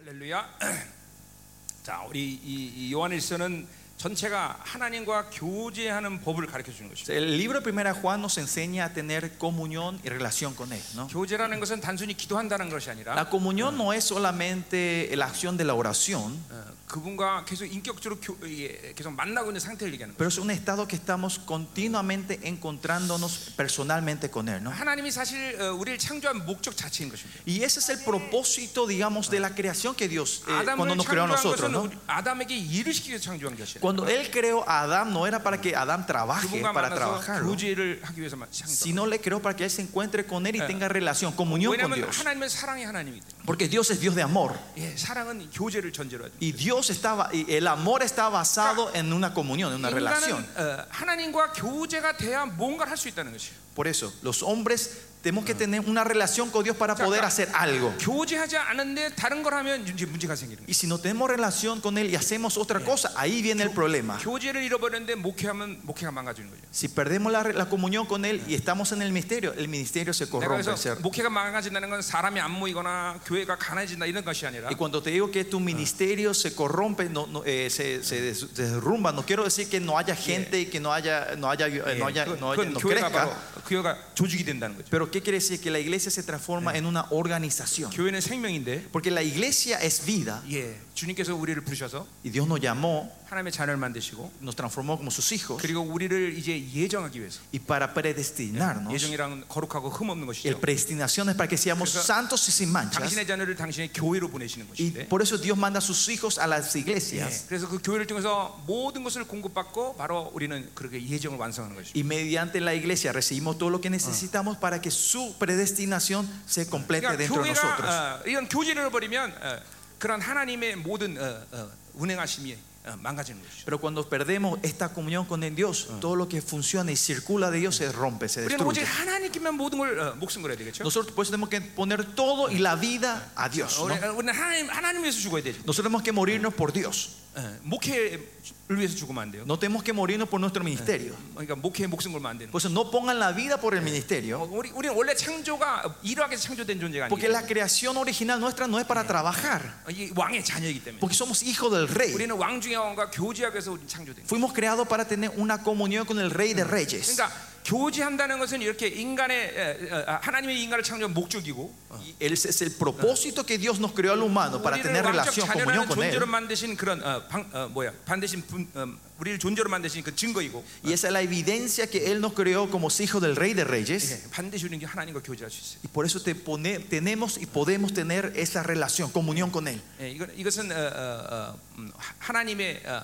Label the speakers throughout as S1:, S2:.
S1: 할렐루야. 자, 우리 이, 이 요한일서는 전체가 하나님과 교제하는 법을 가르쳐 주는 것이죠.
S2: El libro de Primera Juan nos enseña a tener comunión y relación con él, ¿no?
S1: 교제라는 것은 단순히 기도한다는 것이 아니라
S2: La comunión no es solamente la acción de la oración,
S1: 어, 그분과 계속 인격적으로 교, 예, 계속 만나고 있는 상태를 얘기하는 거예요.
S2: pero es un estado que estamos continuamente encontrándonos personalmente con él, ¿no?
S1: 하나님이 사실 어, 우리를 창조한 목적 자체인 것입니다.
S2: Y ese es el propósito, digamos, de la creación que Dios eh, cuando
S1: 아담을
S2: nos creó
S1: 창조한
S2: a
S1: 것은
S2: nosotros, ¿no?
S1: 우리- 아담에게 일을 시키기 위해서 창조한 것이 아니라
S2: Cuando él creó a Adán no era para que Adán trabaje,
S1: 그분과
S2: para
S1: 만나서
S2: trabajar,
S1: 교제를 하기 위해서만 창조.
S2: sino le creó para que él se encuentre con él y tenga relación, comunión con
S1: 왜냐하면
S2: Dios.
S1: 하나님은 사랑의 하나님이기 때문에.
S2: Porque Dios es Dios de amor
S1: 예, 사랑은 교제를 전제로 하죠.
S2: y Dios estaba y el amor está basado en una comunión, en Ah. una relación.
S1: 인간은 어, 하나님과 교제가 돼야 뭔가를 할 수 있다는 것이에요.
S2: Por eso, los hombres tenemos que tener una relación con Dios para
S1: Claro,
S2: poder
S1: claro.
S2: hacer algo.
S1: 교제하지 않은데 다른 걸 하면 이제 문제가 생기는 거예요.
S2: Y si no tenemos relación con él y hacemos otra cosa, ahí viene el problema.
S1: 교제를 잃어버렸는데 목회하면 목회가 망가지는 거죠.
S2: Si perdemos la, la comunión con él y estamos en el ministerio, el ministerio se
S1: 내가
S2: corrompe.
S1: 그래서
S2: ¿cierto?
S1: 목회가 망가진다는 건 사람이 안 모이거나 교회가 가난해진다 이런 것이 아니라
S2: Y cuando te digo que tu ministerio se corrompe, no, no, eh, se, se des- derrumba, no quiero decir que no haya gente y que no haya, no haya, eh,
S1: 예,
S2: no haya,
S1: 그건,
S2: no haya-
S1: 그건
S2: no
S1: 교회가 바로
S2: crezca.
S1: 교회가 조직이 된다는 거죠.
S2: Pero ¿qué quiere decir? Que la iglesia se transforma en una organización.
S1: 교회는 생명인데
S2: Porque la iglesia es vida
S1: 예, 주님께서 우리를 부르셔서
S2: y Dios nos llamó,
S1: 하나님의 자녀를 만드시고
S2: nos transformó como sus hijos
S1: 그리고 우리를 이제 예정하기 위해서
S2: y para
S1: 어.
S2: predestinarnos.
S1: 예정이란 거룩하고 흠없는
S2: El
S1: 것이죠.
S2: predestinación es para que seamos
S1: Entonces,
S2: santos y sin manchas.
S1: 당신의 자녀를 당신의 교회로 보내시는
S2: Y
S1: 것인데
S2: por eso Dios manda a sus hijos a las
S1: 예,
S2: iglesias.
S1: 그래서 그 교회를 통해서 모든 것을 공급받고 바로 우리는 그렇게 예정을 완성하는 것이죠.
S2: Y mediante la iglesia recibimos todo lo que necesitamos para que su predestinación se complete
S1: 그러니까
S2: dentro de nosotros.
S1: 교회가 어, 이런 교제를 버리면 어, 그런 하나님의 모든 어, 어, 운행하심이 어, 망가지는 것이죠.
S2: Pero cuando perdemos esta comunión con el Dios, todo lo que funciona y circula de Dios se rompe, se
S1: 우리는 오직
S2: destruye.
S1: 하나님께만 모든 걸 어, 목숨 걸어야 되겠죠.
S2: Nosotros por eso tenemos que poner todo y la vida a Dios. ¿no?
S1: 우리, 우리는 하나님 하나님 위해서 죽어야 되죠.
S2: Nosotros tenemos que morirnos por Dios.
S1: 예, 목회를 위해서 죽으면 안 돼요.
S2: No tenemos que morirnos por nuestro ministerio.
S1: 그러니까 목회에 목숨 걸면 안 되는 거예요.
S2: Por eso no pongan la vida por el
S1: 어,
S2: ministerio.
S1: 우리 우리는 원래 창조가 일화에서 창조된 존재가
S2: Porque
S1: 아니에요. 어,
S2: la creación original nuestra no es para trabajar.
S1: 이 왕의 자녀이기 때문에
S2: Porque somos hijos del rey.
S1: 우리는 왕 중의 왕과 교제하기 위해서 우리 창조된 거예요.
S2: Fuimos creados para tener una comunión con el rey de reyes.
S1: 그러니까 교제한다는 것은 이렇게 인간의 에, 에, 아, 하나님의 인간을 창조한 목적이고
S2: Y ese es el propósito que Dios nos creó al humano para
S1: 우리를
S2: tener
S1: 왕적
S2: relación, comunión
S1: 자녀라는
S2: con él.
S1: 존재로 만드신 그런 어, 방, 어, 뭐야 반드시 분, 음, 우리를 존재로 만드신 그 증거이고
S2: Y esa es la evidencia que Él nos creó como hijos del Rey de Reyes.
S1: 예, 반드시 우리는 하나님과 교제할 수 있어요.
S2: Y por eso te pone- tenemos y podemos tener esa relación, comunión con Él.
S1: 예, 이거, 이것은 어, 어, 어, 음, 하- 하나님의 어,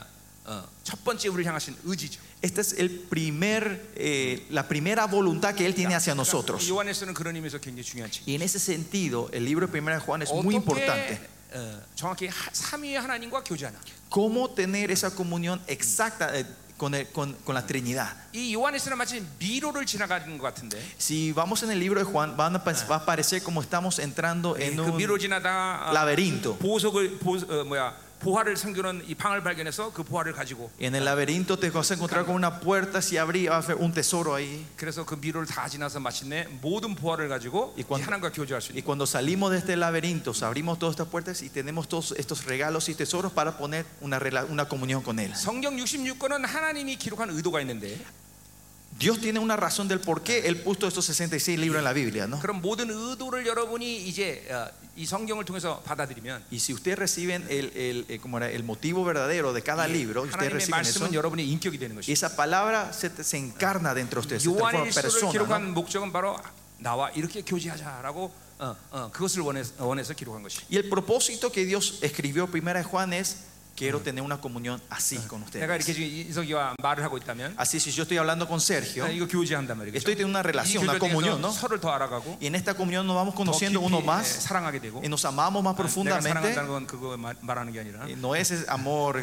S1: 어, 첫 번째 우리를 향하신 의지죠.
S2: Esta es el primer, eh, la primera voluntad que Él tiene hacia nosotros.
S1: 그러니까 요한에서는 그런 의미에서 굉장히 중요한 책이에요.
S2: Y en ese sentido, el libro de 1 de Juan es muy importante.
S1: 어, 정확히 하- 삼위의 하나님과 교제하나.
S2: ¿Cómo tener esa comunión exacta eh, con, el- con- con la Trinidad?
S1: 이 요한에서는 마치 미로를 지나가는 것 같은데
S2: Si vamos en el libro de Juan, van a pa- va a parecer como estamos entrando Ah. en
S1: 그
S2: un ah.
S1: 미로 지나다 아,
S2: laberinto.
S1: 보석을 보, 어, 뭐야 보화를 섬기는 이 방을 발견해서 그 보화를 가지고
S2: En el laberinto te vas a encontrar con una puerta, si abrí, va a haber un tesoro ahí.
S1: 그래서 그 미로를 다 지나서 마침내 모든 보화를 가지고
S2: 이 권-
S1: 이 하나님과 교제할 수
S2: Y
S1: 있는
S2: cuando salimos de este laberinto, abrimos todas estas puertas y tenemos todos estos regalos y tesoros para poner una, rela- una comunión con Él.
S1: 성경 66권은 하나님이 기록한 의도가 있는데
S2: Dios tiene una razón del por qué Él puso estos 66 libros en la Biblia, ¿no?
S1: 그럼 모든 의도를 여러분이 이제 어, 이 성경을 통해서 받아들이면
S2: Y si ustedes reciben el, el, eh, ¿cómo era? el motivo verdadero de cada libro, ustedes
S1: 하나님의
S2: reciben eso,
S1: 말씀은 여러분의 인격이 되는
S2: y
S1: 것이죠
S2: esa palabra se, te- se encarna dentro de ustedes, se transforma en
S1: 요한일서를
S2: persona. ¿no?
S1: 기록한 목적은 바로 나와 이렇게 교제하자라고 어, 어, 그것을 원해서, 원해서 기록한 것이
S2: Y el propósito que Dios escribió primera de Juan es, quiero tener una comunión así con
S1: 내가 이렇게
S2: ustedes.
S1: 지금 인석이와 말을 하고 있다면
S2: Así si yo estoy hablando con Sergio,
S1: 아, 이거 교제한단 말이죠.
S2: estoy teniendo una relación,
S1: 이
S2: una
S1: 교제
S2: comunión,
S1: 통해서
S2: ¿no?
S1: 서로를 더 알아가고
S2: Y en esta comunión nos vamos
S1: 더
S2: conociendo
S1: 깊이,
S2: uno
S1: 예,
S2: más
S1: 사랑하게 되고
S2: y nos amamos más
S1: 아, 내가
S2: profundamente. 예.
S1: 사랑한다는 건 그거 말, 말하는 게 아니라
S2: Y No es ese amor,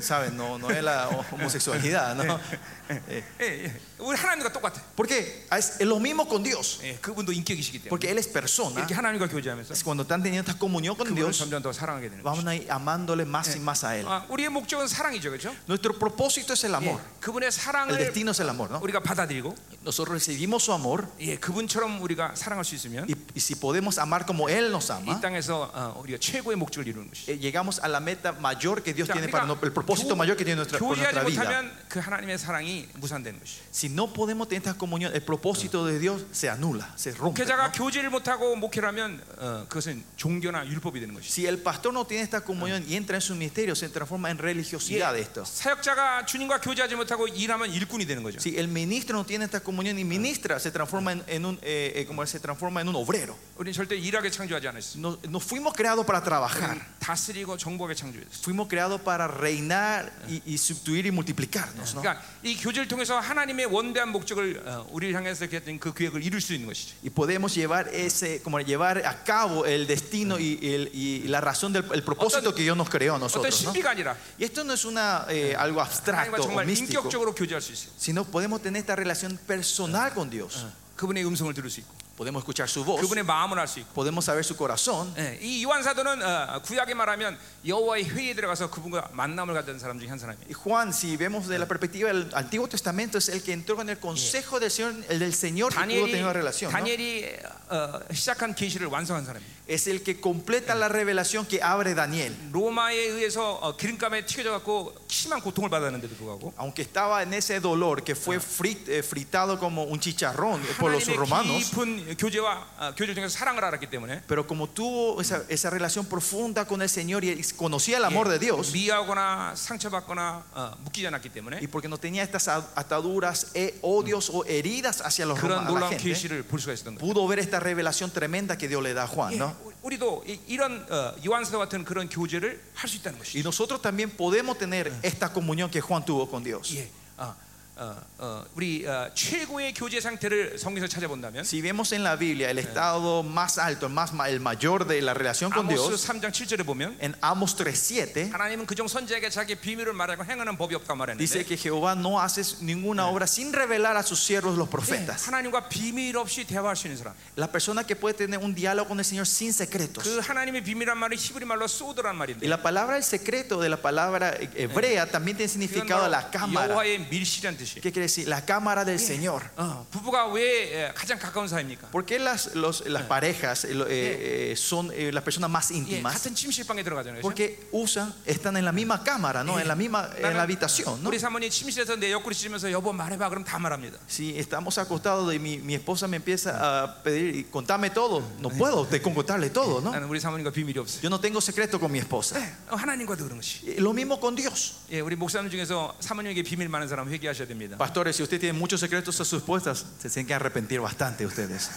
S2: ¿saben? No, no es la homosexualidad, ¿no? Eh,
S1: 예, 예. 우리 하나님과 똑같아.
S2: Porque es lo mismo con Dios,
S1: 예, 그분도 인격이시기 때문에
S2: porque Él es persona.
S1: 이렇게 하나님과 교제하면서
S2: Cuando están teniendo esta comunión Eh. con
S1: 그분을
S2: Dios,
S1: 점점 더 사랑하게 되는 거죠.
S2: van a ir amándole más y más más a Él.
S1: 아, 우리의 목적은 사랑이죠, 그렇죠?
S2: Nuestro propósito es el amor.
S1: 예, 그분의
S2: El
S1: 사랑을
S2: destino es el amor, ¿no?
S1: 우리가 받아들이고,
S2: Nosotros recibimos su amor
S1: 예, 그분처럼 우리가 사랑할 수 있으면
S2: y, y si podemos amar como Él nos ama,
S1: 이 땅에서 어, 우리가 최고의 목적을 이루는 것이.
S2: eh, llegamos a la meta mayor que Dios
S1: 자,
S2: tiene para no- el propósito
S1: 교-
S2: mayor que tiene nuestra, por
S1: 교제하지
S2: nuestra vida.
S1: 못하면 그 하나님의 사랑이 무산되는 것이.
S2: Si no podemos tener esta comunión, el propósito de Dios se anula, se rompe.
S1: 목회자가
S2: ¿no?
S1: 교제를 못하고 목회를 하면 어, 그것은 종교나 율법이 되는 것이.
S2: Si el pastor no tiene esta comunión y entra en su ministerio, se transforma en religiosidad esto.
S1: 사역자가 주님과 교제하지 못하고 일하면 일꾼이 되는 거죠.
S2: Si el ministro no tiene esta comunión y ministra, se transforma en, en un eh, eh, como se transforma en un obrero.
S1: 우리는 절대 일하게 창조하지 않았습니다.
S2: No, no fuimos creados para trabajar,
S1: 다스리고 정복하게 창조했어요.
S2: fuimos creados para reinar y, y substituir y multiplicarnos. ¿no?
S1: 그러니까 이 교제를 통해서 하나님의 원대한 목적을 어, 우리를 향해서 했던 그 계획을 이룰 수 있는 것이죠.
S2: Y podemos llevar ese, como llevar a cabo el destino y, y el- y la razón del el propósito que Dios nos creó a
S1: 어떤
S2: nosotros. ¿no?
S1: 신비가 아니라
S2: Y esto no es una, eh, algo
S1: 하나님과
S2: abstracto o
S1: 정말
S2: místico,
S1: 인격적으로 교제할 수 있어요.
S2: sino podemos tener esta relación personal con Dios.
S1: 그분의 음성을 들을 수 있고,
S2: Podemos escuchar su voz,
S1: 그분의 마음을 알 수 있고.
S2: podemos saber su corazón.
S1: 예, 이 요한 사도는 어, 구약에 말하면 여호와의 회의에 들어가서 그분과 만남을 가진 사람 중에 한 사람이에요.
S2: Y Juan, si vemos de la perspectiva del Antiguo Testamento, es el que entró en el consejo del Señor, el del Señor y pudo
S1: 다니엘이,
S2: tener una relación. ¿no?
S1: 다니엘이 어, 시작한 계시를 완성한 사람이에요.
S2: Es el que completa la revelación que abre Daniel.
S1: 로마에 의해서 어, 기름감에 튀겨져 갖고 심한 고통을 받았는데도 불구하고
S2: Aunque estaba en ese dolor que fue frit- eh, fritado como un chicharrón eh, por los
S1: 하나님의
S2: romanos,
S1: 깊은 교제와 어, 교제 중에서 사랑을 알았기 때문에
S2: pero como tuvo esa, esa relación profunda con el Señor y conocía el amor de Dios,
S1: 미하거나 상처받거나 어, 묶이지 않았기 때문에
S2: y porque no tenía estas a- ataduras, eh, odios o heridas hacia los
S1: 그런
S2: romanos, a la
S1: 놀라운
S2: gente,
S1: 계시를 볼 수가 있었던 거예요.
S2: pudo ver esta revelación tremenda que Dios le da a Juan. ¿no?
S1: 예, 우리도 이- 이런 어, 요한서 같은 그런 교제를 할 수 있다는 것이죠.
S2: Y nosotros también podemos tener esta comunión que Juan tuvo con Dios.
S1: 예, 아, 어, 어, 우리 어, 최고의 교제 상태를 성경에서 찾아본다면
S2: Si vemos en la Biblia el estado más alto, el, más, ma- el mayor de la relación con
S1: 아모스
S2: Dios,
S1: 3장 7절에 보면
S2: en Amos 3.7,
S1: 하나님은 그중 선지자에게 자기 비밀을 말하고 행하는 법이 없다
S2: dice
S1: 말했는데
S2: que Jehová no hace ninguna obra sin revelar a sus siervos los profetas.
S1: 네, 하나님과 비밀 없이 대화할 수 있는 사람
S2: La persona que puede tener un diálogo con el Señor sin secretos.
S1: 그 하나님의 비밀이란 말이 히브리 말로 소드란
S2: Y
S1: 말인데
S2: la palabra el secreto de la palabra eh, hebrea también tiene
S1: 그건
S2: significado la
S1: 바로
S2: cámara.
S1: 여호와의 밀실이란 뜻이
S2: ¿Qué quiere decir? La cámara del Señor.
S1: 어, 부부가 왜 에, 가장 가까운 사이입니까?
S2: ¿Por qué las, los- las parejas eh, lo- eh, eh, son eh, las personas más
S1: 예,
S2: íntimas?
S1: 같은 침실방에 들어가잖아요 그렇죠?
S2: Porque usan, están en la misma cámara, ¿no? En la misma en la habitación, ¿no?
S1: 우리 사모님 침실에서 내 옆구리 찢으면서 여보 말해봐 그럼 다 말합니다
S2: Si estamos acostados y mi, mi esposa me empieza a pedir, y contame todo, no puedo te con contarle todo, ¿no?
S1: 나는 우리 사모님과 비밀이 없어요
S2: Yo no tengo secreto con mi esposa.
S1: 어, 하나님과도 그런 것이
S2: Y Lo mismo con Dios.
S1: 예, 우리 목사님 중에서 사모님에게 비밀 많은 사람 회개하셔야 됩니다.
S2: Pastores, si ustedes tienen muchos secretos a sus esposas, se tienen que arrepentir bastante ustedes.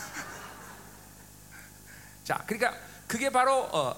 S1: 자, 그러니까 그게 바로 어,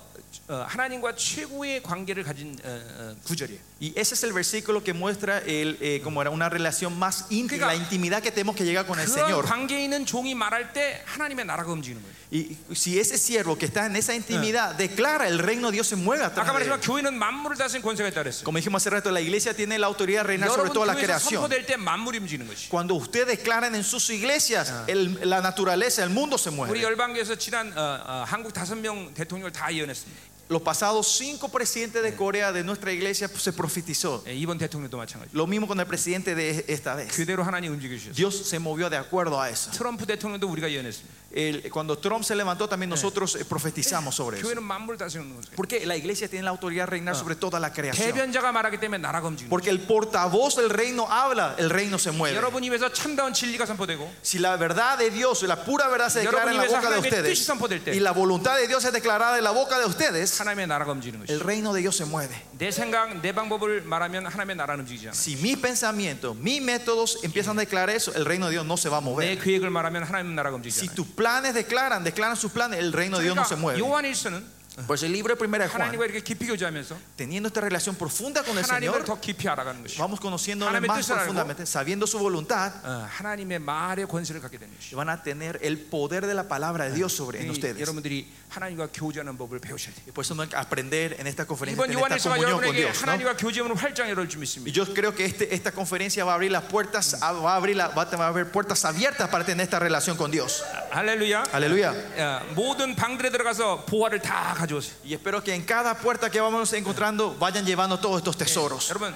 S1: 어, 하나님과 최고의 관계를 가진 어, 어, 구절이에요.
S2: Y ese es el versículo que muestra el, eh, como era una relación más íntima, la
S1: Claro.
S2: intimidad que tenemos que llegar con el
S1: 그런
S2: Señor.
S1: 관계에 있는 종이 말할 때 하나님의 나라가 움직이는 거예요.
S2: Y si ese siervo que está en esa intimidad declara el reino de Dios se mueve atrás
S1: 아까
S2: de él.
S1: 말했지만 교회는 만물을 다스린 권세가 있다 그랬어요.
S2: Como dijimos hace rato, la iglesia tiene la autoridad de reinar sobre
S1: 여러분
S2: toda la
S1: 교회에서
S2: creación.
S1: 선포될 때 만물이 움직이는 것이.
S2: Cuando ustedes declaran en sus iglesias, el- la naturaleza, el mundo se
S1: 우리
S2: mueve.
S1: 열방교에서 지난 어, 어, 한국 다섯 명 대통령을 다 예언했습니다.
S2: Los pasados cinco presidentes de Corea de nuestra iglesia pues, se profetizó.
S1: 예, 이번 대통령도 마찬가지.
S2: Lo mismo con el presidente de esta vez.
S1: 그대로 하나님 움직여 주셨어요.
S2: Dios se movió de acuerdo a eso.
S1: 트럼프 대통령도 우리가 예언했습니다.
S2: El- cuando Trump se levantó, también nosotros eh, profetizamos sobre eso.
S1: 교회는 만물을 다스리는 거죠.
S2: Porque la iglesia tiene la autoridad de reinar sobre toda la creación.
S1: 대변자가 말하기 때문에 나라가 움직이는
S2: Porque el portavoz del reino habla, el reino se
S1: 거예요.
S2: mueve.
S1: 여러분 입에서 참다운 진리가 선포되고
S2: Si la verdad de Dios, la pura verdad se declara en la boca de ustedes y la voluntad de Dios es declarada en la boca de ustedes,
S1: 하나님의 나라가 움직이는 것이.
S2: el reino de Dios se mueve.
S1: 내 생각, 내 방법을 말하면 하나님의 나라는 움직이지 않아요.
S2: Si mis pensamientos, mis métodos empiezan a declarar eso, el reino de Dios no se va a
S1: 내
S2: mover.
S1: 계획을 말하면 하나님의 나라가 움직이지
S2: Si
S1: 않아요.
S2: tus planes declaran, declaran sus planes, el reino de Dios no se
S1: 그러니까
S2: mueve.
S1: 요한일서는
S2: Por eso el libro de primera de Juan,
S1: 하나님과 이렇게 깊이 교제하면서
S2: teniendo esta relación profunda con el
S1: 하나님을
S2: Señor,
S1: 더 깊이 알아가는 것이.
S2: vamos conociéndole más profundamente, sabiendo su voluntad,
S1: 어, 하나님의 말의 권세를 갖게 되는 것이.
S2: van a tener el poder de la palabra de Dios sobre en ustedes.
S1: 여러분들이 하나님과 교제하는 법을 배우셔야 돼요.
S2: Y por eso no hay que aprender en esta conferencia,
S1: 이번
S2: en esta
S1: 요한일서가
S2: comunión con
S1: 여러분에게
S2: Dios. ¿no?
S1: 하나님과 교제문을 활짝 열어줄 줄
S2: Y
S1: 믿습니다.
S2: yo creo que este- esta conferencia va a abrir las puertas, va a abrir, la- va a tener- va a haber puertas abiertas para tener esta relación con Dios.
S1: 할렐루야.
S2: Aleluya.
S1: 야, 모든 방들에 들어가서 보화를 다 가져오세요.
S2: Y espero que en cada puerta que vamos encontrando vayan llevando todos estos tesoros.
S1: 여러분,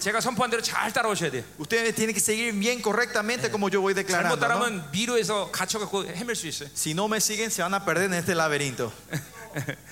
S1: 제가 선포한 대로 잘 따라오셔야 돼요.
S2: Ustedes tienen que seguir bien correctamente como yo voy
S1: 잘못
S2: declarando. ¿no?
S1: 따라하면 미로에서 갇혀갖고 헤맬 수 있어요.
S2: Si no me siguen, se van a perder en este laberinto.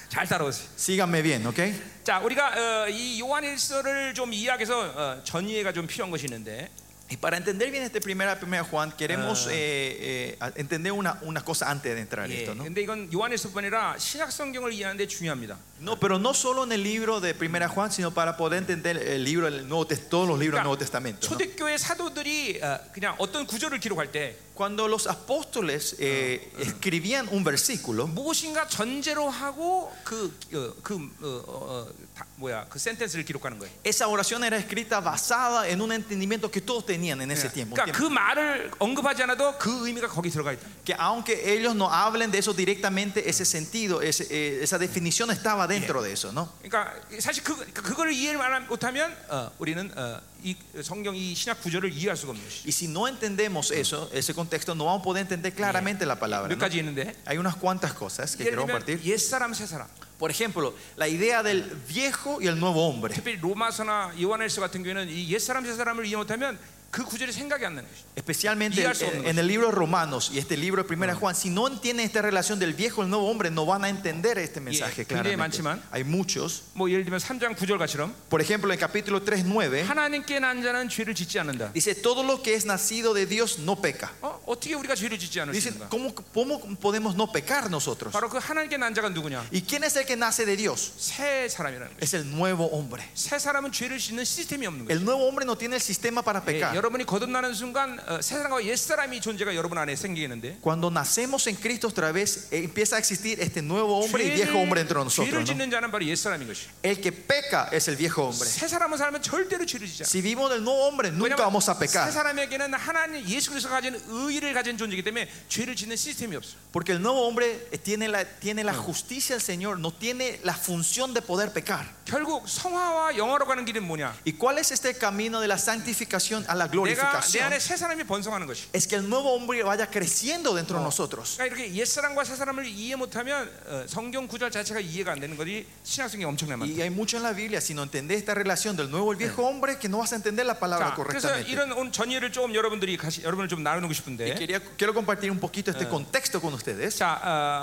S1: 잘 따라오세요.
S2: Síganme bien, ¿ok?
S1: 자, 우리가 어, 이 요한일서를 좀 이해하기서 어, 전이해가 좀 필요한 것이 있는데
S2: Y para entender bien este primera, primera Juan, queremos eh, eh, a- entender una, una cosa antes de entrar en
S1: 예,
S2: esto, ¿no?
S1: 근데 이건 요한일서뿐 아니라 신약 성경을 이해하는데 중요합니다.
S2: No, pero no solo en el libro de primera Juan, sino para poder entender el libro, el Nuevo Test- todos los libros del Nuevo Testamento. ¿no?
S1: 초대교회 사도들이 어, 그냥 어떤 구절을 기록할 때
S2: Cuando los apóstoles eh, escribían un versículo,
S1: 무엇인가 전제로 하고 그그 어, 그, 어, 어, 어, 다- 뭐야 그 센텐스를 기록하는 거예요.
S2: esa oración era escrita basada en un entendimiento que todos tenían en ese tiempo. un
S1: 그러니까 그
S2: tiempo
S1: 말을 언급하지 않아도 그 의미가 거기 들어가 있다.
S2: que aunque ellos no hablen de eso directamente, ese sentido, ese, eh, esa definición estaba dentro de eso, ¿no?
S1: 그러니까 사실 그 그걸 이해를 안 함- 못하면 어, 우리는 어, 이 성경 이 신약 구절을 이해할 수가 없는 것이.
S2: Y si no entendemos eso, ese contexto, no vamos a poder entender claramente la palabra.
S1: 몇
S2: ¿no?
S1: 가지 있는데
S2: Hay unas cuantas cosas que
S1: 예를
S2: quiero
S1: 들면
S2: compartir.
S1: 옛 사람 새 사람.
S2: Por ejemplo, la idea del viejo y el nuevo hombre.
S1: 특별히 로마서나 요한일서 같은 경우에는 이옛 사람 새 사람을 이해 못하면 그 구절이 생각이 안 나는 것이.
S2: Especialmente
S1: Guiar su
S2: en,
S1: hombre.
S2: en el libro de Romanos y este libro de Primera Juan, si no entienden esta relación del viejo y el nuevo hombre, no van a entender este mensaje
S1: 굉장히
S2: claramente.
S1: 많지만.
S2: Hay muchos.
S1: 뭐 예를 들면 3장 9절 같처럼
S2: Por ejemplo, en capítulo
S1: 예?
S2: 3.9
S1: 하나님께 난 자는 죄를 짓지 않는다.
S2: dice, todo lo que es nacido de Dios no peca.
S1: 어? 어떻게 우리가 죄를 짓지 않을 수
S2: Dice,
S1: 있는가?
S2: ¿cómo, cómo podemos no pecar nosotros?
S1: 바로 그 하나님께 난 자가 누구냐?
S2: ¿Y quién es el que nace de Dios?
S1: 새 사람이라는 거예요.
S2: Es el nuevo hombre.
S1: 예. 새 사람은 죄를 짓는 시스템이 없는 거예요.
S2: El nuevo hombre no tiene el sistema para
S1: 예,
S2: pecar.
S1: 여러분이 거듭나는 순간 어, 새 사람과 옛 사람이 존재가 여러분 안에 생기는데
S2: Cuando nacemos en Cristo otra vez, eh, empieza a existir este nuevo hombre y viejo hombre entre
S1: 죄를
S2: nosotros. ¿no?
S1: 짓는 자는 바로 옛 사람인 것이.
S2: El que peca es el viejo hombre.
S1: 새 사람은 살면 절대로 죄를 짓지 않아.
S2: Si vivimos del nuevo hombre,
S1: 왜냐면
S2: nunca 그러니까 vamos a
S1: 새
S2: pecar.
S1: 사람에게는 하나님 예수 그리스도가 가진 의를 가진 존재이기 때문에 죄를 짓는 시스템이 없어.
S2: Porque el nuevo hombre tiene la, tiene la justicia del Señor, no tiene la función de poder pecar.
S1: 결국 성화와 영화로 가는 길은 뭐냐?
S2: ¿Y cuál es este camino de la santificación a la
S1: 내가 내
S2: glorificación?
S1: 안에 새 사람이 번성하는 것이.
S2: Es que el nuevo hombre vaya creciendo dentro de nosotros.
S1: 그러니까 이렇게 옛 사람과 새 사람을 이해 못하면 어, 성경 구절 자체가 이해가 안 되는 것이 신약성경이 엄청난 많다.
S2: Y hay mucho en la Biblia, si no entendés esta relación del nuevo y el viejo hombre, que no vas a entender la palabra
S1: 자, 그래서
S2: correctamente.
S1: 이런 오늘 전이를 조금 여러분들이 같이 여러분을 좀 나누고
S2: Y
S1: 싶은데.
S2: quería- quiero compartir un poquito este contexto con ustedes.
S1: 자,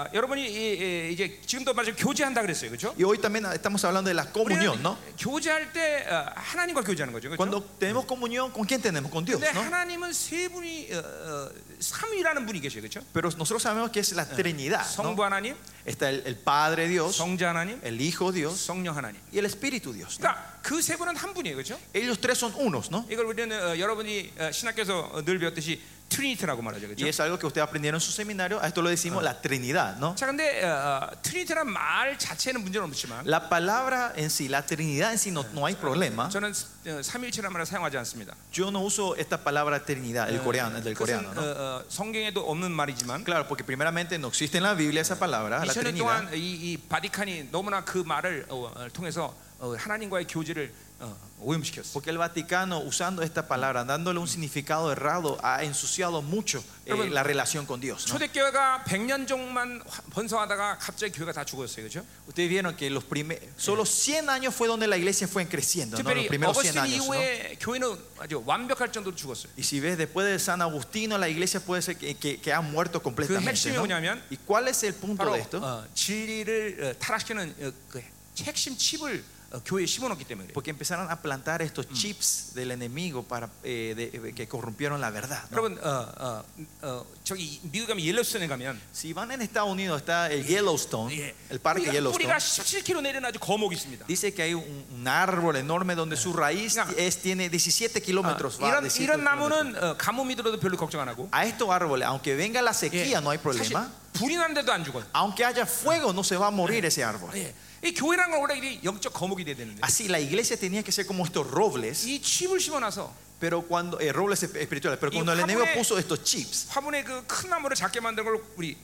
S1: 어, 여러분이 이, 이, 이제 지금도 말씀 교제한다 그랬어요, 그렇죠?
S2: Y hoy también estamos hablando de la comunión, ¿no?
S1: 교제할 때 어, 하나님과 교제하는 거죠, 그렇죠?
S2: Cuando tenemos comunión, ¿con quién tenemos? Con Dios,
S1: 근데
S2: ¿no?
S1: 하나님은 세 분이 어, 어, 삼위라는 분이 계셔요, 그렇죠?
S2: Pero nosotros sabemos que es la Trinidad. ¿no?
S1: 성부 하나님,
S2: Está el, el Padre Dios,
S1: 성자 하나님,
S2: el Hijo Dios
S1: 성령 하나님.
S2: y el Espíritu Dios. ¿no?
S1: 그러니까 그 세 분은 한 분이에요, 그렇죠?
S2: Ellos tres son unos, ¿no?
S1: 이걸 우리는 어, 여러분이 어, 신학교에서 어, 늘 배웠듯이 트리니티라고 말하죠,
S2: Y
S1: 그렇죠?
S2: es algo que ustedes aprendieron en su seminario. A esto lo decimos la Trinidad, ¿no?
S1: 자, 근데 어, 어, 트리니티란 말 자체는 문제는 없지만
S2: La palabra en sí, la Trinidad en sí, no, no hay problema.
S1: 저는 어, 삼일체란 말을 사용하지 않습니다.
S2: Yo no uso esta palabra Trinidad,
S1: Ah,
S2: el coreano, el del coreano,
S1: 그것은
S2: ¿no?
S1: 어, 어, 성경에도 없는 말이지만
S2: Claro, porque primeramente no existe en la Biblia esa palabra,
S1: 2000년
S2: la Trinidad.
S1: 동안 이, 이 바디칸이 너무나 그 말을 어, 어, 통해서 어, 하나님과의 교제를 어, 오염시켰어.
S2: Porque el Vaticano, usando esta palabra, dándole un significado errado, ha ensuciado mucho eh,
S1: Hermano.
S2: la relación con Dios. ¿no?
S1: 초대교회가 100년 종만 화- 번성하다가 갑자기 교회가 다 죽었어요. 그렇죠?
S2: Ustedes vieron que los primeros, solo 100 años fue donde la iglesia fue creciendo, ¿no? los
S1: 특별히
S2: primeros 100
S1: 어거스틴
S2: años. ¿no?
S1: 이후에 교회는 아주 완벽할 정도로 죽었어요.
S2: Y si ves, después de San Agustino, la iglesia puede ser que, que, que ha muerto completamente.
S1: 핵심이
S2: ¿no?
S1: 뭐냐면
S2: ¿Y cuál es el punto
S1: 바로
S2: de esto?
S1: 어, 진리를 어, 타락시키는 어, 그 핵심 칩을 어, 교회에 심어놓기 때문에 그래요.
S2: Porque empezaron a plantar estos chips del enemigo para, eh, de- de- que corrompieron la verdad. ¿no?
S1: 여러분 어, 어, 어, 저기 미국 가면 옐로스톤에 가면
S2: Si van en Estados Unidos, está el Yellowstone,
S1: 예,
S2: el parque
S1: 뿌리가,
S2: Yellowstone.
S1: 뿌리가 17km 내리는 아주 거목이 있습니다.
S2: Dice que hay un, un árbol enorme donde su raíz
S1: Ya.
S2: es, tiene 17 kilómetros. va,
S1: 아, 이런
S2: 17
S1: 이런
S2: kilómetros.
S1: 나무는 어, 가뭄이 들어도 별로 걱정 안 하고
S2: A estos árboles, aunque venga la
S1: 예,
S2: sequía, no hay
S1: 사실
S2: problema.
S1: 불이 난데도 안 죽어요.
S2: Aunque haya fuego, no se va a morir ese árbol.
S1: 예. 이 교회란 건 원래 이 영적 거목이 돼야 되는데
S2: Así, la iglesia tenía que ser como estos robles,
S1: 이 칩을 심어놔서
S2: pero cuando eh, robles esp- espirituales, pero
S1: Y
S2: cuando el
S1: árboles-
S2: enemigo puso estos chips,
S1: 화분에 그 큰 나무를 작게 만든 걸 우리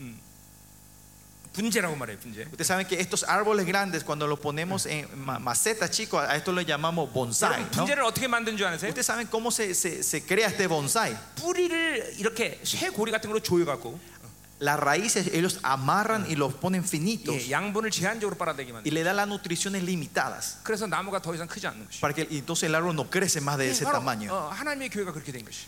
S1: 음, 분재라고 말해요. 분재.
S2: Ustedes saben que estos árboles grandes, cuando los ponemos en ma- macetas, chicos, a esto lo llamamos bonsai.
S1: 여러분,
S2: ¿no?
S1: 분재를 어떻게 만든 줄 아세요?
S2: Ustedes saben cómo se, se- se crea este bonsai.
S1: 뿌리를 이렇게 쇠고리 같은 걸로 조여 갖고
S2: Las raíces ellos amarran y los ponen finitos
S1: 예, 양분을 제한적으로 빨아들이기만
S2: y
S1: 해.
S2: le dan las nutriciones limitadas
S1: 그래서 나무가 더 이상 크지 않는 것이.
S2: para que y entonces el árbol no crece más de ese
S1: 바로,
S2: tamaño.
S1: 어, 하나님의 교회가 그렇게 된 것이.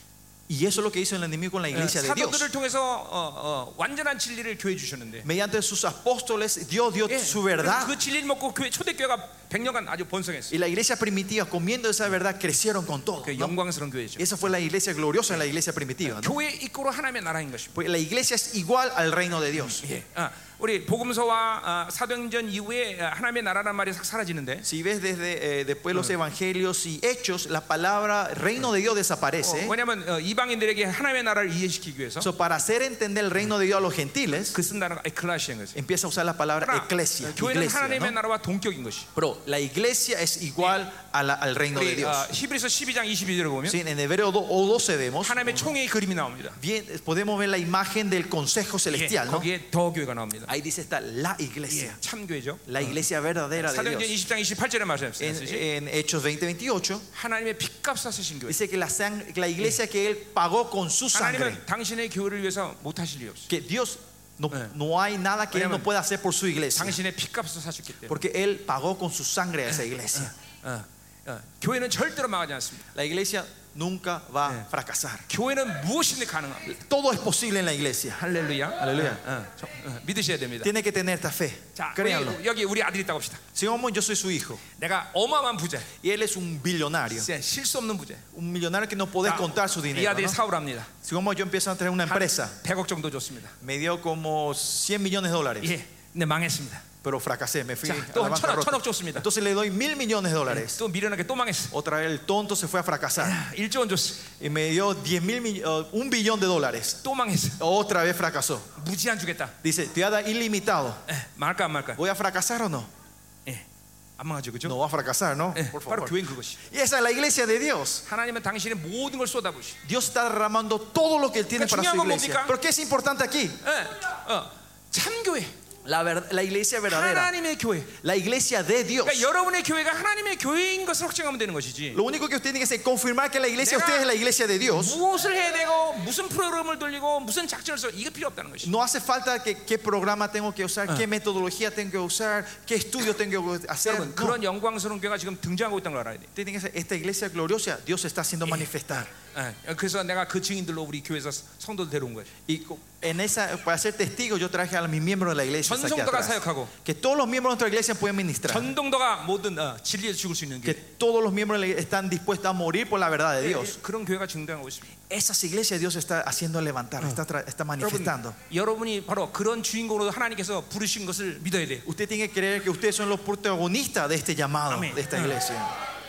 S2: Y eso es lo que hizo el enemigo con la
S1: 예,
S2: iglesia de Dios.
S1: 사도들을 통해서 어, 어, 완전한 진리를 교회 주셨는데.
S2: Mediante sus apóstoles, Dios dio
S1: 예,
S2: su
S1: 그래서
S2: verdad.
S1: 그 진리를 먹고 교회 초대교회가 100년간 아주 번성했어요.
S2: Y la iglesia primitiva, comiendo esa verdad, crecieron con todo.
S1: 그
S2: ¿no?
S1: 영광스러운 교회죠.
S2: Esa fue la iglesia gloriosa en la iglesia primitiva. ¿no?
S1: 교회 입고로 하나님의 나라인 것입니다.
S2: Pues la iglesia es igual al reino de Dios.
S1: 예. 아, 우리 복음서와 아, 사도행전 이후에 아, 하나님의 나라란 말이 싹 사라지는데
S2: Si ves desde eh, después los evangelios y hechos, la palabra reino de Dios
S1: Oh,
S2: desaparece.
S1: 어, 왜냐하면 이방인들에게 하나님의 나라를 이해시키기 위해서
S2: So, para hacer entender el reino de Dios a los gentiles,
S1: 그 쓴 단어가 에클라시인 것이에요.
S2: empieza a usar la palabra
S1: 그러나 어,
S2: eclesia.
S1: 교회는
S2: iglesia,
S1: 하나님의
S2: ¿no?
S1: 나라와 동격인 것이.
S2: Pero la iglesia es igual a la- al reino de
S1: 우리 아,
S2: Dios.
S1: 히브리서 12장 22절을 보면
S2: Sí, en Hebreo 2 o 12 vemos,
S1: 하나님의 총회의 그림이 나옵니다.
S2: bien, podemos ver la imagen del consejo
S1: 예,
S2: celestial. ¿no?
S1: 거기에 더 교회가 나옵니다.
S2: Ahí dice está la
S1: 예,
S2: iglesia,
S1: 참 교회죠.
S2: la iglesia verdadera de
S1: 사도행전
S2: Dios.
S1: 20장 28절에 말씀하셨어요.
S2: En, en Hechos 20, 28,
S1: 하나님의 피값 사신 교회.
S2: dice que la, sang- la iglesia que él pagó con su sangre.
S1: 하나님은 당신의 교회를 위해서 못하실 일이 없어요.
S2: que Dios no,
S1: Eh.
S2: no hay nada que Él no
S1: Obviamente.
S2: pueda hacer por su iglesia.
S1: 당신의 피값을 사셨기 때문에.
S2: Porque Él pagó con su sangre a esa
S1: Eh,
S2: iglesia.
S1: 어, 어, 교회는 절대로 망하지 않습니다.
S2: La iglesia nunca va a
S1: Eh.
S2: fracasar.
S1: 교회는 무엇이든 가능합니다.
S2: Todo es posible en la iglesia.
S1: 할렐루야.
S2: 할렐루야.
S1: 어, 저, 어, 믿으셔야 됩니다.
S2: Tiene que tener esta fe.
S1: 자,
S2: Créanlo.
S1: 우리, 여기 우리 아들이 있다고 합시다.
S2: Si vamos, yo soy su hijo.
S1: 내가 어마어마한 부자.
S2: Y Él es un billonario.
S1: 진짜 실수 없는 부자.
S2: Un millonario que no podés contar su
S1: 이
S2: dinero.
S1: 아들이
S2: ¿no?
S1: 사오랍니다.
S2: Si vamos, yo empiezo a tener una
S1: 한
S2: empresa.
S1: 100억 정도 줬습니다.
S2: Me dio como 100 millones de dólares.
S1: 예. 근데 망했습니다.
S2: Pero fracasé. Me fui
S1: 자,
S2: a la
S1: 또 한 천억,
S2: bancarrota.
S1: 천억 줬습니다.
S2: Entonces le doy mil millones de dólares.
S1: 또 미련하게 또 망했어.
S2: Otra vez el tonto se fue a fracasar.
S1: 1조 원 줬어.
S2: Y me dio 10 mil, mi- oh, un billón de dólares.
S1: 또 망했어.
S2: Otra vez fracasó.
S1: 무제한 주겠다.
S2: Dice, te voy a dar ilimitado.
S1: 예, 망할까 안 망할까?
S2: ¿Voy a fracasar o no?
S1: 예. 안 망하죠. 그죠?
S2: No va a fracasar, ¿no?
S1: 예,
S2: Eh, Por
S1: 바로
S2: favor.
S1: 교회는 그것이.
S2: Y esa es la iglesia de Dios.
S1: 하나님은 당신의 모든 걸 쏟아부으시.
S2: Dios está derramando todo lo que Él tiene
S1: Pero
S2: para su
S1: 중요한 건
S2: iglesia.
S1: 뭡니까?
S2: Pero ¿qué es importante aquí?
S1: 예. 어. 참 교회.
S2: La, ver- la iglesia verdadera.
S1: 하나님의 교회.
S2: La iglesia de Dios.
S1: 그러니까 여러분의 교회가 하나님의 교회인 것을 확증하면 되는 것이지.
S2: Lo único que usted tiene que hacer es confirmar que la iglesia de
S1: Nega-
S2: ustedes es la iglesia de Dios.
S1: 무엇을 해야 되고 무슨 프로그램을 돌리고 무슨 작전을 써 이거 필요 없다는 것이.
S2: No hace falta que, qué programa tengo que usar, qué metodología tengo que usar, qué estudio tengo que hacer.
S1: 여러분
S2: No.
S1: 그런 영광스러운 교회가 지금 등장하고 있다는 걸 알아야 돼.
S2: Usted tiene que hacer, esta iglesia gloriosa, Dios está haciendo
S1: Eh.
S2: manifestar.
S1: 예, 그래서 내가 그 증인들로 우리 교회에서 성도들 데려온 거예요.
S2: Y co- en esa, para ser testigo, yo traje a mis miembros de la iglesia. hasta aquí
S1: 전성도가
S2: atrás.
S1: 사역하고
S2: que todos los miembros de nuestra iglesia pueden
S1: 아.
S2: ministrar.
S1: 전동도가 모든 어, 진리에 죽을 수 있는
S2: Que
S1: 교회.
S2: todos los miembros de la iglesia están dispuestos a morir por la verdad de
S1: 예,
S2: Dios.
S1: 예, 그런 교회가 증당하고 있습니다.
S2: Esas iglesias Dios está haciendo levantar,
S1: Ah.
S2: está, tra- está
S1: 여러분,
S2: manifestando.
S1: 여러분이 바로 그런 주인공으로 하나님께서 부르신 것을 믿어야 돼요.
S2: Usted tiene que creer que ustedes son los protagonistas de este llamado,
S1: Amén.
S2: de esta iglesia.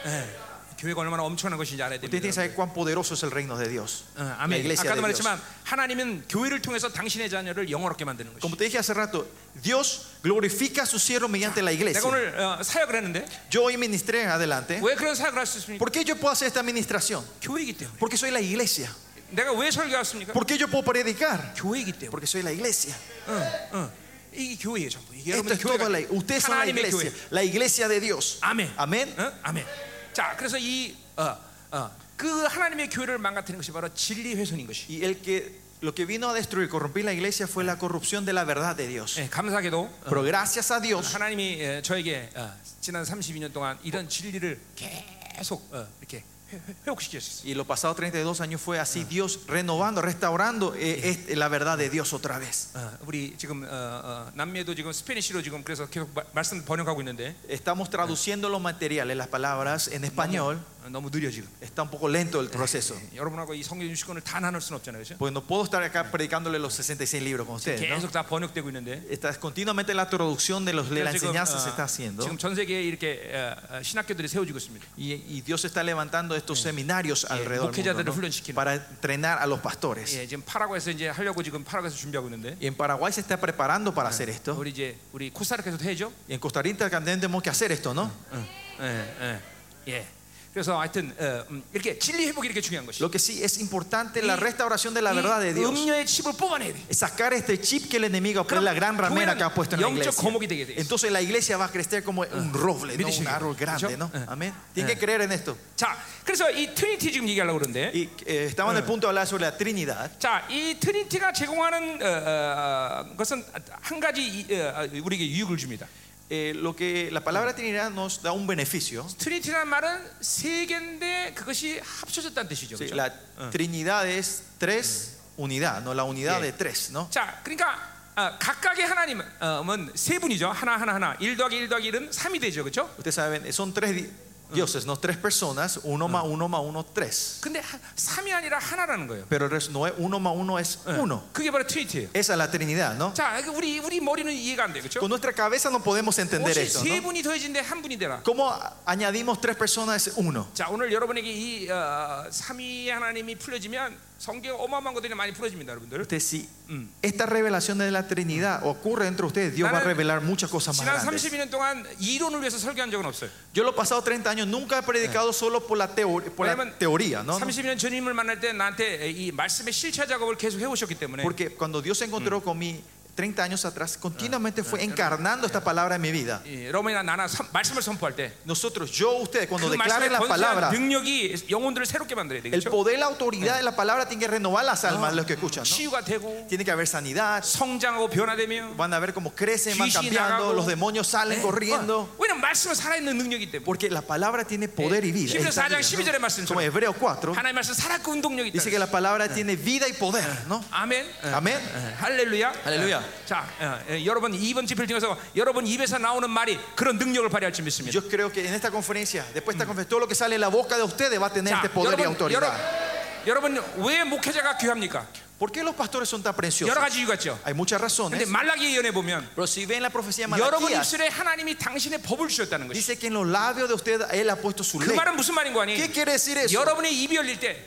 S1: 예, 교회가 얼마나 엄청난 것인지 알아야
S2: Usted
S1: 됩니다.
S2: tiene que saber cuán poderoso es el reino de Dios.
S1: 어,
S2: La
S1: 아멘.
S2: iglesia
S1: 아까도
S2: de Dios.
S1: 말했지만 하나님은 교회를 통해서 당신의 자녀를 영어롭게 만드는 것이.
S2: Como te dije hace rato, Dios glorifica a su cielo mediante la
S1: 내가
S2: iglesia.
S1: 오늘 어, 사역을 했는데
S2: Yo hoy ministré adelante.
S1: 왜 그런 사역을 할 수 있습니까?
S2: ¿Por qué yo puedo hacer esta administración?
S1: 예? 교회이기 때문에.
S2: Porque soy la iglesia.
S1: 내가 왜 설교했습니까?
S2: ¿Por qué yo puedo predicar?
S1: 교회이기 때문에.
S2: Porque soy la iglesia.
S1: 응, 응. 이게 교회예요, 전부. 이게
S2: Esto
S1: 여러분의
S2: es todo
S1: 교회가
S2: la, ustedes son la
S1: 하나님의
S2: iglesia,
S1: 교회.
S2: la iglesia de Dios.
S1: 아멘.
S2: Amén.
S1: 응? 아멘. 자, 그래서 이 어, 어, 그 하나님의 교회를 망가뜨리는 것이 바로 진리 훼손인 것이.
S2: Y el que lo que vino a destruir, corrompir la iglesia fue la corrupción de la verdad de Dios.
S1: 예, 감사하게도 어,
S2: Pero gracias a Dios,
S1: 하나님이 예, 저에게 어, 지난 32년 동안 이런 진리를 계속 어, 이렇게 회- 회- 회복시켰어요.
S2: y los pasados 32 años fue así Dios renovando, restaurando eh, este- la verdad de Dios otra vez.
S1: 어, 우리 지금 어, 어, 남미에도 지금 스페니쉬로 지금 그래서 계속 마- 말씀 번역하고 있는데
S2: Estamos traduciendo los materiales, las palabras en español.
S1: 어, 너무 느려 지금.
S2: Está un poco lento el proceso.
S1: 여러분하고 이 성경 유식권을 다 나눌 수는 없잖아요. 그렇죠?
S2: Pues no puedo estar acá predicándole los 66 libros con ustedes. ¿no?
S1: 계속 다 번역되고 있는데
S2: Está continuamente la traducción de, los, de la
S1: 그래서 지금,
S2: enseñanza se
S1: 어,
S2: está haciendo.
S1: 지금 전 세계에 이렇게 어, 어, 신학교들이 세워지고 있습니다.
S2: Y, y Dios está levantando estos seminarios alrededor del
S1: 목회자들을
S2: mundo, ¿no?
S1: 훈련시키는.
S2: para entrenar a los pastores.
S1: 예, 지금 파라과에서 이제 하려고 지금 파라과에서 준비하고 있는데
S2: Y en Paraguay se está preparando para hacer esto.
S1: 우리 이제 우리 코스타리카에서도 해죠.
S2: 네. Y en Costa Rica también tenemos que hacer esto, ¿no?
S1: 예, 예, 예. 그래서 하여튼 어, 음, 이렇게 진리 회복이 이렇게 중요한 것이.
S2: Lo que sí es importante la restauración de la verdad de
S1: 이
S2: Dios.
S1: 음녀의 칩을 뽑아내야 돼.
S2: Es sacar este chip que el enemigo es
S1: 그럼
S2: la gran ramera que Ah, ha puesto en la
S1: 영적
S2: iglesia.
S1: 거목이 되게 돼 있어.
S2: Entonces la iglesia va a crecer como un roble, ¿no?
S1: 믿으시기
S2: un árbol
S1: 바랍니다.
S2: grande, ¿no?
S1: 그렇죠?
S2: Amén. Tienen que creer en esto.
S1: 자, 그래서 이 트리니티 지금 얘기하려고 그러는데.
S2: Y eh, estaba en el punto de hablar sobre la Trinidad.
S1: 자, 이 트리니티가 제공하는 어, 어, 것은 한 가지 이, 어, 어, 우리에게 유익을 줍니다.
S2: Eh, lo que la palabra Trinidad nos da un beneficio.
S1: 트리니티란 말은 세 개인데 그것이 합쳐졌다는 뜻이죠.
S2: Sí,
S1: 그렇죠?
S2: la Trinidad es tres unidad, no la unidad
S1: Sí.
S2: de tres, ¿no?
S1: 자, 그러니까 어, 각각의 하나님은 어, 은세 분이죠. 하나 하나 하나. 1 더하기 1 더하기 1은 3이 되죠. 그렇죠?
S2: Ustedes saben, eh, son tres di- dioses, no tres personas, uno más uno más uno, tres.
S1: 근데 3이 아니라 하나라는 거예요. 어,
S2: Pero el resto no es uno más uno, es
S1: Ah.
S2: uno.
S1: 그게 바로 트리니티예요.
S2: Esa es la Trinidad, ¿no?
S1: 자, 그 우리 우리 머리는 이해가 안 돼요. 그렇죠?
S2: Con nuestra cabeza no podemos entender
S1: 혹시
S2: eso,
S1: 세
S2: ¿no?
S1: 분이 더해진데 한 분이 되나?
S2: ¿Cómo añadimos tres personas es uno?
S1: 자, 오늘 여러분에게 이 어, 삼위 하나님이 풀려지면 성경 어마어마한 것들이 많이 풀어집니다, 여러분들.
S2: Usted, si esta revelación de la Trinidad ocurre entre ustedes, Dios va a
S1: 나는
S2: revelar muchas cosas más
S1: 지난
S2: grandes.
S1: 32년 동안 이론을 위해서 설교한 적은 없어요.
S2: Yo lo he pasado 30 años, nunca he predicado solo por la, teor- por la
S1: 왜냐면
S2: teoría, ¿no?
S1: 32년 전임을 만날 때 나한테 이 말씀의 실체 작업을 계속 해오셨기 때문에
S2: Porque cuando Dios se encontró con mí 30 años atrás, continuamente fue encarnando esta palabra en mi vida.
S1: 이 여러분이나 나나 선- 말씀을 선포할 때 그
S2: Nosotros, yo, ustedes, cuando declaren
S1: 말씀의
S2: la palabra,
S1: 권세한 능력이 영혼들을 새롭게 만들어야
S2: el
S1: 되겠죠.
S2: poder, la autoridad de la palabra tiene que renovar las almas de los que escuchan. ¿no?
S1: 치유가 되고
S2: Tiene que haber sanidad,
S1: 성장하고 변화되며
S2: van a ver cómo crecen, van
S1: 귀신이
S2: cambiando,
S1: 나가고.
S2: los demonios
S1: Eh.
S2: salen corriendo.
S1: 어, 왜냐면 말씀은 살아있는 능력이기 때문에
S2: Porque la palabra tiene poder y vida.
S1: 히브리서
S2: Está
S1: 4장
S2: bien,
S1: 12절의
S2: ¿no?
S1: 말씀처럼
S2: Como Hebreos 4,
S1: 하나님 의 말씀 살아있고 운동력이 있다.
S2: dice que la palabra tiene vida y poder, ¿no?
S1: 아멘. 어,
S2: Amén.
S1: 할렐루야.
S2: 할렐루야.
S1: 자, 어, 어, 여러분 이번 집필중에서 여러분 입에서 나오는 말이 그런 능력을 발휘할 줄 믿습니다.
S2: Yo creo que en esta conferencia, después de esta conferencia, todo lo que sale de la boca de ustedes va a tener
S1: 자,
S2: este poder y
S1: 여러분,
S2: autoridad.
S1: 여러분 왜 목회자가 귀합니까?
S2: ¿Por qué los pastores son tan preciosos?
S1: 여러 가지 이유가 있죠.
S2: Hay muchas
S1: 근데
S2: razones.
S1: 말라기 예언에 보면
S2: Pero si ven la profecía de
S1: 여러분
S2: Malaquías,
S1: 입술에 하나님이 당신의 법을 주셨다는 것이.
S2: dice que en los labios de ustedes Él ha puesto su
S1: 그
S2: ley.
S1: 말은 무슨 말인 거 아니?
S2: ¿Qué quiere decir eso?
S1: 여러분의 입이 열릴 때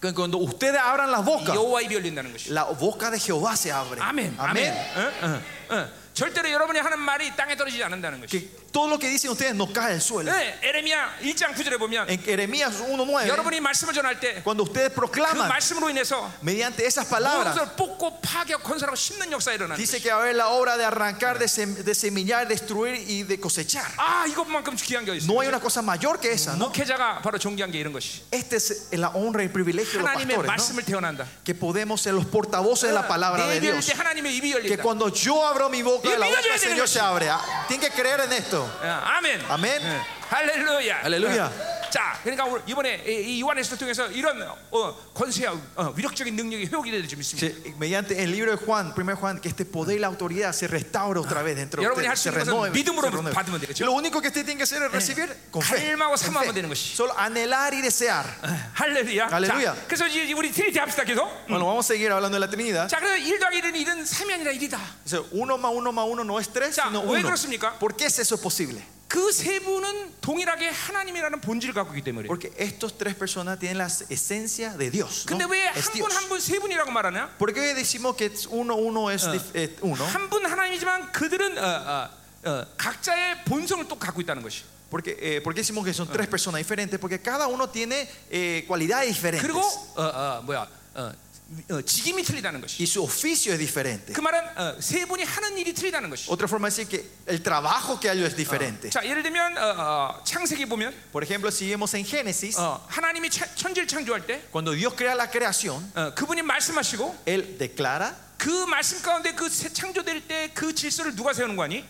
S2: Que cuando ustedes abran las bocas,
S1: 여호와 입이 열린다는 것이.
S2: la boca de Jehová se abre.
S1: 그러니까 아멘. 아멘. 응, 응, 응. 절대로 여러분이 하는 말이 땅에 떨어지지 않는다는 것이.
S2: Que todo lo que dicen ustedes no cae al suelo.
S1: 네, 에레미야 1장 9절에 보면
S2: En Jeremías 1.9,
S1: 여러분이 말씀을 전할 때 그
S2: cuando ustedes proclaman
S1: 말씀으로 인해서
S2: mediante esas
S1: 모든
S2: palabras,
S1: 것을 뽑고 파격 건설하고 심는 역사 일어나는
S2: dice
S1: 것이.
S2: que va a haber la obra de arrancar, de, sem- de semillar, destruir y de cosechar.
S1: 아 이것만큼 귀한 게 있어요.
S2: No hay una cosa mayor que esa, ¿no?
S1: 목회자가 바로 존귀한 게 이런 것이.
S2: Esta es la honra y el privilegio de los
S1: 하나님의
S2: pastores, ¿no?
S1: 말씀을 태어난다.
S2: Que podemos ser los portavoces de
S1: Ah,
S2: la palabra de
S1: 내비때
S2: Dios.
S1: 하나님의 입이
S2: Que
S1: 열린다.
S2: cuando yo abro mi boca,
S1: Y
S2: la boca
S1: mira,
S2: del
S1: yo-
S2: Señor se abre. Ah, Tienen que creer en esto.
S1: 예, 아멘.
S2: 아멘.
S1: 예, 할렐루야.
S2: 할렐루야.
S1: 예. 자, 그러니까 오늘 이번에 이- 이 요한에서 통해서 이런 어, 권세와 어, 위력적인 능력이 회복이 될줄 믿습니다.
S2: Sí, Mediante el libro de Juan, 1 Juan, que este poder y la autoridad se restaura otra vez dentro de
S1: 여러분이
S2: ustedes,
S1: 할수
S2: se
S1: 있는 것은
S2: renueve,
S1: 믿음으로
S2: se renueve.
S1: 받으면 되겠죠?
S2: Lo único que usted tiene que hacer es recibir con fe,
S1: 갈망하고
S2: con
S1: 삼아하면
S2: fe.
S1: 되는 것이.
S2: Solo anhelar y desear.
S1: 네. 할렐루야.
S2: 할렐루야.
S1: 자, 그래서 이제 우리 트리티 합시다 계속.
S2: Bueno, vamos a seguir hablando de la Trinidad.
S1: 자, 그래서 1 더하기 1은 1은 3이 아니라 1이다.
S2: O sea, uno más uno más uno no es tres,
S1: 자,
S2: sino
S1: 왜
S2: uno.
S1: 그렇습니까?
S2: ¿Por qué es eso posible?
S1: 그 세 분은 동일하게 하나님이라는 본질을 갖고 있기 때문에.
S2: Porque estos tres personas tienen la esencia de Dios. ¿no?
S1: 근데 왜 한
S2: Es
S1: 분
S2: Dios.
S1: 한 분 세 분이라고 말하냐?
S2: ¿Por qué decimos que es uno uno es dif- eh, uno?
S1: 한 분 하나님이지만 그들은 어, 어, 어, 각자의 본성을 또 갖고 있다는 것이.
S2: Porque, eh, ¿Por qué decimos que son tres personas diferentes? Porque cada uno tiene eh, cualidades diferentes.
S1: 그리고 어, 어, 뭐야 어, 어, 직임이 틀리다는 것이.
S2: Y su oficio es diferente.
S1: 그 말은 어, 세 분이 하는 일이 틀리다는 것이.
S2: Otra forma de decir que el trabajo que hay es diferente.
S1: 자 예를 들면 어, 어, 창세기 보면
S2: Por ejemplo, si vemos en Génesis,
S1: 어, 하나님이 차- 천지를 창조할 때
S2: cuando Dios crea la creación,
S1: 어, 그분이 말씀하시고
S2: Él declara,
S1: 그 말씀 가운데 그 새- 창조될 때 그 질서를 누가 세우는 거 아니?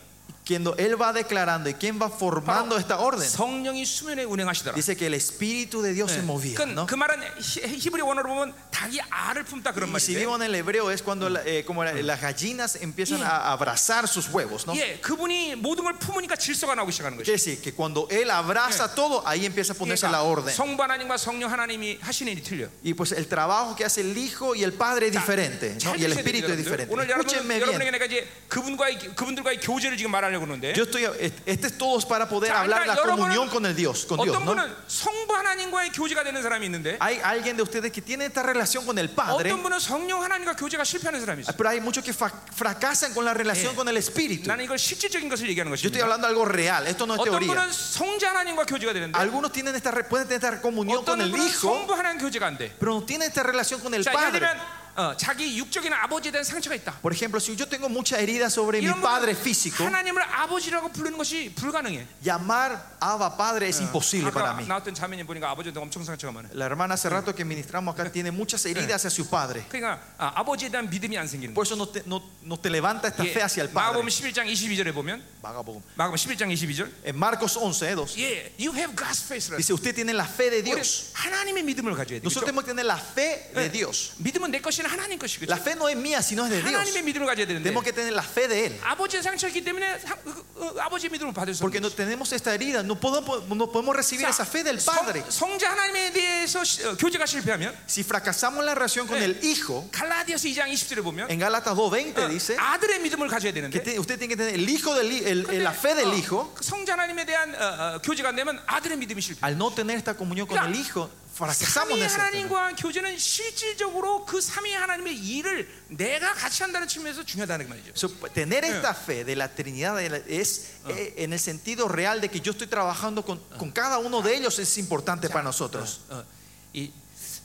S2: cuando Él va declarando y quien va formando
S1: Paro.
S2: esta orden,
S1: 성령이 수면에 운행하시더라.
S2: dice que el Espíritu de
S1: Eh.
S2: Dios se movía.
S1: 그건
S2: ¿no?
S1: 그 말은 히- 히브리 원어로 보면 닭이 알을 품다 그런
S2: Y si
S1: 말인데.
S2: vimos en el hebreo es cuando la- eh, como la- las gallinas empiezan a abrazar sus huevos, ¿no?
S1: 예, 그분이 모든 걸 품으니까 질서가 나오기 시작하는 것이죠.
S2: Quiere decir que cuando él abraza todo, ahí empieza a ponerse la
S1: 그러니까
S2: orden.
S1: 성부 네. 하나님과 성령 하나님이 하시는 일이 틀려.
S2: Y pues el trabajo que hace el hijo y el padre es diferente, ¿no?
S1: 잘
S2: Y el
S1: 들으셔야
S2: espíritu
S1: 됩니다,
S2: es
S1: 여러분들.
S2: diferente.
S1: 오늘 여러분
S2: Escúchenme bien.
S1: 여러분에게 내가 이제 그분과의 그분들과의 교제를 지금 말하려고 하려고 그러는데
S2: Yo estoy, este es todo para poder
S1: 자,
S2: hablar la
S1: 그러니까
S2: comunión
S1: 여러분은
S2: con el Dios, con Dios,
S1: 어떤
S2: ¿no? 아,
S1: 분은 성부 하나님과의 교제가 되는 사람이 있는데
S2: Hay alguien de ustedes que tiene esta relación con el Padre,
S1: 어떤 분은 성령 하나님과 교제가 실패하는 사람이 있어요.
S2: pero hay muchos que fa- fracasan con la relación
S1: Eh.
S2: con el Espíritu.
S1: 나는 이걸 실질적인 것을 얘기하는
S2: 아, Yo estoy
S1: 것입니다.
S2: hablando de algo real, esto no es
S1: 어떤
S2: teoría.
S1: 분은 성자 하나님과 교제가 되는데
S2: Algunos tienen esta, re- pueden tener esta comunión
S1: 어떤
S2: con el
S1: 분은
S2: Hijo,
S1: 성부 하나님 교제가 안 돼.
S2: pero no tienen esta relación con el
S1: 자, 예를
S2: Padre.
S1: 들면 어, 자기 육적인 아버지에 대한 상처가 있다.
S2: Por ejemplo, si yo tengo mucha herida sobre mi
S1: 이런
S2: padre
S1: 분은
S2: físico,
S1: 하나님을 아버지라고 부르는 것이 불가능해.
S2: llamar Abba Padre es imposible para
S1: 아까
S2: m이.
S1: 나왔던 자매님 보니까 아버지한테 엄청 상처가 많아.
S2: La hermana hace rato que ministramos acá tiene muchas heridas hacia su padre.
S1: 그러니까 아, 버지에 대한 믿음이 안 생기는
S2: Por eso no te, no, no te levanta esta
S1: 거예요.
S2: fe hacia el
S1: 마가복음
S2: padre.
S1: 11장 22절에 보면
S2: Vagabum.
S1: 마가복음 11장 22절.
S2: En Marcos 11, 2,
S1: 예, you have God's face라.
S2: dice, usted tiene la fe de
S1: 우리
S2: Dios.
S1: 하나님의 믿음을 가져야 돼. 그렇죠?
S2: Nosotros tenemos que tener la fe de Dios.
S1: 믿음은 내 것이나 하나님 것이
S2: La
S1: 그죠?
S2: fe no es mía, sino es de Dios.
S1: 하나님의 믿음을 가져야 되는데
S2: Tenemos que tener la fe de Él.
S1: 아버지의 상처이기 때문에 상- 그- 그- 아버지의 믿음을 받을 수
S2: Porque
S1: 없는
S2: no tenemos esta herida, no podemos, no podemos recibir
S1: 자,
S2: esa fe del
S1: 성-
S2: Padre.
S1: 성자 하나님에 대해서 시- 어, 교제가 실패하면
S2: Si fracasamos en la relación con
S1: Eh.
S2: el Hijo,
S1: 갈라디아서 2장 20절에 보면
S2: en Gálatas 2.20 dice,
S1: 어, 아들의 믿음을 가져야
S2: que
S1: 되는데
S2: te- usted tiene que tener el hijo del hi- el- el- la fe del
S1: 근데,
S2: hijo
S1: 어, 그 성자 하나님에 대한 어, 어, 교제가 안 되면 아들의 믿음이 실패.
S2: al no tener esta comunión con
S1: Claro.
S2: el hijo fracasamos
S1: 삼위
S2: en ese tema.
S1: 하나님과 교제는 실질적으로 그 삼위 하나님의 일을 내가 같이 한다는 측면에서 중요하다는 게 말이죠.
S2: So, pues, tener esta fe de la Trinidad de la- es eh, en el sentido real de que yo estoy trabajando con, con cada uno de ellos es importante para nosotros.
S1: 어, 이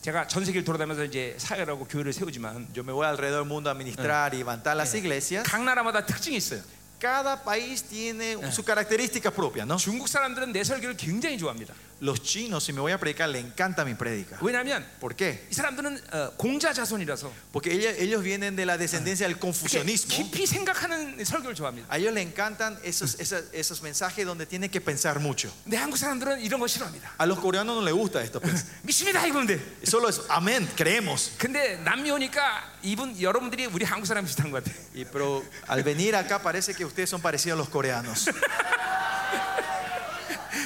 S1: 제가 전 세계를 돌아다니면서 이제 사회라고 교회를 세우지만
S2: Yo me voy alrededor del mundo a ministrar y levantar las iglesias.
S1: 각 나라마다 특징이 있어요.
S2: Cada país tiene su característica propia, ¿no?
S1: 중국 사람들은 내 설교를 굉장히 좋아합니다.
S2: Los chinos, si me voy a predicar, le encanta mi predica.
S1: 왜냐하면
S2: ¿Por qué?
S1: 이 사람들은 어, 공자 자손이라서
S2: Porque ellos, ellos vienen de la descendencia del
S1: 이렇게
S2: confucianismo.
S1: 깊이 생각하는 설교를 좋아합니다.
S2: A ellos les encantan esos, esas- esos mensajes donde tienen que pensar mucho.
S1: 근데 한국 사람들은 이런 거 싫어합니다.
S2: A los coreanos no les gusta esto. pues.
S1: 믿습니다 이거면 돼.
S2: Solo es amén, creemos.
S1: 근데 남미 오니까 이분 여러분들이 우리 한국 사람 비슷한 것 같아.
S2: Y pero al venir acá parece que ustedes son parecidos a los coreanos.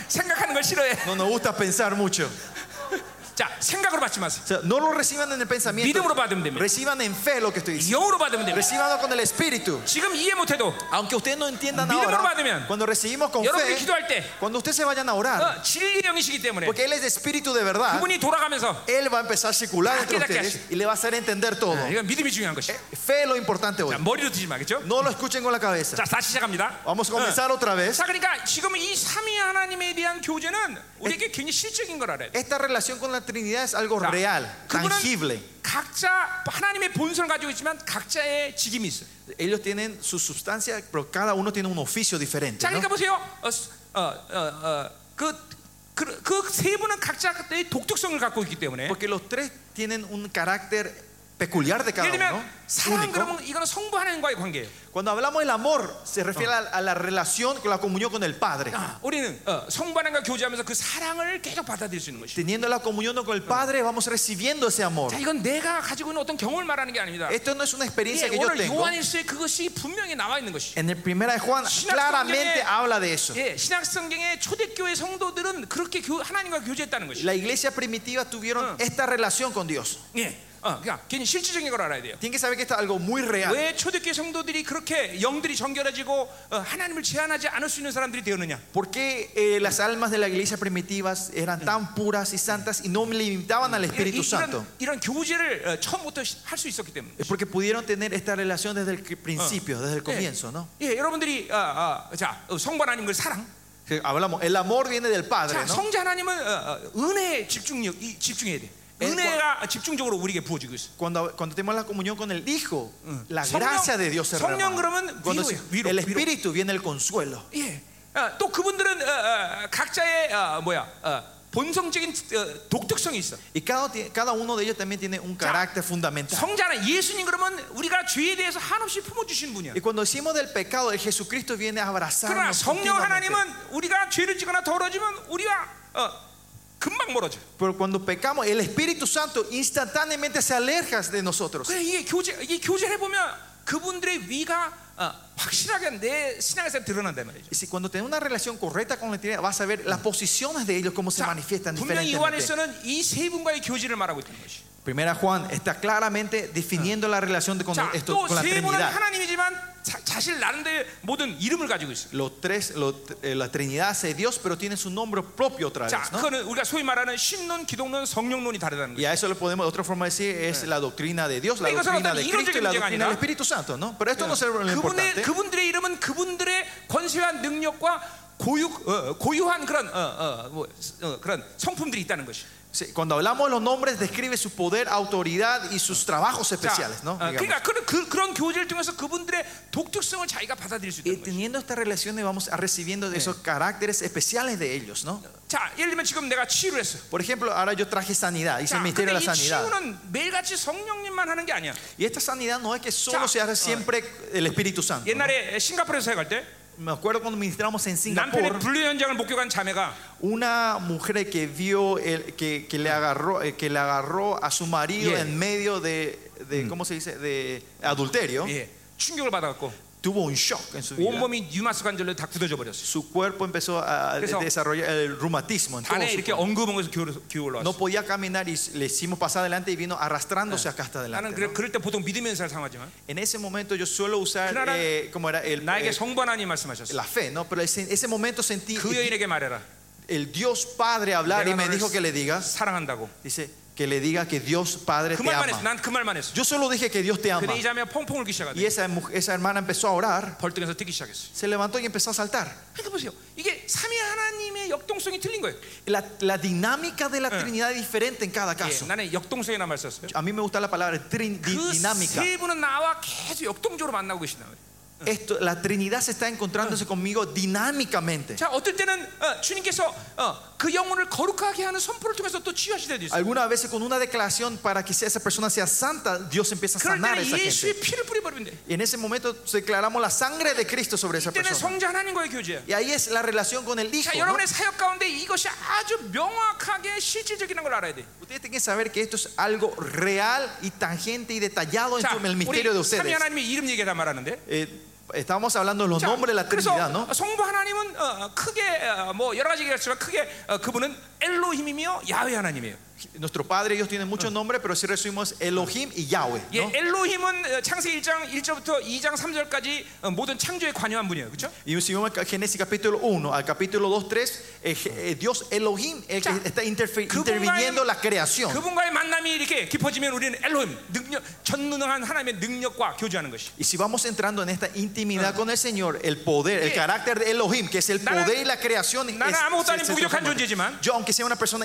S1: 생각하는 걸 싫어해.
S2: No nos gusta pensar mucho.
S1: 자 생각으로 받지 마세요.
S2: O sea, no lo reciban en el pensamiento.
S1: 믿음으로 받으면 됩니다.
S2: Reciban en fe lo que estoy diciendo.
S1: 영으로 받으면 됩니다.
S2: Recibanlo con el espíritu.
S1: 지금 이해 못해도
S2: Aunque ustedes no entiendan
S1: 믿음으로
S2: ahora,
S1: 받으면
S2: cuando recibimos con
S1: 여러분이
S2: fe,
S1: 기도할 때
S2: cuando ustedes se vayan a orar,
S1: 어, 진리의 영이시기 때문에
S2: porque él es de espíritu de verdad,
S1: 그분이 돌아가면서
S2: él va a empezar a circular entre
S1: Ah, queda
S2: ustedes y le va a hacer entender todo.
S1: 이건 믿음이 중요한 것이.
S2: Fe es lo importante hoy.
S1: 자 머리로 드지 마겠죠? 그렇죠?
S2: No lo escuchen con la cabeza.
S1: 자 다시 시작합니다.
S2: Vamos a comenzar otra vez.
S1: 자 그러니까 지금 이 삼위 하나님에 대한 교제는 우리에게 굉장히 실적인 걸 알아야 돼.
S2: Esta relación con la Trinidad es algo
S1: 자,
S2: real,
S1: 그분은
S2: tangible.
S1: 각자 하나님의 본성을 가지고 있지만 각자의 직임이 있어요.
S2: Ellos tienen su sustancia, pero cada uno tiene un oficio diferente.
S1: 자
S2: ¿no?
S1: 그러니까 보세요. 어, 그, 어어어그그그세 분은 각자 그때의 독특성을 갖고 있기 때문에
S2: Porque los tres tienen un carácter peculiar de cada
S1: 예를
S2: uno.
S1: 들면 사랑
S2: único.
S1: 그러면 이거는 성부 하나님과의 관계예요.
S2: Cuando hablamos del amor, se refiere a, a la relación, con la comunión con el Padre.
S1: 아, 우리는 어, 성부 하나님과 교제하면서 그 사랑을 계속 받아들일 수 있는 것이.
S2: Teniendo la comunión con el Padre, vamos recibiendo ese amor.
S1: 자 이건 내가 가지고 있는 어떤 경험을 말하는 게 아닙니다.
S2: Esto no es una experiencia
S1: 예,
S2: que yo
S1: 오늘
S2: tengo.
S1: 요한일서에 그것이 분명히 나와 있는 것이.
S2: En el primera de Juan
S1: Shinach
S2: claramente
S1: 성경에-
S2: habla de eso.
S1: 예, 신약 성경의 초대교회 성도들은 그렇게 교- 하나님과 교제했다는 것이.
S2: La iglesia primitiva tuvieron esta relación con Dios.
S1: 예, 어, 그러니까 괜히 실질적인 걸 알아야 돼요.
S2: Tienen que saber que esto es algo muy real.
S1: 왜 초대교회 성도들이 그렇게 영들이 정결해지고 어, 하나님을 제한하지 않을 수 있는 사람들이 되었느냐?
S2: ¿Por qué eh, las almas de la iglesia primitivas eran tan puras y santas y no limitaban al
S1: 이- 예, 이-
S2: Espíritu Santo?
S1: 이런, 이런 교제를 어, 처음부터 할 수 있었기 때문에.
S2: Es porque pudieron tener esta relación desde el
S1: Ah.
S2: principio, desde el comienzo, ¿no?
S1: 예, 여러분들이 어, 어, 자 어, 성부 하나님을 사랑,
S2: Que Hablamos, el amor viene del Padre,
S1: 자
S2: ¿no?
S1: 성자 하나님은 어, 어, 은혜에 집중력 이, 집중해야 돼. 은혜가 집중적으로 우리에게 부어지고 있어.
S2: Cuando, cuando tenemos la comunión con el Hijo, la
S1: Ah. Son-
S2: gracia de Dios se
S1: son-
S2: derrama.
S1: 그러면
S2: Cuando
S1: 위로예요,
S2: se-
S1: 위로,
S2: el
S1: 위로.
S2: Espíritu viene el consuelo.
S1: 예. 어, 또 그분들은 어, 어, 각자의 어, 뭐야 어, 본성적인 어, 독특성이 있어.
S2: Y cada, ti- cada uno de ellos también tiene un carácter fundamental.
S1: 성자는 예수님 그러면 우리가 죄에 대해서 한없이 품어주신 분이야.
S2: Y cuando decimos del pecado, el Jesucristo viene a
S1: 그러나
S2: abrazarnos.
S1: 성령
S2: continuamente.
S1: 하나님은 우리가 죄를 지거나 더러지면 우리가 어, 금방 멀어져.
S2: Pero cuando pecamos, el Espíritu Santo instantáneamente se aleja de nosotros.
S1: 그래 이게 교제 이게 교제를 해보면 그분들의 위가 어, 확실하게 내 신앙에서 드러난단 말이죠.
S2: Y si cuando tenés una relación correcta con la Trinidad, vas a ver las posiciones de ellos, cómo se
S1: 자,
S2: manifiestan
S1: 분명히
S2: diferentemente.
S1: 요한에서는 이 세 분과의 교제를 말하고 있다는 것이.
S2: Primera Juan está claramente definiendo la relación de con,
S1: 자,
S2: esto-
S1: 또
S2: con la
S1: 세 분은
S2: Trinidad.
S1: 하나님이지만 자, 자신 나름대로 모든 이름을 가지고 있어요.
S2: Los tres, lo- eh, la Trinidad hace Dios, pero tiene su nombre propio otra
S1: 자,
S2: vez. ¿no?
S1: 그거는 우리가 소위 말하는 신론, 기독론, 성령론이 다르다는
S2: Y
S1: 거예요.
S2: a eso le podemos, otra forma de decir, es la doctrina de Dios, la
S1: Pero 이것은
S2: doctrina de
S1: 어떤
S2: Cristo y la
S1: 이론적인
S2: doctrina
S1: 문제가
S2: del
S1: 아니라
S2: Espíritu Santo, ¿no? Pero esto no es lo
S1: 그분의
S2: importante.
S1: 그분들의 이름은 그분들의 권세와 능력과 고유 어, 고유한 그런 어, 어, 뭐, 어, 그런 성품들이 있다는 것이.
S2: Sí, Cuando hablamos de los nombres, describe su poder, autoridad y sus trabajos
S1: 자,
S2: especiales, ¿no?
S1: 어,
S2: Digamos.
S1: 그러니까 그런 그, 그런 교제를 통해서 그분들의 독특성을 자기가 받아들일 수
S2: Y
S1: 있는 거예요.
S2: teniendo estas relaciones vamos a recibiendo esos caracteres especiales de ellos, ¿no?
S1: 자, 예를 들면 지금 내가 치유를 했어.
S2: Por ejemplo, ahora yo traje sanidad, hice
S1: 자, 근데
S2: el misterio de
S1: 이
S2: la sanidad.
S1: 치유는 매일같이 성령님만 하는 게 아니야.
S2: Y esta sanidad no es que solo
S1: 자,
S2: se hace siempre el Espíritu Santo. ¿no?
S1: 옛날에 싱가포르에서 갈 때
S2: Me acuerdo cuando ministramos en
S1: 남편의
S2: Singapur,
S1: 불륜 현장을 목격한 자매가
S2: una mujer que vio el- que, que le agarró eh, que le agarró a su marido
S1: Yeah.
S2: en medio de, de- ¿cómo se dice? de adulterio,
S1: 예, 충격을 받아갖고
S2: tuvo un shock en su vida.
S1: 온몸이 류마스 관절로 다 굳어져 버렸어.
S2: Su cuerpo empezó a
S1: 그래서
S2: desarrollar el reumatismo en todo
S1: 안에
S2: su
S1: 이렇게 엉금엉에서 기어 기어 올라왔어.
S2: No podía caminar y le hicimos pasar adelante y vino arrastrándose acá hasta
S1: 나는
S2: adelante.
S1: 그래,
S2: ¿no?
S1: 그럴 때 보통 믿음의 은사를 사용하지만
S2: En ese momento yo suelo usar
S1: Claro.
S2: eh, como era el,
S1: 나에게
S2: eh,
S1: 성부 하나님 말씀하셨어.
S2: la fe, ¿no? Pero ese- en ese momento sentí
S1: 그
S2: el,
S1: 여인에게 말해라.
S2: el Dios Padre hablar y me
S1: Déjanos-
S2: dijo que le digas,
S1: 사랑한다고.
S2: dice que le diga que Dios Padre
S1: 그
S2: te
S1: 말만 했어.
S2: ama.
S1: 난 그 말만 했어.
S2: Yo solo dije que Dios te ama.
S1: 근데 이 자매가 펑펑 울기 시작하더니
S2: Y esa, mu- esa hermana empezó a orar,
S1: 벌떡에서 뛰기 시작했어.
S2: se levantó y empezó a saltar.
S1: 그러니까 보세요. 이게 삼위 하나님의 역동성이 틀린 거예요.
S2: La, la dinámica de la
S1: Eh.
S2: Trinidad es diferente en cada
S1: 예,
S2: caso.
S1: 나는 역동성이라는 말 썼어요.
S2: A mí me gusta la palabra trin- di-
S1: 그
S2: dinámica.
S1: 세 분은 나와 계속 역동적으로 만나고 계신다. 말이에요.
S2: Esto, la Trinidad se está encontrándose conmigo dinámicamente.
S1: 자, 어떨 때는 어, 주님께서 어, 그 영혼을 거룩하게 하는 선포를 통해서 또 치유하실 때도 있어요.
S2: Algunas veces con una declaración para que esa persona sea santa, Dios empieza a
S1: 그럴
S2: sanar a
S1: 때는
S2: esa gente.
S1: 예수의 피를 뿌려버리면 돼.
S2: Y en ese momento declaramos la sangre de Cristo sobre esa
S1: 이때는
S2: persona.
S1: 성자 하나님과의 교제야.
S2: Y ahí es la relación con el Hijo.
S1: 자,
S2: ¿no?
S1: 여러분의 사역 가운데 이것이 아주 명확하게 실질적인 걸 알아야 돼.
S2: Ustedes tienen que saber que esto es algo real y tangente y detallado en
S1: 자,
S2: tu- en el
S1: 우리
S2: misterio de
S1: 삼위
S2: ustedes.
S1: 하나님의 이름 얘기하다 말하는데.
S2: Eh, estábamos hablando de los
S1: 자,
S2: nombres de la Trinidad, ¿no?
S1: 그래서 성부 하나님은 어, 크게 어, 뭐 여러 가지 얘기했지만 크게 어, 그분은 엘로힘이며 야훼 하나님이에요.
S2: Nuestro Padre, ellos tienen muchos nombres, pero si resumimos Elohim Ah. y Yahweh.
S1: 예,
S2: ¿no?
S1: 엘로힘은 어, 창세기 1장 1절부터 2장 3절까지 어, 모든 창조에 관여한 분이에요. 그렇죠?
S2: Y si vemos Génesis capítulo 1 al capítulo 2, 3, eh, eh, Dios Elohim, el que
S1: Ya.
S2: está interfi-
S1: Kuvungae-
S2: interviniendo la creación.
S1: 그분과의 만남이 이렇게 깊어지면 우리는 엘로힘, 능력, 전능한 하나님의 능력과 교제하는 것이.
S2: Y si vamos entrando en esta intimidad con el Señor, el poder,
S1: Ah.
S2: el
S1: Sí.
S2: carácter de Elohim, que es el
S1: Nada-
S2: poder y la creación, es-
S1: nada, 아무것도 아닌
S2: se- se
S1: 부족한
S2: transforma.
S1: 존재지만
S2: yo aunque sea una persona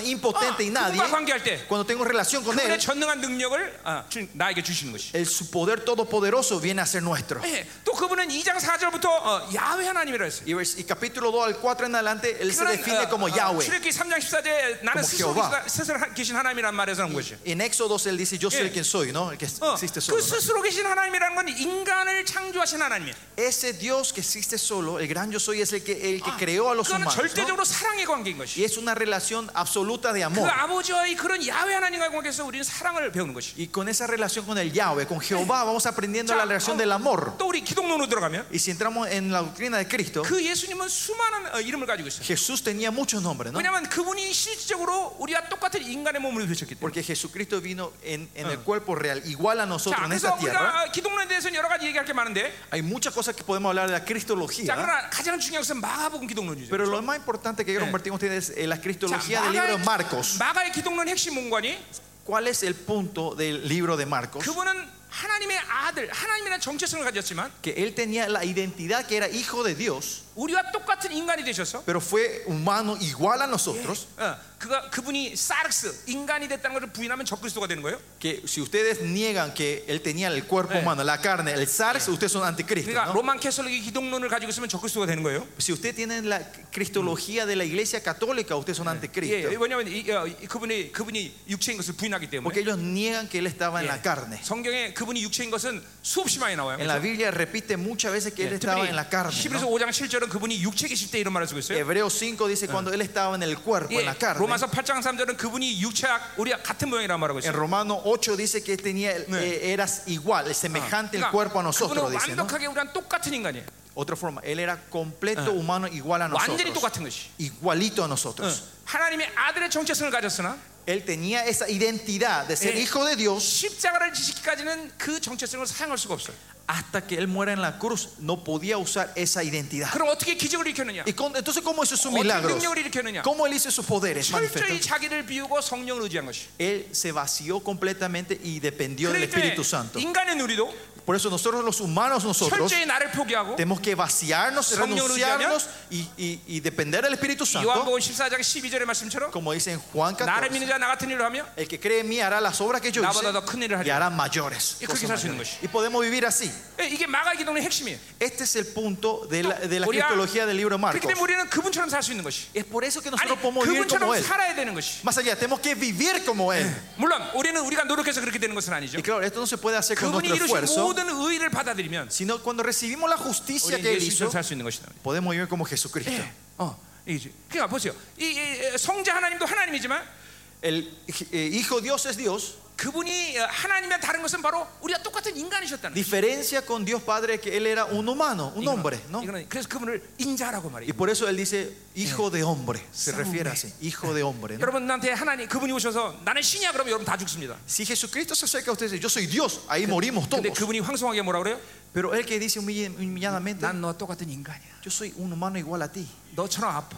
S1: Ah,
S2: impotente y nadie,
S1: 그분과 관계할 때
S2: cuando tengo relación con
S1: 그분의
S2: Él,
S1: 전능한 능력을 어, 주- 나에게 주시는 것이.
S2: el- su poder todopoderoso viene a ser nuestro.
S1: 예, 또 그분은 2장 4절부터 어, 야훼 하나님이라 했어요.
S2: Y, vers- y capítulo 2 al 4 en adelante, Él se
S1: 그는 그
S2: define como
S1: ah,
S2: Yahweh.
S1: 어, 출애굽기 3장 14절에 나는
S2: Como
S1: 스스로
S2: Jehová.
S1: 계시다- 스스로 하- 계신 하나님이란 말에서 나온 것이.
S2: En Éxodo él dice, yo soy
S1: Sí.
S2: el quien soy, ¿no? El que
S1: 어,
S2: existe
S1: 그
S2: solo. ¿no?
S1: 스스로 계신 하나님이라는 건 인간을 창조하신 하나님이에요.
S2: Ese Dios que existe solo, el gran yo soy, es el que, el que
S1: Ah,
S2: creó a los
S1: 그거는
S2: humanos. ¿no?
S1: 절대적으로 사랑의 관계인 것이.
S2: Y es una relación absoluta de
S1: 그
S2: amor.
S1: 아버지와의 그런 야훼 하나님과의 관계에서 우리는 사랑을 배우는 것이.
S2: Y con esa relación con el Yahweh, con Jehová, vamos aprendiendo la relación del amor.
S1: 또 우리 기독론으로 들어가면
S2: Y si entramos en la doctrina de Cristo,
S1: 그 예수님은 수많은 어, 이름을 가지고 있어요.
S2: Jesús tenía muchos nombres, ¿no?
S1: 왜냐하면 그분이 실질적으로 우리와 똑같은 인간의 몸을 되셨기 때문에.
S2: Porque Jesucristo vino en, en el cuerpo real, igual a nosotros
S1: 자,
S2: en
S1: 그래서
S2: esta tierra.
S1: 우리가 어, 기독론에 대해서는 여러 가지 얘기할 게 많은데,
S2: Hay muchas cosas que podemos hablar de la
S1: 자
S2: cristología, ¿ah?
S1: 그러나 가장 중요한 것은 마가복음 기독론이죠.
S2: pero lo más importante que quiero compartir con ustedes es la
S1: 자,
S2: cristología del libro de Marcos.
S1: 마가의 기독론 핵심 문관이
S2: ¿Cuál es el punto del libro de Marcos?
S1: 그분은 하나님의 아들, 하나님이라는 정체성을 가졌지만
S2: Que él tenía la identidad que era hijo de Dios,
S1: 우리와 똑같은 인간이 되셔서
S2: pero fue humano igual a nosotros.
S1: 어, 그가 그분이 사르스 인간이 됐다는 것을 부인하면 적그리스도가 되는 거예요.
S2: Que si ustedes niegan que él tenía el cuerpo
S1: Eh.
S2: humano, la carne, el SARS, ustedes son anticristos.
S1: 그러니까
S2: ¿no?
S1: 로만 캐톨릭이 기독론을 가지고 있으면 적그리스도가 되는 거예요.
S2: Si ustedes tienen la cristología de la iglesia católica, ustedes son
S1: 예,
S2: anticristos.
S1: 왜냐하면 이, 어, 이- 그분이 그분이 육체인 것을 부인하기 때문에
S2: Porque ellos niegan que él estaba en
S1: 예.
S2: la carne.
S1: 성경에 그분이 육체인 것은 수없이 많이 나와요. 예.
S2: En la Biblia repite muchas veces que él estaba en la carne.
S1: 히브리서
S2: ¿no?
S1: 5장 7절은 그분이 육체 계실 때 이런 말을 쓰고 있어요.
S2: Hebreos 5 dice cuando él estaba en el cuerpo, en
S1: 예,
S2: la carne.
S1: 로마서 8장 3절은 그분이 육체와 우리가 같은 모양이라 말하고
S2: En
S1: 있어요.
S2: Romano 8 dice que tenía, eh, eras igual, semejante
S1: Ah.
S2: el cuerpo a nosotros,
S1: 그러니까 그분은
S2: dice. ¿no?
S1: 완벽하게 우리랑 똑같은 인간이에요.
S2: Otra forma, él era completo humano igual a
S1: 완전히
S2: nosotros.
S1: 똑같은 것이.
S2: Igualito a
S1: 어,
S2: nosotros.
S1: 하나님의 아들의 정체성을 가졌으나
S2: Él tenía esa identidad de ser
S1: Eh.
S2: hijo de Dios,
S1: 십자가를 지키기까지는 그 정체성을 사용할 수가 없어요.
S2: hasta que él muera en la cruz, no podía usar esa identidad.
S1: 그럼 어떻게 기적을 일으켰느냐?
S2: Y con- entonces, ¿cómo hizo sus
S1: 어떻게
S2: milagros?
S1: 능력을 일으켰느냐?
S2: ¿Cómo él hizo sus poderes?
S1: 철저히
S2: manifestos?
S1: 자기를 비우고 성령을 의지한 것이.
S2: Él se vació completamente y dependió del
S1: 그러니까
S2: Espíritu Santo.
S1: 인간의 우리도
S2: Por eso nosotros los humanos, nosotros,
S1: 철저히 나를 포기하고
S2: tenemos que vaciarnos,
S1: 성령을
S2: renunciarnos y, y- y depender del Espíritu Santo.
S1: 요한복음 14장 12절의 말씀처럼
S2: Como dice en Juan
S1: 나를 믿는
S2: 14,
S1: 자 나 같은 일을 하며
S2: el que cree en mí hará las obras que yo hice
S1: 나보다 더 큰 일을
S2: y
S1: 하리라.
S2: hará mayores.
S1: Y
S2: cosas
S1: 그렇게 살수 있는
S2: mayores.
S1: 것이.
S2: Y podemos vivir así.
S1: 예, 이게 마가 기동의 핵심이에요.
S2: Este es el punto de la, de la
S1: 우리가
S2: cristología del libro
S1: 그렇기
S2: de Marcos.
S1: 때문에 우리는 그분처럼 살 수 있는 것이.
S2: Es por eso que
S1: 아니
S2: nosotros podemos vivir como
S1: 그분처럼
S2: Él. Eh,
S1: 살아야 되는 것이.
S2: Más allá, tenemos que vivir como Él.
S1: 물론 우리는 우리가 노력해서 그렇게 되는 것은 아니죠.
S2: Y claro, esto no se puede hacer con
S1: 그분이 이루신
S2: nuestro esfuerzo,
S1: 모든 의를 받아들이면
S2: sino cuando recibimos la justicia
S1: 우리는
S2: que Él
S1: 예수처럼
S2: hizo,
S1: 살 수 있는 것이다.
S2: podemos vivir como Jesucristo.
S1: 예. 어, 이게 그러니까 보세요. 이, 이, 성자 하나님도 하나님이지만
S2: El eh, Hijo Dios es Dios.
S1: 그분이 하나님과 다른 것은 바로 우리가 똑같은 인간이셨다는
S2: Diferencia con Dios Padre que Él era un humano, un hombre, ¿no?
S1: 이거는 그래서 그분을 인자라고
S2: Y
S1: 말해요.
S2: por eso Él dice Hijo de hombre. Se
S1: Son
S2: refiere
S1: hombre.
S2: así, Hijo de hombre. ¿no?
S1: 여러분한테 하나님 그분이 오셔서 나는 신이야 그러면 여러분 다 죽습니다.
S2: Si Jesucristo se acerca a ustedes y dice, yo soy Dios, ahí morimos todos.
S1: 근데 그분이 황송하게 뭐라 그래요?
S2: Pero Él que dice humille- humilladamente,
S1: 난 너와 똑같은 인간이야.
S2: yo soy un humano igual a ti.
S1: 너처럼 아파.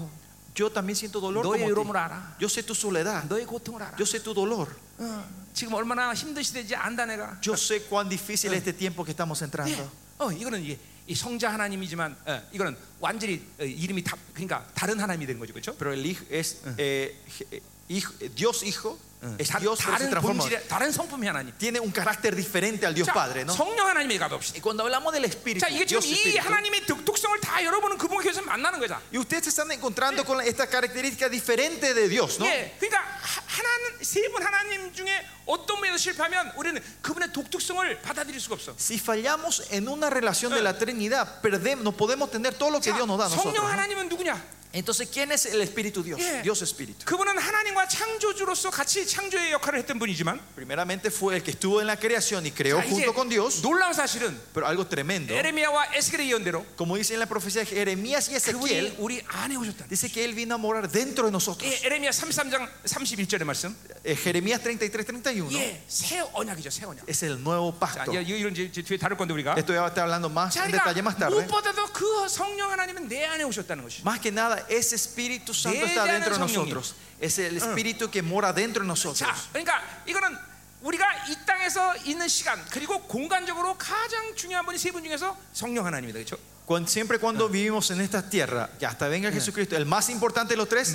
S2: Yo también siento dolor
S1: 너의
S2: como
S1: 외로움을
S2: ti.
S1: 알아.
S2: Yo sé tu soledad.
S1: 너의 고통을 알아.
S2: Yo sé tu dolor.
S1: 어, 지금 얼마나 힘든 시대인지 안다 내가.
S2: Yo sé cuán difícil es este tiempo que estamos
S1: 예.
S2: entrando.
S1: 어, 이거는 이게 이 성자 하나님이지만 어, 이거는 완전히 어, 이름이 다 그러니까 다른 하나님이 되는 거죠. 그렇죠?
S2: Pero el hijo es eh, je- hijo- eh, Dios Hijo, es
S1: 예, 다,
S2: Dios pero se
S1: 다른
S2: transforma.
S1: 본질의 다른 성품이 하나님.
S2: Tiene un carácter diferente al Dios
S1: 자,
S2: Padre, ¿no?
S1: 성령 하나님의 가봅시다.
S2: Y cuando hablamos del Espíritu,
S1: 자, 이게 지금
S2: Dios
S1: 이
S2: Espíritu,
S1: 하나님의 독특성을 다 여러분은 그분과 교회에서 만나는 거죠.
S2: y ustedes se están encontrando con esta característica diferente de Dios, ¿no?
S1: 예, 그러니까 하- 하나는 세분 하나님 중에 어떤 면에서 실패하면 우리는 그분의 독특성을 받아들일 수가 없어.
S2: Si fallamos en una relación de la Trinidad, perdemos, no podemos tener todo lo que
S1: 자,
S2: Dios nos da a nosotros.
S1: 성령
S2: ¿no?
S1: 하나님은 누구냐?
S2: Entonces, ¿quién es el Espíritu Dios?
S1: Yeah.
S2: Dios Espíritu.
S1: 그분은 하나님과 창조주로서 같이 창조의 역할을 했던 분이지만
S2: Primeramente fue el que estuvo en la creación y creó
S1: 자, 이제
S2: junto con Dios,
S1: 놀라운 사실은
S2: pero algo tremendo.
S1: 에레미야와 에스겔의 예언대로
S2: Como dice en la profecía de Jeremías y
S1: 그분이
S2: Ezequiel,
S1: 우리 안에 오셨다.
S2: dice que Él vino a morar dentro de nosotros.
S1: 예, 에레미야 33장 31절의 말씀.
S2: Eh, Jeremías 33, 31
S1: 예, 새 언약이죠, 새 언약.
S2: es el nuevo
S1: 자, 예,
S2: pacto.
S1: 이제 이런 이제 이제 뒤에 다룰 건데 우리가.
S2: Esto ya va a estar hablando más
S1: 자,
S2: en detalle más
S1: 그러니까
S2: tarde.
S1: 무엇보다도 그 성령 하나님은 내 안에 오셨다는 것이.
S2: Más que nada, ese Espíritu Santo está
S1: Deja는
S2: dentro de
S1: 성령이.
S2: nosotros. Es el Espíritu que mora dentro de
S1: 자,
S2: nosotros.
S1: 그러니까 이거는 우리가 이 땅에서 있는 시간 그리고 공간적으로 가장 중요한 분이 세 분 중에서 성령 하나님이다, 그렇죠?
S2: Cuan- siempre cuando vivimos en esta tierra, y hasta venga Jesucristo, el más importante de los tres,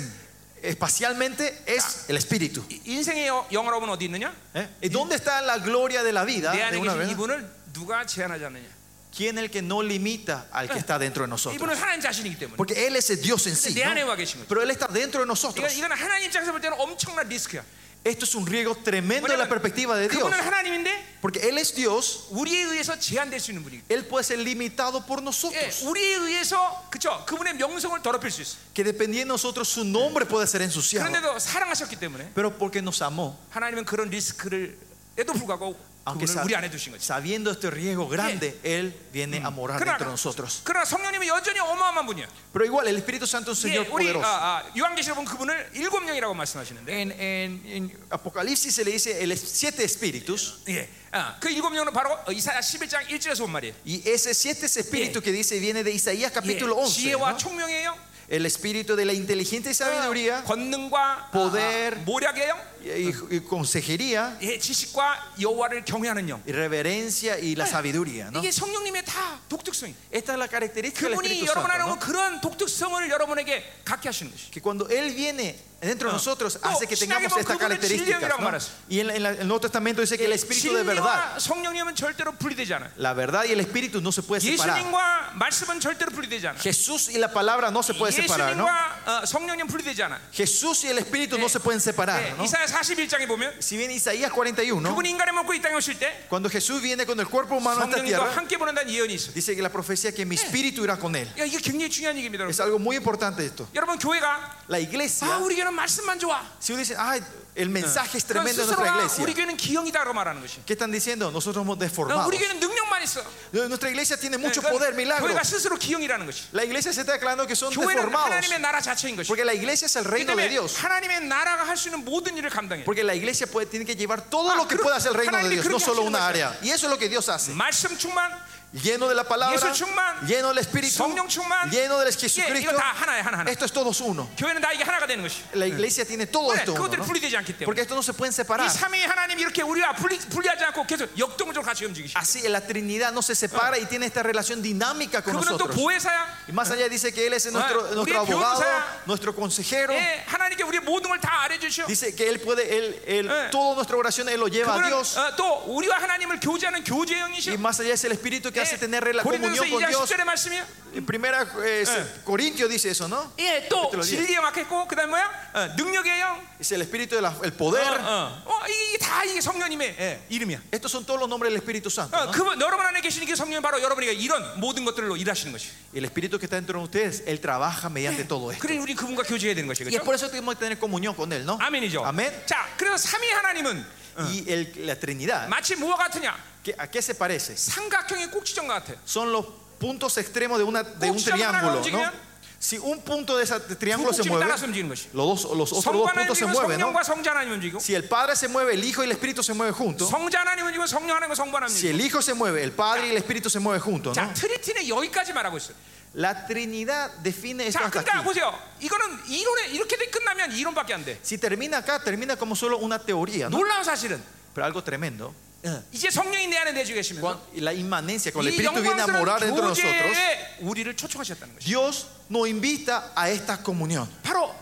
S2: espacialmente, es el Espíritu.
S1: 이- 인생의 여- 영어로 보면 어디 있느냐?
S2: ¿Eh? ¿Y ¿Dónde está la gloria de la vida?
S1: 내
S2: de
S1: 안에
S2: una
S1: 계신
S2: vez?
S1: 이분을 누가 제한하지 않느냐?
S2: ¿Quién es el que no limita al que
S1: Eh.
S2: está dentro de nosotros?
S1: 이분은 하나님 자신이기 때문에.
S2: Porque Él es el Dios en sí.
S1: 내
S2: ¿no?
S1: 안에 와 계신 거죠.
S2: Pero Él está dentro de
S1: 이건,
S2: nosotros.
S1: 이건 하나님 입장에서 볼 때는 엄청난 리스크야.
S2: Esto es un riesgo tremendo de la
S1: 왜냐면
S2: perspectiva de Dios.
S1: 그분은 하나님인데
S2: Porque Él es Dios,
S1: 우리에 의해서 제한될 수 있는 분이기.
S2: Él puede ser limitado por
S1: 예,
S2: nosotros.
S1: 우리에 의해서 그쵸 그분의 명성을 더럽힐 수 있어.
S2: Que dependiendo de nosotros, su nombre puede ser ensuciado.
S1: 그런데도 사랑하셨기 때문에
S2: Pero porque nos amó,
S1: 하나님은 그런 리스크를 에도 불구하고
S2: aunque
S1: 그분을
S2: sab-
S1: 우리 안에 두신 거지.
S2: sabiendo este riesgo grande, Él viene a morar
S1: 그러나,
S2: dentro de nosotros.
S1: 그러나 성령님은 여전히 어마어마한 분이야.
S2: Pero igual, el Espíritu Santo es un
S1: 예,
S2: Señor
S1: 우리
S2: poderoso.
S1: 아, 아, 요한계시록 보면 그분을 일곱 명이라고 말씀하시는데,
S2: En, en- en Apocalipsis se le dice el siete espíritus.
S1: 예, 아, 그 일곱 명은 바로 이사야 11장 1절에서 온 말이에요.
S2: Y ese siete es espíritu que dice viene de Isaías
S1: 예,
S2: capítulo 11.
S1: 지혜와
S2: ¿no?
S1: 총명이에요.
S2: El espíritu de la inteligente y sabiduría
S1: 권능과
S2: Poder.
S1: 아, 모략의 영,
S2: y, y- y consejería
S1: 예, 지식과 여호와를 경외하는 영.
S2: y reverencia y la sabiduría. ¿no?
S1: 이게 성령님의 다 독특성이.
S2: Esta es la característica del
S1: 어? 그분이
S2: Espíritu
S1: 여러분 안에
S2: Santo.
S1: 오면
S2: ¿no?
S1: 그런 독특성을 여러분에게 갖게 하시는 것이.
S2: Que cuando Él viene dentro de nosotros hace que
S1: 신약에
S2: tengamos
S1: 보면
S2: esta
S1: 그분을
S2: característica.
S1: 진리형이라고
S2: ¿no?
S1: 말했어요.
S2: Y en, la- en la- en el Nuevo Testamento dice que el espíritu de
S1: 진리와
S2: verdad,
S1: 성령님은 절대로 분리되지 않아요.
S2: la verdad y el espíritu no se puede separar.
S1: 예수님과 말씀은 절대로 분리되지 않아요.
S2: Jesús y la palabra no
S1: 뭐
S2: se puede separar. ¿no?
S1: 예수님과 어, 성령님 분리되지 않아요. 예,
S2: Jesús y el espíritu no se pueden
S1: 아,
S2: separar. ¿no?
S1: 이사야 41장에 보면
S2: Si bien Isaías 41,
S1: 그분이 인간의 몸고 이 땅에 오실 때
S2: Cuando Jesús viene con el cuerpo humano a esta
S1: 성령님과
S2: tierra,
S1: 함께 보낸다는 예언이 있어요.
S2: dice que la profecía que mi espíritu irá con él.
S1: 야, 이게 굉장히 중요한 얘기입니다. 여러분.
S2: Es algo muy importante esto.
S1: 여러분 교회가
S2: La
S1: 아
S2: iglesia,
S1: 우리 교회는 말씀만 좋아.
S2: si uno dice, ah, el mensaje es
S1: 그럼
S2: tremendo en nuestra
S1: 스스로가 우리
S2: iglesia,
S1: 교회는 기형이다라고 말하는 것이.
S2: ¿qué están diciendo? Nosotros somos
S1: 어,
S2: deformados.
S1: 우리 교회는 능력만 있어.
S2: Nuestra iglesia tiene mucho
S1: 그러니까
S2: poder, milagros.
S1: 교회가 스스로 기형이라는 것이.
S2: La iglesia se está declarando que son
S1: 교회는
S2: deformados.
S1: 하나님의 나라 자체인 것이.
S2: Porque la iglesia es el
S1: 그
S2: reino de
S1: 때문에
S2: Dios.
S1: 하나님의 나라가 할 수 있는 모든 일을 감당해.
S2: Porque la iglesia puede, tiene que llevar todo
S1: Ah,
S2: lo que
S1: 그러-
S2: pueda hacer el reino de
S1: 하나님이
S2: Dios, no
S1: 그렇게
S2: solo
S1: 하시는
S2: una área. Y eso es lo que Dios hace.
S1: 말씀 충만,
S2: lleno de la palabra,
S1: 예수 충만,
S2: lleno del Espíritu,
S1: 성령 충만,
S2: lleno del
S1: 예,
S2: Jesucristo.
S1: 이거 다 하나야 하나 하나.
S2: Esto es todos uno.
S1: 교회는 다 이게 하나가 되는 것이.
S2: La iglesia tiene todo
S1: 왜?
S2: esto uno,
S1: 그것들이
S2: ¿no?
S1: 분리되지 않기 때문에.
S2: porque esto no se pueden
S1: 이
S2: separar.
S1: 삼위 하나님 이렇게 우리와 분리, 분리하지 않고 계속 역동적으로 같이 움직이시.
S2: Así la Trinidad no se separa y tiene esta relación dinámica con
S1: 그분은 또
S2: nosotros.
S1: 보혜사야.
S2: Y más allá dice que Él es
S1: Ah,
S2: nuestro, nuestro
S1: 우리의
S2: abogado,
S1: 변호사야.
S2: nuestro consejero.
S1: 예, 하나님께 우리의 모든 걸 다 알려주시오.
S2: Dice que Él puede, Él, él
S1: Eh.
S2: toda nuestra oración Él lo lleva a
S1: 그분은
S2: Dios.
S1: 어, 또 우리와 하나님을 교제하는
S2: Y
S1: 교제형이시오.
S2: más allá es el Espíritu que hace tener rela-
S1: 고린도서
S2: comunión con
S1: 2장
S2: Dios.
S1: 10절의 말씀이요.
S2: En primera eh, se- Corintio dice eso, ¿no?
S1: 예, 또
S2: Capítulo 10.
S1: 진리에 막혔고 그다음 뭐야? 어, 능력의 영.
S2: Es el Espíritu del
S1: 어,
S2: poder.
S1: 어. 어, 이게 다 이게 성령님의
S2: eh.
S1: 예, 이름이야.
S2: Estos son todos los nombres del Espíritu Santo.
S1: 어,
S2: ¿no?
S1: 그분 여러분 안에 계시는 게 성령이 바로 여러분에게 이런 모든 것들로 일하시는 것이.
S2: Y el Espíritu que está dentro de ustedes, Él trabaja mediante todo esto.
S1: 그래 우리 그분과 교제해야 되는 것이
S2: Eh. Y es
S1: 그렇죠?
S2: por eso que tenemos que tener comunión con
S1: 예.
S2: Él, ¿no?
S1: 아멘이죠.
S2: Amén. Ah.
S1: 자, 그래서 삼위 하나님은
S2: Y el- la Trinidad,
S1: 마치 뭐와 같으냐?
S2: ¿qué- ¿a qué se parece?
S1: 삼각형의 꼭지점과 같아.
S2: Son los puntos extremos de, una, de un
S1: Cuchillo para
S2: triángulo, ¿no?
S1: 움직이면
S2: Si un punto de ese
S1: 두
S2: triángulo se
S1: 꼭지를
S2: mueve,
S1: 따라서 움직이는 것이.
S2: los, dos, los otros
S1: 성부
S2: dos
S1: 하나님
S2: puntos se
S1: 움직이고
S2: mueven, ¿no?
S1: 성령과 성자 하나님 움직이고
S2: Si el Padre se mueve, el Hijo y el Espíritu se mueven juntos.
S1: 성자 하나님 움직이고 성령 하나님과 성부 하나님
S2: Si
S1: 움직이고.
S2: el Hijo se mueve, el Padre y el Espíritu se mueven juntos,
S1: 자,
S2: ¿no?
S1: 트리티는 여기까지 말하고 있어. 요
S2: La Trinidad define esto
S1: 자,
S2: hasta
S1: 그러니까
S2: aquí.
S1: 보세요. 이거는 이론에 이렇게 돼 끝나면 이론밖에 안 돼.
S2: Si termina acá, termina como solo una teoría, ¿no?
S1: 놀라운 사실은
S2: Pero algo tremendo.
S1: 이제 성령이 내 안에 내주 계시면서
S2: Cuan- la inmanencia con el
S1: 이
S2: Espíritu viene a
S1: 영광스러운
S2: morar dentro de nosotros.
S1: 교제에 우리를 초청하셨다는 것이.
S2: Dios nos invita a esta comunión.
S1: 바로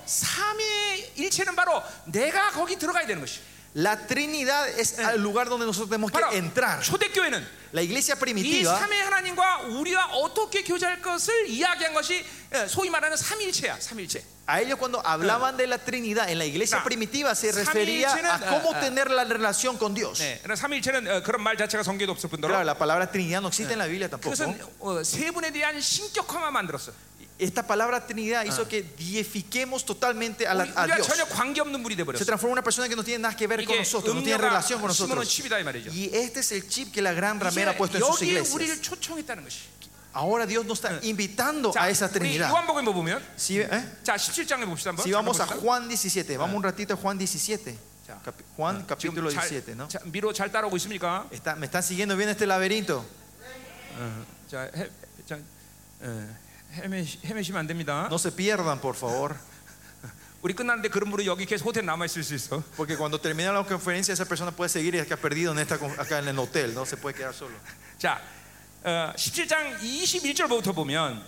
S1: 삼위일체는 바로 내가 거기 들어가야 되는 것이.
S2: La Trinidad es el lugar donde nosotros tenemos
S1: 바로
S2: que entrar.
S1: 초대교회는
S2: La iglesia
S1: 이
S2: primitiva
S1: 삼위 하나님과 우리와 어떻게 교제할 것을 이야기한 것이 예, 소위 말하는 삼위일체야. 삼위일체.
S2: A ellos cuando hablaban de la Trinidad en la iglesia
S1: Nah.
S2: primitiva se refería
S1: Samilche는,
S2: a cómo
S1: eh, eh.
S2: tener la relación con Dios.
S1: 네, 그러나 삼위일체는 어, 그런 말 자체가 성경에도 없을
S2: Claro,
S1: 뿐더러
S2: la palabra Trinidad no existe en la Biblia tampoco.
S1: 그것은 어, 세 분에 대한 신격화만 만들었어.
S2: Esta palabra Trinidad hizo que deifiquemos totalmente a, la-
S1: 우리-
S2: a
S1: 우리가
S2: Dios.
S1: 전혀 관계 없는 분이 돼
S2: Se
S1: 버렸어.
S2: transforma en una persona que no tiene nada que ver con
S1: 이게
S2: nosotros, no tiene relación con
S1: 심은
S2: nosotros.
S1: 칩이다 이 말이죠.
S2: Y este es el chip que la gran ramera ha puesto
S1: 이제
S2: en sus
S1: 여기에
S2: iglesias.
S1: 우리를 초청했다는 것이.
S2: Ahora Dios nos está invitando
S1: 자,
S2: a esa
S1: 우리
S2: Trinidad.
S1: 요한복음 뭐 보면
S2: Si, ¿eh?
S1: 자 17장에 봅시다 한번.
S2: Si vamos a
S1: 잠깐
S2: Juan 17, vamos un ratito a Juan 17.
S1: Ya.
S2: Capi- Juan capítulo
S1: 봅시다.
S2: 17, ¿no?
S1: 지금 잘, 자, 미로 잘 따라오고 있습니까?
S2: Está- me están siguiendo bien este laberinto.
S1: 자, 해, 자 어, 헤매, 헤매시면 안 됩니다.
S2: No se pierdan, por favor.
S1: 우리 끝났는데 그런 분은 여기 계속 호텔 남아 있을 수 있어.
S2: Porque cuando termina la conferencia, esa persona puede seguir y que ha perdido en esta, con- acá en el hotel, no se puede quedar solo.
S1: 자, 어, 17장 21절부터 보면,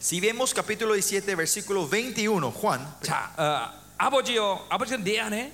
S2: Si vemos capítulo 17, versículo 21, Juan,
S1: 자, 어, 아버지요, 아버지가 내 안에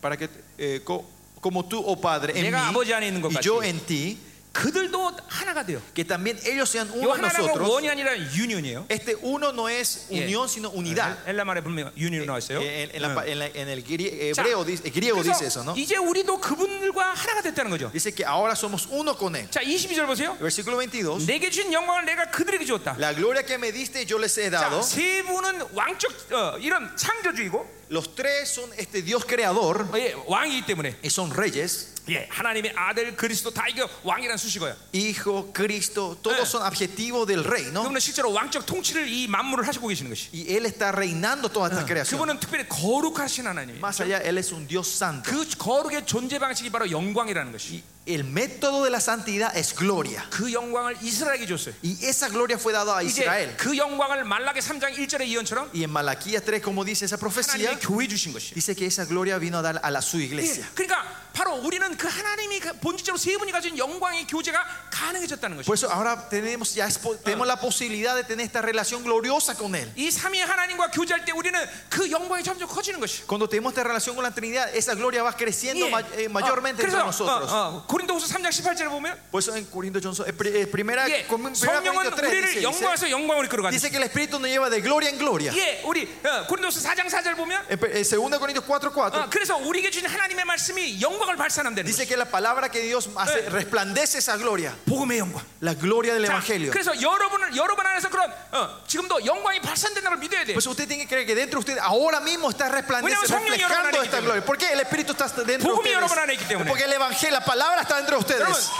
S2: para que eh, co- como tú, oh Padre, en
S1: 내가 아버지 안에 있는 것
S2: mí y yo
S1: 같이.
S2: en ti,
S1: 그들도 하나가 돼요.
S2: que también ellos sean
S1: 이
S2: uno en
S1: 하나라는 건
S2: 어, nosotros.
S1: 원이 아니라 유니온이에요.
S2: Este uno no es
S1: Yeah.
S2: unión, sino unidad.
S1: 네,
S2: Eh,
S1: 헬라 말에 분명 유니온 나와 있어요.
S2: En, en la pa- en la- en el grie- eh, hebreo, dice- griego dice eso,
S1: 예, 그래서
S2: ¿no?
S1: 이제 우리도 그분들과 하나가 됐다는 거죠.
S2: Dice que ahora somos uno con Él.
S1: 자, 22절 보세요.
S2: Versículo 22.
S1: 내게 준 영광을 내가 그들에게 주었다.
S2: La gloria que me diste yo les he dado.
S1: 자, 세 분은 왕적 어, 이런 창조주의고
S2: Los tres son este Dios creador
S1: 어, 예, 왕이기 때문에
S2: y son reyes.
S1: 예, 하나님의 아들 그리스도 다 이게 왕이라는 수식어예요.
S2: Hijo, Cristo, todos
S1: Eh.
S2: son adjetivos del rey, ¿no?
S1: 그분은 실제로 왕적 통치를 이 만물을 하시고 계시는 것이.
S2: Y Él está reinando toda esta creación.
S1: 그분은 특별히 거룩하신 하나님이에요.
S2: Más allá, Él es un Dios santo.
S1: 그 거룩의 존재 방식이 바로 영광이라는 것이.
S2: El método de la santidad es gloria.
S1: 그 영광을 이스라엘에게 줬어요.
S2: Y esa gloria fue dada a
S1: 이제
S2: Israel.
S1: 그 영광을 말라기 3장 1절의 예언처럼
S2: Y en Malaquías 3, como dice esa profecía,
S1: 하나님의 교회 주신 것이.
S2: dice que esa gloria vino a dar a la su
S1: 예,
S2: iglesia.
S1: 그러니까 바로 우리는 그 하나님이 가- 본질적으로 세 분이 가진 영광의 교제가 가능해졌다는 것이.
S2: Por eso ahora tenemos, ya es po- tenemos la posibilidad de tener esta relación gloriosa con Él.
S1: 이 삼위 하나님과 교제할 때 우리는 그 영광이 점점 커지는 것이.
S2: Cuando tenemos esta relación con la Trinidad, esa gloria va creciendo
S1: 예.
S2: ma- eh, mayormente
S1: 어,
S2: entre
S1: 그래서
S2: nosotros.
S1: 어, 어, 고린도후서 3장 18절에 보면
S2: Por eso en Corinto Johnson, eh, pri- eh, primera,
S1: 예,
S2: con- primera
S1: 성령은
S2: Corintios 3
S1: 우리를
S2: dice, dice,
S1: 영광에서 영광으로 이끌어 가는.
S2: dice que el Espíritu nos lleva de gloria en gloria.
S1: 예, 우리 어, 고린도서 4장 4절 보면
S2: En pe- en 2 Corintios 4,
S1: 어, 그래서 우리에게 주신 하나님의 말씀이 영광을 발산한다는
S2: dice
S1: 거죠.
S2: que la palabra que Dios hace
S1: Eh.
S2: resplandece esa gloria,
S1: 복음의 영광.
S2: la gloria del
S1: 자,
S2: Evangelio.
S1: 그래서 여러분을 여러분 안에서 그런 어, 지금도 영광이 발산된다는 걸 믿어야 돼요.
S2: Pues usted tiene que creer que dentro de usted ahora mismo está
S1: Bueno,
S2: resplandeciendo
S1: 성령이 여러분 안에
S2: reflejando
S1: 있기
S2: esta
S1: 때문에.
S2: gloria. ¿Por qué el Espíritu está dentro de
S1: 복음이 여러분 안에 있기
S2: ustedes?
S1: 때문에.
S2: Porque el Evangelio, la palabra está dentro de
S1: 여러분,
S2: ustedes.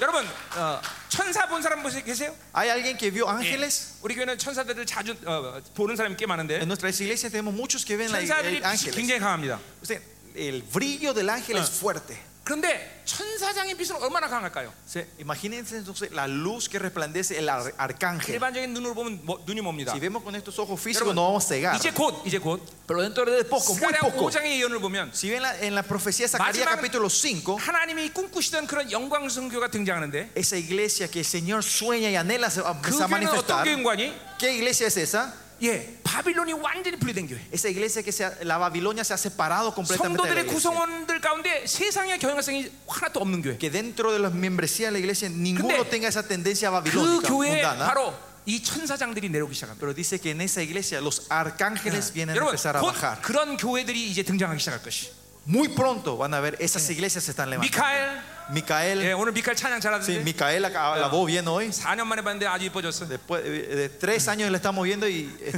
S1: 여러분 어, 천사 본 사람 보세 계세요?
S2: ¿Hay alguien que vio
S1: 예.
S2: ángeles?
S1: 우리 교회는 천사들을 자주 어, 보는 사람이 꽤 많은데
S2: En nuestras iglesias tenemos muchos que ven la-
S1: 천사들이 빛이
S2: el ángeles.
S1: 굉장히 강합니다.
S2: Usted, el brillo del ángel
S1: Ah.
S2: es fuerte.
S1: 그런데 천사장의 빛은 얼마나 강할까요?
S2: Se- Imagínense entonces la luz que resplandece el ar- arcángel.
S1: 일반적인 눈으로 보면 뭐- 눈이 뭡니다.
S2: Si vemos con estos ojos físicos, no vamos a cegar.
S1: 이제 곧 이제 곧
S2: Pero dentro de poco, muy
S1: 스가랴
S2: poco.
S1: 5장의 예언을 보면
S2: Si ven la- en la profecía de Zacarías
S1: Ma지막-
S2: capítulo 5,
S1: 하나님이 꿈꾸시던 그런 영광스러운 교가 등장하는데
S2: esa iglesia que el Señor sueña y anhela se va
S1: 그
S2: se va
S1: 교회는
S2: a
S1: 어떤
S2: manifestar.
S1: 교인관이?
S2: ¿Qué iglesia es esa?
S1: 예, 바빌론이 완전히 분리된 교회.
S2: Esa iglesia que se ha- la Babilonia se ha separado completamente de la
S1: 성도들의
S2: iglesia.
S1: 구성원들 가운데 세상의 경향성이 하나도 없는 교회.
S2: Que dentro de la membresía de la iglesia ninguno
S1: 근데
S2: tenga esa tendencia
S1: 그
S2: babilónica
S1: 교회에
S2: mundana.
S1: 바로 이 천사장들이 내려오기 시작합니다.
S2: Pero dice que en esa iglesia los
S1: Ah,
S2: arcángeles vienen a
S1: 여러분,
S2: empezar a
S1: 곧
S2: bajar.
S1: 그런 교회들이 이제 등장하기 시작할 것이.
S2: Muy pronto van a ver esas iglesias se están levantando.
S1: 미카엘,
S2: Micael,
S1: 예, 오늘 미카엘 네. 찬양
S2: sí,
S1: 잘하던데.
S2: Micael acá- alabó bien hoy.
S1: 4년 만에 봤는데 아주 이뻐졌어.
S2: Después eh, de tres años la estamos viendo y eh,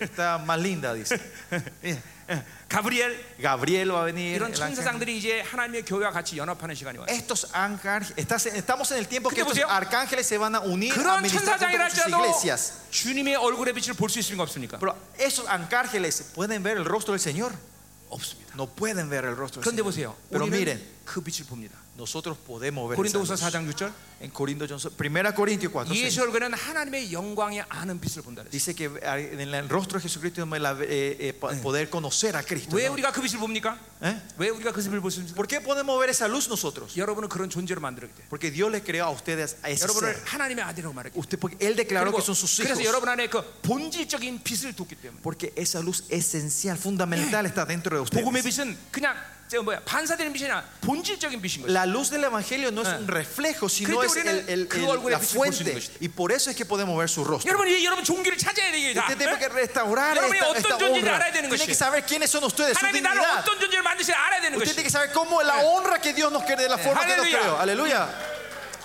S2: está más linda, dice.
S1: 가브리엘
S2: Gabriel va a venir.
S1: 이런
S2: el ángel.
S1: 천사장들이 이제 하나님의 교회와 같이 연합하는 시간이 와요.
S2: Estos ángeles, estás- estamos en el tiempo que
S1: 근데
S2: estos
S1: 보세요.
S2: arcángeles se van a unir a
S1: 그런
S2: ministrar junto con sus
S1: 천사장이랄지라도
S2: iglesias.
S1: 주님의 얼굴의 빛을 볼 수 있습니까 없습니까?
S2: Pero esos arcángeles pueden ver el rostro del Señor.
S1: 없습니다.
S2: No pueden ver el rostro del
S1: 그런데
S2: Señor.
S1: 보세요.
S2: Pero
S1: 우리는
S2: miren,
S1: 그 빛을 봅니다.
S2: nosotros podemos ver. esa
S1: 고린도후서
S2: luz.
S1: 4장 6절.
S2: En Corinto Johnson, 1 Corintios 4.
S1: 예수 얼굴에는 하나님의 영광의 아는 빛을 본다. 그랬어요.
S2: Dice que en el rostro de Jesucristo vemos la- eh, eh, pa- poder conocer a Cristo.
S1: 왜
S2: ¿no?
S1: 우리가 그 빛을 봅니까?
S2: ¿Eh?
S1: 왜 우리가 그 빛을 볼 수 있습니까?
S2: ¿Por qué podemos ver esa luz nosotros?
S1: 여러분은 그런 존재로 만들었기 때문에
S2: Porque Dios le creó a ustedes a ese ser.
S1: 여러분을 하나님의 아들이라고 말했기
S2: Usted, porque él declaró
S1: 때문에
S2: que son sus hijos.
S1: 그래서 여러분 안에 그 본질적인 빛을 뒀기 때문에
S2: Porque esa luz esencial, fundamental, está dentro de
S1: 복음의
S2: ustedes.
S1: 빛은 네, 그냥 저 뭐야 반사되는 빛이 아니라 본질적인 빛인 거예요.
S2: La luz del evangelio no es un reflejo, sino
S1: 그러니까
S2: es el-
S1: 우리는
S2: Eh. el-
S1: 그
S2: el-
S1: 얼굴의
S2: la
S1: 빛을 볼수 있는
S2: fuente.
S1: 것이다.
S2: Y por eso es que podemos ver su rostro.
S1: 여러분 이 여러분 종교를 찾아야 네? 되요
S2: Usted tiene que restaurar
S1: 여러분이
S2: esta,
S1: 어떤
S2: esta
S1: 존재인지
S2: honra.
S1: 알아야 되는
S2: Tiene que
S1: 것이.
S2: saber quiénes son ustedes, su
S1: 하나님이 나를
S2: dignidad.
S1: 어떤 존재를 만드시는 알아야 되는 것이.
S2: Usted tiene que saber cómo la honra que Dios nos quiere de la forma que nos
S1: Aleluya.
S2: creó. Aleluya.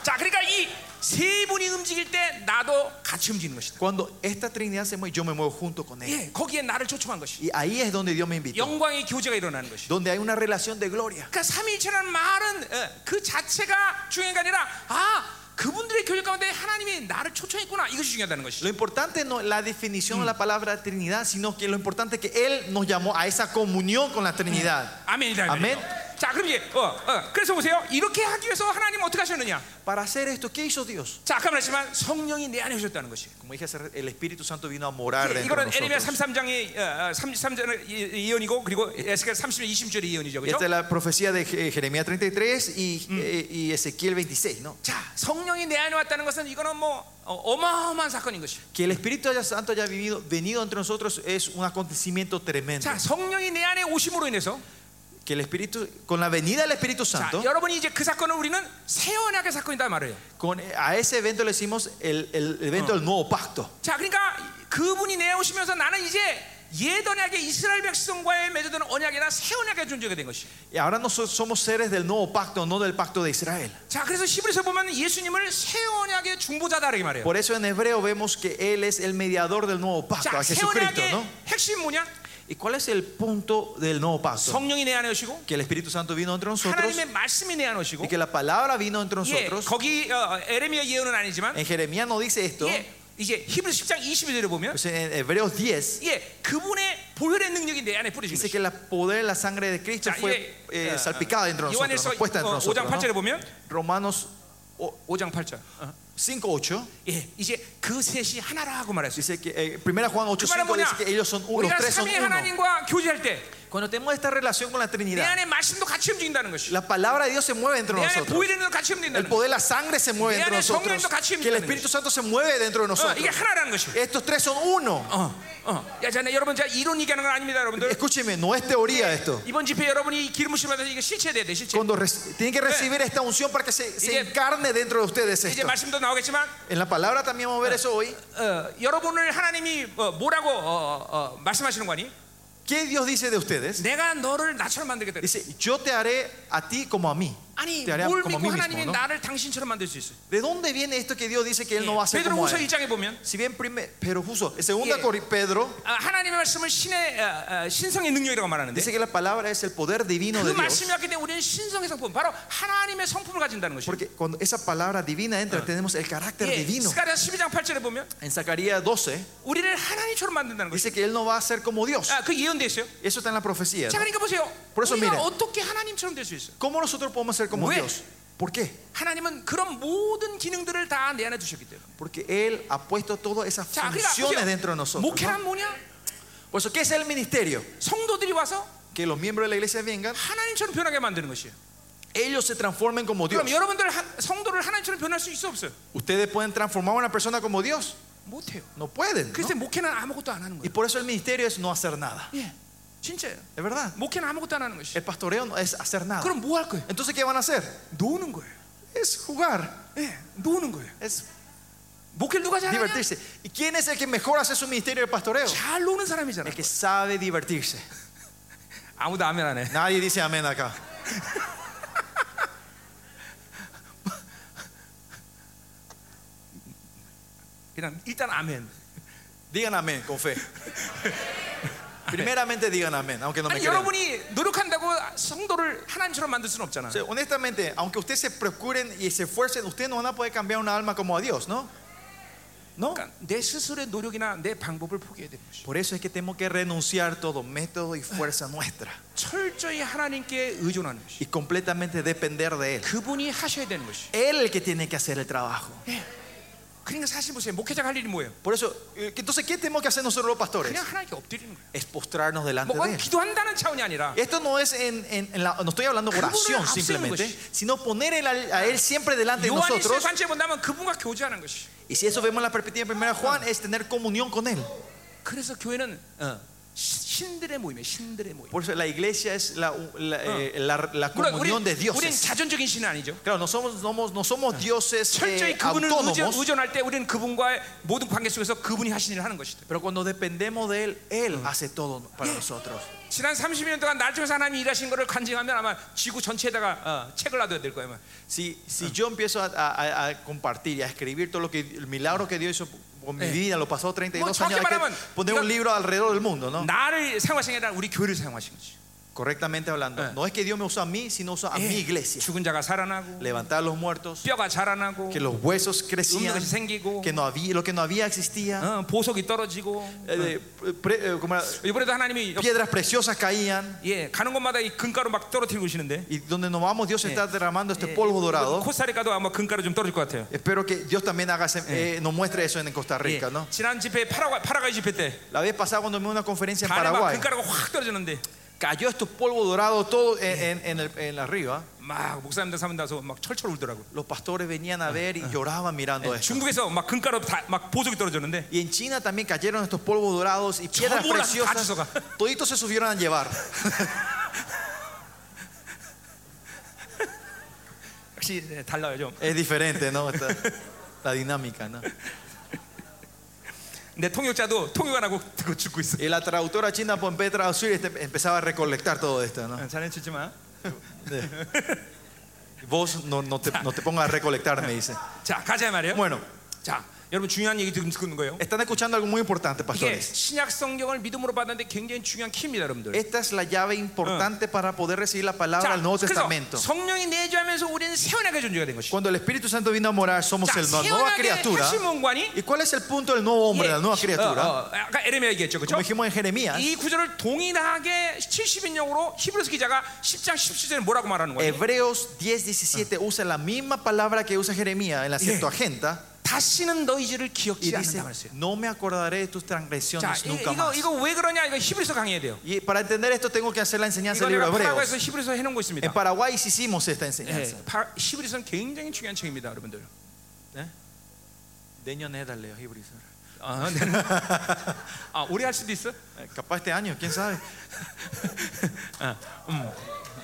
S1: 자, 그러니까 이 세 분이 움직일 때 나도 같이 움직이는 것이다.
S2: Cuando esta Trinidad se mueve, yo me muevo junto con Él.
S1: 예, 거기에 나를 초청한 것이.
S2: Y ahí es donde Dios me invitó.
S1: 영광의 교제가 일어나는 것이.
S2: Donde hay una relación de gloria.
S1: 그러니까 삼위일체라는 말은 어, 그 자체가 중요한 게 아니라 아 그분들의 교제 가운데 하나님이 나를 초청했구나 이것이 중요하다는
S2: Lo
S1: 것이죠.
S2: importante no es la definición de la palabra Trinidad, sino que lo importante es que Él nos llamó a esa comunión con la Trinidad.
S1: 아멘이다. 이
S2: 아멘.
S1: 말이에요. 자 그럼 이제 어, 어, 그래서 보세요 이렇게 하기 위해서 하나님 어떻게 하셨느냐?
S2: Para hacer esto, ¿qué hizo Dios?
S1: 자 아까 말했지만 성령이 내 안에 오셨다는 것이.
S2: Como dije, hace rato, el Espíritu Santo vino a morar
S1: 예,
S2: dentro de
S1: 이거는 에레미야
S2: nosotros.
S1: 33장의 어, 33장의 예언이고 그리고 에스겔 30장 20절의 예언이죠.
S2: Esta
S1: 그렇죠?
S2: es la profecía de Je- eh, Jeremías 33 y, eh, y Ezequiel 26, ¿no?
S1: 자, 성령이 내 안에 왔다는 것은 이거는 뭐 어, 어마어마한 사건인 것이.
S2: Que el Espíritu haya- Santo haya vivido, venido entre nosotros es un acontecimiento tremendo.
S1: 자, 성령이 내 안에 오심으로 인해서
S2: Que el Espíritu, con la venida del Espíritu
S1: 자,
S2: Santo,
S1: 여러분이 이제 그 사건을 우리는 새 언약의 사건이다 말이에요.
S2: con, eh, a ese evento le decimos el, el evento del nuevo pacto.
S1: 자, 그러니까 그분이 내 오시면서 나는 이제 옛 언약의 이스라엘 백성과의 맺어둔 언약이나 새 언약의 존재가 된 것이.
S2: Y ahora nosotros somos seres del nuevo pacto, no del pacto de Israel.
S1: 자, 그래서 히브리서 보면 예수님을 새 언약의 중보자다 이렇게 말해요.
S2: Por eso en hebreo vemos que Él es el mediador del nuevo pacto,
S1: 자,
S2: a
S1: 새
S2: Jesucristo,
S1: 언약의
S2: ¿no?
S1: 핵심 뭐냐?
S2: ¿Y cuál es el punto del nuevo pacto?
S1: 성령이 내 안에 오시고
S2: Que el Espíritu Santo vino entre nosotros
S1: 하나님의 말씀이 내 안에 오시고
S2: y que la palabra vino
S1: 예,
S2: entre nosotros.
S1: 거기 어, 에레미야 예언은 아니지만
S2: En Jeremías no dice esto.
S1: 예, 이제 히브리서 10장 22절에 보면
S2: Pues en Hebreos 10
S1: 예, 그분의 보혈의 능력이 내 안에 뿌려진
S2: dice
S1: 것이.
S2: que la poder de la sangre de Cristo
S1: 자,
S2: fue
S1: 이게 어,
S2: eh, salpicada dentro de nosotros,
S1: 요한일서
S2: ¿no? puesta entre
S1: 어, 5장
S2: nosotros.
S1: 8절에
S2: ¿no?
S1: 보면
S2: Romanos
S1: 5장 8절.
S2: 5:8
S1: 예, 이제 그 셋이 하나라 하고 말했어요.
S2: dice que eh, Primera Juan
S1: 그 말은
S2: 8:5
S1: 뭐냐?
S2: dice que ellos son uno, los
S1: 우리가
S2: tres son
S1: 삼위
S2: uno.
S1: 하나님과 교제할 때 내
S2: Cuando tenemos esta relación con la Trinidad,
S1: 안에 말씀도 같이 움직인다는 것이.
S2: la palabra de Dios se mueve dentro
S1: 내
S2: de
S1: 안에
S2: nosotros.
S1: 보혈의 능력 같이
S2: El
S1: 움직인다는 것이.
S2: poder de la sangre se mueve
S1: 내
S2: dentro
S1: 안에
S2: de nosotros.
S1: 성령도 같이
S2: Que el
S1: 움직이는
S2: Espíritu Santo se mueve dentro de
S1: 어,
S2: nosotros.
S1: 이게 하나라는 것이.
S2: Estos tres son uno.
S1: 어, 어. 야, 자, 나 여러분, 자 이론 얘기하는 건 아닙니다, 여러분들.
S2: Escúcheme, no es teoría esto.
S1: 이번 집회 여러분이 이 기름 부심을 받아서 이게 실체돼야 돼, 실체.
S2: Cuando reci- tienen que recibir esta unción para que se, se
S1: 이제-
S2: encarne dentro de ustedes
S1: 이제
S2: esto.
S1: 말씀도 나오겠지만
S2: En la palabra también vamos a ver eso hoy.
S1: 어, 여러분을 하나님이 어, 뭐라고 어, 어, 어, 말씀하시는 거니?
S2: ¿Qué Dios dice de ustedes?
S1: 내가 너를 나처럼 만들겠다.
S2: Dice, yo te haré a ti como a mí.
S1: 아니
S2: te hará
S1: 뭘
S2: como a
S1: 믿고
S2: mí
S1: 하나님이
S2: mismo. ¿no?
S1: 나를 당신처럼 만들 수 있어요?
S2: ¿De dónde viene esto que Dios dice que Él no va a ser como
S1: 베드로후서
S2: Él?
S1: 2장에 보면
S2: Si bien primer, pero justo, en segunda
S1: Yeah.
S2: Cori- Pedro
S1: 아, 하나님의 말씀을 신의 아, 아, 신성의 능력이라고 말하는데
S2: dice que la palabra es el poder divino
S1: 그
S2: de Dios.
S1: 말씀이 왔기 때문에 우리는 신성의 성품 바로 하나님의 성품을 가진다는 것이죠.
S2: Porque cuando esa palabra divina entra, tenemos el carácter
S1: 예,
S2: divino.
S1: 스가랴 12장 8절에 보면
S2: En Zacarías 12
S1: 우리를 하나님처럼 만든다는 것이
S2: dice que Él no va a ser como Dios.
S1: 아, 그 예언돼 있어요.
S2: Eso está en la profecía.
S1: 자,
S2: ¿no?
S1: 그러니까 보세요.
S2: 그래서
S1: 우리가
S2: mira.
S1: 어떻게 하나님처럼 될 수 있어?
S2: ¿Cómo nosotros podemos ser como
S1: ¿Ue?
S2: Dios? ¿Por qué?
S1: 하나님은 그런 모든 기능들을 다 내 안에 두셨기 때문에.
S2: Porque Él ha puesto todas esas
S1: 자, 그러니까 보세요.
S2: funciones dentro de nosotros.
S1: 목회란
S2: ¿no?
S1: 뭐냐?
S2: Por eso, ¿qué es el ministerio?
S1: 성도들이 와서
S2: Que los miembros de la iglesia vengan,
S1: 하나님처럼 변하게 만드는 것이에요.
S2: ellos se transformen como Dios.
S1: 그럼 여러분들 하- 성도를 하나님처럼 변할 수 있어 없어요?
S2: ¿Ustedes pueden transformar a una persona como Dios?
S1: 못해요.
S2: No pueden. ¿no?
S1: 그래서 목회는 아무것도 안 하는
S2: Y
S1: 거예요.
S2: por eso el ministerio es no hacer nada.
S1: 예, 진짜예요.
S2: Es verdad.
S1: 목회는 아무것도 안 하는 것이.
S2: El pastoreo no es hacer nada.
S1: 그럼 뭐 할 거예요?
S2: Entonces, ¿qué van a hacer?
S1: 노는 거예요.
S2: Es jugar,
S1: 예, 노는 거예요.
S2: es
S1: 목회를 누가 잘하냐?
S2: divertirse. ¿Y quién es el que mejor hace su ministerio de pastoreo?
S1: 잘 노는 사람이잖아.
S2: El que sabe divertirse.
S1: 아무도 아멘 안 해.
S2: Nadie dice amén acá.
S1: 그냥 일단 아멘.
S2: Digan amén con fe. Primeramente digan amén, aunque no me
S1: 아니
S2: crean.
S1: 여러분이 노력한다고 성도를 하나님처럼 만들 수는 없잖아.
S2: O sea, honestamente, aunque ustedes se procuren y se esfuercen, ustedes no van a poder cambiar una alma como a Dios, ¿no? ¿No?
S1: 그러니까 내 스스로의 노력이나 내 방법을 포기해야 되는 것이.
S2: Por eso es que tenemos que renunciar todo método y fuerza nuestra
S1: 철저히 하나님께 의존하는 것이.
S2: y completamente depender de Él.
S1: 그분이 하셔야 되는 것이. 예.
S2: Él el que tiene que hacer el trabajo.
S1: 그러니까 사실 보세요. 목회자가 할 일이 뭐예요?
S2: Por eso, eh, entonces, ¿qué tenemos que hacer nosotros los pastores?
S1: 그냥 하나님께 엎드리는 거예요.
S2: Es postrarnos delante
S1: 뭐
S2: de
S1: 그건
S2: Él.
S1: 기도한다는 차원이 아니라
S2: Esto no es en, en- en la- no estoy hablando de oración
S1: 그분을 앞세우는
S2: simplemente,
S1: 것이.
S2: sino poner él al- a Él siempre delante de
S1: 요한일서
S2: nosotros.
S1: 관점에 본다면 그분과 교제하는 것이.
S2: Y si eso vemos en la perspectiva de primera Juan, es tener comunión con Él.
S1: 그래서 교회는 어, 시- 신들의 모임이에요. 신들의 모임.
S2: Por eso la iglesia es la, la, eh, la- la
S1: 물론 우리
S2: comunión de
S1: 우린
S2: dioses.
S1: 자존적인 신은 아니죠.
S2: Claro, no somos, somos- no somos dioses eh,
S1: 철저히 그분을 의존,
S2: autónomos,
S1: 의존할 때 우리는 그분과의 모든 관계 속에서 그분이 하신 일을 하는 것이다.
S2: pero cuando dependemos de Él, Él hace todo para nosotros.
S1: 지난 30년 동안 날 중에서 하나님이 일하신 것을 간증하면 아마 지구 전체에다가 어, 책을 놔둬야 될 거예요. 아마.
S2: Si, si yo empiezo a, a- a compartir y a escribir todo lo que el milagro que Dios hizo con mi
S1: Eh.
S2: vida, lo pasó 32
S1: Bueno,
S2: años,
S1: 정확히
S2: hay que
S1: 말하면,
S2: poner
S1: 그러니까-
S2: un libro alrededor del mundo,
S1: 어.
S2: ¿no?
S1: 나를 사용하신 게 아니라 우리 교회를 사용하신 거지.
S2: Correctamente hablando,
S1: Eh.
S2: no es que Dios me usa a mí, sino usa
S1: 예,
S2: a mi iglesia.
S1: 죽은 자가 살아나고
S2: Levantar los muertos,
S1: 뼈가 자라나고
S2: que los huesos Ah. crecían,
S1: 음료가 생기고
S2: que no había, lo que no había existía.
S1: 어, 보석이 떨어지고
S2: Eh, eh, pre- eh, como era,
S1: 이번에도 하나님이 옆-
S2: piedras preciosas caían
S1: 예 가는 곳마다 이 금가루 막 떨어뜨리고 오시는데
S2: y donde nos vamos Dios está derramando este
S1: 예,
S2: polvo dorado
S1: 코스타리카도 아마 금가루 좀 떨어질 것 같아요.
S2: espero que Dios también haga ese- eh, nos muestre eso en Costa
S1: 예,
S2: Rica ¿no?
S1: 지난 집회 파라과 파라과이 집회 때
S2: la vez pasada cuando me dio una conferencia en
S1: 간에 막
S2: Paraguay
S1: 금가루가 확 떨어졌는데
S2: cayó este polvo dorado todo en, en- en el- en arriba
S1: 막 목사님들 사면다서 막 철철 울더라고.
S2: los pastores venían a ver y lloraban mirando
S1: 예.
S2: esto
S1: 중국에서 막 금가루 다, 막 보석이 떨어졌는데
S2: y en China también cayeron estos polvos dorados y piedras
S1: Chombo, las
S2: preciosas
S1: tachas, oca.
S2: toditos se subieron a llevar
S1: 역시 예, 달라요 좀.
S2: es diferente ¿no? Esta- la dinámica ¿no?
S1: 내 통역자도 통역 안 하고 듣고 죽고 있어.
S2: y la traductora china Pompey traducir este, empezaba a recolectar todo esto ¿no?
S1: 예, 자네 치지 마.
S2: Vos no, no te, no te pongas a recolectar, me dice.
S1: 자 가자 말이에요.
S2: Bueno,
S1: 자 여러분 중요한 얘기 지금 듣는 거예요.
S2: están escuchando algo muy importante,
S1: 이게
S2: pastores.
S1: 신약 성경을 믿음으로 받았는데 굉장히 중요한 키입니다, 여러분들.
S2: Esta es la llave importante para poder recibir la palabra
S1: 자,
S2: del Nuevo
S1: 그래서
S2: Testamento.
S1: 성령이 내주하면서 우리는 새언약의 존재가 된 것이.
S2: Cuando el Espíritu Santo vino a morar, somos
S1: 자,
S2: el- la nueva
S1: 새언약의
S2: criatura.
S1: 핵심 원관이
S2: ¿Y cuál es el punto del nuevo hombre,
S1: 예,
S2: la nueva
S1: 어,
S2: criatura?
S1: 어, 아까 에레미야 얘기했죠, 그렇죠?
S2: Como dijimos en Jeremías,
S1: 이 구절을 동일하게 70인용으로 히브리서 기자가 10장 17절에 뭐라고 말하는 거예요?
S2: Hebreos 10, 17 usa la misma palabra que usa Jeremías en la Septuaginta
S1: 다시는 너희 죄를
S2: y
S1: 기억지
S2: dice:
S1: 않는다 그랬어요.
S2: No me acordaré de tus
S1: 자,
S2: transgresiones
S1: 이,
S2: nunca
S1: 이거
S2: más.
S1: 이거 왜 그러냐? 이거 히브리서 강해야 돼요.
S2: Y para entender esto, tengo que hacer la enseñanza
S1: 이거
S2: del libro
S1: 내가
S2: de Hebreos.
S1: 파라과에서 히브리서 해놓은 거
S2: En
S1: 있습니다.
S2: Paraguay sí hicimos esta enseñanza.
S1: 예, 파- 히브리서는 굉장히 중요한 책입니다, 여러분들.
S2: Deño Neda leo Hebreos.
S1: 아, 네. 아, 오래 할 수도 있어.
S2: Eh, Capaz este año, quién sabe.
S1: 아, 음.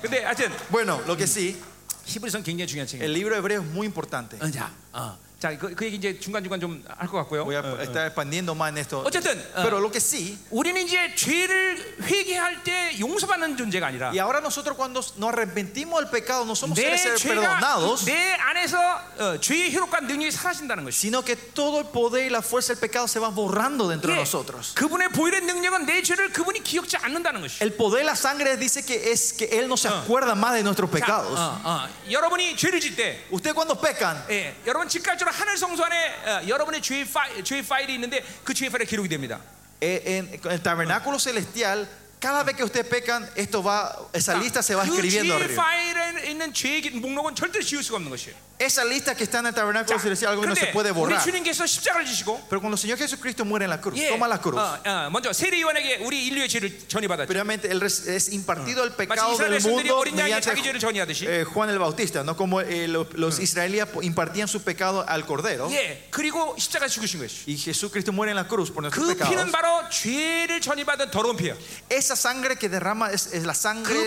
S1: 근데 하여튼
S2: Bueno, lo que sí,
S1: 히브리서는 굉장히 중요한 책입니다.
S2: el libro de Hebreos es muy importante.
S1: 어, 자, 어. 자, 그, 그 얘기 이제 중간 중간 좀 할 것 같고요.
S2: Voy a
S1: 어, 어.
S2: estar expandiendo más en esto.
S1: 어쨌든 어,
S2: Pero lo que sí,
S1: 우리는 이제 죄를 회개할 때 용서받는 존재가 아니라
S2: Y ahora nosotros cuando nos arrepentimos del pecado no somos
S1: 내
S2: seres
S1: 죄가
S2: perdonados,
S1: 내 안에서 어, 죄의 효력과 능력이 사라진다는 것이.
S2: sino que todo el poder y la fuerza del pecado se va borrando dentro de
S1: 예,
S2: nosotros.
S1: 그분의 보혈의 능력은 내 죄를 그분이 기억지 않는다는 것이.
S2: El poder de la sangre dice que es que él no se acuerda más de nuestros pecados.
S1: Ah. 어, 여러분이 죄를 짓때
S2: Usted cuando pecan,
S1: 예, 여러분 즉각적으로 하늘 성소 안에 어, 여러분의 죄의, 파일, 죄의 파일이 있는데 그 죄의 파일에 기록이 됩니다.
S2: eh, en, en el tabernáculo celestial, cada vez que ustedes pecan, esto va,
S1: Ah.
S2: esa lista se va
S1: 그
S2: escribiendo
S1: 죄의
S2: arriba.
S1: 파일에 있는 죄의 목록은 절대 지울 수가 없는 것이에요.
S2: Esa lista que está en el tabernáculo celestial, algo que no se
S1: 그런데
S2: puede
S1: 우리
S2: borrar.
S1: 주님께서 십자가를 지시고
S2: Pero cuando el Señor Jesucristo muere en la cruz,
S1: 예,
S2: toma la cruz.
S1: 어, 어, 먼저 세례 요한에게 우리 인류의 죄를 전이받았죠.
S2: Primeramente, él res- es impartido el
S1: 마치
S2: pecado
S1: 이스라엘 그러니까
S2: del
S1: 백성들이
S2: mundo
S1: 어린 양에게
S2: mediante
S1: 자기 죄를 전이하듯이
S2: eh, Juan el Bautista, no como eh, lo- los israelíes impartían su pecado al cordero.
S1: 예, 그리고 십자가 죽으신 것이.
S2: Y Jesucristo muere en la cruz por nuestros
S1: 그 피는
S2: pecados.
S1: 바로 죄를 전이받은 더러운 피야.
S2: Esa sangre que derrama es, es la sangre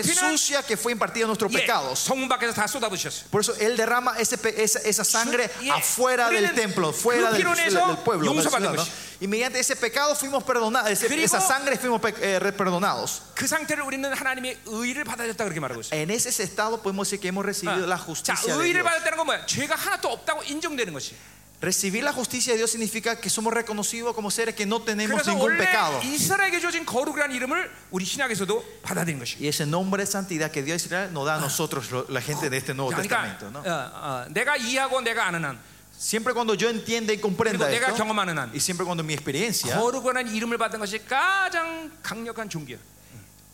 S1: 그 피는-
S2: sucia que fue impartida a nuestros
S1: 예,
S2: pecados.
S1: 성문 밖에서 다 쏟아부으셨어.
S2: Por eso Él derrama ese pe- esa, esa sangre
S1: 예,
S2: afuera
S1: 우리는
S2: del templo, fuera
S1: 그
S2: del,
S1: 피로
S2: del-
S1: 인해서
S2: del pueblo. de la
S1: 용서받은
S2: ciudad, ¿no?
S1: 것이.
S2: Y mediante ese pecado fuimos perdonados, ese-
S1: 그리고-
S2: esa sangre fuimos pe- eh, re- perdonados.
S1: 그 상태를 우리는 하나님의 의를 받아줬다 그렇게 말하고 있어요.
S2: En ese estado podemos decir que hemos recibido la
S1: 자,
S2: justicia de
S1: 의를
S2: Dios.
S1: 받았다는 건 뭐야? 죄가 하나도 없다고 인정되는 것이.
S2: Recibir la justicia de Dios significa que somos reconocidos como seres que no tenemos
S1: 그래서
S2: ningún
S1: 원래
S2: pecado.
S1: 이스라엘에게 주어진 거룩이라는 이름을 우리 신약에서도 받아들인 것이.
S2: Y ese nombre de santidad que Dios Israel nos da a nosotros, lo- la gente de este Nuevo
S1: 그러니까
S2: Testamento. ¿no?
S1: 어, 어, 내가 이해하고 내가 아는 한
S2: Siempre cuando yo entienda y comprenda
S1: 그리고 내가
S2: esto,
S1: 경험하는 한
S2: y siempre cuando mi experiencia,
S1: 거룩이라는 이름을 받은 것이 가장 강력한 종기야.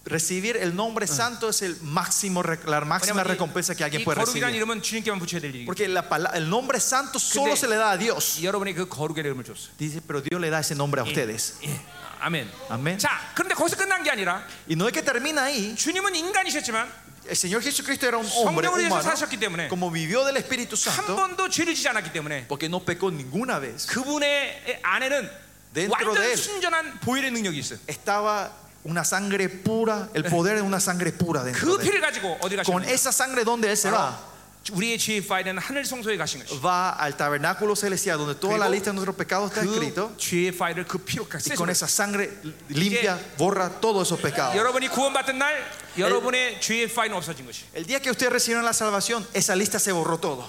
S2: recibir el nombre santo es el máximo, rec- la máxima
S1: 왜냐면 이-
S2: recompensa que alguien
S1: 이
S2: puede
S1: 거룩이라는
S2: recibir.
S1: 이름은 주님께만 붙여야 될 일이기
S2: Porque la pala- el nombre santo solo
S1: 근데-
S2: se le da a Dios.
S1: 때문에 여러분이 그 거룩의 이름을 줬어.
S2: Dice, pero Dios le da ese nombre a ustedes.
S1: 예. 아멘.
S2: 아멘.
S1: 자, 그런데 거기서 끝난 게 아니라
S2: Y no es que termina ahí.
S1: 주님은 인간이셨지만
S2: El Señor Jesucristo era un hombre
S1: 성령으로 해서
S2: humano,
S1: 사셨기 때문에
S2: como vivió del Espíritu
S1: 한
S2: Santo,
S1: 번도 죄를 지지 않았기 때문에
S2: porque no pecó ninguna vez.
S1: 그분의 안에는
S2: Dentro de
S1: 완전
S2: él.
S1: 순전한 보혈의 능력이 있어요.
S2: Estaba una sangre pura, el poder de una sangre pura dentro
S1: 그
S2: de él.
S1: 피를 가지고 어디
S2: Con
S1: 가시는
S2: esa sangre donde él se va,
S1: 우리의 죄의 파일은 하늘 성소에 가신 것이.
S2: va al tabernáculo celestial donde toda la
S1: 그리고
S2: lista de nuestros pecados está escrito.
S1: 그 죄의 파일을 그 피로 깎으
S2: Y con esa sangre limpia, borra todos esos pecados.
S1: 여러분이 구원받은 날 여러분의 죄의 파일은 없어진 것이.
S2: El día que ustedes recibieron la salvación, esa lista se borró todo.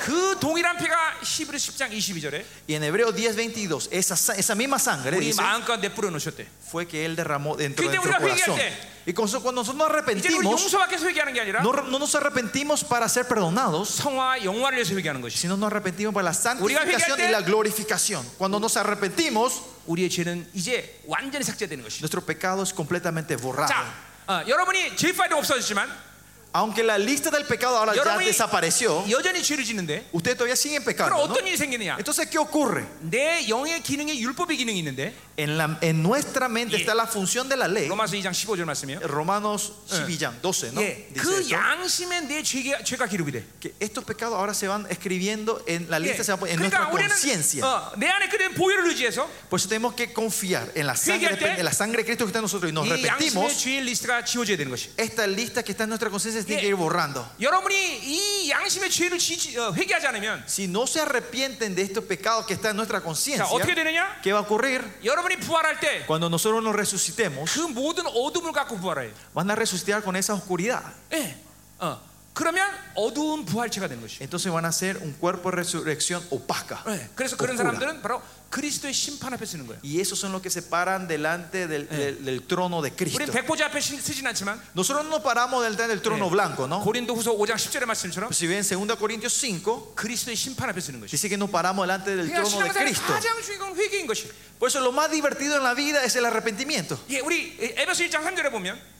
S1: 그 동일한 피가 히브리 10장 22절에
S2: Y en Hebreo 10:22, esa, sa- esa misma sangre
S1: 우리
S2: dice,
S1: 마음껏 내뿌려 놓으셨대.
S2: fue que él derramó dentro
S1: 그때
S2: de nuestro
S1: 우리가
S2: corazón.
S1: 회개할
S2: Y con eso, cuando nosotros nos
S1: 이제 우리
S2: arrepentimos,
S1: 용서밖에 회개하는 게 아니라
S2: no, no nos arrepentimos para ser perdonados,
S1: 성화 영화를 위해서 회개하는 것이.
S2: sino nos arrepentimos para la santificación y la glorificación. Cuando nos arrepentimos,
S1: 우리의 죄는 이제 완전히 삭제되는 것이.
S2: nuestro pecado es completamente borrado.
S1: 자, 어, 여러분이 죄 파일은 없어졌지만
S2: Aunque la lista del pecado ahora ya
S1: 여러분이
S2: desapareció,
S1: 여전히 죄를 짓는데
S2: ustedes todavía siguen
S1: 그럼
S2: pecando. ¿no?
S1: 어떤 일이 생기느냐?
S2: Entonces, ¿qué ocurre?
S1: 내 영의 기능에 율법의 기능이 있는데
S2: En, la- en nuestra mente
S1: 예.
S2: está la función de la ley.
S1: 로마서 2장 15절 말씀이요.
S2: Romanos 12, 12, ¿no?
S1: 예,
S2: Dice
S1: 그
S2: esto,
S1: 양심에 내 죄가, 죄가 기록이 돼.
S2: que estos pecados ahora se van escribiendo en la
S1: 예,
S2: lista, se va a poner en
S1: 그러니까
S2: nuestra
S1: 우리는
S2: conciencia.
S1: 어, 내 안에 끓인 보혈을 의지해서
S2: Por eso tenemos que confiar en la sangre,
S1: 회개할 때
S2: en la sangre de Cristo que está en nosotros y nos
S1: 이 양심의
S2: repetimos.
S1: 죄의 리스트가 지워져야 되는 것이.
S2: Esta lista que está en nuestra conciencia se tiene
S1: 예.
S2: que ir borrando.
S1: 여러분이 이 양심의 죄를 지지, 어, 회개하지 않으면
S2: Si no se arrepienten de estos pecados que están en nuestra
S1: 자, 어떻게
S2: conciencia,
S1: 되느냐?
S2: ¿qué va a ocurrir?
S1: 여러분이 부활할 때 그
S2: Cuando nosotros nos resucitemos,
S1: 모든 어둠을 갖고 부활해요.
S2: van a resucitar con esa oscuridad.
S1: 예. 어. 그러면 어두운 부활체가 되는 것이.
S2: Entonces van a ser un cuerpo de resurrección opaca.
S1: 예. 그래서 그런
S2: oscura.
S1: 사람들은 바로 그리스도의 심판 앞에 쓰는 거예요.
S2: Y esos son los que se paran delante del, del- del trono de
S1: 우리는
S2: Cristo.
S1: 백보좌 앞에 시- 쓰진 않지만
S2: Nosotros no nos paramos delante del trono
S1: Sí.
S2: blanco,
S1: 네.
S2: ¿no? Pues
S1: 고린도후서 5장 10절의 말씀처럼
S2: Si ven 2 Corintios 5,
S1: 그리스도의 심판 앞에 쓰는 것이.
S2: dice que nos paramos delante del
S1: 그러니까
S2: trono de
S1: 신앙생활의
S2: Cristo.
S1: 가장 중요한 건 회개인 것이.
S2: Por eso lo más divertido en la vida es el arrepentimiento.
S1: 예, 우리 에베소 1장 3절에 보면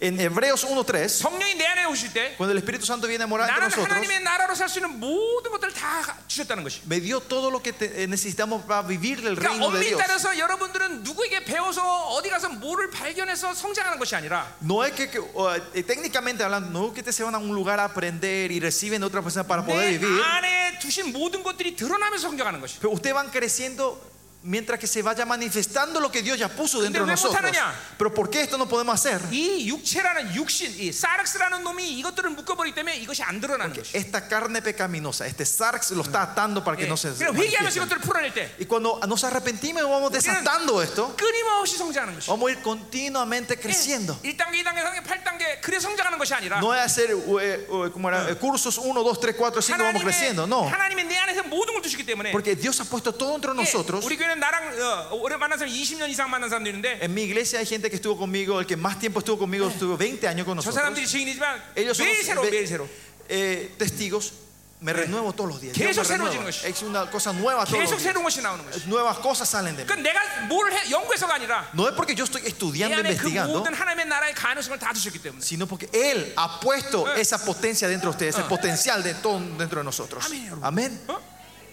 S2: En Hebreos 1.3,
S1: 성령이 내 안에 오실 때
S2: cuando el Espíritu Santo viene a morar entre
S1: 나는
S2: nosotros,
S1: 하나님의 나라로 살 수 있는 모든 것들을 다 주셨다는 것이.
S2: me dio todo lo que te- eh, necesitamos para vivir el
S1: 그러니까
S2: reino de
S1: 엄밀히
S2: Dios.
S1: 따라서 여러분들은 누구에게 배워서 어디 가서 뭐를 발견해서 성장하는 것이 아니라
S2: No es que, que, o, eh, técnicamente hablando, no es que te se van a un lugar a aprender y reciben de otra
S1: 뭐,
S2: persona para poder
S1: 내
S2: vivir.
S1: 안에 두신 모든 것들이 드러나면서 성장하는 것이.
S2: Pero ustedes van creciendo mientras que se vaya manifestando lo que Dios ya puso dentro de
S1: 왜
S2: nosotros.
S1: 못하느냐?
S2: Pero ¿por qué esto no podemos hacer?
S1: 이 육체라는 육신, 이 사르스라는 놈이 이것들을 묶어버리기 때문에 이것이 안 드러나는 것이.
S2: Esta carne pecaminosa, este sarx lo está atando para que no se
S1: 예. 그냥 회개하면서
S2: manifieste.
S1: 이것들을 풀어낼 때
S2: Y cuando nos arrepentimos y vamos desatando esto,
S1: 끊임없이 성장하는 것이.
S2: vamos a ir continuamente creciendo.
S1: 1단계, 2단계, 3단계, 8단계 그래 성장하는 것이 아니라
S2: No es hacer eh, eh, ¿cómo era? Eh, cursos 1, 2, 3, 4, 5, vamos creciendo, no.
S1: 하나님의 내 안에서 모든 걸 주시기 때문에
S2: Porque Dios ha puesto todo entre
S1: 예,
S2: nosotros.
S1: 우리 교회는 나랑 어, 오래 만난 사람 20년 이상 만난 사람도 있는데
S2: En mi iglesia hay gente que estuvo conmigo, el que más tiempo estuvo conmigo,
S1: Eh.
S2: estuvo 20 años con
S1: 저
S2: nosotros.
S1: 사람들이 증인이지만
S2: Ellos son
S1: 매일 새로
S2: ve-
S1: 매일 새로
S2: eh, testigos.
S1: Eh.
S2: Me renuevo todos los días. Yo me
S1: 계속 새로워지는
S2: renuevo.
S1: 것이.
S2: Es una cosa nueva todos
S1: 계속
S2: los días.
S1: 새로운 것이 나오는 것이.
S2: Nuevas cosas salen de mí.
S1: 그러니까 내가 뭘 해, 연구해서가 아니라
S2: No es porque yo estoy
S1: 내
S2: estudiando,
S1: 안에 그
S2: investigando,
S1: 모든 하나님의 나라의 가능성을 다 주셨기 때문에.
S2: sino porque Él ha puesto
S1: Eh. Ah.
S2: esa potencia dentro de ustedes, ese potencial de todo dentro de nosotros.
S1: Amén, hermano.
S2: Amén.
S1: 어?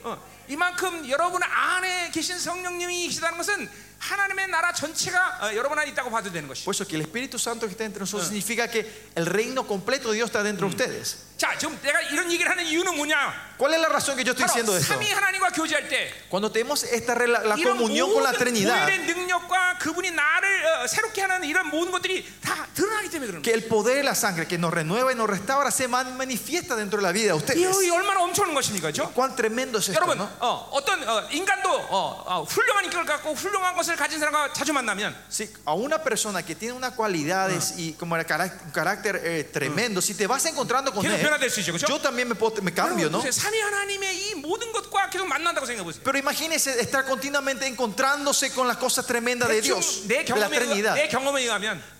S1: 어. 이만큼 여러분 안에 계신 성령님이 계시다는 것은 하나님의 나라 전체가 어, 여러분 안에 있다고 봐도 되는 것이.
S2: Por eso que el Espíritu Santo que está dentro
S1: Ah.
S2: de nosotros significa que el reino completo de Dios está dentro de
S1: Mm.
S2: ustedes.
S1: 자, 지금 내가 이런 얘기를 하는 이유는 뭐냐?
S2: ¿Cuál es la razón que yo estoy
S1: 바로
S2: diciendo esto?
S1: 삼위 하나님과 교제할 때
S2: Cuando tenemos esta rela- la
S1: 이런
S2: comunión con la
S1: 모든
S2: Trinidad,
S1: 보혈의 능력과 그분이 나를 어, 새롭게 하는 이런 모든 것들이 다 드러나기 때문에 그런
S2: que
S1: 거예요.
S2: el poder de la sangre que nos renueva y nos restaura se man- manifiesta dentro de la vida de
S1: 이
S2: ustedes.
S1: 얼마나 엄청난 것입니까, 그죠?
S2: Cuán tremendo es esto,
S1: 여러분,
S2: ¿no?
S1: 어, 어떤 어, 인간도 어, 어, 훌륭한 인격을 갖고 훌륭한 것을 가진 사람과 자주 만나면
S2: Sí, a una persona que tiene unas cualidades y como era carac- un carácter eh, tremendo, si te vas encontrando con
S1: 계속
S2: él,
S1: 변화될 수 있죠, 그렇죠?
S2: yo también me, puedo- me cambio, ¿no?
S1: 여러분, 삼위 하나님의 이 모든 것과 계속 만난다고 생각해 보세요.
S2: Pero imagínese estar continuamente encontrándose con las cosas tremendas de
S1: 대충
S2: Dios,
S1: 내
S2: de
S1: 경험에,
S2: la
S1: 의하-
S2: Trinidad.
S1: 내 경험에 의하면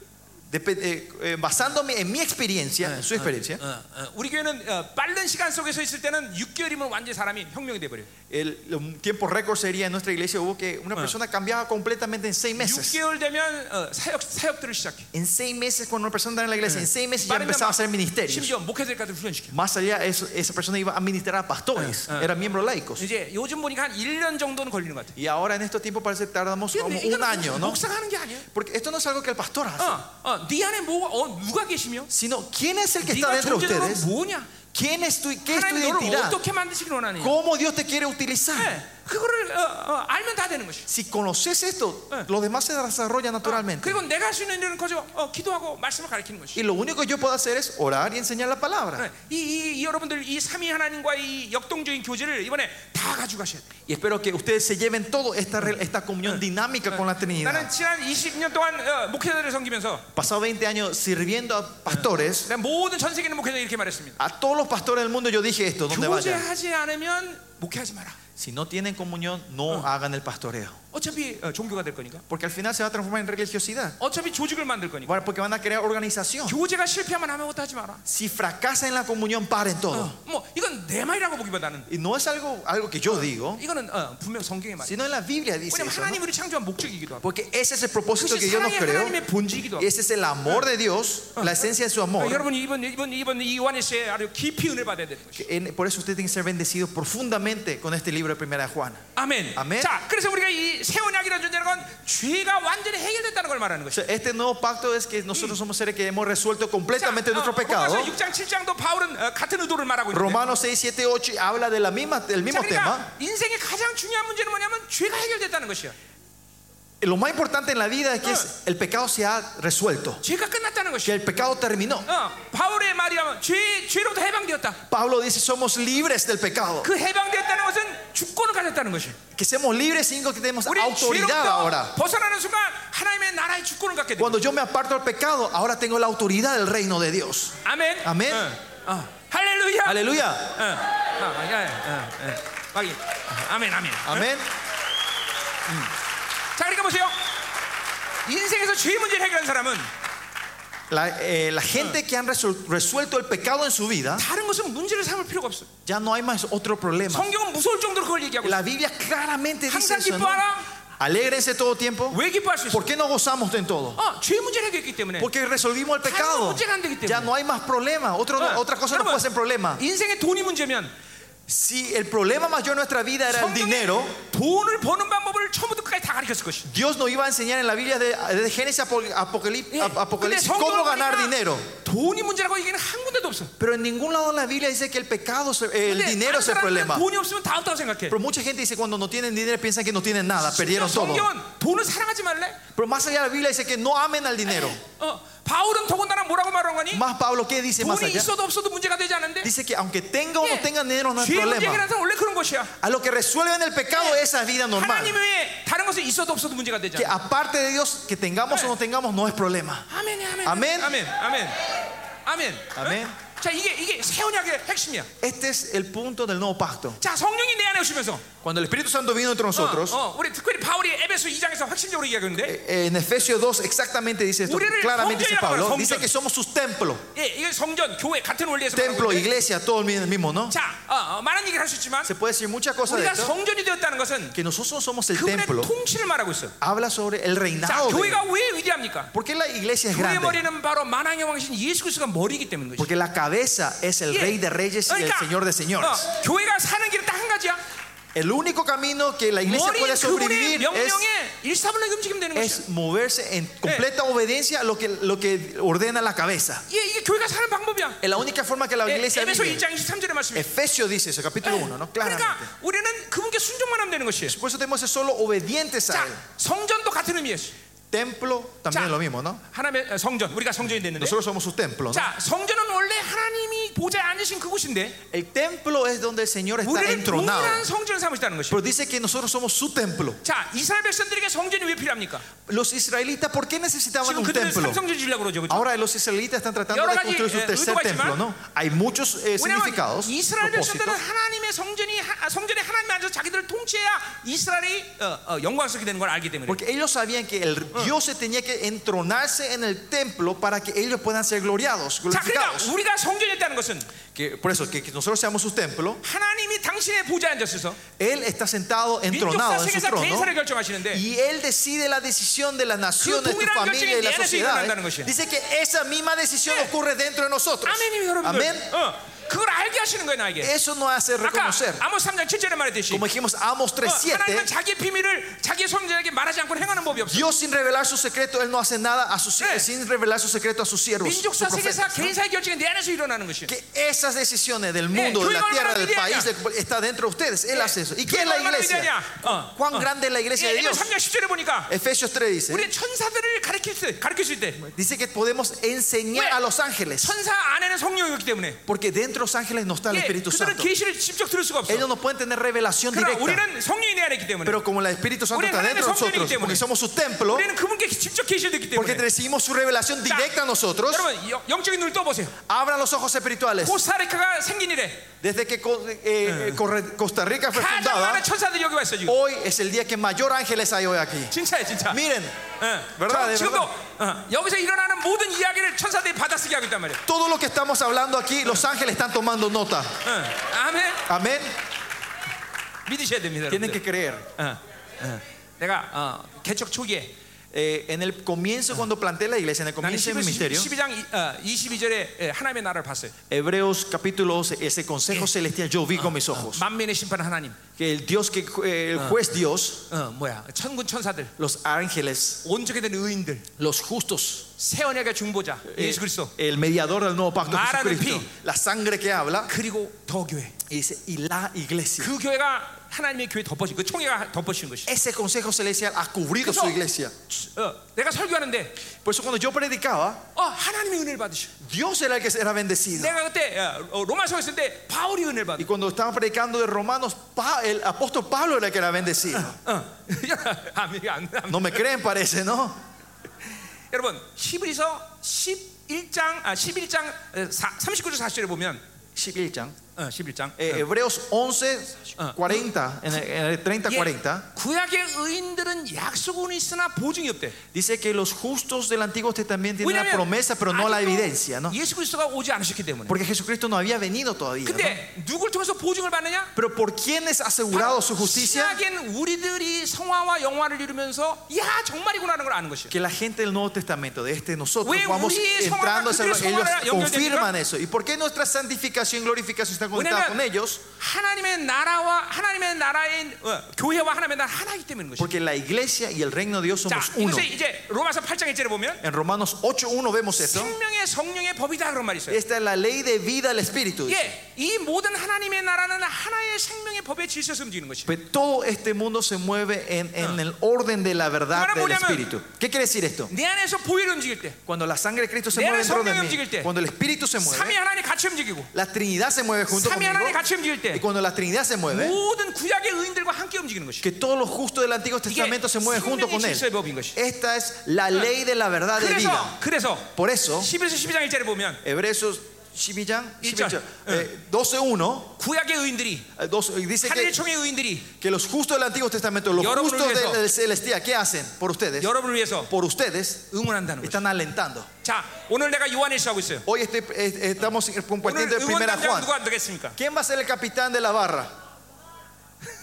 S2: Depe- eh, eh, basándome en mi experiencia, en su experiencia,
S1: 어, 어, 우리 교회는 어, 빠른 시간 속에서 있을 때는 6개월이면 완전히 사람이 혁명이 돼버려요.
S2: el, un tiempo récord sería en nuestra iglesia, hubo que una persona cambiaba completamente en seis meses.
S1: 6개월 되면 어, 사역, sa역들을 시작해.
S2: En seis meses, cuando una persona estaba en la iglesia, en seis meses ya
S1: Párenme
S2: empezaba a
S1: Eh. más.
S2: hacer ministerios.
S1: 심지어 목회자들까지 훈련시켜.
S2: Más allá, eso- esa persona iba a ministrar a
S1: Eh,
S2: pastores, era miembro laicos.
S1: 이제 요즘 보니까 한 1년 정도는 걸리는 것 같아.
S2: Y ahora en estos tiempos parece que tardamos como
S1: 근데
S2: un
S1: 이거는
S2: año, ¿no?
S1: 목사가 하는 게 아니야.
S2: Porque esto no es algo que el pastor hace,
S1: 어, 어, 네 안에 뭐, 어, 누가 계시며?
S2: sino quién es el que está
S1: 네가
S2: dentro de
S1: 존재로
S2: ustedes,
S1: 뭐냐?
S2: quién es tu, qué es tu
S1: 하나님 너를
S2: identidad,
S1: 어떻게 만드시길 원하느냐?
S2: cómo Dios te quiere utilizar.
S1: 네, 그거를 어, 어, 알면 다 되는 것이.
S2: Si conoces esto,
S1: Eh. Ah,
S2: lo demás se desarrolla naturalmente.
S1: 그리고 내가 할 수 있는 일은 거저 어, 기도하고 말씀을 가르치는 것이.
S2: Y lo único que yo puedo hacer es orar y enseñar la palabra.
S1: 네, 이, 이, 이 여러분들 이 삼위 하나님과 이 역동적인 교제를 이번에 다 가져가셔야 돼.
S2: Y espero que ustedes se lleven todo esta, re- esta
S1: Eh.
S2: comunión dinámica con la
S1: 나는
S2: Trinidad.
S1: 지난 20년 동안 어, 목회자들을 섬기면서
S2: Pasado 20 años sirviendo a pastores,
S1: 내가 모든 전 세계 있는 목회자 이렇게 말했습니다.
S2: a todos los pastores del mundo yo dije esto, donde vayan.
S1: 교제하지 않으면 목회하지 마라.
S2: Si no tienen comunión, no hagan el pastoreo.
S1: 어차피 어, 종교가 될 거니까.
S2: Porque al final se va a transformar en religiosidad.
S1: 어차피 조직을 만들 거니까.
S2: Bueno, Porque van a crear organización.
S1: 교제가 실패하면 아무것도 하지 마라.
S2: Si fracasan en la comunión, paren todo.
S1: 뭐 이건 내 말이라고 보기보다는
S2: Y no es algo, algo que yo digo,
S1: 이거는 어, 분명 성경의 말이야.
S2: sino en la Biblia dice
S1: 왜냐면
S2: eso. ¿no?
S1: 하나님 우리 창조한 목적이기도 하고.
S2: Porque ese es el propósito que
S1: 그것이
S2: Dios nos
S1: 사랑의
S2: creó.
S1: 하나님의 본질이기도 하고.
S2: Ese es el amor de Dios,
S1: Ah.
S2: la esencia de su
S1: 어,
S2: amor.
S1: 여러분 이번 이번 이번 이 요한의 시에 아주 깊이 은혜 받아야 되는 것이.
S2: Que en- por eso usted tiene que ser bendecido profundamente con este libro de Primera de Juan.
S1: 아멘.
S2: 아멘.
S1: 자, 그래서 우리가 이 새 언약이라는 존재는 건 죄가 완전히 해결됐다는 걸 말하는
S2: O
S1: 것이.
S2: sea, este nuevo pacto es que nosotros somos seres que hemos resuelto
S1: 자, 어,
S2: completamente nuestro pecado.
S1: 로마서 6장 7장도 바울은 어, 같은 의도를 말하고 있는데.
S2: Romanos 6, 7, 8 habla de la misma, del
S1: 자,
S2: mismo tema.
S1: 그러니까 인생의 가장 중요한 문제는 뭐냐면 죄가 해결됐다는 것이야.
S2: Lo más importante en la vida es que es- el pecado se ha resuelto,
S1: 죄가 끝났다는
S2: que
S1: 것이야.
S2: el pecado terminó.
S1: 어, 바울의 말이라면 죄 죄로부터 해방되었다.
S2: Pablo dice, somos libres del pecado,
S1: 그 해방되었다는 것은 주권을 가졌다는 것이.
S2: que somos libres sin que tenemos
S1: 우리
S2: autoridad
S1: 죄로부터
S2: ahora.
S1: 벗어나는 순간 하나님의 나라의 주권을 갖게 돼.
S2: Cuando yo me aparto del pecado, ahora tengo la autoridad del reino de Dios.
S1: 아멘.
S2: 아멘.
S1: 어, 어. 할렐루야.
S2: Aleluya.
S1: 어, 어, 야, 야, 어, 어. 막 이- 아멘, 아멘.
S2: Amén.
S1: 자, 그러니까 보세요. 인생에서 죄 문제를 해결한 사람은
S2: La, eh, la gente que han resol- resuelto el pecado en su vida,
S1: 다른 것은 문제를 삼을 필요가 없어.
S2: ya no hay más otro problema.
S1: 성경은 무서울 정도로 그걸 얘기하고 있어.
S2: La Biblia claramente dice
S1: 항상
S2: eso. ¿no?
S1: 기뻐하라.
S2: Alégrense todo tiempo.
S1: 왜 기뻐할 수 있어?
S2: ¿Por qué no gozamos en todo?
S1: 어, 죄 문제를 해결했기 때문에.
S2: Porque resolvimos el pecado. Ya no hay más problema. Otro,
S1: 어,
S2: otra cosa no
S1: 여러분,
S2: puede ser problema.
S1: 인생의 돈이 문제면
S2: Si el problema mayor en nuestra vida era el
S1: 성경에
S2: 네. dinero,
S1: 돈을 버는 방법을 처음부터 끝까지 다 가르쳤을 것이죠.
S2: Dios nos iba a enseñar en la Biblia de, de Génesis a Apocalip- a 예.
S1: Eh,
S2: Apocalipsis,
S1: 근데
S2: cómo ganar
S1: 보니까
S2: dinero.
S1: 돈이 문제라고 얘기는 한 군데도 없어.
S2: Pero en ningún lado de la Biblia dice que el pecado, se- el
S1: 근데
S2: dinero
S1: 다른
S2: es el
S1: 사람들은
S2: problema.
S1: 돈이 없으면 다 없다고 생각해.
S2: Pero mucha gente dice cuando no tienen dinero piensan que no tienen nada, perdieron todo.
S1: 성경은 돈을 사랑하지 말래.
S2: Pero más allá de la Biblia dice que no amen al dinero.
S1: 어, 바울은 더군다나 뭐라고 말한 거니?
S2: Más Pablo, ¿qué dice más
S1: 돈이
S2: allá?
S1: 있어도 없어도 문제가 되지 않은데.
S2: Dice que aunque tenga o no
S1: 예,
S2: tenga dinero no es
S1: 죄 문제라는
S2: problema.
S1: 사람 원래 그런 것이야.
S2: A lo que resuelven el pecado esa es vida normal.
S1: 하나님 외에 다른 것은 있어도 없어도 문제가 되지
S2: Que
S1: 않아.
S2: aparte de Dios, que tengamos o no tengamos no es problema.
S1: 아멘, 아멘,
S2: 아멘.
S1: 아멘, 아멘, 아멘.
S2: 아멘.
S1: 어? 자 이게 이게 새 언약의 핵심이야.
S2: Este es el punto del nuevo pacto.
S1: 자 성령이 내 안에 오시면서 어,
S2: Cuando el Espíritu Santo vino entre nosotros,
S1: 어, 우리 특별히 바울이 에베소 2장에서 확신적으로 얘기하고 있는데
S2: eh, en Efesios 2 exactamente dice esto,
S1: 우리를
S2: claramente dice
S1: 성전이라고
S2: Pablo,
S1: 해요,
S2: dice
S1: 성전.
S2: que somos sus templos,
S1: 예, 이게 성전, 교회 같은 원리에서
S2: templo,
S1: 말하고 있는데,
S2: iglesia, todo el mismo, ¿no?
S1: 자 어, 어, 많은 얘기를 할 수 있지만
S2: Se puede decir muchas cosas de
S1: 우리가
S2: esto,
S1: 성전이 되었다는 것은
S2: que nosotros somos el
S1: 그분의
S2: templo,
S1: 통치를 말하고 있어요.
S2: habla sobre el
S1: 자
S2: reinado. De,
S1: 교회가 왜 위대합니까?
S2: ¿Por qué la iglesia es
S1: 교회
S2: grande?
S1: 머리는 바로 만왕의 왕이신 예수 그리스도가 머리이기 때문인 거죠.
S2: Porque la cabeza es el Ah.
S1: 예.
S2: rey de reyes y el
S1: 그러니까,
S2: señor de señores.
S1: 어, 교회가 사는 길은 딱 한 가지야.
S2: El único camino que la iglesia
S1: 머리
S2: puede
S1: 그분의
S2: sobrevivir es,
S1: 명령에 일사분란하게 움직이면 되는 것이야.
S2: es moverse en completa obediencia a lo que, lo que ordena la cabeza.
S1: 예, 이게 교회가 사는 방법이야.
S2: Es la única forma que la
S1: 예,
S2: iglesia
S1: 에베소
S2: vive.
S1: 1장 23절의 말씀이.
S2: Efesios dice eso, capítulo 1, ¿no? Claramente.
S1: 그러니까 우리는 그분께 순종만 하면 되는 것이에요.
S2: Por eso tenemos que ser solo obedientes a
S1: 자,
S2: Él.
S1: 성전도 같은 의미예요.
S2: Templo también
S1: 자.
S2: es lo mismo, ¿no?
S1: 하나님의 어, 성전, 우리가 성전이 됐는데.
S2: Nosotros somos su templo, ¿no?
S1: 자, 성전은 원래 하나님이 보좌에 앉으신 그곳인데
S2: El templo es donde el Señor está
S1: 우리는
S2: entronado.
S1: 동일한 성전을 삼으시다는 것이에요.
S2: Pero dice que nosotros somos su templo.
S1: 자, 이스라엘 백성들에게 성전이 왜 필요합니까?
S2: Los israelitas, ¿por qué necesitaban
S1: 지금
S2: un
S1: 그들은
S2: templo?
S1: 삼성전 지려고 그러죠. 그죠?
S2: Ahora los israelitas están tratando
S1: 여러
S2: de
S1: 가지,
S2: construir
S1: eh,
S2: su tercer
S1: 의도가
S2: templo,
S1: 있지만
S2: ¿no? Hay muchos eh,
S1: 왜냐하면
S2: significados,
S1: 이스라엘 백성들은
S2: propósitos.
S1: 하나님의 성전이 하- 아, 성전에 하나님 앉아서 자기들을 통치해야 이스라엘이 어, 어, 영광스럽게 되는 걸 알기 때문에
S2: Porque ellos sabían que el Dios se tenía que entronarse en el templo para que ellos puedan ser gloriados,
S1: 자 그러니까
S2: glorificados.
S1: 우리가 성전이었다는 것은
S2: Que, por eso, que, que nosotros seamos su templo,
S1: 하나님이 당신의 보좌에 앉아서
S2: Él está sentado,
S1: 민족사
S2: entronado en su
S1: 세계사
S2: trono.
S1: 대사를 결정하시는데
S2: Y Él decide la decisión de las naciones,
S1: 그
S2: de tu
S1: 동일한
S2: familia y
S1: 결정이 내
S2: la
S1: 안에서 일어난다는 것이야.
S2: sociedad. ¿eh? Dice que esa misma decisión ocurre dentro de nosotros.
S1: 아멘이 여러분들
S2: Amén.
S1: 어, 그걸 알게 하시는 거예요 나에게
S2: Eso nos hace
S1: 아까
S2: reconocer.
S1: 아모스 3장 7절에 말했듯이
S2: Como dijimos, Amos
S1: 어, 하나님은
S2: 3.7,
S1: 자기의 비밀을 자기의 성전에게 말하지 않고 행하는 법이 없어
S2: Dios sin revelar su secreto, Él no hace nada a sus,
S1: 네.
S2: sin revelar su secreto a sus siervos. sus
S1: 민족사 세계사
S2: profetas.
S1: 개인사의 결정이 내 안에서 일어나는 것이에요
S2: Que esas decisiones del mundo, de
S1: 교회가
S2: la tierra,
S1: 얼마나
S2: del
S1: 위대하냐?
S2: país, del- está dentro de ustedes.
S1: Eh,
S2: Él hace eso. ¿Y qué es
S1: 교회가
S2: la
S1: 예. 얼마나
S2: iglesia?
S1: 위대하냐 어,
S2: ¿Cuán
S1: 어.
S2: grande es la iglesia
S1: 예,
S2: de
S1: 에베소
S2: Dios?
S1: 3장 10절에 보니까
S2: Efesios 3 dice,
S1: 우리 천사들을 가르칠 수 가르칠 수 있대.
S2: dice que podemos enseñar
S1: 왜?
S2: a los ángeles.
S1: 천사 안에는 성령이기 때문에.
S2: Porque dentro de los ángeles no está el
S1: 예,
S2: Espíritu
S1: 그들은
S2: Santo.
S1: 계시를 직접 들을 수가 없어.
S2: Ellos no pueden tener revelación
S1: 그러나
S2: directa.
S1: 우리는 성령이 내 안에 있기 때문에.
S2: Pero como el Espíritu Santo
S1: 우리는
S2: está dentro de
S1: 하나님의 성전이기
S2: nosotros,
S1: 때문에.
S2: porque somos su templo,
S1: 우리는 그분께 직접 계시를 듣기
S2: porque
S1: 때문에.
S2: recibimos su revelación
S1: 자,
S2: directa a nosotros,
S1: 여러분 영- 영적인 눈을 떠보세요.
S2: abran los ojos espirituales.
S1: 코스타리카가 생긴 이래
S2: Desde que Co- eh, Corre- Costa Rica fue
S1: 가장 많은
S2: fundada,
S1: 천사들이 여기 왔어 지금.
S2: hoy es el día que mayor ángeles hay hoy aquí.
S1: 진짜야 진짜.
S2: Miren,
S1: 예.
S2: verdad,
S1: 저
S2: es
S1: 지금도
S2: verdad.
S1: 어, 여기서 일어나는 모든 이야기를 천사들이 받아쓰게 하고 있단 말이야.
S2: Todo lo que estamos hablando aquí, los ángeles están tomando nota.
S1: 예. 아멘.
S2: Amén.
S1: 믿으셔야 됩니다.
S2: Tienen
S1: 여러분들.
S2: que creer.
S1: 어, 어. 내가 어, 개척 초기에
S2: Eh, en el comienzo, cuando planteé la iglesia, en el
S1: 나는
S2: comienzo de mi ministerio,
S1: 12장 어, 22절에 예, 하나님의 나라를 봤어요.
S2: Hebreos capítulo 11, ese consejo celestial yo vi con mis ojos.
S1: 만민의 심판 하나님.
S2: Que el Dios, que eh, el juez Dios,
S1: 어, 뭐야? 천군 천사들,
S2: los ángeles,
S1: 온전히 된 의인들,
S2: los justos,
S1: 새 언약의 중보자
S2: eh,
S1: 예수 그리스도.
S2: el mediador del nuevo pacto
S1: Maravilloso.
S2: Jesucristo, la sangre que habla,
S1: 그리고 더 교회.
S2: y dice, y la iglesia.
S1: 그 교회가 하나님의 교회 덮어진 그 총회가 덮어진 것이.
S2: Ese consejo celestial ha cubrido su
S1: Eso.
S2: iglesia.
S1: 어, 내가 설교하는데
S2: Por eso cuando yo predicaba,
S1: 어, 하나님의 은혜를 받으셔.
S2: Dios era el que era bendecido.
S1: 내가 그때 어, 어, 로마서에 있을 때 바울이 은혜를
S2: Y
S1: 받아.
S2: cuando estaba predicando de Romanos, Pa- el apóstol Pablo era el que era bendecido.
S1: 어. 아멘. 안, 안,
S2: No me creen, parece, ¿no?
S1: 여러분 히브리서 11장 아 11장 39절 40절에 보면 어, 11장
S2: Eh, Hebreos 11, 40, en el, en el 30, 40.
S1: 예, 구약의 의인들은 약속은 있으나 보증이 없대.
S2: Dice que los justos del Antiguo Testamento tienen la
S1: 왜냐면
S2: promesa, pero no la
S1: 아직도
S2: evidencia, ¿no?
S1: 예수 그리스도가 오지 않으셨기 때문에.
S2: Porque Jesucristo no había venido todavía. ¿no?
S1: 근데 누굴 통해서 보증을 받느냐?
S2: Pero ¿por quién es asegurado
S1: 바로
S2: su justicia?
S1: 신약엔 우리들이 성화와 영화를 이루면서 야 정말이구나 하는 걸 아는 것이에요.
S2: Que la gente del Nuevo Testamento, de este nosotros,
S1: 왜
S2: vamos
S1: 우리의
S2: entrando,
S1: 성화가
S2: a ese-
S1: 그들의
S2: ellos
S1: 성화랑 연결됩니까?
S2: confirman eso. ¿Y por qué nuestra santificación y glorificación está está conectada con ellos,
S1: 하나님의 나라와 하나님의 나라인 어, 교회와 하나님의 나라 하나이기 때문인 것이죠.
S2: porque la iglesia y el reino de Dios
S1: 자,
S2: somos uno.
S1: 이것을 이제 로마서 8장 1절에 보면
S2: En Romanos 8.1 vemos esto.
S1: 생명의 성령의 법이다 그런 말이 있어요.
S2: Esta es la ley de vida del Espíritu.
S1: 예, 이 모든 하나님의 나라는 하나의 생명의 법의 질서에서 움직이는 것이죠.
S2: Pero todo este mundo se mueve en, en el orden de la verdad
S1: Ahora
S2: del
S1: volvemos.
S2: Espíritu. ¿Qué quiere decir esto?
S1: 내 안에서 보혈이 움직일 때,
S2: Cuando la sangre de Cristo se
S1: Nere
S2: mueve dentro de
S1: 성령이
S2: mí,
S1: 움직일 때.
S2: cuando el Espíritu se
S1: 삼위
S2: mueve,
S1: 하나님 같이 움직이고,
S2: la Trinidad se mueve junto
S1: 삼위
S2: conmigo.
S1: 하나님 같이 움직일
S2: Y
S1: 때
S2: cuando la Trinidad se mueve,
S1: 모든 구약의 의인들과 함께 움직이는 것이죠.
S2: que todos los justos del Antiguo
S1: 그
S2: Testamento se mueven junto
S1: 생명의
S2: con
S1: 질서의
S2: Él.
S1: 법인 것이죠.
S2: Esta es la ley de la
S1: 예,
S2: verdad de vida.
S1: 그래서 그래서
S2: Por eso,
S1: 11에서 12장 1절에 보면
S2: Hebreos 11,
S1: Ichang.
S2: 11, eh, 12.1
S1: 구약의 의인들이
S2: eh, 12, dice que,
S1: 하늘총의 의인들이
S2: que los justos del Antiguo Testamento, los
S1: Yorobul
S2: justos
S1: 위해서.
S2: del, del celestial, ¿qué hacen por ustedes?
S1: 여러분을 위해서
S2: Por ustedes
S1: 응원한다는 거죠.
S2: están alentando.
S1: 자, o늘 내가 요한일서 하고 있어요.
S2: Hoy estoy- eh, estamos
S1: 오늘
S2: compartiendo el primera
S1: 응원단장
S2: Juan.
S1: 누가 되겠습니까?
S2: ¿Quién va a ser el capitán de la barra?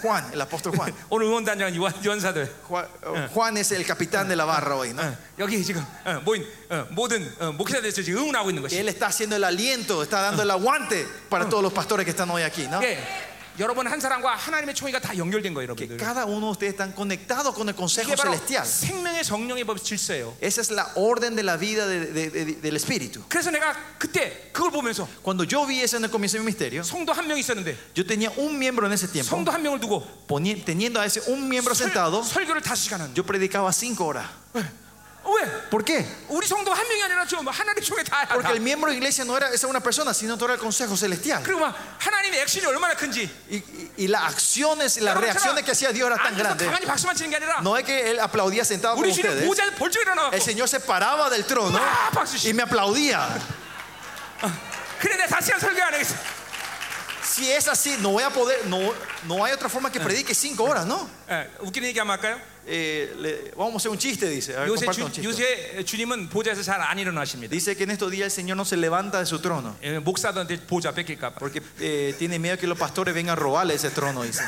S2: Juan, el apóstol Juan.
S1: 오늘 응원단장은 요한 요한사들.
S2: Juan, eh, Juan es el capitán de la barra hoy, ¿no?
S1: 어, 여기 지금 어, 모인 어, 모든 어, 목회자들에서 지금 응원하고 있는 것이.
S2: Él está haciendo el aliento, está dando el aguante para todos los pastores que están hoy aquí, ¿no?
S1: 예. 여러분 한 사람과 하나님의 총이가 다 연결된 거예요,
S2: Que
S1: 여러분들.
S2: cada uno de ustedes están conectados con el
S1: 이게
S2: consejo
S1: 바로
S2: celestial.
S1: 생명의 성령의 법 질서예요.
S2: Esa es la orden de la vida de- de- de- de- del Espíritu.
S1: 그래서 내가 그때 그걸 보면서
S2: Cuando yo vi eso en el comienzo de mi misterio,
S1: 성도 한 명 있었는데
S2: yo tenía un miembro en ese tiempo.
S1: 성도 한 명을 두고
S2: Poni- Teniendo a ese un miembro
S1: 설,
S2: sentado,
S1: 설교를 다섯 시간 하는.
S2: yo predicaba cinco horas.
S1: 왜?
S2: ¿Por qué?
S1: 우리 성도 한 명이 아니라 지금 하나님 총에 다. 다.
S2: Porque el miembro de iglesia no era esa una persona, sino todo era el consejo celestial.
S1: 그리고 막 하나님의 액션이 얼마나 큰지.
S2: Y, y- y las acciones, las
S1: 여러분,
S2: reacciones que hacía Dios era tan
S1: 앉아서
S2: grande.
S1: 가만히 박수만 치는 게 아니라
S2: No es que él aplaudía sentado con
S1: 우리 주님
S2: ustedes.
S1: 모자에 벌쩍 일어나고
S2: El Señor se paraba del trono
S1: 와, 박수 씨.
S2: y me aplaudía.
S1: 그래 내가 다시 한 설교 안 하겠어.
S2: Si es así, no voy a poder, no, no hay otra forma que predique cinco horas, ¿no?
S1: 예, 웃기는 얘기 한번 할까요?
S2: Eh, le- vamos a hacer un chiste, dice. A ver,
S1: 요새,
S2: comparta
S1: 주,
S2: un chiste.
S1: 요새 주님은 보좌에서 잘 안 일어나십니다.
S2: Dice que en estos días el Señor no se levanta de su trono.
S1: 예, 목사들한테 보좌 뺏길까 봐.
S2: Porque eh, tiene miedo que los pastores vengan a robarle ese trono, dice.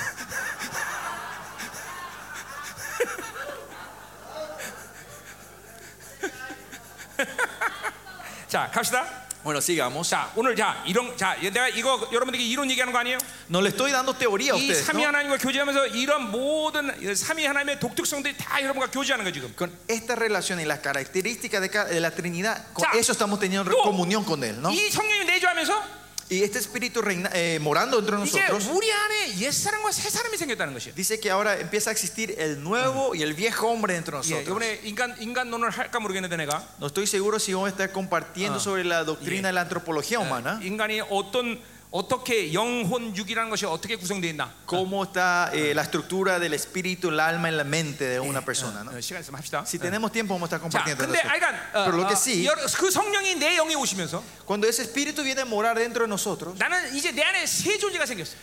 S1: 자 갑시다.
S2: Bueno, sigamos.
S1: 자 오늘 자 이런 자 예, 내가 이거 여러분들에게 이런 얘기하는 거 아니에요?
S2: No le estoy dando teoría a
S1: 이
S2: ustedes. ¿no?
S1: 삼위 하나님과 교제하면서 이런 모든 삼위 하나님의 독특성들이 다 여러분과 교제하는 거예요 지금.
S2: Con esta relación y las características de, ca- de la Trinidad, con
S1: Ya.
S2: eso estamos teniendo
S1: Tú.
S2: comunión con Él, ¿no?
S1: 이 성령이 내주하면서
S2: Y este espíritu reina, eh, morando entre
S1: 이제
S2: nosotros
S1: 우리 안에 옛 사람과 새 사람이 생겼다는 것이에요.
S2: dice que ahora empieza a existir el nuevo y el viejo hombre dentro de
S1: 예,
S2: nosotros.
S1: 이번에 인간 인간론을 할까 모르겠는데 내가
S2: No estoy seguro si vamos a estar compartiendo sobre la doctrina de la antropología humana,
S1: 인간이 어떤 어떻게 영혼 육이라는 것이 어떻게 구성되어 있나
S2: cómo está eh, la estructura del espíritu, el alma y la mente de una persona. ¿no?
S1: 어, 시간 있으면 합시다.
S2: Si tenemos tiempo vamos a estar
S1: 자,
S2: compartiendo.
S1: 근데
S2: eso.
S1: 아이간 어,
S2: Pero lo
S1: 어,
S2: que sí,
S1: 여러- 그 성령이 내 영에 오시면서
S2: cuando ese espíritu viene a morar dentro de nosotros,
S1: 나는 이제 내 안에 새 존재가 생겼어.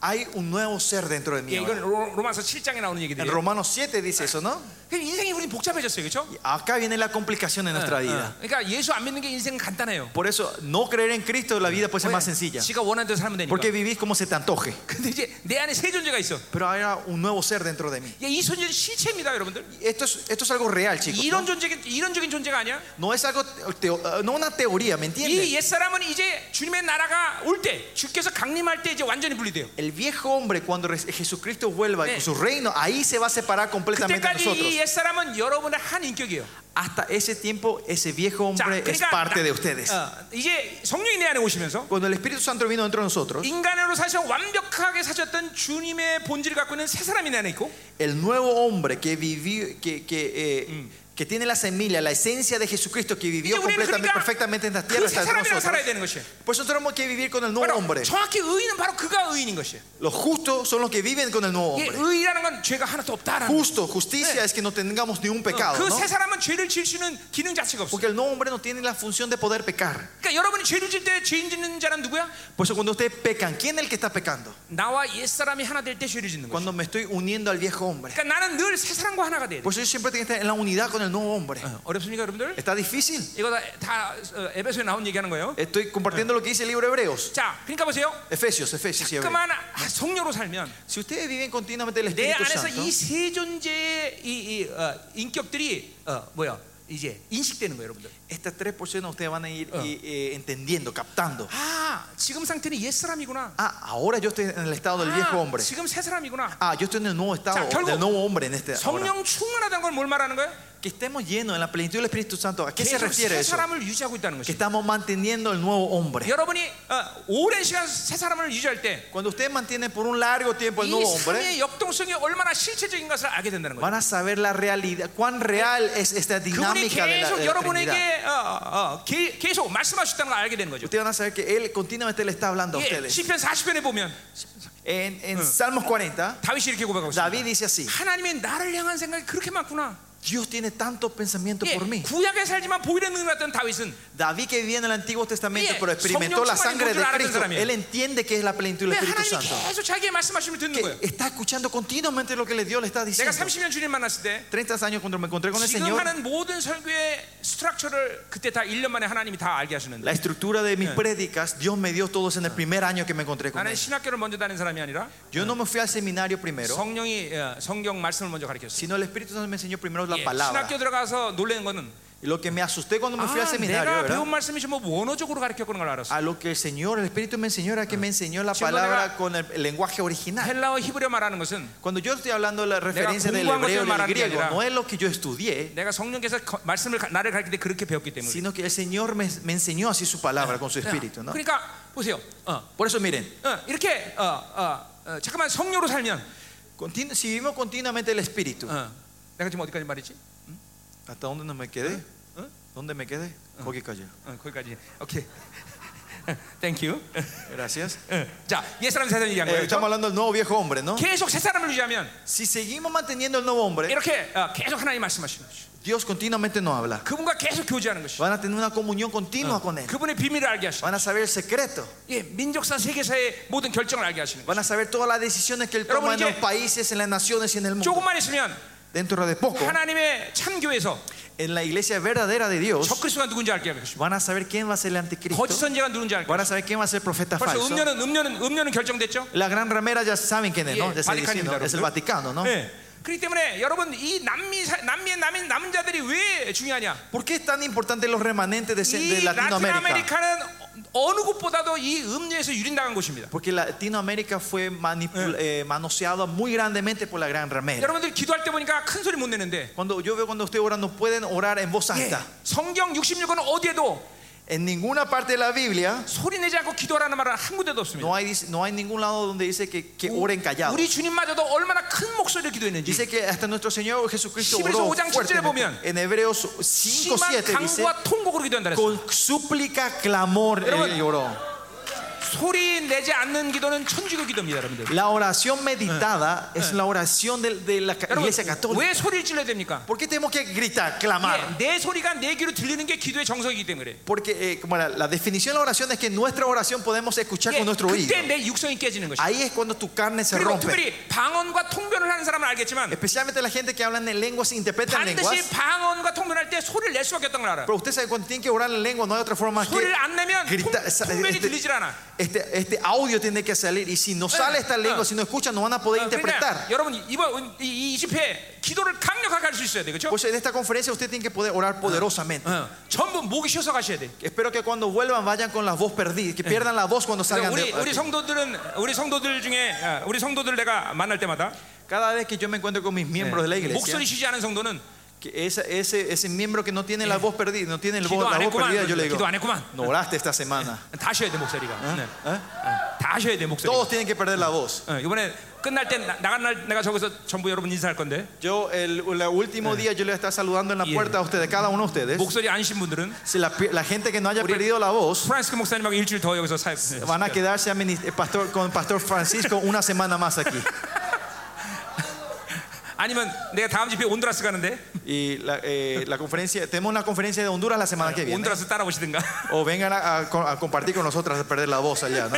S2: hay un nuevo ser dentro de mí.
S1: 예, 이건
S2: ahora.
S1: 로, 로마서 7장에 나오는
S2: En
S1: 얘기들이에요.
S2: Romanos 7 dice eso, ¿no?
S1: 그럼 인생이 우린 복잡해졌어요, 그렇죠?
S2: Y Acá viene la complicación en nuestra vida.
S1: 그러니까 예수 안 믿는 게 인생 은 간단해요.
S2: Por eso, no creer en Cristo la vida puede ser más sencilla.
S1: 지가 원하는 대로 살면 되니까.
S2: Porque vivís como se te antoje.
S1: 근데 이제 내 안에 새 존재가 있어.
S2: Pero hay un nuevo ser dentro de mí.
S1: 예, 이 존재는 실체입니다, 여러분들.
S2: Esto es, esto es algo real, chicos.
S1: 이런
S2: ¿no?
S1: 존재긴 이런적인 존재가 아니야.
S2: No es algo, teo- no una teoría, ¿me
S1: 이
S2: entiendes?
S1: 옛사람은 이제 주님의 나라가 올 때, 주께서 강림할 때 이제 완전히 분리돼요.
S2: El viejo hombre, cuando res- Jesucristo vuelva
S1: Sí.
S2: con su reino, ahí se va a separar completamente de
S1: 그때까지
S2: nosotros.
S1: 이 옛사람은 여러분의 한 인격이에요.
S2: Hasta ese tiempo, ese viejo
S1: 자,
S2: hombre es
S1: 그러니까
S2: parte
S1: 나-
S2: de ustedes.
S1: 어, 이제 성령이 내 안에 오시면서
S2: Cuando el Espíritu Santo vino dentro de nosotros,
S1: 인간으로 사실 완벽하게 사셨던 주님의 본질을 갖고 있는 새 사람이 내 안에 있고
S2: el nuevo hombre que vivió, que, que, eh, que tiene la semilla, la esencia de Jesucristo que vivió
S1: 이제 우리는
S2: completamente,
S1: 그러니까
S2: perfectamente en la tierra,
S1: 그 새
S2: está dentro de
S1: 사람이랑
S2: nosotros.
S1: 살아야 되는 것이에요.
S2: Por eso tenemos que vivir con el nuevo 어, hombre.
S1: 바로 정확히 의인은 바로 그가 의인인 것이에요.
S2: Los justos son los que viven con el nuevo
S1: 예,
S2: hombre.
S1: 의라는 건 죄가 하나도 없다라는. 거예요.
S2: Justo, justicia es que no tengamos ni un pecado.
S1: 그
S2: ¿no?
S1: 새 사람은 죄를 지을 수 있는 기능 자체가 없어.
S2: Porque el nuevo hombre no tiene la función de poder pecar.
S1: 그러니까 여러분이 죄를 지을 때 죄인 짓는 자는 누구야?
S2: Por eso cuando ustedes pecan, ¿quién es el que está pecando?
S1: 나와 옛 사람이 하나 될 때 죄를 짓는 거야.
S2: Cuando me estoy uniendo al viejo hombre.
S1: 그러니까 나는 늘 새 사람과 하나가 돼야 돼.
S2: Por eso yo siempre tengo que estar en la unidad con el nuevo hombre.
S1: 어렵습니까, 여러분들?
S2: Está difícil.
S1: 이거 다, 다 어, 에베소에 나온 얘기하는 거예요.
S2: Estoy compartiendo lo que dice el libro de Hebreos.
S1: 자, 그러니까 보세요.
S2: Efesios, Efesios y Hebreos.
S1: 그만 아, 성령으로 살면
S2: Si ustedes viven continuamente el
S1: 내
S2: Espíritu
S1: 안에서
S2: Santo,
S1: 이 세 존재의 이, 이, 어, 인격들이 어, 뭐야 이제 인식되는 거예요, 여러분들.
S2: Estas este tres porciones ustedes van a ir y, eh, entendiendo, captando.
S1: 아, 지금 상태는 옛 사람이구나.
S2: Ah, ahora yo estoy en el estado del viejo
S1: 아,
S2: hombre.
S1: 지금 새 사람이구나.
S2: Ah, yo estoy en el nuevo estado
S1: 자, 결국
S2: del nuevo hombre en este ahora.
S1: 성령 충만하다는 건 뭘 말하는 거예요?
S2: Que estemos llenos en la plenitud del Espíritu Santo. ¿A qué se
S1: 계속
S2: refiere
S1: 새
S2: eso?
S1: 사람을 유지하고 있다는 것이.
S2: Que estamos manteniendo el nuevo hombre.
S1: 여러분이 어, 오랜 시간 새 사람을 유지할 때 이
S2: Cuando ustedes mantienen por un largo tiempo el nuevo hombre,
S1: 삶의 역동성이 얼마나 실체적인 것을 알게 된다는 거예요.
S2: van a saber la realidad, cuán real es esta
S1: 그분이
S2: dinámica
S1: 계속
S2: de la, de la Trinidad.
S1: 여러분에게 어, 어, 어, 게- 계속 말씀하셨다는 걸 알게 되는 거죠.
S2: Ustedes van a saber que Él continuamente le está hablando a
S1: 예,
S2: ustedes.
S1: 시편 40편에 보면
S2: En, en Salmos 40,
S1: 다윗이 이렇게 고백하고
S2: David
S1: 있습니다.
S2: dice así:
S1: 하나님의 나를 향한 생각이 그렇게 많구나.
S2: Dios tiene tantos pensamientos
S1: 예,
S2: por mí.
S1: 구약에 살지만 보일의 능력했던 다윗은
S2: David que vivía en el Antiguo Testamento,
S1: Yeah,
S2: pero experimentó la
S1: 성령 충만이
S2: sangre
S1: 뭔줄
S2: de
S1: 알았던
S2: Cristo.
S1: 사람이에요.
S2: Él entiende que es la plenitud
S1: 왜
S2: del Espíritu
S1: 하나님이
S2: Santo.
S1: 계속 자기의 말씀하시면 듣는 거예요. 예.
S2: Que está escuchando continuamente lo que le Dios le está
S1: 내가
S2: diciendo.
S1: 30년 주님 만났을 때
S2: 30 años cuando me encontré con el
S1: 지금
S2: Señor,
S1: 하는 모든 설교의 스트럭처를 그때 다 1년 만에 하나님이 다 알게 하시는데
S2: la estructura de mis prédicas, Dios me dio todos en el primer año que me encontré con
S1: 나는
S2: Él.
S1: 신학교를 먼저 다닌 사람이 아니라
S2: Yo no me fui al seminario primero,
S1: 성령이 어, 성경 말씀을 먼저 가르쳤어요.
S2: sino el Espíritu Santo me enseñó primero la
S1: 예,
S2: palabra.
S1: 신학교 들어가서 놀라는 거는
S2: Y Lo que me asusté cuando me fui
S1: 아,
S2: al seminario,
S1: 내가
S2: ¿verdad?
S1: 배운 말씀이 뭐 원어적으로 가르쳤구나 걸 알았어.
S2: A lo que el Señor, el Espíritu me enseñó era que me enseñó la
S1: Sí, bueno,
S2: palabra
S1: 내가-
S2: con el, el lenguaje original.
S1: 헬라어 히브리어 말하는 것은
S2: Cuando yo estoy hablando de la referencia del
S1: 공부한
S2: hebreo
S1: 것을
S2: y del
S1: 말하는 게
S2: griego,
S1: 아니라-
S2: no es lo que yo estudié,
S1: 내가 성령께서 거- 말씀을 가- 나를 가르칠 때 그렇게 배웠기 때문에.
S2: sino que el Señor me, me enseñó así su palabra con su espíritu. ¿no?
S1: 그러니까 보세요. 어, 어,
S2: Por eso miren,
S1: 이렇게 어, 어, 어, 잠깐만 성령으로 살면
S2: continu- si vivimos continuamente el espíritu,
S1: 어, 내가 지금 어디까지 말했지?
S2: ¿hasta dónde no me quedé?
S1: ¿Eh?
S2: ¿Dónde me quedé? Porque cayó.
S1: 어, 거기까지. 오케이. Thank you. 어,
S2: Gracias.
S1: 자, 옛사람 세상 얘기한
S2: Eh,
S1: 거예요.
S2: estamos
S1: 그렇죠?
S2: hablando del nuevo viejo hombre, ¿no?
S1: 계속 새 사람을 유지하면
S2: Si seguimos manteniendo el nuevo hombre,
S1: 이렇게 어, 계속 하나님 말씀하시는 것이.
S2: Dios continuamente nos habla.
S1: 그분과 계속 교제하는 것이.
S2: Van a tener una comunión continua con Él.
S1: 그분의 비밀을 알게 하시는.
S2: Van a saber el secreto.
S1: 예, 민족사 세계사의 모든 결정을 알게 하시는. 거예요.
S2: Van a saber todas las decisiones que Él
S1: Pero
S2: toma en
S1: bueno,
S2: los
S1: ya-
S2: países, en las naciones y en el mundo.
S1: 조금만 있으면
S2: Dentro de poco,
S1: 하나님의 참 교회에서
S2: en la iglesia verdadera de Dios,
S1: 적그리스도가 누군지 알게 할 것입니다.
S2: van a saber quién va a ser el anticristo.
S1: 거짓 선지가 누군지 알게.
S2: Van a saber quién va a ser el profeta
S1: 벌써
S2: falso.
S1: 음료는 음료는 음료는 결정됐죠?
S2: La gran ramera ya saben quién es, ¿no? Ya se dice, ¿no? Es el Vaticano, ¿no?
S1: 예. 그렇기 때문에 여러분 이 남미 사- 남미의 남인 남자들이 왜 중요하냐?
S2: ¿Por qué es tan importante los remanentes de, se- de
S1: 이 라틴
S2: Latinoamérica?
S1: 아메리카는 어느 곳보다도 이 음료에서 유린당한 곳입니다.
S2: Porque Latinoamérica fue manipul- eh, manoseada muy grandemente por la gran ramera.
S1: 여러분들 기도할 때 보니까 큰 소리 못 내는데 예.
S2: Cuando yo veo cuando ustedes oran, no pueden orar en
S1: 아,
S2: voz alta.
S1: 성경 66권은 어디에도
S2: En ninguna parte de la Biblia
S1: 소리 내지 않고 기도하라는 말은 한 군데도 없습니다.
S2: no hay, dice- no hay ningún lado donde dice que, que oren callados.
S1: 우리 주님마저도 얼마나 큰 목소리로 기도했는지
S2: Dice que hasta nuestro Señor Jesucristo
S1: Hebreos
S2: oró
S1: 5:7
S2: fuertemente.
S1: 보면,
S2: En Hebreos 5,
S1: 심한
S2: 7 dice,
S1: 강구와 통곡으로 기도한다 그랬어요.
S2: con súplica, clamor, eh,
S1: 여러분,
S2: él oró.
S1: 소리 내지 않는 기도는 천주교 기도입니다, 여러분들.
S2: La oración meditada es la oración del- de, la ca-
S1: 여러분
S2: iglesia católica.
S1: 왜 소리를 질러야 됩니까?
S2: ¿Por qué tenemos que gritar,
S1: 예,
S2: clamar?
S1: 내 소리가 내 귀로 들리는 게 기도의 정석이기 때문에 그래.
S2: Porque eh, como la, la definición de la oración es que nuestra oración podemos escuchar
S1: 예,
S2: con nuestro oído.
S1: 그때 내 육성이 깨지는 것이.
S2: Ahí es cuando tu carne se
S1: 그리고
S2: rompe.
S1: 특별히 방언과 통변을 하는 사람은 알겠지만
S2: Especialmente la gente que habla en lenguas, interpreta en lenguas.
S1: 반드시 방언과 통변할 때 소리를 낼 수밖에 없다는 걸 알아.
S2: Pero usted sabe cuando tiene que orar en lengua, no hay otra forma más que
S1: 소리를 안 내면 통-
S2: gritar. esa-
S1: 통변이
S2: Este,
S1: 들리질 않아.
S2: este, este audio tiene que salir. Y si no sale esta lengua, si no escuchan, no van a poder
S1: 어, 그러니까
S2: interpretar.
S1: 여러분 이번 이, 이 집회 기도를 강력하게 할 수 있어야 돼, 그렇죠? 어,
S2: Pues en esta conferencia usted tiene que poder orar
S1: Ah.
S2: poderosamente.
S1: 전부 목이 쉬어서 가셔야 돼.
S2: Espero que cuando vuelvan vayan con la voz perdida, que pierdan la voz cuando
S1: 그래서
S2: salgan
S1: 그러니까 우리 우리
S2: de.
S1: 성도들은 우리 성도들 중에 어, 우리 성도들 내가 만날 때마다
S2: Cada vez que yo me encuentro con mis miembros de la iglesia,
S1: 목소리 쉬지 않은 성도는
S2: que esa- ese, ese miembro que no tiene la voz perdida, no tiene el
S1: 기도
S2: voz- la
S1: 안
S2: voz
S1: 했구만.
S2: perdida, yo le digo,
S1: 기도 안 했구만.
S2: no oraste esta semana.
S1: 다 쉬어야 돼 목소리가. 네.
S2: ¿Eh?
S1: 다 하셔야 돼 목소리.
S2: Todos tienen que perder la voz.
S1: 어, 이번에 끝날 때 나- 나간 날 내가 저기서 전부 여러분 인사할 건데
S2: Yo el, el último día yo le voy a estar saludando en la
S1: Yeah.
S2: puerta a ustedes, cada uno de ustedes.
S1: 목소리 안 신 분들은
S2: Si la, pi- la gente que no haya perdido la voz
S1: 프란스크 목사님하고 일주일 더 여기서 살. 네.
S2: van a quedarse a minis- eh, pastor, con Pastor Francisco una semana más aquí.
S1: 아니면 내가 다음 집회 온드라스 가는데
S2: Y la, eh, la conferencia, tenemos una conferencia de Honduras la semana que viene.
S1: 뭐 온드라스 따라 오시든가
S2: O vengan a, a co- a compartir con nosotras a perder la voz allá, ¿no?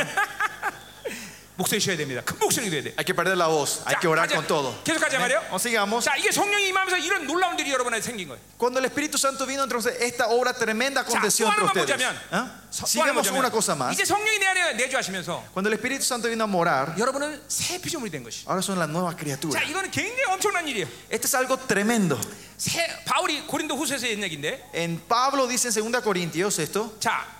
S1: 목소리 쉬어야 됩니다. 큰 목소리 돼야 돼.
S2: Hay que perder la voz, hay
S1: Ya,
S2: que orar
S1: vaya.
S2: con todo.
S1: ¿Quieres que haya
S2: Amén.
S1: Mario?
S2: O sigamos.
S1: 자 이게 성령이 임하면서 이런 놀라운 일이 여러분한테 생긴 거예요.
S2: Cuando el Espíritu Santo vino, entonces esta obra tremenda aconteció
S1: Ya,
S2: entre
S1: ¿cuál
S2: ustedes.
S1: vamos
S2: ¿Ah?
S1: 서-
S2: Sigamos
S1: 또한
S2: una
S1: 가지
S2: cosa más.
S1: 뭐 이제 성령이 내 안에 내주하시면서
S2: Cuando el Espíritu Santo vino a morar,
S1: 여러분은 새 피조물이 된 것이.
S2: ahora son las nuevas
S1: 자
S2: criaturas.
S1: 이거는 굉장히 엄청난 일이에요.
S2: Esto es algo tremendo.
S1: 세, 바울이 고린도 후서에서 했 얘기인데
S2: En Pablo dice en 2 Corintios esto.
S1: 자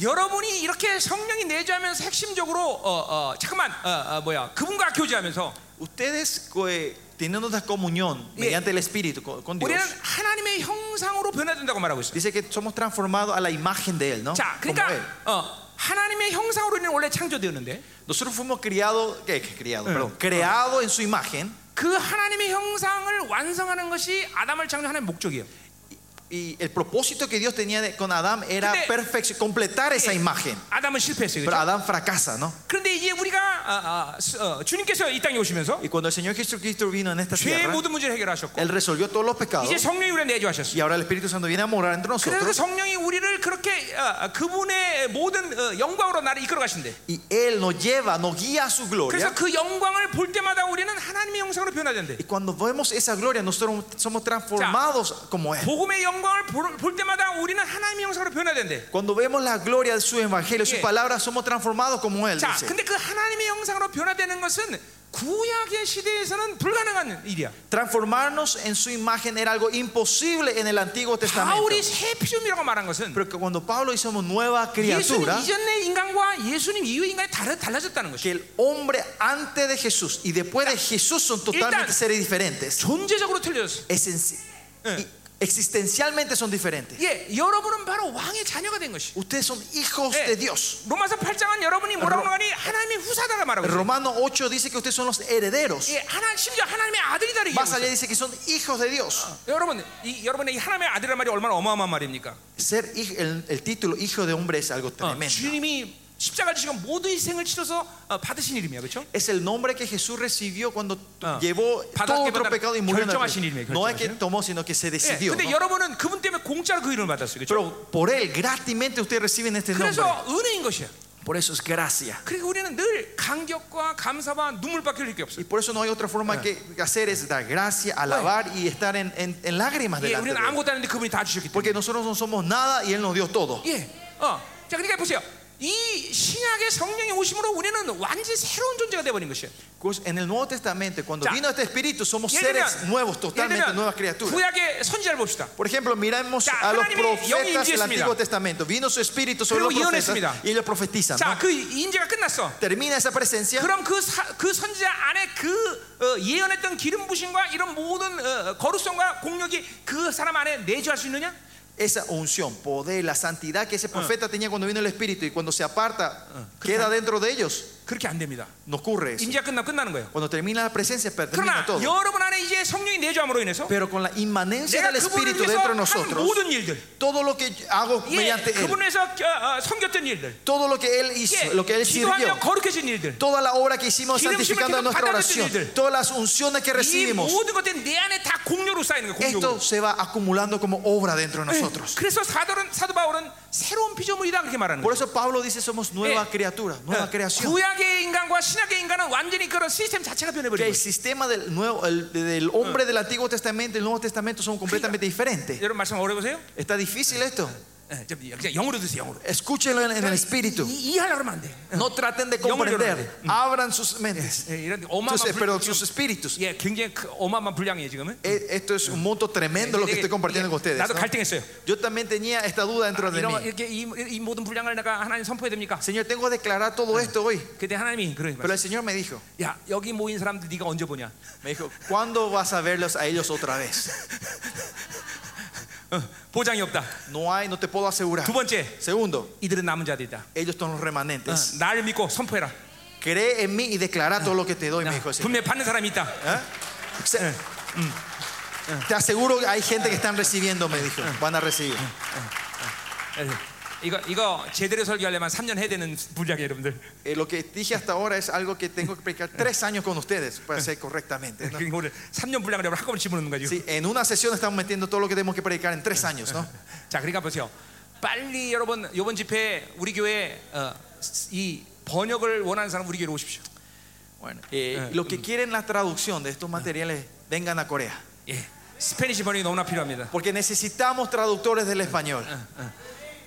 S1: 여러분이 이렇게 성령이 내주하면서 핵심적으로 어, 어, 잠깐만 어, 어, 뭐야 그분과 교제하면서
S2: Ustedes eh, teniendo esta comunión mediante el Espíritu con, con Dios.
S1: 우리는 하나님의 형상으로 변화된다고 말하고 있어요.
S2: Dice que somos transformados a la imagen de Él, ¿no?
S1: 자
S2: Como
S1: 그러니까
S2: Él.
S1: 어, 하나님의 형상으로는 원래 창조되었는데
S2: Nosotros fuimos criados, ¿qué? ¿Qué criados? Perdón, creados en su imagen.
S1: 그 하나님의 형상을 완성하는 것이 아담을 창조하는 목적이에요.
S2: Y el propósito que Dios tenía de- con Adán era
S1: Pero-
S2: perfeccio- completar esa imagen.
S1: 아담은 실패했어요.
S2: Pero
S1: 그렇죠?
S2: Adán fracasa, ¿no?
S1: 그런데 이제 우리가 어, 어, 스- 어, 주님께서 이 땅에 오시면서
S2: Y cuando el Señor Jesucristo vino en esta
S1: 죄의
S2: tierra,
S1: 모든 문제를 해결하셨고
S2: Él resolvió todos los pecados.
S1: 이제 성령이 우리를 내주하셨어요.
S2: Y ahora el Espíritu Santo viene a morar entre
S1: 그래서 그
S2: nosotros.
S1: 성령이 우리를 그렇게 어, 어, 그분의 모든 어, 영광으로 나를 이끌어 가신대.
S2: Y Él nos lleva, nos guía a
S1: 그래서
S2: su gloria.
S1: 그 영광을 볼 예. 때마다 우리는 하나님의 형상으로 변화된대.
S2: Y cuando vemos esa gloria, nosotros somos transformados como Él.
S1: 복음의 영광을 볼, 볼 때마다 우리는 하나님의 형상으로 변화된대.
S2: Cuando vemos la gloria de su evangelio, su
S1: Yeah.
S2: palabra, somos transformados como Él.
S1: 자,
S2: dice.
S1: 근데 그 하나님의 형상으로 변화되는 것은 구약의 시대에서는 불가능한 일이야.
S2: Transformarnos en su imagen era algo imposible en el Antiguo Testamento.
S1: 바울이 새 피조물이라고 말한 것은
S2: Pero que cuando Pablo hizo nueva
S1: 예수님
S2: criatura,
S1: 이전의 인간과 예수님 이후의 인간이 다르, 달라졌다는 것이
S2: que el hombre antes de Jesús y después de Jesús son
S1: 일단-
S2: totalmente seres diferentes.
S1: 존재적으로 틀려졌어.
S2: Esenci-
S1: Eh.
S2: y- Existencialmente son diferentes.
S1: 예, 여러분은 바로 왕의 자녀가 된 것이.
S2: Ustedes son hijos
S1: Eh.
S2: de Dios.
S1: 로마서 8장은 여러분이 뭐라고 하니 하나님의 후사다가 말하고 있어.
S2: Romano 8 dice que ustedes son los herederos.
S1: 예, 하나 심지어 하나님의 아들이다 이게.
S2: Más allá dice que son hijos de Dios.
S1: Ah. 여러분, 이 여러분의 이 하나님의 아들이란 말이 얼마나 어마어마한 말입니까?
S2: Ser hij- el, el título hijo de hombre es algo
S1: 어,
S2: tremendo.
S1: 주님이 십자가 지시고 모든 희생을 치러서 어, 받으신 이름이야, 그렇죠?
S2: Es el nombre que Jesús recibió cuando
S1: Ah.
S2: llevó
S1: Padre,
S2: todo
S1: que
S2: otro
S1: padre,
S2: pecado y murió en la
S1: 결정하신
S2: cruz.
S1: 이름이에요,
S2: No es que
S1: 결정하신.
S2: tomó, sino que se
S1: 예,
S2: decidió.
S1: 근데
S2: ¿no?
S1: 여러분은 그분 때문에 공짜로 그 이름을 받았어요, 그렇죠?
S2: Pero por él, gratamente ustedes reciben este nombre.
S1: 그래서 은혜인 것이야.
S2: Por eso es gracia.
S1: 그리고 우리는 늘 감격과 감사와 눈물밖에 흘릴 게
S2: Y
S1: 없어요.
S2: por eso no hay otra
S1: Ah.
S2: forma que hacer es dar gracia, alabar y estar en, en- en lágrimas
S1: 예,
S2: delante
S1: 우리는
S2: de él.
S1: 아무것도 아닌데 그분이 다 주셨기 때문에.
S2: Porque nosotros no somos nada y él nos dio todo.
S1: 예, 어, 자 그러니까 보세요. 이 신약의 성령이 오심으로 우리는 완전히 새로운 존재가 되어버린 것이에요.
S2: Pues En el Nuevo Testamento, cuando
S1: Ya.
S2: vino este Espíritu, somos
S1: 예를
S2: seres
S1: 들면,
S2: nuevos,
S1: 예를
S2: totalmente nuevas
S1: 들면
S2: criaturas.
S1: 구약의 선지자를 봅시다.
S2: Por ejemplo, miramos
S1: Ya,
S2: a los
S1: 하나님이 영이
S2: profetas del
S1: 임재했습니다.
S2: Antiguo Testamento. Vino su Espíritu sobre los
S1: 그리고
S2: profetas
S1: 예언했습니다.
S2: y ellos profetizan. ¿no?
S1: 자, 그 인재가 끝났어.
S2: Termina esa presencia.
S1: 그럼 그, 사- 그 선지자 안에 그 어, 예언했던 기름 부심과 이런 모든 어, 거룩성과 공력이 그 사람 안에 내주할 수 있느냐?
S2: esa unción, poder, la santidad que ese
S1: Ah.
S2: profeta tenía cuando vino el Espíritu y cuando se aparta, queda dentro de ellos.
S1: 그렇게 안 됩니다.
S2: No ocurre eso.
S1: 임재가 끝나면 끝나는 거예요.
S2: Cuando termina la presencia, per-
S1: 그러나
S2: termina todo.
S1: 여러분 안에 이제 성령이 내주함으로 인해서
S2: Pero con la inmanencia
S1: 내가
S2: del
S1: 그분을
S2: Espíritu
S1: 위해서
S2: dentro de
S1: 한
S2: nosotros,
S1: 모든 일들,
S2: todo lo que hago
S1: 예,
S2: mediante Él,
S1: 그분을 위해서 어, 어, 섬겼던 일들,
S2: todo lo que Él hizo,
S1: 예,
S2: lo que Él sirvió,
S1: 기도하며 거룩해진 일들,
S2: toda la obra que hicimos
S1: 기름
S2: santificando
S1: 심을
S2: nuestra
S1: 받아들였던
S2: oración,
S1: 일들.
S2: todas las unciones que
S1: 이
S2: recibimos,
S1: 모든 것들이 내 안에 다 공료로 쌓이는 네, 거예요. 공료로.
S2: esto se va acumulando como obra dentro
S1: Eh,
S2: de nosotros.
S1: 그래서 사도는 사도 바울은 새로운 피조물이다 그렇게 말하는 거예요.
S2: Por eso Pablo dice somos nueva
S1: Eh.
S2: criatura, nueva creación.
S1: 구약의 인간과 신약의 인간은 완전히 그런 시스템 자체가
S2: que
S1: 변해버린
S2: el
S1: 거예요.
S2: sistema del nuevo el- del hombre del Antiguo Testamento y el Nuevo Testamento son completamente diferentes.
S1: 여러분 말씀 오래 보세요.
S2: Está difícil esto.
S1: 예, 좀 그냥 영어로 드세요. 영어로. 네.
S2: Escúchenlo en, en el espíritu.
S1: 이, 이해하려고 그러면 안 돼.
S2: No traten de comprender. Abran sus mentes.
S1: 예, 이런
S2: Entonces,
S1: 어마어마한
S2: perdón,
S1: 불,
S2: sus espíritus.
S1: 예, 굉장히 그, 어마어마한 분량이에요 지금은.
S2: E- Esto es un monto tremendo lo que estoy compartiendo con ustedes.
S1: 나도
S2: ¿no?
S1: 갈등했어요.
S2: Yo también tenía esta duda dentro de
S1: 이런
S2: mí.
S1: 이렇게 이, 이 모든 분량을 내가 하나님 선포해야 됩니까?
S2: Señor, tengo que declarar todo esto hoy.
S1: 그때 하나님이 그러는
S2: Pero
S1: 거예요.
S2: el Señor me dijo,
S1: 야 여기 모인 사람들 네가 언제 보냐?
S2: me dijo, ¿cuándo vas a verlos a ellos otra vez?
S1: 어, 보장이 없다.
S2: No hay, no te puedo asegurar.
S1: 두 번째
S2: Segundo,
S1: 이들은 남은 자들이다.
S2: ellos son los
S1: 어,
S2: remanentes.
S1: 나를 믿고 선포해라.
S2: Cree en mí y declara todo lo que te doy,
S1: 네,
S2: me dijo el Señor.
S1: 분명 히 받는 사람이 있다.
S2: ¿Eh? Se- Te aseguro que hay gente que están recibiendo, me dijo. Van a recibir.
S1: 네. 이거 이거 제대로 설교하려면 3년 해야 되는 분량이에요, 여러분들.
S2: Eh, lo que dije hasta ahora es algo que tengo que predicar tres años con ustedes para hacer correctamente. ¿no?
S1: 그리고 오늘 그러니까 3년 분량을 여러분 한꺼번에 집어넣는 거죠.
S2: Sí, en una sesión estamos metiendo todo lo que tenemos que predicar en tres años, ¿no?
S1: 자, 그러니까 보세요. 빨리 여러분 이번 집회 우리 교회 어, 이 번역을 원하는 사람 우리 교회로 오십시오.
S2: Bueno, eh, los que quieren Mm. la traducción de estos materiales, vengan a Corea.
S1: 예, 스페니시 번역이 너무나 필요합니다.
S2: Porque necesitamos traductores del español.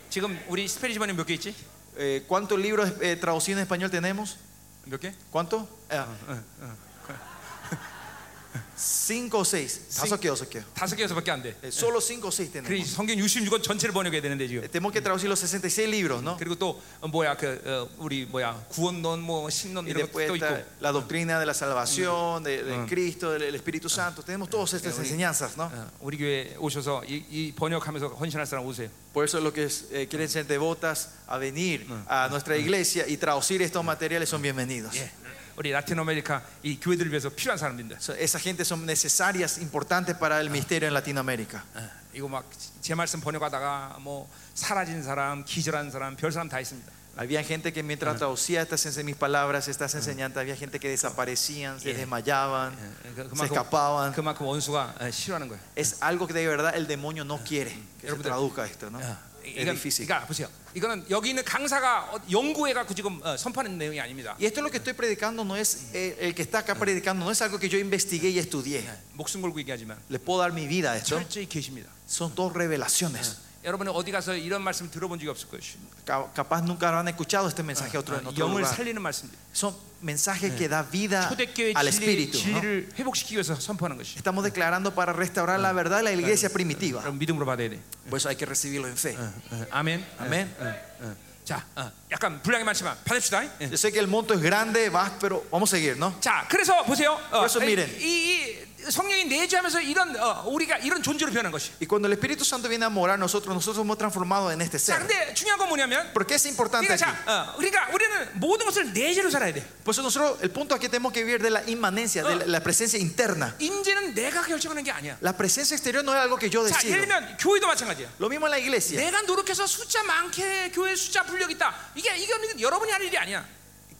S1: 지금 우리 스페니시 번역 몇 개 있지?
S2: Eh, ¿Cuántos libros eh, Ah. traducidos en español tenemos?
S1: 몇 개?
S2: ¿Cuánto? Eh, Cinco o seis. 다섯 개요, 여섯 개요.
S1: 다섯 개에서밖에 안 돼.
S2: Eh, Solo cinco o seis tenemos.
S1: 그래 성경 66권 전체를 번역해야 되는데 지금.
S2: Eh, Tenemos que traducir los 66 libros, ¿no?
S1: 그리고 또 어, 뭐야 그 어, 우리 뭐야 구원론 뭐 신론
S2: Y
S1: 이런
S2: después
S1: 것도 있고.
S2: está la doctrina de la salvación, de, de Cristo, del del Espíritu Santo. Tenemos todas estas enseñanzas, ¿no?
S1: 어, 우리 교회 오셔서 이, 이 번역하면서 헌신할 사람 오세요.
S2: Por eso lo que es, eh, quieren ser devotas a venir a nuestra iglesia y traducir estos materiales son bienvenidos.
S1: 예. 우리 라틴 아메리카 이 교회들을 위해서 필요한 사람들입니다.
S2: So, Esa gente son necesarias, importantes para el misterio en Latinoamérica.
S1: 어, 이거 막 제 말씀 번역하다가 뭐 사라진 사람, 기절한 사람, 별 사람 다 있습니다.
S2: Había gente que mientras traducía estas ense- mis palabras, estas enseñanzas, había gente que desaparecían, se
S1: Yeah.
S2: desmayaban,
S1: 예, 그-
S2: se
S1: 그만큼
S2: escapaban.
S1: 그만큼 원수가 어, 싫어하는 거예요.
S2: Es algo que de verdad el demonio no quiere Ah, que se Ah,
S1: 여러분들,
S2: traduzca esto, ¿no?
S1: 어,
S2: Es
S1: 이건,
S2: difícil.
S1: 그러니까 보세요. 이거는 여기 있는 강사가 어, 연구해 갖고 지금 어, 선포하는 내용이 아닙니다.
S2: Y esto lo que estoy predicando no es eh, el que está acá predicando no es algo que yo investigué y estudié.
S1: 목숨 걸고 얘기하지만
S2: Le puedo dar mi vida a esto.
S1: 철저히 계십니다.
S2: Son dos revelaciones.
S1: 여러분은 어디 가서 이런 말씀 들어본 적이 없을 것이요.
S2: Ca- capaz nunca habrán escuchado este mensaje a otro, en otro
S1: 영을
S2: lugar.
S1: 살리는 말씀입니다.
S2: Son mensajes que da vida
S1: 초대교회
S2: al
S1: 진리,
S2: espíritu. ¿no?
S1: 진리를 회복시키기 위해서 선포하는 것이.
S2: Estamos declarando para restaurar la verdad de la iglesia primitiva.
S1: 그럼 믿음으로 받아야 돼.
S2: Por eso hay que recibirlo en fe.
S1: 예, 아멘.
S2: Amén.
S1: 자, 어, 약간 분량이 많지만 받읍시다. 예.
S2: Yo sé que el monto es grande, va, pero vamos a seguir, ¿no?
S1: 자, 그래서 보세요. 어,
S2: 그래서
S1: 이-
S2: 미래는.
S1: 이, 이 성령이 내주하면서 이런 어, 우리가 이런 존재로 변하는 것이.
S2: Y cuando el Espíritu Santo viene a morar en nosotros, nosotros somos transformados en este
S1: 자,
S2: ser.
S1: 근데 중요한 건 뭐냐면,
S2: ¿Por qué es importante
S1: 그러니까
S2: aquí?
S1: 자, 어, 그러니까 우리는 모든 것을 내재로 살아야 돼.
S2: Por eso nosotros, el punto aquí tenemos que vivir de la inmanencia, de la, la presencia interna.
S1: 임재는 내가 결정하는 게 아니야.
S2: La presencia exterior no es algo que yo
S1: 자, 예를
S2: decido.
S1: 들면 교회도 마찬가지야.
S2: Lo mismo en la iglesia.
S1: 내가 노력해서 숫자 많게 교회 숫자 불력 있다. 이게 이거는 여러분이 할 일이 아니야.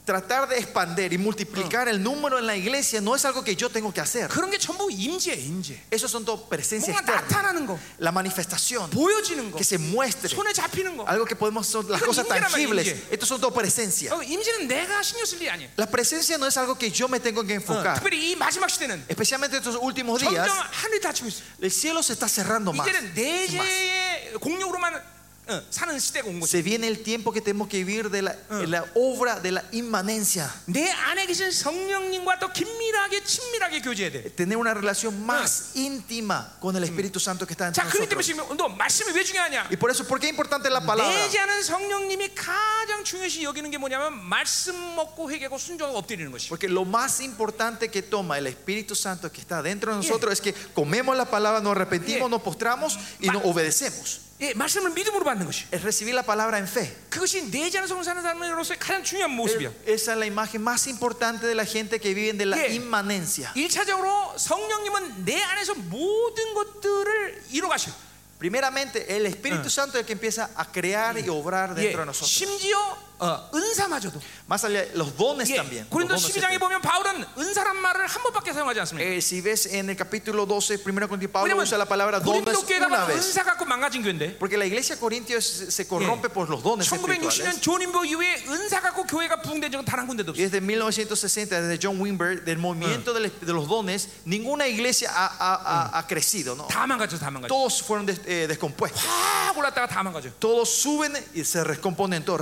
S2: Tratar de expander y multiplicar el número en la iglesia no es algo que yo tengo que hacer.
S1: 그런 게 전부 임재, 임재.
S2: Eso son todo presencia
S1: 뭔가
S2: externa.
S1: 나타나는 거,
S2: La manifestación,
S1: 보여지는 거,
S2: que se muestre.
S1: 손에 잡히는 거.
S2: Algo que podemos, son las
S1: Pero
S2: cosas
S1: ninguém era
S2: tangibles.
S1: malinche.
S2: Esto son todo presencia.
S1: 어, 임재는 내가 신경 쓸 일이 아니야.
S2: La presencia no es algo que yo me tengo que enfocar.
S1: 특별히 이 마지막 시대는
S2: Especialmente estos últimos días,
S1: 점점 하늘이 닫히고 있어.
S2: el cielo se está cerrando más.
S1: 이제는
S2: y más.
S1: 내재의 공력으로만 어, 사는 시대가 온 거지.
S2: Se viene el tiempo que tenemos que vivir de la, de la obra de la inmanencia.
S1: 내 안에 계신 성령님과 더 긴밀하게 친밀하게 교제해야 돼.
S2: Eh, Tener una relación más íntima con el Espíritu Santo que está entre
S1: 자, 그렇기 때문에
S2: nosotros.
S1: 지금 너 말씀이 왜 중요하냐?
S2: Y por eso, ¿por qué es importante la palabra?
S1: 내재하는 성령님이 가장 중요시 여기는 게 뭐냐면 말씀 먹고 회개하고 순종하고 엎드리는 것이.
S2: Porque lo más importante que toma el Espíritu Santo que está dentro de nosotros es que comemos la palabra, nos arrepentimos,
S1: Bien.
S2: nos postramos y
S1: Ma-
S2: nos obedecemos.
S1: 예, 말씀을 믿음으로 받는 것이.
S2: Es recibir la palabra en fe.
S1: 그것이 내재하는 성령 사는 사람으로서의 가장 중요한 모습이야.
S2: Esa es la imagen más importante de la gente que vive de la
S1: Bien.
S2: inmanencia.
S1: 일차적으로 성령님은 내 안에서 모든 것들을 이루 가셔.
S2: Primeramente, el Espíritu Santo es el que empieza a crear y obrar
S1: 예,
S2: dentro de nosotros.
S1: 심지어 어, 은사마저도.
S2: Más allá, los dones
S1: 예,
S2: también. los
S1: 고린도
S2: dones
S1: 12장에 보면 바울은 은사란 말을 한 번밖에 사용하지 않습니다.
S2: Eh, si ves en el capítulo 12, primero Corintios, Pablo
S1: 왜냐면
S2: usa la palabra dones
S1: 고린도 교회가 바로
S2: una vez.
S1: 은사 갖고 망가진 교회인데.
S2: Porque la iglesia de Corintios se se corrompe por los dones espirituales.
S1: 1960년 존 인버 이후에 은사 갖고 교회가 부흥된 적은 단 한 군데도
S2: Y
S1: 없어요.
S2: desde 1960, desde John Wimber, del movimiento del- de los dones, ninguna iglesia ha, ha- ha- ha crecido. ¿no?
S1: 다 망가져, 다 망가져.
S2: Todos fueron des- eh, descompuestos.
S1: 확 올랐다가 다 망가져. 어,
S2: Todos suben y se descomponen todos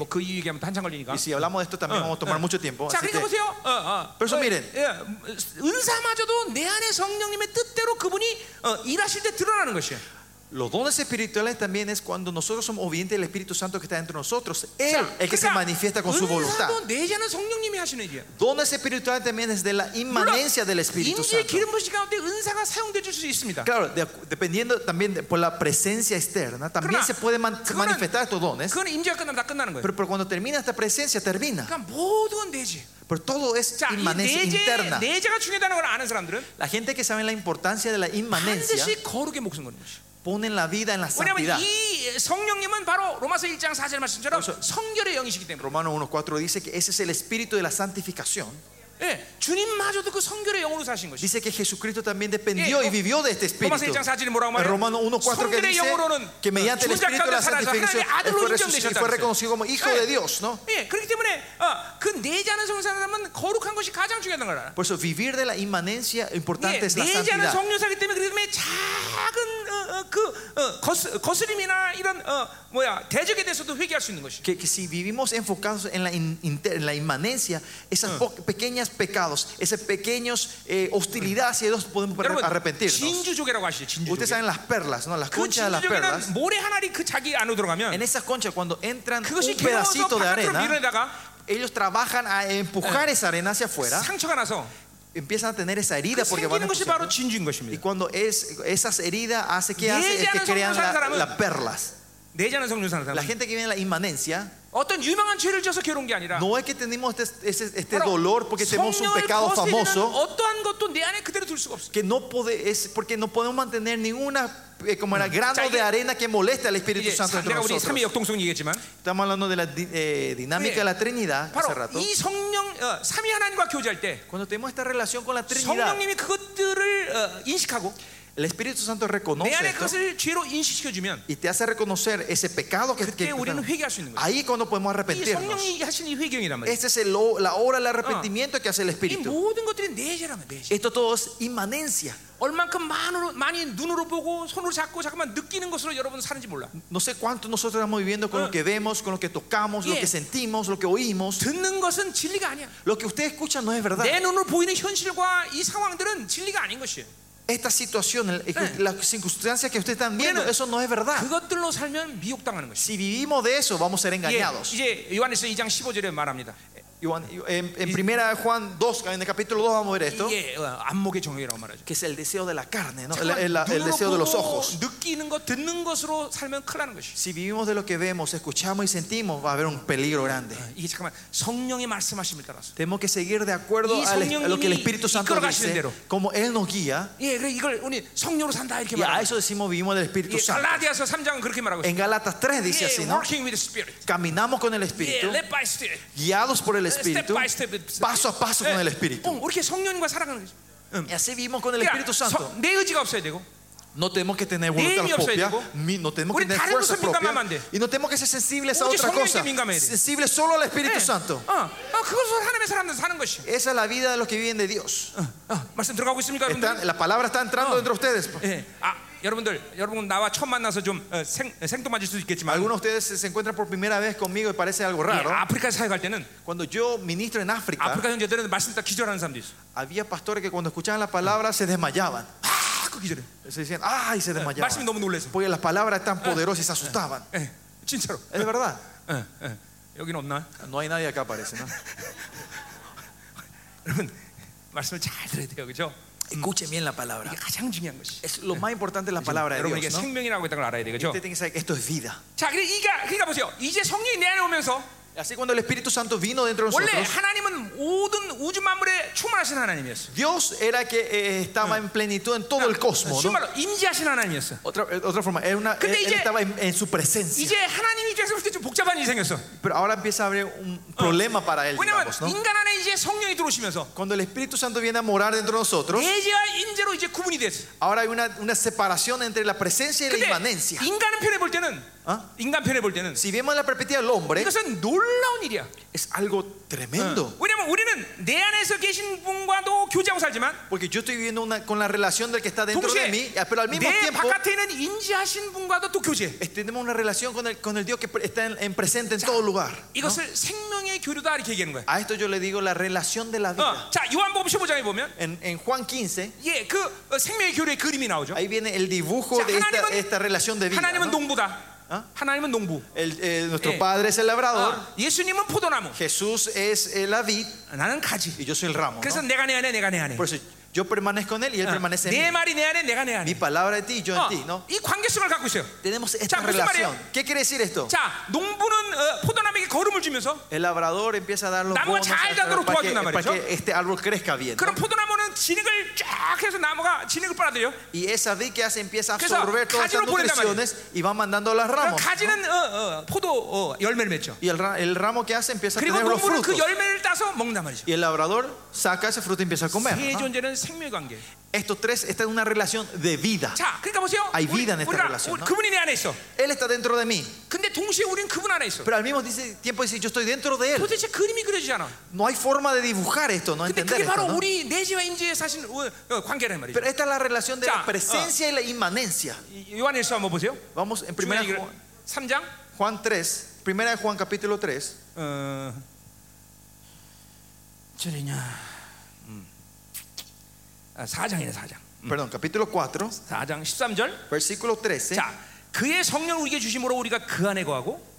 S1: 뭐 그 얘기하면 또 한참 걸리니까.
S2: Y si hablamos de esto también vamos a tomar mucho tiempo.
S1: 자,
S2: Así
S1: 그러니까
S2: que,
S1: 보세요. 어, 어.
S2: 그래서
S1: 어,
S2: 미래.
S1: 예, 은사마저도 내 안에 성령님의 뜻대로 그분이 어, 일하실 때 드러나는 것이에요.
S2: los dones espirituales también es cuando nosotros somos obedientes del Espíritu Santo que está dentro de nosotros. Él es que se manifiesta con su voluntad.
S1: 그러니까 은사도 내지는 성령님이 하시는 일이야.
S2: Dones espirituales también es de la inmanencia del Espíritu
S1: 임지
S2: Santo.
S1: 기름 부시 가운데 은사가 사용될 수 있습니다.
S2: Claro, de- dependiendo también de- por la presencia externa, también
S1: Claro.
S2: se pueden man-
S1: Claro.
S2: manifestar estos dones.
S1: 그건 임지가 끝나면 다 끝나는 거예요.
S2: Pero, pero cuando termina esta presencia, termina.
S1: 그러니까 모든 내지.
S2: Pero todo es
S1: 자, 이
S2: inmanencia
S1: 내재,
S2: interna.
S1: 내재가 중요하다는 걸 아는 사람들은
S2: La gente que sabe la importancia de la inmanencia
S1: 반드시 거룩의 목숨 거는 것이.
S2: ponen la vida en la santidad.
S1: 왜냐하면 이 성령님은 바로 로마서 1장 4절 말씀처럼
S2: 그래서-
S1: 성결의 영이시기 때문에.
S2: Romano 1.4 dice que ese es el espíritu de la santificación.
S1: 예, 주님마저도 그 성결의 영으로 사신 것이.
S2: Dice que Jesucristo también dependió
S1: Yeah,
S2: y vivió de
S1: 로마서
S2: este espíritu.
S1: 1장 4절이 뭐라고
S2: En
S1: 말해요?
S2: Romano 1.4 que
S1: 성결의
S2: dice
S1: 영으로는
S2: que mediante el
S1: 주작
S2: espíritu
S1: 가운데
S2: de la
S1: 살아서
S2: santificación
S1: 하나님의
S2: él
S1: 아들로
S2: fue, resuc- fue
S1: 인정되셨다.
S2: reconocido como hijo de Dios, ¿no?
S1: 예, 그렇기 때문에 어, 그 내자는 성사람은 거룩한 것이 가장 중요한 걸 알아.
S2: Por eso vivir de la inmanencia
S1: 예,
S2: importante es la
S1: 내자는
S2: santidad.
S1: 성료사기 때문에 그렇기 때문에 작은 어, 어, 그 어, 거스, 거스림이나 이런 어, 뭐야 대적에 대해서도 회개할 수 있는 것이.
S2: Que, que si vivimos enfocados en la, in- inter- en la inmanencia, esas po- pequeñas pecados, esas pequeñas hostilidades hacia Dios podemos arre-
S1: 여러분
S2: arrepentirnos.
S1: 진주족이라고 아시죠? 진주족.
S2: Ustedes saben las perlas, ¿no? Las
S1: 그
S2: conchas de las perlas.
S1: 진주족에는 모래 하나리 그 자기 안으로
S2: En
S1: 들어가면
S2: esas conchas, cuando entran
S1: 그것이
S2: un
S1: 괴로워서
S2: pedacito de
S1: 바깥으로
S2: arena,
S1: 밀어내다가
S2: ellos trabajan a empujar esa arena hacia afuera,
S1: 상처가 나서
S2: empiezan a tener esa
S1: 그
S2: herida porque van
S1: 생기는 것이
S2: empujando.
S1: 바로 진주인
S2: Y
S1: 것입니다.
S2: cuando es, esas heridas hace que hace es que
S1: 예지하는
S2: crean
S1: 성령 사는
S2: la-
S1: 사람은-
S2: las perlas.
S1: 내자는 성령 사는
S2: La
S1: 사람.
S2: gente que viene en la inmanencia
S1: 어떤 유명한 죄를 져서 괴로운 게 아니라
S2: no es que tenemos este, ese- este
S1: 바로
S2: dolor porque tenemos un
S1: 성령을
S2: pecado
S1: 거스리는
S2: famoso
S1: 어떠한 것도 내 안에 그대로 둘 수가 없어요.
S2: que no puede, es porque no podemos mantener ninguna eh, como era grano
S1: 자,
S2: de
S1: 이게-
S2: arena que moleste al Espíritu
S1: 이제
S2: Santo entre
S1: 내가 우리
S2: nosotros.
S1: 삼위 역동성 얘기했지만
S2: Estamos hablando de la di- eh, dinámica de la Trinidad hace
S1: 바로
S2: rato.
S1: 이 성령 어, 삼위 하나님과 교제할 때
S2: Cuando tenemos esta relación con la Trinidad,
S1: 성령님이 그것들을 어, 인식하고
S2: el Espíritu Santo
S1: 내
S2: reconoce
S1: 안에
S2: esto
S1: 그것을 죄로 인식시켜 주면
S2: y te hace reconocer ese pecado que, que-
S1: 그때 우리는 회개할 수 있는 거예요.
S2: ahí es cuando podemos
S1: 이
S2: arrepentirnos.
S1: 성령이 하시는 이 회경이란 말이에요.
S2: Esta es el o- la obra del arrepentimiento que hace el
S1: 이
S2: Espíritu.
S1: 모든 것들이 내 죄라는 거예요, 내 죄.
S2: Esto todo es inmanencia.
S1: 얼만큼 만으로, 많이 눈으로 보고 손으로 잡고 잠깐만 느끼는 것으로 여러분 사는지 몰라.
S2: No sé cuánto nosotros estamos viviendo con lo que vemos, con lo que tocamos, lo
S1: Yeah.
S2: que sentimos, lo que oímos.
S1: 듣는 것은 진리가 아니야.
S2: Lo que usted escucha no es verdad.
S1: 내 눈으로 보이는 현실과 이 상황들은 진리가 아닌 것이에요.
S2: Esta situación, el- las circunstancias que usted están viendo,
S1: Bueno.
S2: eso no es verdad.
S1: 그것들로 살면 미혹당하는 것이에요.
S2: Si vivimos de eso, vamos a ser
S1: 예,
S2: engañados.
S1: 이제 요한에서 2장 15절에 말합니다.
S2: Juan- en, en primera Juan 2, en el capítulo 2 vamos a ver esto,
S1: 이게 어, 안목의 정욕이라고 말하죠.
S2: que es el deseo de la carne, ¿no? el,
S1: 잠깐만
S2: el- el
S1: 눈으로
S2: deseo de los
S1: 보고
S2: ojos.
S1: 느끼는 것, 듣는 것으로 살면 큰일 나는 것이.
S2: Si vivimos de lo que vemos, escuchamos y sentimos, va a haber un peligro grande.
S1: 이게 잠깐만 성령의 말씀하심을 따라서.
S2: Tenemos que seguir de acuerdo
S1: Y
S2: al-
S1: 성령님이
S2: a lo que el Espíritu Santo
S1: 이끌어가시는
S2: dice,
S1: 대로.
S2: como Él nos guía,
S1: 예, 그래 이걸 우리 성령으로 산다 이렇게
S2: y a
S1: 말하죠.
S2: eso decimos vivimos del Espíritu
S1: 예,
S2: Santo.
S1: 갈라디아서 3장은 그렇게 말하고 있어요.
S2: En Galatas 3 dice
S1: 예,
S2: así, ¿no?
S1: working with the spirit.
S2: Caminamos con el
S1: 예,
S2: Espíritu,
S1: led by spirit.
S2: guiados por el Espíritu,
S1: by step.
S2: paso a paso con el
S1: 어,
S2: Espíritu.
S1: 이렇게 성령과 살아가는 거죠.
S2: Y así vivimos con el
S1: 그러니까
S2: Espíritu Santo.
S1: 성- 내 의지가 없어야 되고
S2: No tenemos que tener
S1: 내 힘이
S2: voluntad
S1: 없어야
S2: propia,
S1: 되고,
S2: mi- no tenemos
S1: 우리
S2: que tener
S1: 다른
S2: fuerza
S1: 것에 민감하면 안
S2: propia
S1: 돼.
S2: y no tenemos que ser sensibles a
S1: 오직
S2: otra
S1: 성령께
S2: cosa.
S1: 민감해야 돼.
S2: Sensibles solo al Espíritu
S1: 예.
S2: Santo.
S1: 어, 어, 그것으로 하나님의 사람들 사는 것이
S2: Esa es la vida de los que viven de Dios.
S1: 어, 말씀 들어가고 있습니까 여러분들?
S2: Están- la palabra está entrando Eh. dentro de ustedes.
S1: 예. 아, 여러분들 여러분 나와 처음 만나서 좀 어, 생, 생뚱맞을 수도 있겠지만
S2: Algunos de ustedes se- se encuentran por primera vez conmigo y parece algo
S1: 예,
S2: raro.
S1: 아프리카 그러니까. 사역할 때는
S2: Cuando yo ministro en África,
S1: 아프리카 형제들은 말씀 듣다 기절하는 사람도 있어
S2: había pastores que cuando escuchaban la palabra se desmayaban.
S1: 자꾸 기절해
S2: Se decían, ¡ay! Se
S1: 말씀이
S2: desmayaban.
S1: 너무 놀라서
S2: Porque las palabras tan poderosas y se asustaban.
S1: 예, 진짜로
S2: Es verdad.
S1: 예, 예. 여기는 없나?
S2: No hay nadie acá, parece. ¿no?
S1: 여러분 말씀을 잘 들어야 돼요 그죠?
S2: Escuchen bien la palabra.
S1: 이게 가장 중요한 것이
S2: Es lo más importante la palabra de
S1: 여러분 이게
S2: Dios. ¿no?
S1: 그렇죠? 생명이라고 있다는 걸 알아야 되겠죠?
S2: Usted tiene que saber que esto es vida.
S1: 자, 그래 이가 그러니까 보세요. 이제 성령이 내 안에 오면서
S2: Así cuando el Espíritu Santo vino dentro de
S1: 원래
S2: nosotros,
S1: 하나님은 모든 우주 만물에 충만하신 하나님이었어.
S2: Dios era que eh, estaba en plenitud en todo el cosmos. ¿no?
S1: 정말로 임재하신 하나님이었어.
S2: Otra, eh, otra forma, era una- él,
S1: Pero
S2: él
S1: 이제-
S2: estaba en, en su presencia.
S1: 이제 하나님 입장에서 볼 때 좀 복잡한 일이 생겼어.
S2: Pero ahora empieza a haber un problema para él,
S1: 왜냐면
S2: digamos, ¿no?
S1: 인간 안에 이제 성령이 들어오시면서
S2: Cuando el Espíritu Santo viene a morar dentro de nosotros,
S1: 예지와 인재로 이제 구분이 됐어.
S2: ahora hay una, una separación entre la presencia y la
S1: 근데
S2: inmanencia.
S1: 인간의 편에 볼 때는
S2: 어?
S1: 인간 편에 볼 때는
S2: Si vemos la perspectiva del hombre,
S1: 이것은 놀라운 일이야. 어.
S2: es algo tremendo.
S1: 왜냐면 우리는 내 안에서 계신 분과도 교제하고 살지만
S2: Porque yo estoy viviendo una, con la relación del que está dentro de
S1: 동시에
S2: mí, pero al mismo
S1: 내
S2: tiempo
S1: 바깥에 있는 인지하신 분과도 또 교제.
S2: eh, tenemos una relación con el, con el Dios que pre- está en, en presente en todo lugar. ¿no?
S1: 이것을 생명의 교류다 이렇게 얘기하는 거야.
S2: A esto yo le digo la relación de la vida.
S1: 어, 자 요한복음 15장에 보면
S2: En, en Juan 15,
S1: 예그 어, 생명의 교류의 아, 그림이 나오죠.
S2: ahí viene el dibujo
S1: O sea,
S2: de esta,
S1: 하나님은-
S2: esta relación de vida.
S1: 하나님은
S2: ¿no?
S1: 농부다.
S2: 어?
S1: 하나님은 농부.
S2: El- eh, nuestro
S1: Eh. Ah.
S2: Padre es el labrador,
S1: 어, 예수님은 포도나무.
S2: Jesús es eh, la vid
S1: 나는 가지.
S2: y yo soy el ramo. ¿no?
S1: 그래서 내가 내 안에 내가 내 안에.
S2: Por eso yo permanezco en él y él
S1: 어,
S2: permanece en
S1: 내
S2: mí.
S1: 말이 내 안에 내가 내
S2: Mi
S1: 안에.
S2: palabra de ti y yo
S1: 어,
S2: en ti, ¿no?
S1: 이 관계성을 갖고 있어요.
S2: Tenemos esta
S1: 무슨
S2: relación.
S1: 말이에요?
S2: ¿Qué quiere decir esto?
S1: 자 농부는 어, 포도나무에게 걸음을 주면서
S2: El labrador empieza a dar los
S1: 나무가
S2: bonos
S1: 잘
S2: a-
S1: 자도록
S2: para, que,
S1: 도와준단
S2: para
S1: 말이죠.
S2: que este árbol crezca bien. ¿no?
S1: 그럼 포도나무는 진흙을 쫙 해서 나무가 진흙을 빨아들여.
S2: Y esa vid que hace empieza a
S1: 그래서
S2: absorber todas estas
S1: 가지로 보낸단
S2: nutriciones y va mandando las
S1: 그럼
S2: ramas.
S1: 가지는 어, 어, 포도 어, 열매를 맺죠.
S2: Y el, ra- el ramo que hace empieza a
S1: 그리고
S2: tener los
S1: 농부는 그
S2: frutos.
S1: 열매를 따서 먹는단 말이죠.
S2: Y el labrador saca ese fruto y empieza a comer.
S1: 세
S2: ¿no?
S1: 존재는 생명의 관계.
S2: Estos tres están en una relación de vida.
S1: 자, 그러니까 보세요.
S2: Hay
S1: 우리,
S2: vida en esta
S1: 우리가
S2: relación,
S1: 우리-
S2: ¿no?
S1: 그분이 내 안에 있어.
S2: Él está dentro de mí,
S1: 근데 동시에 우리는 그분 안에 있어.
S2: pero al mismo dice- tiempo dice, yo estoy dentro de él.
S1: 도대체 그림이 그려지지 않아.
S2: No hay forma de dibujar esto, no
S1: 근데
S2: entender
S1: 그게
S2: esto.
S1: 바로
S2: ¿no?
S1: 우리 내재와 인지의 사실 어, 어, 관계란 말이죠.
S2: Pero esta es la relación de
S1: Ya,
S2: la
S1: ah.
S2: presencia y la inmanencia.
S1: 이- 요한일서 한번 보세요.
S2: Vamos en primera
S1: 주의
S2: Juan,
S1: 3장
S2: Juan 3, primera de Juan capítulo 3.
S1: 어, 저리냐. 음. 아, 4장이네 4장.
S2: Perdón, capítulo 4,
S1: 4장 13절.
S2: versículo 13.
S1: 자, 그의 성령 우리에게 주심으로 우리가 그 안에 거하고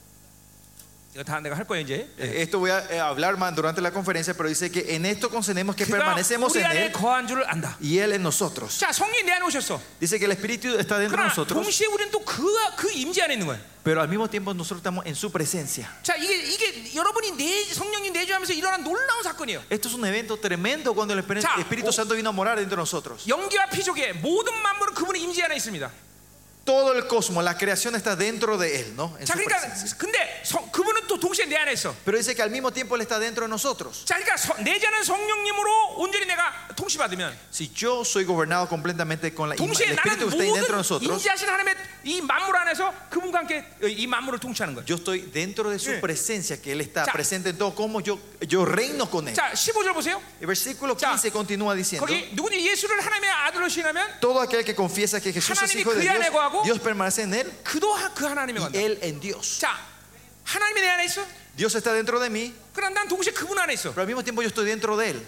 S1: 이거 다 내가 할 거예요 이제.
S2: Eh, Esto voy a eh, hablar más durante la conferencia, pero dice que en esto concedemos que
S1: 그가
S2: permanecemos
S1: 우리
S2: en
S1: 안에
S2: Él
S1: 거한 줄을 안다.
S2: y Él en nosotros.
S1: 자, 성령이 내 안에 오셨어.
S2: Dice que el Espíritu está dentro de
S1: 네, 그러나
S2: nosotros,
S1: 동시에 우리는 또 그 그 임재 안에 있는 거예요.
S2: pero al mismo tiempo nosotros estamos en su presencia.
S1: 자, 이게 이게 여러분이 내 성령님 내주하면서 일어난 놀라운 사건이에요.
S2: Esto es un evento tremendo cuando el Espíritu
S1: Ya,
S2: Espíritu
S1: oh.
S2: Santo vino a morar dentro de nosotros.
S1: 영계와 피조계 모든 만물은 그분의 임재 안에 있습니다.
S2: Todo el cosmos, la creación está dentro de Él, ¿no? En
S1: 자,
S2: su
S1: 그러니까
S2: presencia.
S1: 근데 성- 그분은 또 동시에 내 안에 있어.
S2: Pero dice que al mismo tiempo Él está dentro de nosotros.
S1: 자, 그러니까 서- 내 자는 성령님으로 온전히 내가 통치받으면
S2: Si yo soy gobernado completamente con la ima-
S1: 동시에
S2: el Espíritu
S1: 나는
S2: que está ahí dentro
S1: 모든
S2: de nosotros,
S1: 임재하신 하나님의 이 만물 안에서 그분과 함께 이 만물을 통치하는 거예요.
S2: yo estoy dentro de su
S1: Sí.
S2: presencia, que Él está
S1: Ya.
S2: presente en todo, como yo, yo reino con Él.
S1: 자, 15절 보세요.
S2: El versículo
S1: Ya.
S2: 15 continúa diciendo.
S1: 거기 누구니 예수를 하나님의 아들로 신하면
S2: Todo aquel que confiesa que Jesús es
S1: 하나님이
S2: hijo de
S1: 그 안에 거하고
S2: Dios, Dios permanece en él
S1: 그도 하- 그 하나님의
S2: y
S1: 관계.
S2: él en Dios.
S1: 자, 하나님이 내 안에 있어.
S2: Dios está dentro de mí,
S1: 그럼 난 동시에 그분 안에 있어.
S2: pero al mismo tiempo yo estoy dentro de él.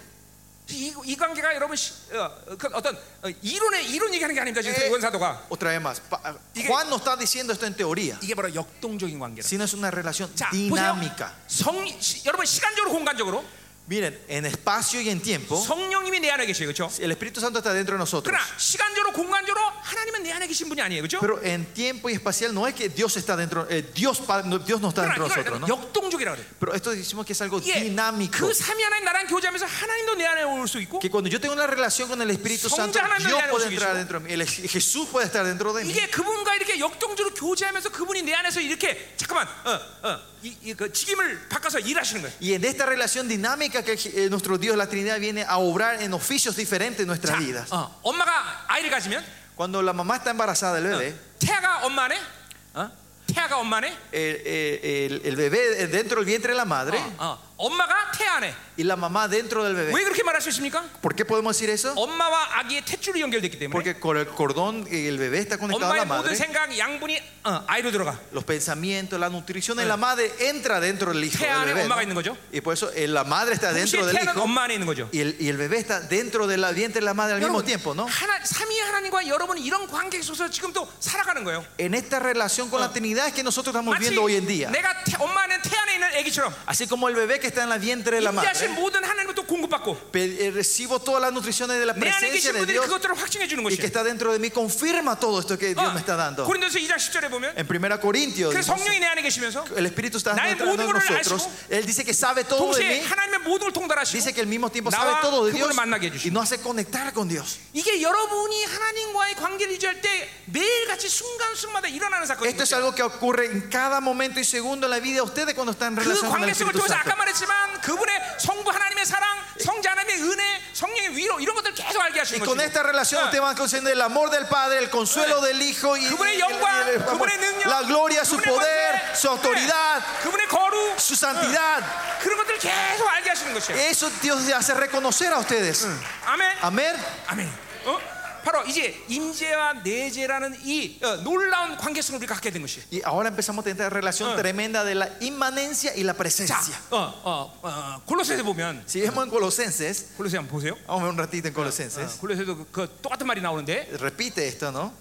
S1: 이, 이 관계가 여러분 시, 어, 어, 그 어떤 어, 이론의 이론 얘기하는 게 아닙니다. 지금
S2: 에.
S1: 이원 사도가
S2: Eh, Otra vez más, pa-
S1: Y que-
S2: Juan no está diciendo esto en teoría,
S1: 이게 바로 역동적인 관계라.
S2: sino es una relación
S1: 자,
S2: dinámica.
S1: 보세요. 성 시, 여러분 시간적으로 공간적으로
S2: Miren, en espacio y en tiempo,
S1: 성령님이 내 안에 계셔요. 그렇죠?
S2: el Espíritu Santo está dentro de nosotros.
S1: 그러나 시간적으로 공간적으로 하나님은 내 안에 계신 분이 아니에요. 그렇죠?
S2: Pero en tiempo y espacial no es que Dios está dentro, eh, Dios, pa- no, Dios no está dentro
S1: 그러나
S2: de
S1: 이걸
S2: nosotros, ¿no?
S1: 역동적이라 그래요.
S2: Pero esto decimos que es algo
S1: 이게
S2: dinámico.
S1: 그 삼위 하나님 나랑 교제하면서 하나님도 내 안에 올 수 있고
S2: Que cuando yo tengo una relación con el Espíritu
S1: Son
S2: Santo,
S1: hablando de
S2: Dios
S1: la
S2: puede
S1: luz,
S2: entrar
S1: Jesús.
S2: dentro de mí, el- Jesús puede estar dentro de mí.
S1: 이게 그분과 이렇게 역동적으로 교제하면서 그분이 내 안에서 이렇게 잠깐만 어, 어어이그 직임을 바꿔서 일하시는 거예요.
S2: Y en esta relación dinámica que eh, nuestro Dios, la Trinidad, viene a obrar en oficios diferentes en nuestras
S1: 자,
S2: vidas.
S1: 어, 엄마가 아이를 가지면
S2: Cuando la mamá está embarazada del
S1: 네.
S2: bebé,
S1: 태아가 엄마 안에 어? 태아가 엄마 안에
S2: el, eh, el- el bebé eh, dentro del vientre de la madre
S1: 어, 어, 엄마가 태아 안에
S2: y la mamá dentro del bebé.
S1: 왜 그렇게 말할 수 있습니까?
S2: ¿Por qué podemos decir eso?
S1: 엄마와 아기의 탯줄이 연결됐기 때문에
S2: Porque con el cordón eh, el bebé está conectado a la
S1: 엄마의 모든
S2: madre.
S1: 생각 양분이 어, 아이로 들어가
S2: Los pensamientos, la nutrición de la madre entra dentro del hijo.
S1: 태아 안에
S2: Del bebé,
S1: 엄마가
S2: ¿no?
S1: 있는 거죠.
S2: Y por eso eh, la madre está
S1: 동시에
S2: dentro del
S1: 태아는
S2: hijo
S1: 엄마 안에 있는 거죠.
S2: y el, y el bebé está dentro del vientre de la madre al mismo
S1: 여러분,
S2: tiempo, ¿no?
S1: 하나, 삼위 하나님과 여러분 이런 관계 속에서 지금 또 살아가는 거예요.
S2: En esta relación con la Trinidad es que nosotros estamos
S1: 마치
S2: viendo hoy en día.
S1: 내가 태, 엄마 안에 태아 안에 있는 아기처럼
S2: Así como el bebé que está en la vientre de la
S1: 임재하신
S2: madre,
S1: 모든 하나님을 또 공급받고
S2: pe- eh, recibo todas las nutriciones de la
S1: 내 네, 안에 계신
S2: presencia de
S1: 분들이
S2: Dios Ah,
S1: 그것들을 확증해 주는
S2: y
S1: 것이에요.
S2: que está dentro de mí, confirma todo esto que Dios
S1: 어,
S2: me está dando.
S1: 고린도서 2장 10절에 보면
S2: En 1 Corintios,
S1: 그
S2: dice,
S1: 성령이 내 안에 계시면서
S2: el Espíritu está
S1: 나의
S2: dentro de
S1: 모든 것을
S2: nosotros.
S1: 알시고
S2: Él dice que sabe todo de
S1: 동시에
S2: mí,
S1: 하나님의 모든 걸
S2: dice
S1: 통달하시고
S2: que al mismo tiempo
S1: 나와
S2: sabe todo de
S1: 그분을
S2: Dios
S1: 만나게
S2: y
S1: 해주시고.
S2: nos hace conectar con Dios.
S1: 이게 여러분이 하나님과의 관계를 유지할 때 매일같이 순간순간마다 일어나는
S2: Esto es
S1: 사건이에요.
S2: algo que ocurre en cada momento y segundo en la vida de ustedes cuando están en
S1: 그
S2: relación con el
S1: 관계 속을
S2: Espíritu
S1: 통해서 아까
S2: Santo.
S1: 말했지만 그분의 성부 하나님의 사랑, 성자 하나님의 은혜, 성령의 위로 이런 것들 계속 알게
S2: Y
S1: 하시는
S2: con
S1: 거죠.
S2: esta relación ustedes van conociendo el amor del Padre, el consuelo del Hijo y,
S1: 그분의
S2: y-
S1: 영광,
S2: y- y-
S1: 그분의 능력,
S2: la gloria, su
S1: 그분의
S2: poder,
S1: 권세,
S2: su autoridad,
S1: 네, 그분의 거룩,
S2: su santidad.
S1: 그런 것들 계속 알게 하시는 것이에요.
S2: Eso Dios le hace reconocer a ustedes.
S1: 예. 아멘.
S2: Amén.
S1: 아멘. 어? 바로 이제 임재와 내재라는 이 어, 놀라운 관계성을 우리가 갖게 된 것이에요.
S2: Y ahora empezamos a tener esta relación tremenda de la inmanencia y la
S1: 자,
S2: presencia.
S1: 어, 어, 어, 골로새서 보면
S2: Si vemos en Colosenses,
S1: 골로새 한번 보세요.
S2: vamos a ver un ratito en
S1: 어,
S2: Colosenses.
S1: 골로새도 그, 그 똑같은 말이 나오는데,
S2: Repite esto, ¿no?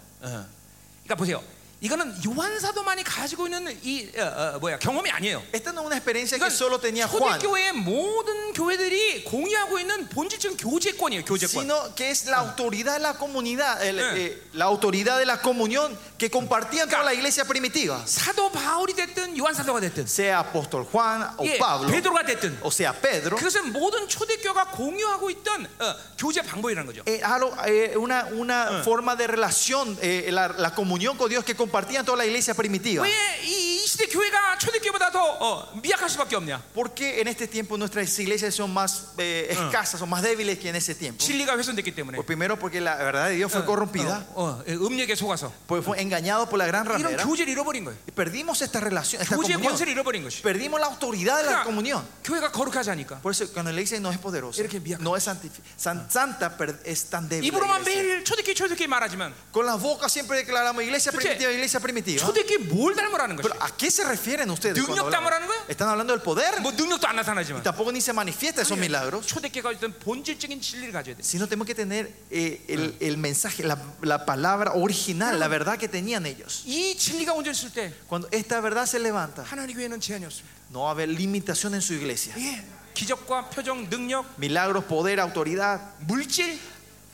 S1: 그러니까 보세요. 이거는 요한 사도만이 가지고 있는 이 어, 어, 뭐야 경험이 아니에요.
S2: Esta no es una experiencia que
S1: 이건
S2: solo tenía Juan,
S1: 초대교회의 모든 교회들이 공유하고 있는 본질적인 교제권이에요. 교제권.
S2: sino que es la autoridad de la comunidad, el-
S1: Eh.
S2: eh, la autoridad de la comunión que compartían con la iglesia primitiva.
S1: 사도 바울이 됐든 요한 사도가 됐든,
S2: sea apóstol Juan o
S1: 예,
S2: Pablo,
S1: 베드로가 됐든,
S2: o sea Pedro,
S1: 그것은 모든 초대교가 공유하고 있던 어, 교제 방법이라는 거죠.
S2: eh, algo, eh, una, una forma de relación, eh, la, la comunión con Dios que compartían toda la iglesia primitiva.
S1: 왜 이 시대 교회가 초대교회보다 더 어, 미약할 수밖에 없냐?
S2: ¿Por qué en este tiempo nuestras iglesias son más eh, escasas, son más débiles que en ese tiempo?
S1: 진리가 훼손됐기 때문에.
S2: Pues primero porque la verdad de Dios fue corrompida,
S1: 어, 어, 예, 음력에 속아서
S2: pues fue engañado por la gran
S1: 이런
S2: ramera.
S1: 교제를 잃어버린 거예요.
S2: Y perdimos esta relación, esta
S1: 교제의
S2: comunión.
S1: 권세를 잃어버린 것이.
S2: Perdimos la autoridad de la
S1: 그러니까
S2: comunión.
S1: 교회가 거룩하지 않으니까.
S2: Por eso cuando la iglesia no es poderosa,
S1: 이렇게 미약하다.
S2: no es santifi- san- santa, per- es tan débil. la
S1: 입으로만
S2: iglesia.
S1: 매일 초대기 초대기 말하지만
S2: Con la boca siempre declaramos iglesia
S1: 도대체
S2: primitiva, iglesia primitiva.
S1: 초대기 뭘 닮으라는 거지?
S2: Pero ¿a qué se refieren ustedes?
S1: ¿능력
S2: cuando hablan?
S1: 담으라는 거야?
S2: Están hablando del poder.
S1: 뭐 능력도 안 나타나지만
S2: Tampoco ni se manifiesta esos milagros.
S1: 초대기가 어떤 본질적인 진리를 가져야 돼.
S2: Sino tenemos que tener eh, el, el mensaje, la, la palabra original, la verdad que tenían ellos.
S1: 이 진리가 온전했을 때
S2: Cuando esta verdad se levanta,
S1: 하나님 교회는 제한이 없습니다.
S2: no va a haber limitación en su iglesia.
S1: 예. 기적과 표정, 능력,
S2: Milagros, poder, autoridad,
S1: 물질,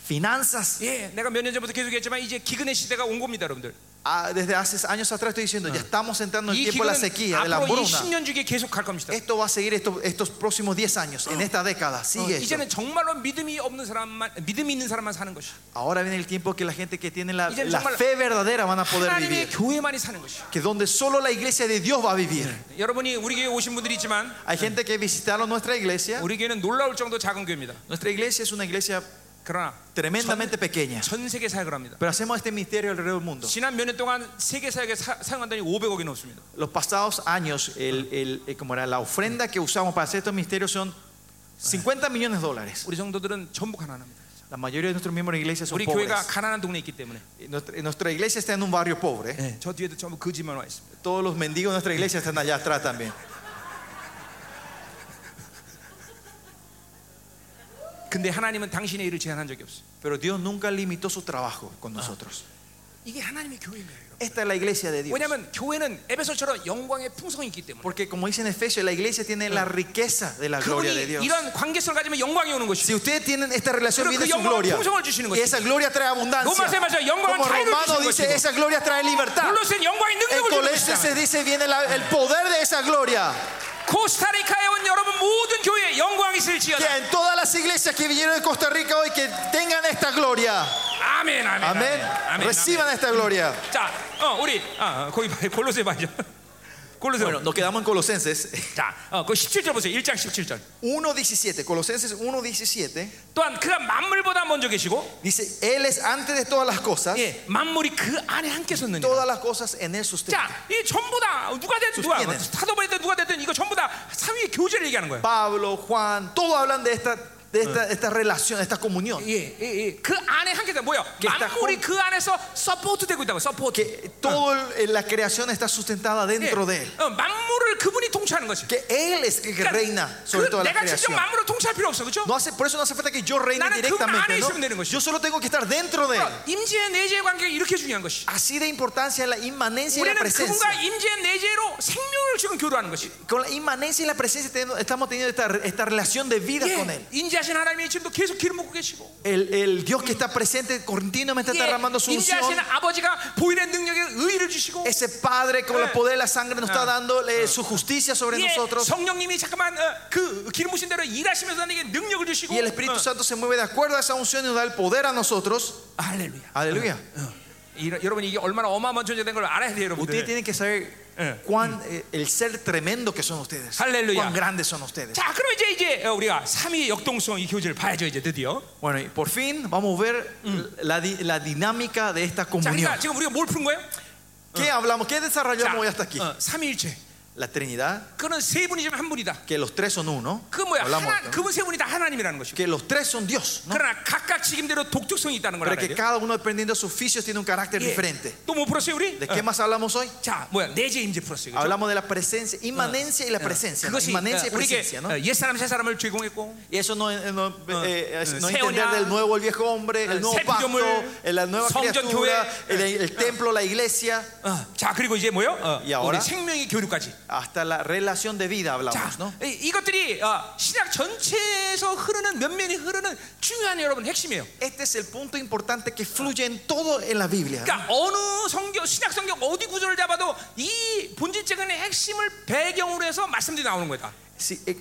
S2: finanzas.
S1: 예, 내가 몇 년 전부터 계속했지만 이제 기근의 시대가 온 겁니다, 여러분들.
S2: Ah, desde hace años atrás estoy diciendo, ya estamos entrando en el
S1: 이
S2: tiempo de
S1: 기근은
S2: la sequía, de la
S1: 앞으로 이
S2: hambruna.
S1: 10년 주기에 계속 갈 겁니다.
S2: Esto va a seguir estos, estos próximos 10 años, en esta década.
S1: 어,
S2: Sigue esto.
S1: 이제는 정말로 믿음이 없는 사람만 믿음이 있는 사람만 사는 것이.
S2: Ahora viene el tiempo que la gente que tiene la,
S1: 이제는
S2: la
S1: 정말
S2: fe verdadera van a poder
S1: 하나님의
S2: vivir.
S1: 교회만이 사는 것이.
S2: Que donde solo la iglesia de Dios va a vivir.
S1: 여러분이 우리 교회 오신 분들이 있지만
S2: Hay gente que visitaron nuestra iglesia.
S1: 우리 교회는 놀라울 정도 작은 교회입니다.
S2: Nuestra iglesia es una iglesia
S1: 그러나
S2: tremendamente pequeña.
S1: 전 세계 사역을 합니다.
S2: Pero hacemos este misterio alrededor del mundo.
S1: 지난 몇 년 동안 세계 사역에 사, 사용한 돈이 500억이 넘습니다.
S2: Los pasados años, el, el- eh, como era la ofrenda que usamos para hacer estos misterios son 50 millones de dólares.
S1: 우리 성도들은 전부 가난합니다.
S2: La mayoría de nuestros miembros de la iglesia son
S1: 우리
S2: pobres.
S1: 교회가 가난한 동네에 있기 때문에
S2: Y Eh, Nuestra, nuestra iglesia está en un barrio pobre.
S1: 예, 저 뒤에도 전부 거짓말 와 있습니다.
S2: Todos los mendigos de nuestra iglesia están allá atrás también.
S1: 근데 하나님은 당신의 일을 제한한 적이 없어요.
S2: Pero Dios nunca limitó su trabajo con nosotros.
S1: 이게 하나님의 교회입니다. 여러분.
S2: Esta es la iglesia de Dios.
S1: 왜냐하면 교회는 에베소처럼 영광의 풍성이 있기 때문에.
S2: Porque como dice en Efesios, la iglesia tiene la riqueza de la gloria de
S1: 그분이
S2: Dios.
S1: 이런 관계성을 가지면 영광이 오는 것이죠.
S2: Si ustedes tienen esta relación,
S1: Pero
S2: viene
S1: que
S2: su
S1: 영광은
S2: gloria.
S1: 풍성을 주시는
S2: Y
S1: 것이고.
S2: esa gloria trae abundancia.
S1: 로마서에 말씀 영광은
S2: Como
S1: 자유를
S2: Romano
S1: 주시는
S2: dice,
S1: 것이고.
S2: esa gloria trae libertad.
S1: 물론 영광의
S2: En
S1: 능력을 주는
S2: Colosenses se
S1: 것이다.
S2: dice, viene la- el poder de esa gloria.
S1: 코스타리카에 온 여러분 모든 교회에 영광이
S2: Que
S1: 있을지어다.
S2: en todas las iglesias que vinieron de Costa Rica hoy, que tengan esta gloria.
S1: 아멘, 아멘, 아멘,
S2: Amén.
S1: 아멘. 아멘.
S2: Reciban esta gloria.
S1: 자, 어, 우리 아, 어, 거기 봐요. 골로새 봐야죠. 골로새.
S2: Bueno, nos quedamos en Colosenses
S1: 자, 어, 그 17절 보세요. 1장 17절.
S2: 1.17. Colosenses 1.17
S1: 또한 그가 만물보다 먼저 계시고
S2: dice, Él es antes de todas las cosas.
S1: 예, 만물이 그 안에 함께 섰느니라.
S2: Todas las cosas en Él sustentan.
S1: 자, 이 전부 다 누가 됐든 누가
S2: sus bienes.
S1: 사도바이든 누가 됐든 이거 전부 다 삼위의 교제를 얘기하는 거예요.
S2: Pablo, Juan, todos hablan de esta, de esta, esta relación, esta comunión.
S1: 예, 예, 예. 그 안에 함께 다 뭐야?
S2: Que está
S1: 만물이 그 안에서 서포트되고 있다고. 서포트.
S2: Que toda la creación está sustentada
S1: 예.
S2: dentro de Él.
S1: 어, 만물을 그분이 통치하는 거지.
S2: Que Él es el que reina
S1: 그
S2: sobre toda la
S1: 내가 직접
S2: creación.
S1: 만물을 통치할 필요 없어, 그렇죠?
S2: No hace, por eso no hace falta que yo reine
S1: 나는 그 안에
S2: directamente.
S1: 있으면 되는
S2: ¿no?
S1: 것이야.
S2: Yo solo tengo que estar dentro de Él.
S1: 임재 내재의 관계가 이렇게 중요한 것이.
S2: Así de importancia es la inmanencia y la
S1: 우리는 그분과
S2: presencia.
S1: 임재 내재로 생명을 지금 교류하는 것이.
S2: Con la inmanencia y la presencia tenemos- estamos teniendo esta, esta relación de vida con Él.
S1: 예, 인자하신 하나님이 지금도 계속 기름 붓고 계시고.
S2: El, el Dios que está presente continuamente
S1: 예,
S2: está derramando su unción.
S1: 인자하신 아버지가 보일의 능력에 의의를 주시고.
S2: Ese Padre con el poder de la sangre nos está
S1: Ah.
S2: dando eh, su justicia sobre
S1: 예,
S2: nosotros.
S1: 성령님이 잠깐만 어, 그 기름 부신 대로 일하시면서 나에게 능력을 주시고.
S2: Y el Espíritu
S1: 어,
S2: Santo se mueve de acuerdo a esa unción y nos da el poder a nosotros.
S1: 할렐루야.
S2: Aleluya.
S1: Ah. 이런- 여러분 이게 얼마나 어마어마한 존재된 걸 알아야 돼요,
S2: Ustedes
S1: 여러분들.
S2: tienen que saber
S1: Eh.
S2: cuán eh, el ser tremendo que son ustedes.
S1: Aleluya.
S2: Cuán grandes son ustedes.
S1: 자, 그럼 이제 이제 어, 우리가 삼위 역동성 이 교제를 봐야죠, 이제 드디어.
S2: Bueno, y por fin vamos a ver
S1: Mm.
S2: la, di- la dinámica de esta
S1: 자,
S2: comunión.
S1: 그러니까 지금 우리가 뭘 푼 거예요? Ah.
S2: ¿Qué hablamos? ¿Qué
S1: 자,
S2: desarrollamos hoy hasta aquí?
S1: 어, 삼위일체.
S2: La Trinidad,
S1: 그는 세 분이지만 한 분이다.
S2: que los tres son uno.
S1: 그 뭐야?
S2: Hablamos
S1: 하나,
S2: esto, ¿no?
S1: 그분 세 분이 다 하나님이라는 것이고.
S2: que los tres son Dios, ¿no?
S1: 그러나 각각 직임대로 독특성이 있다는 걸 알아야
S2: Pero que
S1: 돼요. 예.
S2: cada uno dependiendo de sus oficios tiene un carácter diferente.
S1: 또뭐 풀었어요, 우리?
S2: ¿De
S1: 어.
S2: qué más hablamos hoy?
S1: 자, 뭐야? 내재 임재 풀었어요. 그죠?
S2: Hablamos de la presencia, inmanencia y la presencia. ¿no?
S1: 그것이
S2: Inmanencia y
S1: 어, 우리에게
S2: presencia, ¿no?
S1: 어, 옛사람 새사람을 죄공했고
S2: Y eso no, eh, no, eh,
S1: eh,
S2: no
S1: se
S2: entender
S1: unía,
S2: del nuevo el viejo hombre, el nuevo
S1: se
S2: pacto,
S1: pidió-
S2: eh, la nueva
S1: son-
S2: criatura,
S1: 교회,
S2: el, el templo, la iglesia,
S1: 어, 자, 그리고 이제 뭐요? 어,
S2: 네. 야,
S1: 우리
S2: 어라?
S1: 생명의 교류까지.
S2: hasta la relación de vida
S1: 자,
S2: hablamos, ¿no?
S1: 이- 이것들이 어, 신약 전체에서 흐르는 몇 면이 흐르는 중요한 여러분 핵심이에요.
S2: Este es el punto importante que fluye en todo en la Biblia. ¿no?
S1: 그러니까 어느 성경 신약 성경 어디 구조를 잡아도 이 본질적인 핵심을 배경으로 해서 말씀들이 나오는 거다.
S2: Si, eh,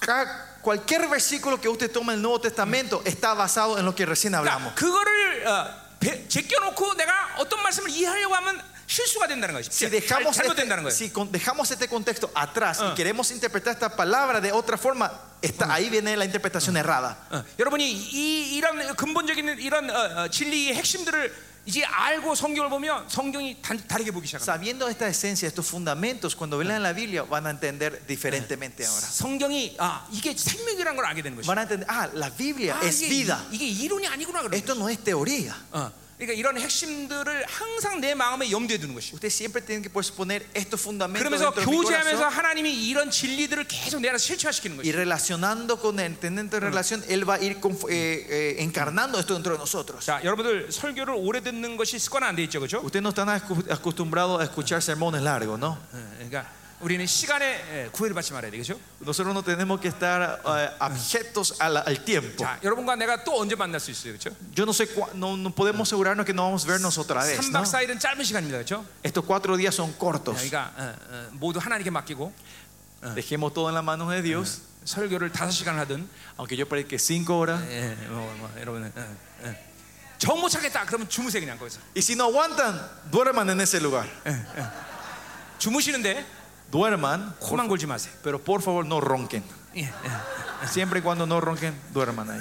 S2: ca- cualquier versículo que usted tome en el Nuevo Testamento está basado en lo que recién
S1: 그러니까
S2: hablamos.
S1: 그거를 어, 배- 제껴놓고 내가 어떤 말씀을 이해하려고 하면 실수가 된다는 거예요.
S2: Si dejamos,
S1: 잘못된다는 거예요.
S2: este, si con- dejamos este contexto atrás
S1: Ah.
S2: y queremos interpretar esta palabra de otra forma, está, ahí viene la interpretación errada.
S1: 어, 여러분이 이, 이런 근본적인 이런 어, 어, 진리의 핵심들을 이제 알고 성경을 보면 성경이 단, 다르게 보기 시작합니다.
S2: Sabiendo esta esencia, estos fundamentos, cuando vean la Biblia van a entender diferentemente ahora.
S1: 성경이 아 이게 생명이라는 걸 알게 되는 것이죠.
S2: Van a entender, ah, la Biblia
S1: 아,
S2: es
S1: 이게,
S2: vida.
S1: 이게 이론이 아니구나 그러는
S2: Esto no es teoría.
S1: 거예요. 어, 그러니까 이런 핵심들을 항상 내 마음에 염두에 두는 것이죠.
S2: Usted siempre tiene que pues, poner estos fundamentos
S1: 그러면서
S2: dentro de mi
S1: 교제하면서
S2: corazón
S1: 하나님이 이런 진리들을 계속 내 안에 실체화시키는
S2: y
S1: 것이죠.
S2: relacionando con el teniente de relación, Él va a ir conf- eh, eh, encarnando esto dentro de nosotros.
S1: 자, 여러분들 설교를 오래 듣는 것이 습관 안돼 있죠, 그렇죠?
S2: Usted no están acu- acostumbrado a escuchar sermones largos, ¿no?
S1: 그러니까 우리는 시간에 예, 구애를 받지 말아야 되겠죠?
S2: Nosotros no tenemos que estar eh, abjetos al, al tiempo.
S1: 자, 여러분과 내가 또 언제 만날 수 있어요, 그렇죠?
S2: Yo no sé, cua- no, no podemos asegurarnos que no vamos a vernos otra vez. ¿no?
S1: 3박 4일은 짧은 시간입니다, 그렇죠?
S2: Estos cuatro días son cortos.
S1: 그러니까 어, 어, 모두 하나님께 맡기고
S2: Dejemos todo en las manos de Dios.
S1: 설교를 5시간 하든
S2: Aunque yo predique cinco horas.
S1: 예, 뭐, 뭐, 여러분은 예, 예. 정못 찾겠다 그러면 주무세요 그냥 거기서
S2: Y si no aguantan, duerman en ese lugar.
S1: 주무시는데
S2: Duerman,
S1: 코만 골지 마세요
S2: pero por favor no ronquen.
S1: 예, 예.
S2: Siempre y cuando no ronquen, duerman ahí.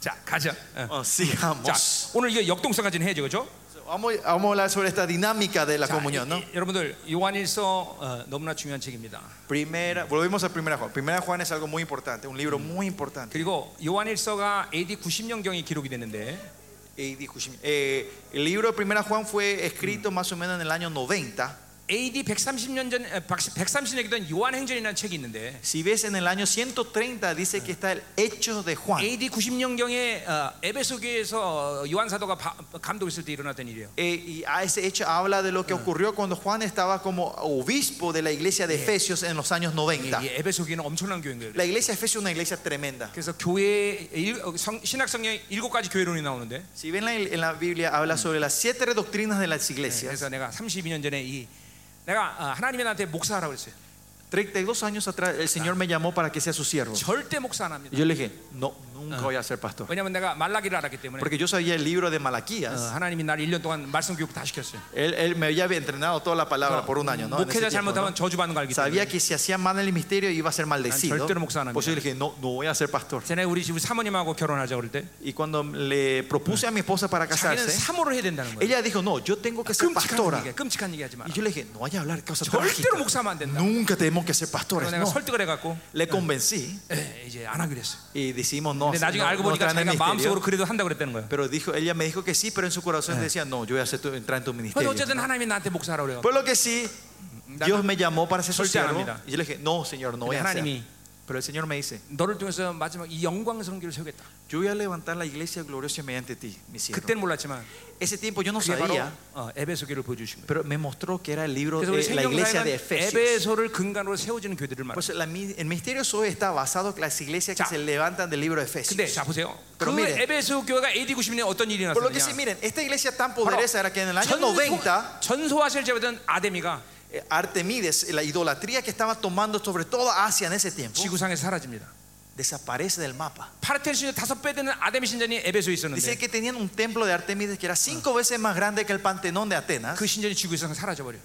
S1: 자 가자 예. 자
S2: Oh, sigamos.
S1: 오늘 이거 역동성 가진 해야죠 그죠?
S2: Vamos, vamos a hablar sobre esta dinámica de la
S1: 자,
S2: comunión, ¿no?
S1: 이- 이- 여러분들 요한일서 어, 너무나 중요한 책입니다
S2: Primera, volvemos a Primera Juan. Primera Juan es algo muy importante, un libro muy importante.
S1: 그리고 요한일서가 AD 90년경에 기록이 됐는데
S2: Eh, dijo Shimi- eh, el libro de Primera Juan fue escrito más o menos en el año 90.
S1: AD 130년 전 130년이던 요한행전이라는 책이 있는데
S2: Si ves en el año 130 dice que está el Hechos de Juan.
S1: AD 90년경에 어, 에베소 교회에서 어, 요한 사도가 바- 감독했을 때 일어났던 일이에요.
S2: Eh, y a ese hecho habla de lo que ocurrió cuando Juan estaba como obispo de la iglesia de Efesios en los años 90.
S1: 이 에베소 교회는 엄청난 교회인 거예요.
S2: La iglesia de Efesios es una iglesia tremenda.
S1: 그래서 교회 신약 성경에 일곱 가지 교회론이 나오는데
S2: Si ven la- en la Biblia habla sobre las siete doctrinas de las iglesias.
S1: 그래서 내가 32년 전에 이 내가 아, 하나님이 나한테 목사하라고 했어요.
S2: 32 años atrás el Señor me llamó para que sea su
S1: 어.
S2: siervo.
S1: 절대 목사 안 합니다.
S2: Y yo le dije, no, nunca voy a ser pastor.
S1: 왜냐면 내가 말라기를 알았기 때문에
S2: Porque yo sabía el libro de
S1: 어,
S2: Malaquías.
S1: 하나님이 나를 1년 동안 말씀 교육 다 시켰어요.
S2: Él, él me había entrenado toda la palabra por un año, ¿no? En ese
S1: 목회자
S2: tiempo,
S1: 잘못하면
S2: ¿no?
S1: 저주받는 거 알기 때문에.
S2: Sabía que si hacía mal en el misterio iba a ser maldecido.
S1: 절대로 목사 안 합니다.
S2: Por eso yo le dije, no, no voy a ser pastor.
S1: 전에 우리 집 사모님하고 결혼하자 그럴 때
S2: Y cuando le propuse a mi esposa para
S1: 자기는
S2: casarse,
S1: 사모를 해야 된다는 거예요.
S2: ella dijo, no, yo tengo que ser
S1: 끔찍한
S2: pastora.
S1: 얘기, 끔찍한 얘기하지 마.
S2: Y yo le dije, no vaya a hablar cosas
S1: 절대로
S2: trágicas.
S1: 목사하면 안 된다.
S2: Nunca tenemos que ser
S1: 그래서
S2: pastores.
S1: 내가
S2: No.
S1: 설득을 해갖고
S2: Le convencí
S1: 에, 이제 안 하기로 했어요.
S2: y decimos no.
S1: 근데 나중에
S2: no,
S1: 알고
S2: no
S1: 보니까
S2: entrar en el
S1: 자기가 마음속으로
S2: ministerio.
S1: 그래도 한다고 그랬다는 거예요.
S2: Pero dijo, ella me dijo que sí, pero en su corazón decía, Ah. Pues no, yo voy a hacer tu- entrar en tu
S1: 근데
S2: ministerio.
S1: 어쨌든 하나님이 나한테 목사하라고 그래요.
S2: Por lo que sí,
S1: 뭐,
S2: Dios me llamó para ser su
S1: Solté a la
S2: siervo.
S1: mitad.
S2: Y yo le dije, no, Señor, no voy
S1: 근데
S2: a hacer.
S1: 하나님이
S2: Pero el Señor me dice,
S1: 너를 통해서 마지막 이 영광스러운 길을 세우겠다.
S2: yo voy a levantar la iglesia gloriosa mediante ti, mi siervo.
S1: 그때는 몰랐지만
S2: Ese tiempo yo no
S1: 그게 바로
S2: sabía,
S1: 어, 에베소 교를 보여주신 거예요.
S2: pero me mostró que era el libro
S1: 그래서 우리
S2: de la iglesia
S1: 생명사는
S2: de Efesios.
S1: 예, 에베소를 음. 근간으로 세워지는 교회들을 말해요.
S2: Pues la mi- el misterio hoy está basado en las iglesias que
S1: 자.
S2: se levantan del libro de
S1: 근데
S2: Efesios.
S1: 자 보세요.
S2: 그럼
S1: 그
S2: 미래.
S1: 에베소 교회가 AD 90년에 어떤 일이
S2: Por lo que sí,
S1: 났었냐?
S2: miren, esta iglesia tan poderosa era que en el año 90
S1: 전소화실 제보던 아데미가
S2: eh, Artemides, la idolatría que estaba tomando sobre toda Asia en ese tiempo,
S1: 지구상에서 사라집니다.
S2: desaparece del mapa.
S1: 파르테신의 다섯 배 되는 아데미 신전이 에베소에
S2: Dice
S1: 있었는데
S2: que tenían un templo de Artemides que era cinco veces más grande que el Pantenón de Atenas.
S1: 그 신전이 지구에서 사라져 버려. 요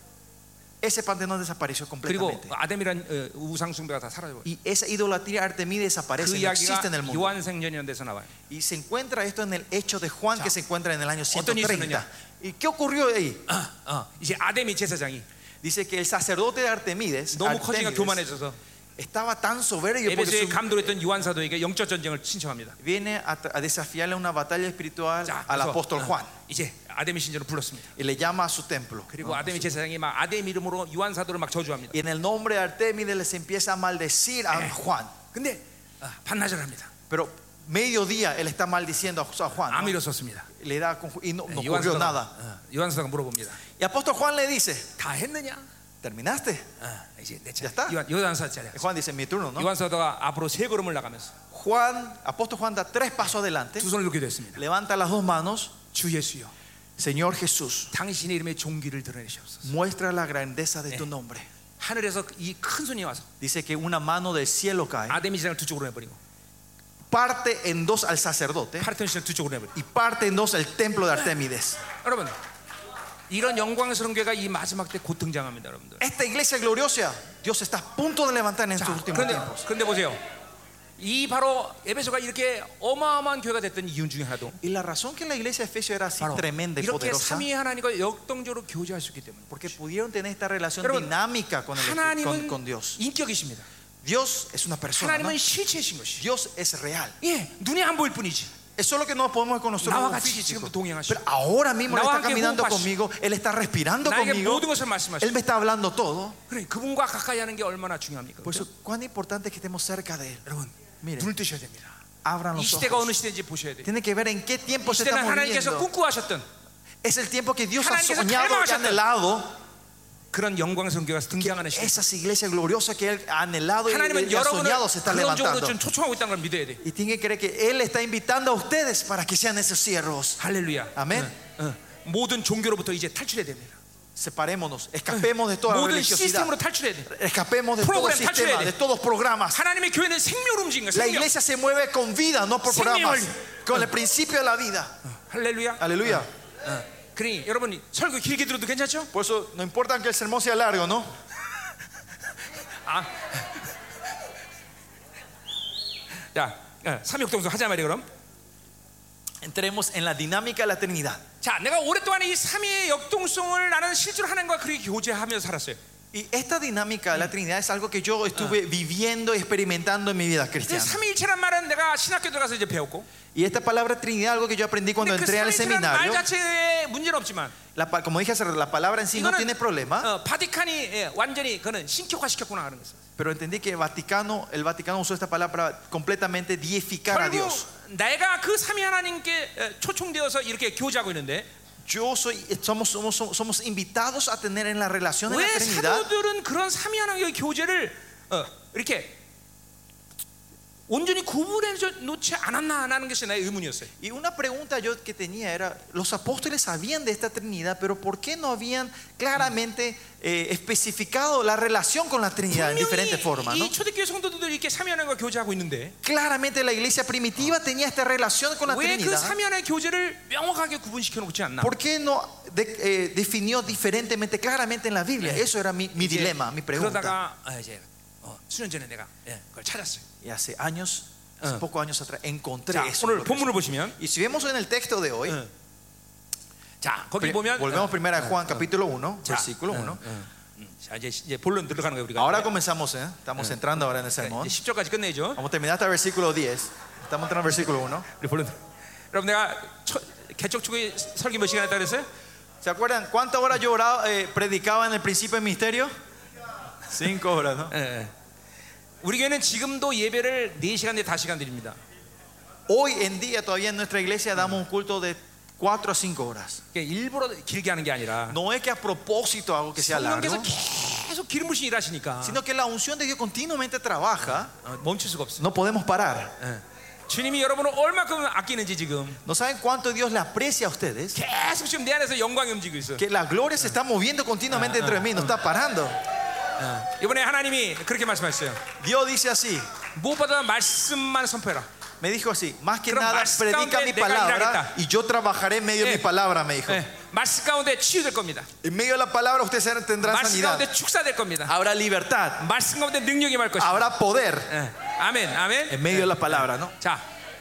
S2: Ese Pantenón desapareció
S1: 그리고
S2: completamente.
S1: 아데미란 어, 우상 숭배가 다 사라져 버려. 요
S2: Y esa idolatría de Artemides desaparece,
S1: 그
S2: no existe en el
S1: 이야기가
S2: mundo.
S1: 요한 생전이라는 데서 나와요.
S2: Y se encuentra esto en el hecho de Juan que se encuentra en el año
S1: 어떤 일이
S2: 130. ¿Y qué ocurrió ahí?
S1: 어, 어, 이제 아데미 제사장이
S2: Dice que el sacerdote de Artemides,
S1: 너무 커지니까
S2: Artemides,
S1: 교만해져서
S2: estaba tan soberbio porque
S1: 에베소에
S2: su-
S1: 감독했던 요한 사도에게 영적 전쟁을 신청합니다.
S2: viene a, tra- a desafiarle una batalla espiritual
S1: 자,
S2: al
S1: 그래서,
S2: apóstol
S1: 어,
S2: Juan
S1: 이제 아데미 신전을 불렀습니다.
S2: y le llama a su templo.
S1: 그리고 아데미 제사장이 막 아데미 이름으로 요한 사도를 막 저주합니다.
S2: Y en el nombre de Artemides les empieza a maldecir a Juan.
S1: 근데 어, 반나절 합니다.
S2: Pero mediodía él está maldiciendo a a Juan. ¿no?
S1: 암 일었었습니다.
S2: Le da conju- y no, no
S1: 요한
S2: ocurrió nada.
S1: 사도가 어, 요한 사도가 물어봅니다.
S2: Y apóstol Juan le dice,
S1: 다 했느냐?
S2: ¿terminaste?
S1: 어, 이제 내
S2: 됐다? 네,
S1: 차례. 요한 요한 사도 차례.
S2: Y Juan dice, mi turno, ¿no?
S1: 요한 사도가 앞으로 세 걸음을 나가면서
S2: Juan, apóstol Juan da tres pasos adelante,
S1: 두 손을 놓게 됐습니다.
S2: levanta las dos manos,
S1: 주 예수여,
S2: Señor Jesús,
S1: 당신의 이름의 종기를 드러내시옵소서.
S2: muestra la grandeza de tu nombre.
S1: 하늘에서 이 큰 손이 와서
S2: Dice que una mano del cielo cae,
S1: 아데미 제사장을 두 쪽으로 내버리고
S2: parte en dos al sacerdote 네.
S1: Ah. 파르테논 신을 두 쪽으로 내버리고.
S2: y parte en dos el templo de Artemides.
S1: 여러분, 이런 영광스러운 교회가 이 마지막 때 곧 등장합니다, 여러분들.
S2: Esta iglesia gloriosa, Dios está a punto de levantar en estos últimos
S1: 그런데
S2: tiempos.
S1: 그런데 보세요. 이 바로 에베소가 이렇게 어마어마한 교회가 됐던 이유 중에 하나도
S2: Y la razón que la iglesia de Efesios era así
S1: 바로 네,
S2: tremenda y
S1: 이렇게
S2: poderosa,
S1: 삼위 하나님과 역동적으로 교제할 수 있기 때문에
S2: porque pudieron tener esta relación
S1: 여러분,
S2: dinámica
S1: 그
S2: con, el, con,
S1: 하나님은
S2: con Dios.
S1: 인격이십니다.
S2: Dios es una persona, ¿no?
S1: 하나님은 실체이신 것이.
S2: Dios es real.
S1: 예, 눈에 안 보일 뿐이지.
S2: Es solo que no podemos conocer
S1: 나와
S2: un
S1: 같이
S2: físico.
S1: 지금 동행하시고.
S2: Pero ahora mismo Él
S1: 나와
S2: está
S1: 함께
S2: caminando
S1: 호흡하시고.
S2: conmigo, Él está respirando
S1: 나에게
S2: conmigo,
S1: 모든 것을
S2: Él
S1: 말씀하시고.
S2: me está hablando todo.
S1: 그래, 그분과 가까이 하는 게 얼마나 중요합니까?
S2: Por eso, cuán importante es que estemos cerca de Él.
S1: 여러분,
S2: Miren.
S1: 눈을 뜨셔야 됩니다.
S2: Abran
S1: 이
S2: los
S1: 시대가
S2: ojos.
S1: 어느 시대인지 보셔야 돼요.
S2: Tienen que ver en qué tiempo
S1: 이
S2: se
S1: 시대는
S2: está
S1: 하나님께서
S2: moviendo.
S1: 꿈꾸하셨던
S2: Es el tiempo que Dios ha
S1: 하나님께서
S2: soñado y
S1: 갈망하셨던-
S2: anhelado.
S1: 그런 영광스러운 교회가 등장하는 시대.
S2: Esas iglesias gloriosas que Él ha anhelado y,
S1: 하나님은
S2: y ha
S1: 여러분을
S2: soñado se están
S1: 그런 쪽으로
S2: levantando.
S1: 좀 초청하고 있다는 걸 믿어야 돼.
S2: Y tienen que creer que Él está invitando a ustedes para que sean esos siervos.
S1: 할렐루야.
S2: 아멘.
S1: 응, 응. 모든 종교로부터 이제 탈출해야 됩니다.
S2: Separémonos, escapemos de toda
S1: 모든
S2: religiosidad.
S1: 시스템으로 탈출해야 돼.
S2: Escapemos de todo
S1: 프로그램
S2: sistema,
S1: 탈출해야
S2: de
S1: 돼.
S2: todos programas.
S1: 하나님의 교회는 생명으로 움직인 거야.
S2: La
S1: 생명.
S2: iglesia se mueve con vida, no por
S1: Sin
S2: programas.
S1: miedo.
S2: Con el principio de la vida.
S1: 할렐루야.
S2: Aleluya.
S1: 응. 그러니 여러분 설교 길게 들어도 괜찮죠?
S2: Por eso no importa que el sermón sea largo, ¿no?
S1: 자, 응, 삼육동성 하자 말이야 그럼.
S2: Entremos en la dinámica de la Trinidad.
S1: 자, 내가 오랫동안 이 삼위의 역동성을 나는 실제로 하나님과 그렇게 교제하며 살았어요.
S2: Y esta dinámica de la Trinidad es algo que yo estuve viviendo y experimentando en mi vida
S1: 이제
S2: cristiana.
S1: 삼위일체란 말은 내가 신학교 들어가서 이제 배웠고.
S2: Y esta palabra Trinidad es algo que yo aprendí cuando
S1: 근데 그
S2: entré al
S1: 삼위일체란 말
S2: seminario.
S1: 자체에 문제는 없지만
S2: La pa- como dije, hace rato, la palabra en sí no Ah. tiene problema,
S1: 어, 바티칸이 예, 완전히 그는 신격화 시켰구나 하는 거죠.
S2: pero entendí que Vaticano, el Vaticano usó esta palabra completamente deificar a
S1: 결국
S2: Dios.
S1: 내가 그 삼위 하나님께 에, 초청되어서 이렇게 교제하고 있는데
S2: Yo soy, somos, somos, somos invitados a tener en la relación de la
S1: 왜
S2: Trinidad.
S1: 사도들은 그런 삼위 하나님의 교제를 어, 이렇게 온전히 구분해 놓지 않았나 하는 것이 나의 의문이었어요.
S2: Y una pregunta yo que tenía era, los apóstoles sabían de esta Trinidad, pero ¿por qué no habían claramente eh, especificado la relación con la Trinidad en diferentes formas?
S1: 분명히
S2: ¿no?
S1: 이 초대교회 성도들도 이렇게 삼위 하나님과 교제하고 있는데
S2: Claramente la iglesia primitiva tenía esta relación con la
S1: 왜 그
S2: Trinidad.
S1: 삼위 하나님의 교제를 명확하게 구분시켜 놓지 않나?
S2: ¿Por qué no de- eh, definió diferentemente, claramente en la Biblia?
S1: Eh,
S2: Eso era mi, mi
S1: 이제
S2: dilema, mi pregunta.
S1: 그러다가 아, 이제 어, 수년 전에 내가 예, 그걸 찾았어요.
S2: Y hace años, hace
S1: Ah.
S2: pocos años atrás, encontré
S1: 자,
S2: eso.
S1: 오늘 본문을 보시면
S2: Y si vemos en el texto de hoy,
S1: pues, Ah. pues, 자 거기
S2: pri-
S1: 보면
S2: volvemos
S1: 어,
S2: primero a Juan capítulo 1,
S1: 자,
S2: versículo
S1: 어,
S2: 1.
S1: 어, 음, 자 이제 이제 본론 들어가는 거예요 우리가.
S2: Ahora comenzamos, ¿eh? estamos entrando ahora en el
S1: 네,
S2: sermón.
S1: 이제 10절까지 끝내죠.
S2: Vamos a terminar hasta el versículo 10. Estamos entrando al versículo 1.
S1: 어, 우리 본론. 여러분 내가 첫- 개척 초기 설교 몇 시간 했다 그랬어요?
S2: ¿Se acuerdan cuántas horas yo oraba, eh, predicaba en el principio del misterio? Cinco horas, ¿no?
S1: 예, 예. 우리 교회는 지금도 예배를 4시간 내 5시간 드립니다.
S2: Hoy en día todavía en nuestra iglesia damos un culto de cuatro a cinco horas.
S1: 그러니까 일부러 길게 하는 게 아니라
S2: No es que a propósito hago que sea largo,
S1: 성령께서 계속 기름 부신 일하시니까
S2: sino que la unción de Dios continuamente trabaja.
S1: 어, 멈출 수가 없어요.
S2: No podemos parar.
S1: 예. 주님이 여러분을 얼마큼 아끼는지 지금
S2: ¿No saben cuánto Dios le aprecia a ustedes?
S1: 계속 지금 내 안에서 영광이 움직이고 있어요.
S2: Que la gloria se está moviendo continuamente entre mí, no está parando.
S1: 예. 이번에 하나님이 그렇게 말씀하셨어요.
S2: Dios dice así,
S1: 무엇보다 말씀만 선포해라.
S2: me dijo así, más que
S1: Pero
S2: nada
S1: más
S2: predica
S1: grande
S2: mi
S1: de
S2: palabra
S1: calidad.
S2: y yo trabajaré en medio de
S1: Eh.
S2: mi palabra, me dijo.
S1: 예, 말씀 가운데 치유될 겁니다.
S2: En medio de la palabra ustedes serán- tendrán
S1: 말씀
S2: sanidad.
S1: 가운데 축사될 겁니다.
S2: Habrá libertad,
S1: 말씀 가운데 능력이 말 것입니다.
S2: habrá poder
S1: 예, 아멘,
S2: en
S1: 아멘.
S2: medio de la palabra, ¿no?
S1: 자,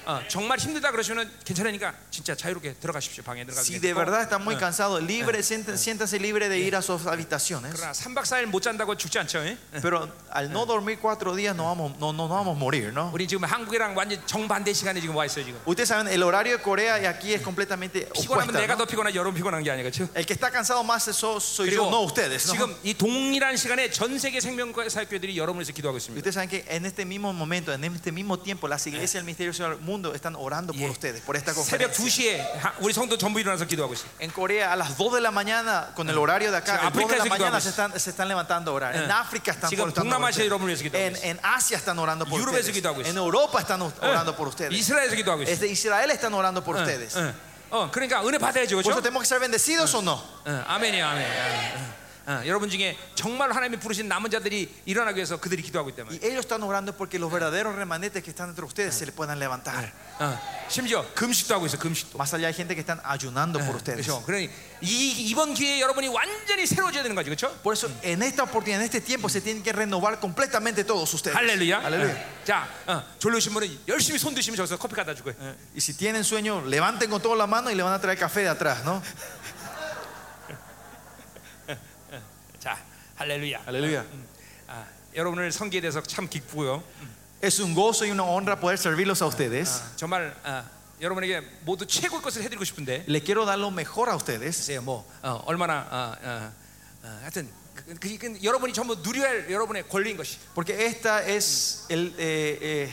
S1: 어, 정말 힘들다 그러시면 괜찮으니까 진짜 자유롭게 들어가십시오. 방에 들어가도
S2: Si de
S1: 되고.
S2: verdad están muy cansados,
S1: Eh.
S2: libre, sienten- siéntanse libre de ir a sus habitaciones.
S1: 그러나 어, 3박 4일 못 잔다고 죽지 않죠. 예?
S2: Pero al
S1: Eh.
S2: no dormir cuatro días no vamos, no, no, no vamos a morir, ¿no?
S1: 우리 지금 한국이랑 완전 정반대 시간에 지금 와 있어요 지금.
S2: Ustedes saben, el horario de Corea y aquí es completamente
S1: 피곤하면
S2: opuesta,
S1: 내가
S2: ¿no?
S1: 더 피곤하게 여러분 피곤한 게 아니야, 그렇죠?
S2: El que está cansado más so- soy yo,
S1: 그리고
S2: no ustedes. ¿no?
S1: 지금 이 동일한 시간에 전 세계 생명과 사역교회들이 여러분을 위해서 기도하고
S2: Y
S1: 있습니다.
S2: ustedes saben que en este mismo momento, en este mismo tiempo, las iglesias del misterio del mundo están orando por
S1: Yeah.
S2: ustedes, por esta
S1: 새벽
S2: conferencia.
S1: 2시에 하- 우리 성도 전부 일어나서 기도하고 있어요.
S2: En Corea a las 2 de la mañana, con el horario de
S1: Sí,
S2: acá, a las 2 de
S1: África
S2: la
S1: se
S2: mañana
S1: equivocamos.
S2: se están, se están levantando a orar. En
S1: Eh.
S2: África están,
S1: 지금
S2: están orando.
S1: 동남아시아 여러분을 위해서 기도하고
S2: En,
S1: 있어요.
S2: en Asia están orando por
S1: Europa se
S2: ustedes.
S1: equivocamos.
S2: En Europa están orando por ustedes.
S1: 예. 이스라엘에서 기도하고 있어요.
S2: Desde Israel están orando por
S1: 응,
S2: ustedes.
S1: 응. 어, 그러니까 은혜 받아야죠,
S2: Por eso
S1: 그렇죠? 예,
S2: tenemos que ser bendecidos o no.
S1: 아멘이요, 아멘. 응, 응. 어, 여러분 중에 정말 하나님이 부르신 남은 자들이 일어나기 위해서 그들이 기도하고 있다면
S2: Y ellos están orando porque los verdaderos remanentes que están entre ustedes se les puedan
S1: Ah.
S2: levantar.
S1: 어, 심지어 금식도 하고 있어 금식도
S2: Más allá hay gente que están ayunando
S1: Ah.
S2: por ustedes.
S1: 그렇죠 그러니 이, 이번 기회에 여러분이 완전히 새로워져야 되는 거죠 그렇죠
S2: Por eso, en esta oportunidad, en este tiempo, se tienen que renovar completamente todos ustedes.
S1: 할렐루야
S2: Aleluya.
S1: 어, 자 어, 졸려오신 분은 열심히 손 드시면 저기서 커피 갖다 주고요 예,
S2: Y si tienen sueño, levanten con toda la mano y le van a traer café de atrás, ¿no?
S1: 자 할렐루야
S2: Aleluya.
S1: 아, 여러분을 성기에 대해서 참 기쁘고요 음,
S2: Es un gozo y una honra poder servirlos a ustedes.
S1: 정말 어, 여러분에게 모두 최고의 것을 해드리고 싶은데
S2: Le quiero dar lo mejor a ustedes.
S1: 글쎄요 뭐 어, 얼마나 어, 어, 어, 하여튼 그, 그, 그, 여러분이 전부 누려야 할 여러분의 권리인 것이
S2: Porque esta es el, eh, eh,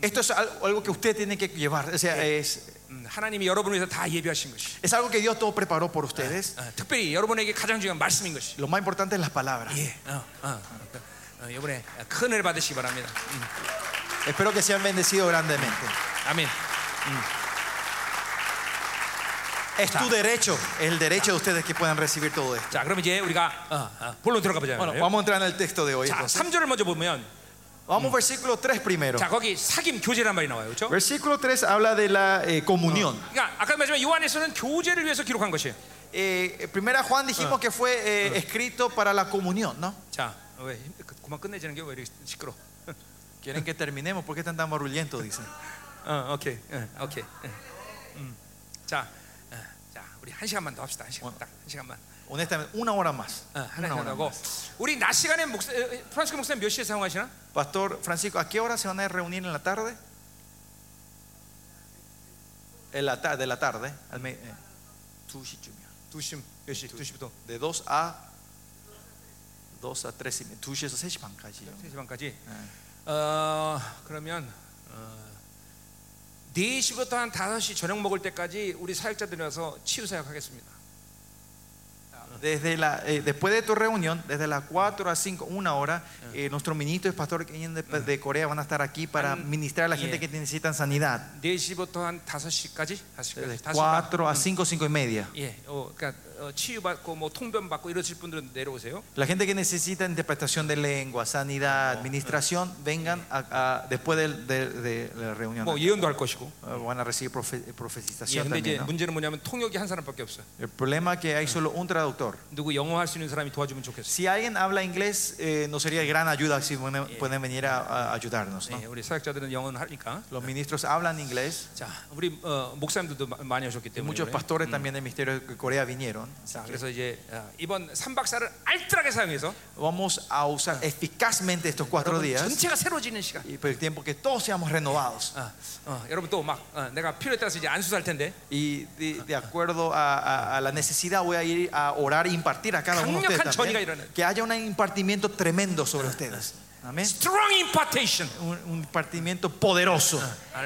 S2: esto es al- algo que usted tiene que llevar. O sea, es,
S1: 음, 하나님이 여러분을 위해서 다 예비하신 것이
S2: es algo que Dios todo preparó por ustedes.
S1: 어, 특별히 여러분에게 가장 중요한 말씀인 것이
S2: Lo más importante es las palabras.
S1: 예, 어, 어, 어, 이번에 큰 은혜 받으시기 바랍니다 음,
S2: Espero que sean bendecidos grandemente.
S1: 아멘
S2: Es tu derecho, es el derecho de ustedes que puedan recibir todo esto.
S1: 자 그럼 이제 우리가 어, 어, 본론 들어가 어. 보자
S2: Bueno,
S1: 말이에요.
S2: vamos a entrar en el texto de hoy.
S1: 자
S2: entonces.
S1: 3절을 먼저 보면
S2: Vamos al versículo 3 primero.
S1: 자 거기 사김 교제란 말이 나와요 그렇죠?
S2: Versículo 3 habla de la eh, comunión.
S1: 그러니까 아까 말씀한 요한에서는 교제를 위해서 기록한 것이에요
S2: Eh, primera Juan dijimos que fue eh, escrito para la comunión, ¿no?
S1: 자, 왜 힘- 그- 그만 끝내자는 게 왜 이렇게 시끄러?
S2: Quieren que terminemos porque están tan barullentos, dicen.
S1: 어, 오케이, 어, 오케이. 어, 음. 자, 어, 자, 우리 한 시간만 더 합시다. 한 시간 딱, 한 시간만.
S2: Honestamente, una hora más.
S1: 어, 한
S2: Una
S1: 시간
S2: hora
S1: 하고.
S2: más.
S1: 우리 낮 시간에 목사, 에, 에, 프란스코 목사님 몇 시에 사용하시나?
S2: Pastor Francisco, ¿a qué hora se van a reunir en la tarde? En la tarde, de la tarde. al me- eh,
S1: 두 시, 몇 시? 두 시부터
S2: De 2 a 2 a 3 y media. 2시에서 3시 반까지요.
S1: 세 시 반까지.
S2: Ah.
S1: 어, 그러면 어, 네 시부터 한 다섯 시 저녁 먹을 때까지 우리 사역자들이라서 치유 사역하겠습니다.
S2: Desde la, eh, después de tu reunión, desde las 4 a 5, una hora, eh, nuestro ministro y pastor que vienen de, de Corea van a estar aquí para
S1: Mm.
S2: ministrar a la gente
S1: Yeah.
S2: que necesitan sanidad.
S1: 네 시부터 한 다섯 시까지, 다섯
S2: Desde
S1: 시까지, 다섯 시 반.
S2: 4 a 5, 5 y media.
S1: 예, 어, 그러니까 어, 치유받고 뭐 통변 받고 이러실 분들은 내려오세요.
S2: La gente que necesita interpretación de lengua, sanidad, administración, vengan a- a- después del- de, de la reunión.
S1: 뭐 예언도 할 것이고.
S2: Eh, Van a recibir profe- eh,
S1: 예,
S2: profetización
S1: 근데 이제
S2: también. ¿no?
S1: 문제는 뭐냐면 통역이 한 사람밖에 없어.
S2: El problema es que hay solo un traductor.
S1: 누구 영어 할 수 있는 사람이 도와주면 좋겠어.
S2: Si alguien habla inglés, eh, nos sería de gran ayuda si pueden, pueden venir a, a ayudarnos. ¿no?
S1: 예, 우리 사역자들은 영어는 하니까.
S2: Los ministros hablan inglés.
S1: 자, 우리 어, 목사님들도 마- 많이 오셨기 때문에.
S2: Muchos
S1: 그래.
S2: pastores también del Ministerio de Corea vinieron. Así
S1: 자,
S2: que
S1: 그래서 이제 어, 이번 3박사를 알뜰하게 사용해서
S2: Vamos a usar eficazmente estos cuatro
S1: 여러분
S2: días
S1: 전체가 새로워지는 시간.
S2: y por el tiempo que todos seamos renovados.
S1: 어, 어, 여러분 또 막 내가 필요에 따라서 이제 안수할 텐데
S2: Y de, de acuerdo a, a- a la necesidad voy a ir a orar e impartir a cada uno de
S1: 강력한
S2: ustedes. también.
S1: 전이가 일어나요.
S2: que haya un impartimiento tremendo sobre ustedes. Amén.
S1: strong impartation.
S2: Un, un impartimiento poderoso.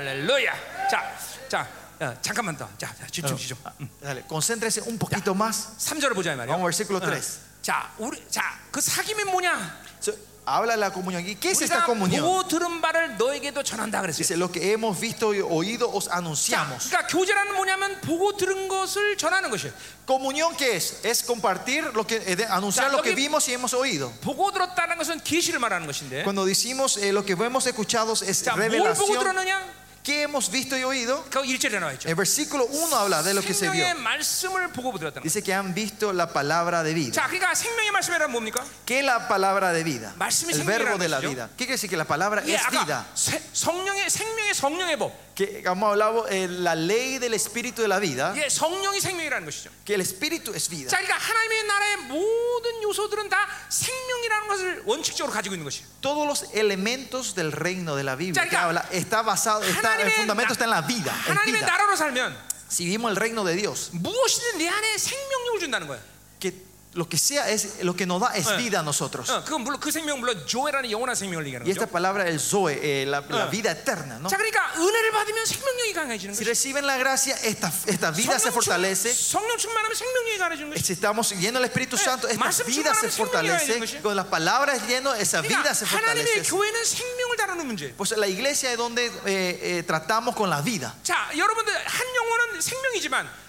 S1: 할렐루야. 자, 자, 어, 잠깐만 더. 자, 자, 집중 집중.
S2: Dale, concéntrese un poquito más.
S1: 3절을 보자 이 말이야.
S2: Vamos al versículo 3.
S1: 자, 우리 자, 그 사귐이 뭐냐?
S2: So, habla de la comunión. ¿Y qué es esta
S1: 우리가
S2: comunión?
S1: 보고 들은 바를 너에게도 전한다 그랬어요.
S2: Dice, lo que hemos visto y oído os
S1: 자,
S2: anunciamos.
S1: 그러니까 교제라는 뭐냐면 보고 들은 것을 전하는 것이에요.
S2: ¿Comunión qué es? Es compartir lo que eh, de- anunciar
S1: Ya,
S2: lo
S1: lo
S2: que
S1: que-
S2: vimos y hemos oído.
S1: 보고 들었다는 것은 계시를 말하는 것인데.
S2: Cuando decimos eh, lo que hemos escuchado es
S1: 자, 뭘 보고
S2: revelación.
S1: 들었느냐?
S2: ¿Qué hemos visto y oído?
S1: 그 1절에 나와 있죠.
S2: El versículo 1 habla de lo que se vio.
S1: 생명의 말씀을 보고 들었다는 거.
S2: Dice que han visto la palabra de vida.
S1: 자, 그러니까 생명의 말씀이란 뭡니까?
S2: ¿Qué es la palabra de vida?
S1: 말씀이
S2: El verbo de la
S1: 생명이라는
S2: vida. ¿Qué quiere decir que la palabra
S1: 예,
S2: es vida?
S1: 아까 세- 성령의 생명의 성령의 법.
S2: Que como hablaba eh, la ley del espíritu de la vida,
S1: 예, 성령이 생명이라는 것이죠.
S2: que el espíritu es vida.
S1: 자, 그러니까 하나님의 나라의 모든 요소들은 다 생명이라는 것을 원칙적으로 가지고 있는 것이에요.
S2: Todos los elementos del reino de la Biblia
S1: Ya,
S2: que
S1: ya.
S2: habla está basado, está, el
S1: 하나님의
S2: fundamento
S1: 나-
S2: está en la vida. en
S1: 하나님의
S2: vida.
S1: 나라로 살면
S2: Si vivimos el reino de Dios.
S1: 무엇이든 내 안에 생명력을 준다는 거야.
S2: que lo que sea es lo que nos da
S1: Ah,
S2: es vida a nosotros.
S1: 어, 그건 물론 그 생명 은 물론 조에라는 영원한 생명을 얘기하는
S2: Y
S1: 거죠.
S2: esta palabra el Zoe, eh, la, la
S1: Ah.
S2: vida eterna, ¿no?
S1: 자, 그러니까 은혜를 받으면 생명력이 강해지는
S2: Si
S1: 거죠.
S2: reciben la gracia, esta, esta vida se
S1: 성령 충-
S2: fortalece.
S1: 성령 충만하면 생명력이 강해지는 거죠.
S2: Si estamos llenos del Espíritu
S1: Eh,
S2: Santo, esta
S1: 말씀
S2: vida se
S1: 충만하면
S2: fortalece.
S1: 생명력이
S2: Con las palabras lleno, esa vida
S1: 그러니까
S2: se
S1: 하나님의
S2: fortalece.
S1: 교회는 생명을 다루는 문제.
S2: Pues la iglesia es donde eh, eh, tratamos con la vida.
S1: 자, 여러분들 한 영혼은 생명이지만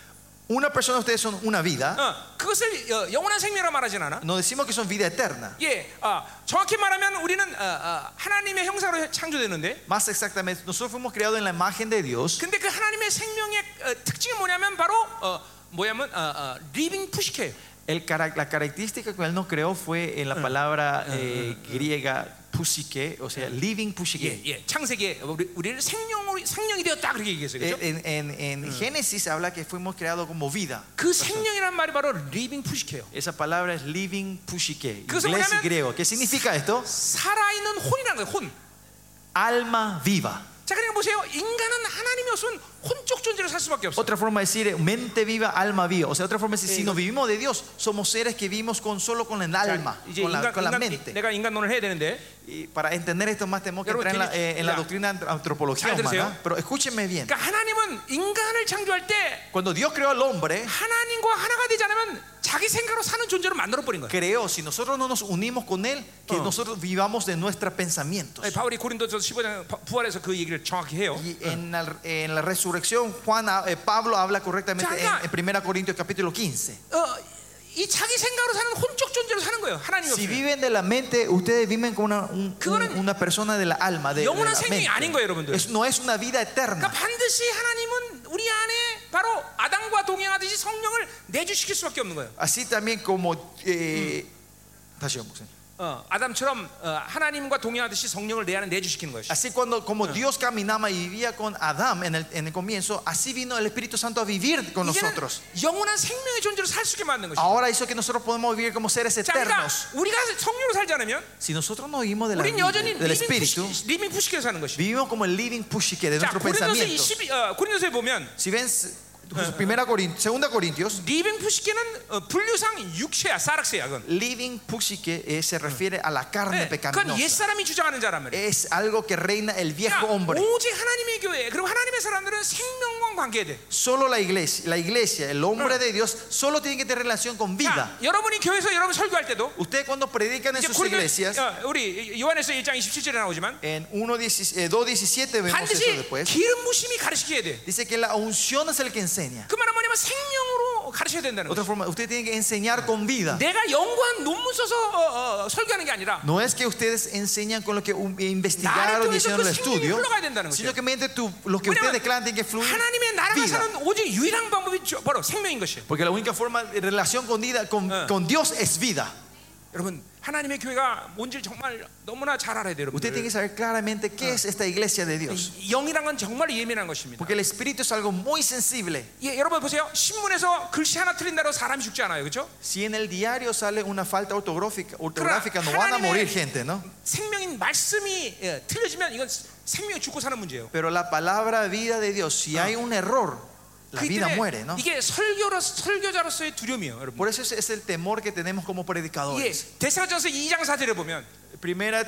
S2: Una persona ustedes son una vida.
S1: 어, 그것을 어, 영원한 생명이라 말하진 않아.
S2: No decimos que son vida eterna.
S1: 예, 아, 정확히 말하면 우리는 어, 어, 하나님의 형상으로 창조되는데,
S2: Más exactamente, nosotros fuimos creados en la imagen de Dios.
S1: 근데 그 하나님의 생명의 어, 특징이 뭐냐면 바로 어, 뭐냐면 어, 어, living push케예요.
S2: El cara- la característica que él nos creó fue
S1: Ah.
S2: en la palabra eh, griega pusike, o sea, living
S1: 예,
S2: pusike.
S1: 예, 창세기에 우리, 우리를 생명으로 생명이 되었다 그렇게 얘기했어요. 그죠?
S2: En, en-
S1: Ah.
S2: en Génesis habla que fuimos creados como vida.
S1: 그 생명이란 말이 바로 living push케예요.
S2: Esa palabra es living pushike,
S1: Que eso
S2: inglés
S1: significa-
S2: y griego. ¿Qué significa esto?
S1: 살아있는 혼이라는 거예요. 혼.
S2: Alma viva.
S1: 자, 그러니까 보세요. 인간은 하나님이 없으면 혼적 존재로 살 수밖에 없어요.
S2: Otra forma de decir eh, mente viva, alma viva. O sea, otra forma de decir, si
S1: Eh,
S2: nos vivimos de Dios, somos seres que vivimos con solo con el
S1: 자,
S2: alma,
S1: 이제
S2: con la,
S1: 인간,
S2: con la
S1: 인간,
S2: mente.
S1: 내가 인간론을 해야 되는데
S2: Y para entender esto más tenemos que
S1: Pero
S2: entrar en la,
S1: tiene-
S2: eh, en la
S1: ya.
S2: doctrina de antropología
S1: Chao,
S2: humana.
S1: Terceo.
S2: Pero escúchenme bien.
S1: 그러니까 하나님은 인간을 창조할 때
S2: Cuando Dios creó al hombre,
S1: 하나님과 하나가 되지 않으면 자기 생각으로 사는 존재로 만들어 버린 거예요.
S2: creó, si nosotros no nos unimos con Él, que
S1: Oh.
S2: nosotros vivamos de nuestros pensamientos.
S1: 예, 바울이 고린도서 15장 바- 부활에서 그 얘기를 정확히 해요.
S2: Y en la, en la resurrección, Juan, ha- eh, Pablo habla correctamente
S1: Chaca.
S2: en, en 1 Corintios capítulo 15.
S1: 어, 이 자기 생각으로 사는 혼적 존재로 사는 거예요. 하나님
S2: Si
S1: 없이
S2: viven de la mente, ustedes viven como una, un-
S1: 그거는
S2: un- una persona de la alma, de, de la
S1: 영원한 생명이 아닌
S2: mente.
S1: 거예요, 여러분들.
S2: Es- no es una vida eterna.
S1: 그러니까 반드시 하나님은 우리 안에 바로 아담과 동행하듯이 성령을 내주시킬 수밖에 없는 거예요.
S2: Así también como... eh, 다시 한번 보세요.
S1: 어, 아담처럼 어, 하나님과 동행하듯이 성령을 내 안에 내주시키는 것이.
S2: Así cuando como Dios caminaba y vivía con Adán en el, en el comienzo, así vino el Espíritu Santo a vivir con
S1: 이제는
S2: nosotros.
S1: 영원한 생명의 존재로 살 수 있게 만든 것이.
S2: Ahora hizo que nosotros podemos vivir como seres
S1: 자, 그러니까
S2: eternos.
S1: 우리가 성령으로 살지 않으면
S2: Si nosotros no vivimos de la
S1: 우리는
S2: vida,
S1: 여전히
S2: del
S1: 리빙
S2: Espíritu,
S1: 푸시- 리빙 푸시케로 사는 것이.
S2: vivimos como el living pushike de
S1: 자,
S2: nuestros
S1: 고린도서
S2: pensamientos.
S1: 20 어, 고린도서에 보면
S2: Si ven pues, primera Corintios, segunda Corintios,
S1: 리빙 푸시케는 어, 분류상 육체야, 사락세야, 그건.
S2: living pushike eh, se refiere a la carne
S1: 네, 그건 옛
S2: pecaminosa.
S1: 사람이 주장하는 자란 말이야.
S2: Es algo que reina el viejo
S1: 그러니까
S2: hombre.
S1: 오직 하나님의 교회 그리고 하나님의 사람들은 생명과 관계해야 돼.
S2: Solo la iglesia, la iglesia, el hombre de Dios, solo tiene que tener relación con vida.
S1: 자, 여러분이 교회에서 여러분 설교할 때도
S2: Ustedes cuando predican en
S1: 이제
S2: sus
S1: 고린도-
S2: iglesias,
S1: 어, 우리 요한에서 1장 27절에 나오지만
S2: en 1.17, eh, 2.17 vemos eso
S1: 반드시
S2: después.
S1: 기름 부심이 가르치게 돼요.
S2: Dice que la unción es el que enseña.
S1: 그 말은 뭐냐면 생명으로 가르쳐야 된다는 거예요.
S2: Otra forma, ustedes tienen que enseñar con vida.
S1: 내가 연구한 논문 써서 어, 어, 설교하는 게 아니라
S2: No es que ustedes enseñan con lo que um,
S1: Claro,
S2: investigaron
S1: tú
S2: y
S1: dices
S2: hicieron el
S1: que sí,
S2: estudio,
S1: 흘러가야 된다는
S2: sino
S1: 거죠.
S2: que mediante tu- lo que ustedes
S1: 왜냐면
S2: declaran tiene que fluir
S1: 하나님의 나라가
S2: vida.
S1: 사는 오직 유일한 방법이 저- 바로 생명인 것이에요.
S2: Porque la única forma de relación con, vida- con,
S1: Ah.
S2: con Dios es vida.
S1: 여러분 하나님의 교회가 뭔지 정말 너무나 잘 알아야 돼요.
S2: Usted tiene
S1: 여러분.
S2: que saber claramente
S1: Ah.
S2: qué es esta iglesia de Dios.
S1: 영이란 건 정말 예민한 것입니다.
S2: Porque el espíritu es algo muy sensible.
S1: 예, 여러분 보세요. 신문에서 글씨 하나 틀린다고 사람이 죽지 않아요, 그렇죠?
S2: Si en el diario sale una falta ortográfica, ortográfica no
S1: Claro,
S2: van a
S1: 하나님의-
S2: morir gente, ¿no?
S1: 생명인 말씀이 예, 틀려지면 이건 생명이 죽고 사는 문제예요.
S2: Pero la palabra vida de Dios,
S1: Ah.
S2: si hay un error, la
S1: 그렇기
S2: vida
S1: 때문에
S2: muere, ¿no?
S1: 이게 설교로 설교자로서의 두려움이에요, 여러분.
S2: Por eso es, es el temor que tenemos como
S1: 예,
S2: predicadores.
S1: 데살로니가서 2장 4절에 보면
S2: Primera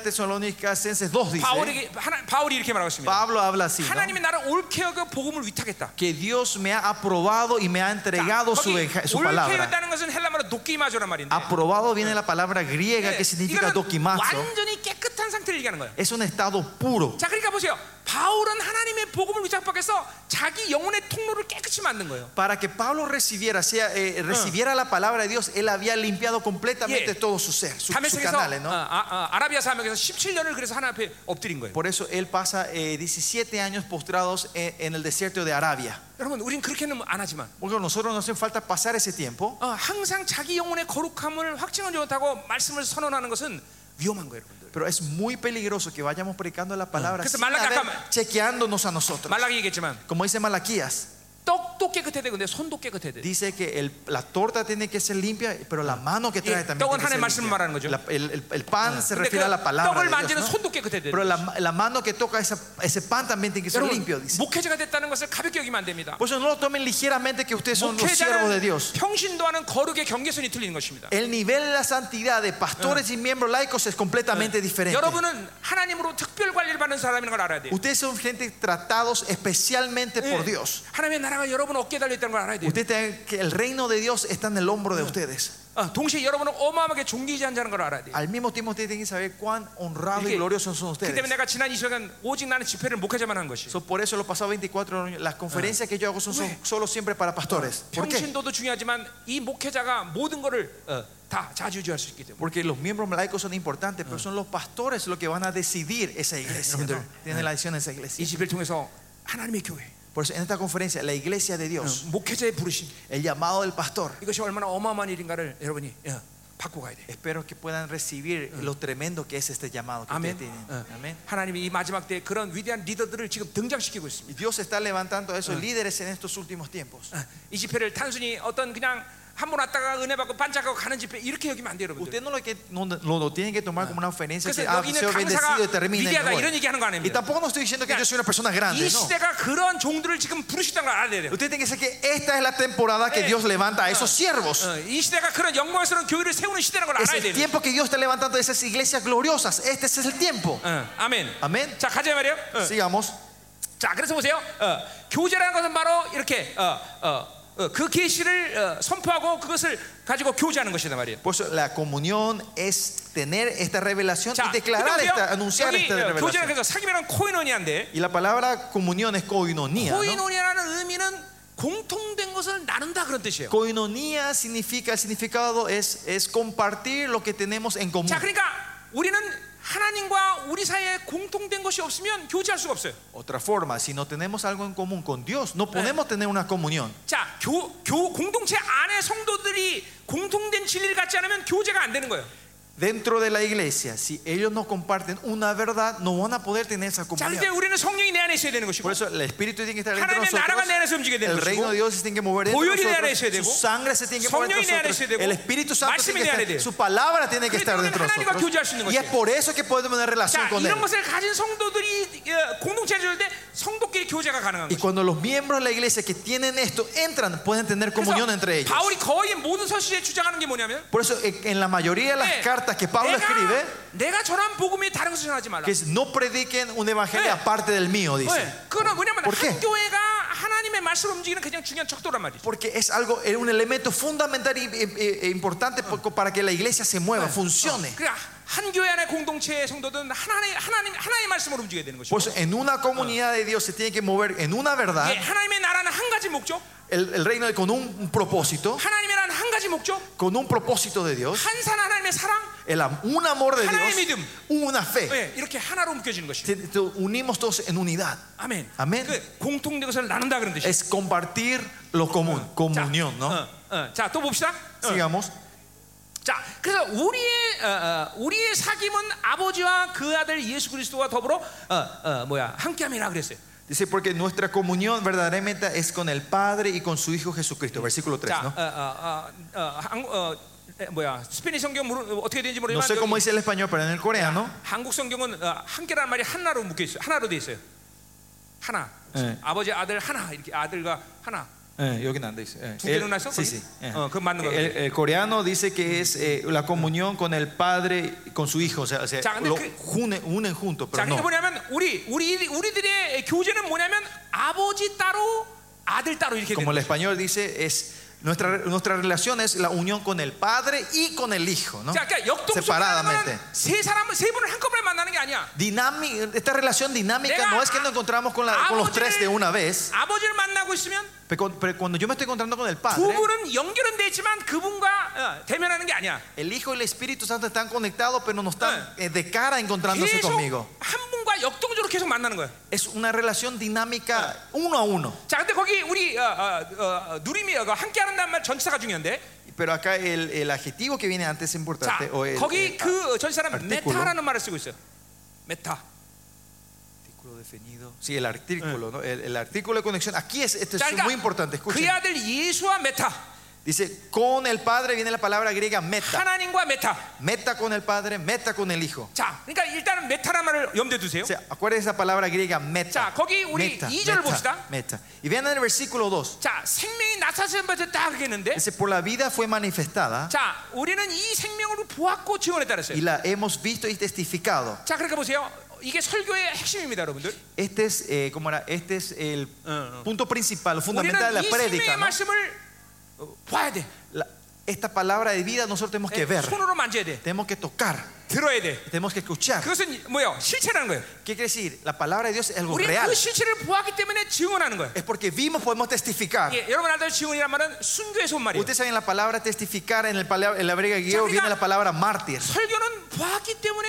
S2: Tesalonicenses 2 dice,
S1: 바울이 하나, 바울이 이렇게 말하고 있습니다.
S2: Pablo habla así, ¿no?
S1: 하나님이 나를 옳게 여겨 복음을 위탁했다.
S2: que Dios me ha aprobado y me ha
S1: 네,
S2: entregado su, eja- su
S1: 옳게
S2: palabra.
S1: 여겼다는 것은 헬라어로 도끼마조란 말인데.
S2: Aprobado viene la palabra griega
S1: 예,
S2: que significa
S1: 이거는
S2: dokimazo.
S1: 완전히 깨끗한 상태를 얘기하는 거예요.
S2: Es un estado puro.
S1: 자, 그러니까 보세요. 바울은 하나님의 복음을 위탁받아서 자기 영혼의 통로를 깨끗이 만든 거예요.
S2: Para que Pablo recibiera, sea, eh, recibiera la palabra de Dios, él había limpiado completamente
S1: Yeah.
S2: todo su ser, su- sus
S1: 다메섹에서
S2: canales, ¿no?
S1: 아, 아, 아, 라비아 사막에서 17년을 그래서 하나님 앞에 엎드린 거예요.
S2: Por eso él pasa eh, 17 años postrados en, en el desierto de Arabia.
S1: 여러분, 우린 그렇게는 뭐 안 하지만
S2: Porque a nosotros nos hace falta pasar ese tiempo.
S1: 어, 항상 자기 영혼의 거룩함을 확증하지 못하고 말씀을 선언하는 것은 위험한 거예요, 여러분들.
S2: Pero es muy peligroso que vayamos predicando la palabra
S1: Entonces,
S2: sin
S1: Malaca
S2: haber-
S1: acá-
S2: chequeándonos a nosotros.
S1: 말라기 얘기했지만
S2: Como dice Malaquías,
S1: 떡도 깨끗해야 되고 내 손도 깨끗해야 돼.
S2: dice que el- la torta tiene que ser limpia, pero la mano que trae
S1: Y
S2: también.
S1: 떡은
S2: tiene que
S1: 하나님의
S2: ser
S1: 말씀을 말하는 거죠.
S2: limpia. La- el, el- el pan se
S1: 근데 그
S2: refiere a la palabra.
S1: 떡을
S2: de Dios,
S1: 만지는
S2: ¿no?
S1: 손도 깨끗해야 돼.
S2: Pero la, la mano que toca esa- ese pan también tiene que ser
S1: 여러분,
S2: limpio, dice.
S1: 목회자가 됐다는 것을 가볍게 여기면 안 됩니다.
S2: Por eso no lo tomen ligeramente que ustedes son los siervos de
S1: 목회자는
S2: Dios.
S1: 평신도 네, 하는 거룩의 경계선이 틀리는 것입니다.
S2: El nivel de la santidad de pastores y miembros laicos es completamente
S1: 네,
S2: diferente.
S1: 여러분은 하나님으로 특별 관리를 받는 사람이라는 걸 알아야 돼요.
S2: Ustedes son gente tratados especialmente por Dios.
S1: 하나님의 나라가 여러분 어깨에 달려 있다는 걸 알아야 돼요.
S2: Usted tiene que el reino de Dios está en el hombro de ustedes.
S1: 어, 동시에 여러분은 어마어마하게 존귀지 않다는 걸 알아야 네. 돼요.
S2: Al mismo tiempo usted tiene que saber cuán honrado y
S1: 이게-
S2: gloriosos son
S1: 그 때문에
S2: ustedes.
S1: 내가 지난 이 시간 오직 나는 집회를 목회자만 한 것이.
S2: So, por eso los pasados 24 años, las conferencias que yo hago son, son solo siempre para
S1: Ah.
S2: pastores. ¿Por qué?
S1: 평신도도 중요하지만 이 목회자가 모든 것을 어, 다 자주주할 수 있기 때문에.
S2: Porque los miembros laicos son importantes, pero son los pastores los que van a decidir esa iglesia. ¿no?
S1: 여러분들,
S2: Tienen la decisión de esa
S1: 이
S2: iglesia.
S1: 집회를 통해서 하나님의 교회,
S2: Por eso en esta conferencia, la iglesia de Dios,
S1: 목회자의 부르심
S2: el llamado del pastor,
S1: 이것이 얼마나 어마어마한 일인가를 여러분이 어, 받고 가야 돼.
S2: espero que puedan recibir lo tremendo que es este llamado que
S1: 아멘.
S2: ustedes
S1: 어.
S2: tienen. Amén.
S1: 하나님이 이 마지막 때 그런 위대한 리더들을 지금 등장시키고 있습니다.
S2: Y Dios está levantando a esos líderes en estos últimos tiempos.
S1: 어, 이 집회를 단순히 어떤 그냥 한 번 왔다가 은혜 받고 반짝하고 가는 집회 이렇게 여기면 안 돼요, 여러분들.
S2: Usted no lo, que, no, no lo tiene que tomar como una ofensa que
S1: 그래서
S2: ah,
S1: 여기는
S2: soy bendecido y
S1: 강사가
S2: termina. Y, me
S1: 위대하다 이런
S2: voy.
S1: 얘기하는 거
S2: y
S1: 아닙니다.
S2: tampoco no estoy diciendo que yo soy una persona grande.
S1: 그러니까 이
S2: No.
S1: 시대가 그런 종들을 지금 부르시다는 걸 알아야 돼요.
S2: Usted tiene que saber que esta es la temporada que
S1: Eh.
S2: Dios levanta a esos siervos.
S1: 어, 이 시대가 그런 영광스러운 교회를 세우는 시대라는 걸
S2: Es
S1: 알아야
S2: el
S1: 돼요.
S2: tiempo que Dios está levantando a esas iglesias gloriosas. Este es el tiempo.
S1: 어, 아멘.
S2: 아멘.
S1: 자 가자 말이요. 어.
S2: Eh.
S1: 에
S2: Sigamos.
S1: 자 그래서 보세요. 어, 교제라는 것은 바로 이렇게 어, 어, 어, 그 계시를 어, 선포하고 그것을 가지고 교제하는 것이다 말이에요.
S2: Por eso Pues, la comunión es tener esta revelación
S1: 자,
S2: y declarar
S1: 근데 보세요.
S2: esta, anunciar
S1: 여기,
S2: esta
S1: 어, 교제는
S2: revelación.
S1: 그래서 사귀면 코이노니아인데
S2: Y la palabra comunión es coinonía. ¿no?
S1: 코이노니아라는 의미는 공통된 것을 나눈다 그런 뜻이에요.
S2: Coinonía significa, el significado es, es compartir lo que tenemos en común.
S1: 자 그러니까 우리는 하나님과 우리 사이에 공통된 것이 없으면 교제할 수가 없어요.
S2: Otra forma, si no tenemos algo en común con Dios, no podemos tener una comunión.
S1: 자, 교, 교 공동체 안에 성도들이 공통된 진리를 갖지 않으면 교제가 안 되는 거예요.
S2: Dentro de la iglesia, si ellos no comparten una verdad, no van a poder tener esa
S1: 자, 그때
S2: comunión.
S1: 우리는 성령이 내 안에 있어야 되는 것이고,
S2: Por eso el Espíritu tiene que estar dentro de
S1: 하나님의 나라가 내
S2: nosotros.
S1: 안에서 움직여야 되는
S2: El reino
S1: 것이고,
S2: de Dios se tiene que mover dentro
S1: 보혈이
S2: de
S1: 내 안에서 해야
S2: nosotros.
S1: 되고,
S2: Su sangre se tiene que mover
S1: 성령이 내 안에서
S2: dentro de
S1: 해야 되고,
S2: nosotros. El Espíritu Santo tiene
S1: 말씀이 내
S2: que
S1: 안에
S2: estar,
S1: 돼요.
S2: su palabra tiene que estar
S1: 그러니까
S2: dentro de
S1: 하나님과 교제할 수
S2: nosotros.
S1: 있는
S2: Y es
S1: 것이에요.
S2: por eso que podemos tener relación
S1: 자,
S2: con Él.
S1: 이런 것을 가진 성도들이 어, 공동체를 줄때 성도끼리 교제가 가능한
S2: Y
S1: 거예요.
S2: cuando los miembros de la iglesia que tienen esto entran, pueden tener comunión
S1: 그래서
S2: entre ellos.
S1: 뭐 바울이 거의 모든 서신에 주장하는 게 뭐냐면,
S2: Por eso en en la mayoría de las
S1: 네,
S2: cartas que Pablo escribe,
S1: 내가, 내가 전한 복음이 다른 것을 전하지 말라.
S2: que es, no prediquen un evangelio
S1: 네.
S2: aparte del mío, dice.
S1: 네, 그건 뭐냐면
S2: ¿Por qué?
S1: 한 교회가 하나님의 말씀을 움직이는 그냥 중요한 척도란 말이죠.
S2: Porque es algo, es un elemento fundamental y- y- e importante por- para que la iglesia se mueva, funcione.
S1: 그러니까 한 교회 안에 공동체의 성도들은 하나님 하나님 하나의 말씀으로 움직여야 되는 것이고
S2: Por eso Pues en una comunidad de Dios se tiene que mover en una verdad,
S1: 예, ha나님의 나라는 한 가지 목적,
S2: el, el reino de- con un propósito,
S1: 하나님의 나라는 한 가지 목적,
S2: con un propósito de Dios,
S1: 한산 하나님의 사랑,
S2: el, am- un amor de
S1: 하나의
S2: Dios,
S1: 믿음.
S2: una fe.
S1: 예, 이렇게 하나로 묶여지는 것이.
S2: Te- te Unimos todos en unidad.
S1: 네. 아멘.
S2: 아멘.
S1: 그 공통된 것을 나눈다 그런 뜻이.
S2: Es compartir lo común, comunión,
S1: Ah.
S2: ¿no?
S1: 어, 자, 또 봅시다. 어.
S2: Sigamos.
S1: 자, 그래서 우리의 어, 어, 우리의 사귐은 아버지와 그 아들 예수 그리스도와 더불어 어, 어, 뭐야 함께함이라 그랬어요.
S2: Dice, porque nuestra comunión verdaderamente es con el Padre y con su Hijo Jesucristo. Versículo 3,
S1: 자,
S2: ¿no?
S1: 어, 어, 어, 어, 한- 어, 에, 뭐야 스페인 성경 모르- 어떻게 되는지
S2: No
S1: 모르지만
S2: sé cómo
S1: 여기
S2: dice el español, pero en el coreano.
S1: 한국 성경은 어, 한계란 말이 하나로 묶여 있어요. 하나로 돼 있어요. 하나.
S2: 네.
S1: 아버지 아들 하나 이렇게 아들과 하나.
S2: Eh, 여기 안 dice, eh.
S1: 두 개로
S2: El-
S1: 나서
S2: sí,
S1: 거기?
S2: sí, eh.
S1: 어, 그건 맞는 거
S2: El, el coreano dice que es eh, la comunión con el Padre, y con su Hijo. O sea, o sea,
S1: 자, 근데
S2: lo
S1: 그-
S2: une- unen juntos,
S1: 자, 그게
S2: pero no.
S1: 뭐냐면 우리 우리 우리들의 교제는 뭐냐면 아버지 따로 아들 따로 이렇게 되는
S2: Como el
S1: 거예요.
S2: español dice, es nuestra, nuestra relación es la unión con el Padre y con el Hijo, ¿no?
S1: 자, 그러니까 역동성이라는
S2: Separadamente.
S1: 거는 세 사람 세 분을 한꺼번에 만나는 게 아니야.
S2: Dinámi- esta relación dinámica
S1: Venga,
S2: no es que nos encontramos con, la- con los tres de una vez,
S1: 아버지를 만나고 있으면
S2: pero con- pero cuando yo me estoy encontrando con el
S1: 두
S2: Padre.
S1: 분은 연결은 돼 있지만 그분과 어, 대면하는 게 아니야.
S2: El Hijo y el Espíritu Santo están conectados, pero no están eh, de cara encontrándose
S1: 계속
S2: conmigo.
S1: 한 분과 역동적으로 계속 만나는 거야.
S2: Es una relación dinámica uno a uno.
S1: 자, 근데 거기 우리 어, 어, 어, 누림이 어, 함께하는다는 말 전치사가 중요한데.
S2: Pero acá el, el adjetivo que viene antes es
S1: 자,
S2: importante. o el- ah,
S1: 거기
S2: el
S1: 그 전사람
S2: artículo.
S1: 메타라는 말을 쓰고 있어요. 메타.
S2: artículo definido. Sí, el artículo, ¿no? el, el artículo de conexión. Aquí es, esto es
S1: 자, 그러니까
S2: muy importante.
S1: 그의
S2: Escuchen.
S1: 아들 예수와 메타,
S2: Dice, con el Padre viene la palabra griega meta.
S1: 하나님과 메타.
S2: Meta con el Padre, meta con el Hijo.
S1: 자, 그러니까 일단은 메타라는 말을 염두에 두세요.
S2: O sea, acuérdense esa palabra griega
S1: 자,
S2: meta.
S1: 거기 우리
S2: Meta,
S1: 이 절을
S2: meta,
S1: 봅시다.
S2: meta. Y vean en el versículo 2.
S1: 자, 생명이 나타나신 바에 딱 하겠는데.
S2: Dice, por la vida fue manifestada
S1: 자, 우리는 이 생명으로 보았고 증언했다
S2: y
S1: 그랬어요.
S2: la hemos visto y testificado.
S1: 자, 그러니까 보세요. 이게 설교의 핵심입니다, 여러분들.
S2: Este es, eh, ¿cómo era? Este es el
S1: 어, 어.
S2: punto principal, fundamental
S1: 우리는
S2: de
S1: 이
S2: la
S1: 생명의
S2: prédica. ¿no?
S1: 말씀을 어, 봐야 돼. 예,
S2: La- esta palabra de vida nosotros tenemos
S1: Eh,
S2: que ver,
S1: 손으로 만져야 돼.
S2: tenemos que tocar,
S1: 들어야 돼.
S2: tenemos que escuchar.
S1: 그것은 뭐요? 실체라는 거예요.
S2: ¿Qué quiere decir? La palabra de Dios es algo
S1: 우리는
S2: real.
S1: 그 실체를 보았기 때문에 증언하는 거예요.
S2: Es porque vimos, podemos testificar.
S1: 예, 여러분 알다시피 증언이란 말은 순교의 손말이에요.
S2: Ustedes saben la palabra testificar en, el pala- en la hebrea griego
S1: Sabiga-
S2: viene la palabra mártir.
S1: 설교는 보았기 때문에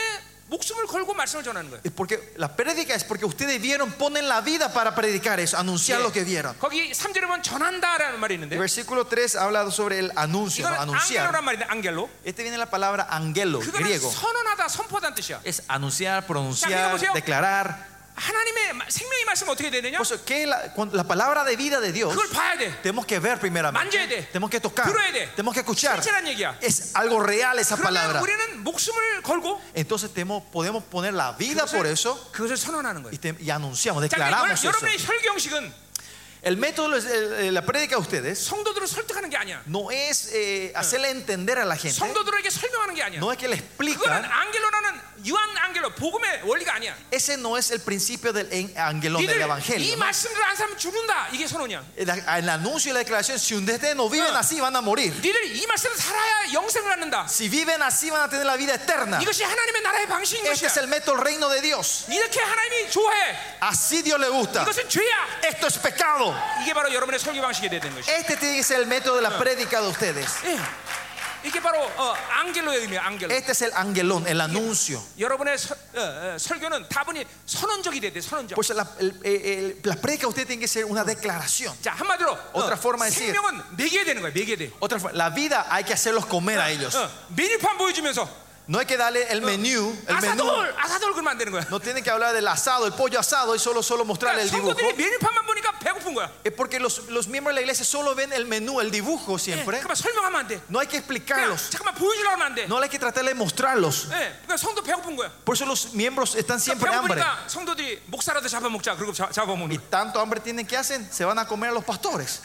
S1: 목숨을 걸고 말씀을 전하는 거예요.
S2: Es porque la prédica es porque ustedes vieron, ponen la vida para predicar eso, anunciar
S1: 예.
S2: lo que vieron.
S1: 거기 3절에 보면 전한다라는 말이
S2: El
S1: 있는데
S2: versículo 3 habla sobre el anuncio, ¿no?
S1: 이거는
S2: anunciar.
S1: 안겔로란 말인데 안겔로.
S2: Este viene la palabra angelo,
S1: 그거는
S2: griego.
S1: 선언하다 선포하다는 뜻이야.
S2: Es anunciar, pronunciar,
S1: 보세요.
S2: declarar.
S1: 하나님의 마- 생명의 말씀 어떻게 해야 되느냐?
S2: Por eso, ¿qué es la, cuando- la palabra de vida de Dios
S1: 그걸 봐야 돼.
S2: tenemos que ver
S1: Man져야 돼.
S2: primeramente. Tenemos que tocar.
S1: 들어야 돼.
S2: Tenemos que escuchar.
S1: 실체란 얘기야.
S2: Es algo real esa
S1: 그러면
S2: palabra.
S1: 우리는 목숨을 걸고
S2: Entonces tenemos- podemos poner la vida por eso
S1: 그것을, 그것을 선언하는
S2: y,
S1: 거예요.
S2: te- y anunciamos,
S1: 자, 그러니까
S2: declaramos
S1: 여러-
S2: eso.
S1: 여러분의 혈경식은
S2: El método, es- el- el- la prédica de ustedes
S1: 성도들을 설득하는 게 아니야.
S2: no es eh, hacerle entender a la gente,
S1: 성도들에게 설명하는 게 아니야.
S2: no es que le
S1: 네. 그거는
S2: explican.
S1: 안gel로라는 유한 안gel로 복음의 원리가 아니야.
S2: Ese no es el principio del en- angelón del
S1: 니들 이
S2: evangelio. ¿no?
S1: 말씀을 안 사면 죽는다. 이게 선언이야.
S2: El, el anuncio y la declaración: si ustedes no viven
S1: Ah.
S2: así, van a morir.
S1: 니들 이 말씀을 살아야 영생을 얻는다.
S2: Si viven así, van a tener la vida eterna.
S1: 이것이 하나님의 나라의 방식인
S2: Este
S1: 것이야.
S2: es el método, el reino de Dios.
S1: 이렇게 하나님이 좋아해.
S2: Así Dios le gusta.
S1: 이것은 죄야.
S2: Esto es pecado.
S1: 이게 바로 여러분의 설교 방식이 되야 되는 것이야.
S2: Este tiene que ser el método de la prédica de ustedes.
S1: 예. 이게 바로 어, 안gel로의 의미야. 안gel로.
S2: Este es el angelón, el anuncio.
S1: 여러분의 서- 어, 어, 설교는 다분히 선언적이 돼야 돼. 선언적.
S2: Pues la, el- el- la prédica de ustedes tiene que ser una declaración.
S1: 자 한마디로 어,
S2: Otra forma de decir.
S1: 생명은 매개야 되는 거야. 매개 돼.
S2: Otra forma, la vida hay que hacerlos comer a ellos.
S1: 어, 메뉴판 보여주면서 어,
S2: No hay que darle el menú, el menú.
S1: 아사돌 아사돌 그러면 안 되는 거야.
S2: No tienen que hablar del asado, el pollo asado y solo, solo mostrarle
S1: 그러니까
S2: el dibujo.
S1: 성도들이 메뉴판만 보니까 배고픈 거야.
S2: Es porque los, los miembros de la iglesia solo ven el menú, el dibujo siempre.
S1: 그만 그러니까 설명하면 안 돼.
S2: No hay que
S1: 그냥
S2: explicarlos.
S1: 잠깐만 보여주려고 하면 안 돼.
S2: No hay que tratar de mostrarlos.
S1: 예, 그러니까 성도 배고픈 거야.
S2: Por eso los miembros están siempre
S1: 그러니까
S2: hambre.
S1: 배고프니까 성도들이 목사라도 잡아먹자. 그리고 잡-
S2: Y
S1: 잡아먹는 거야.
S2: tanto hambre tienen que hacen, se van a comer a los pastores.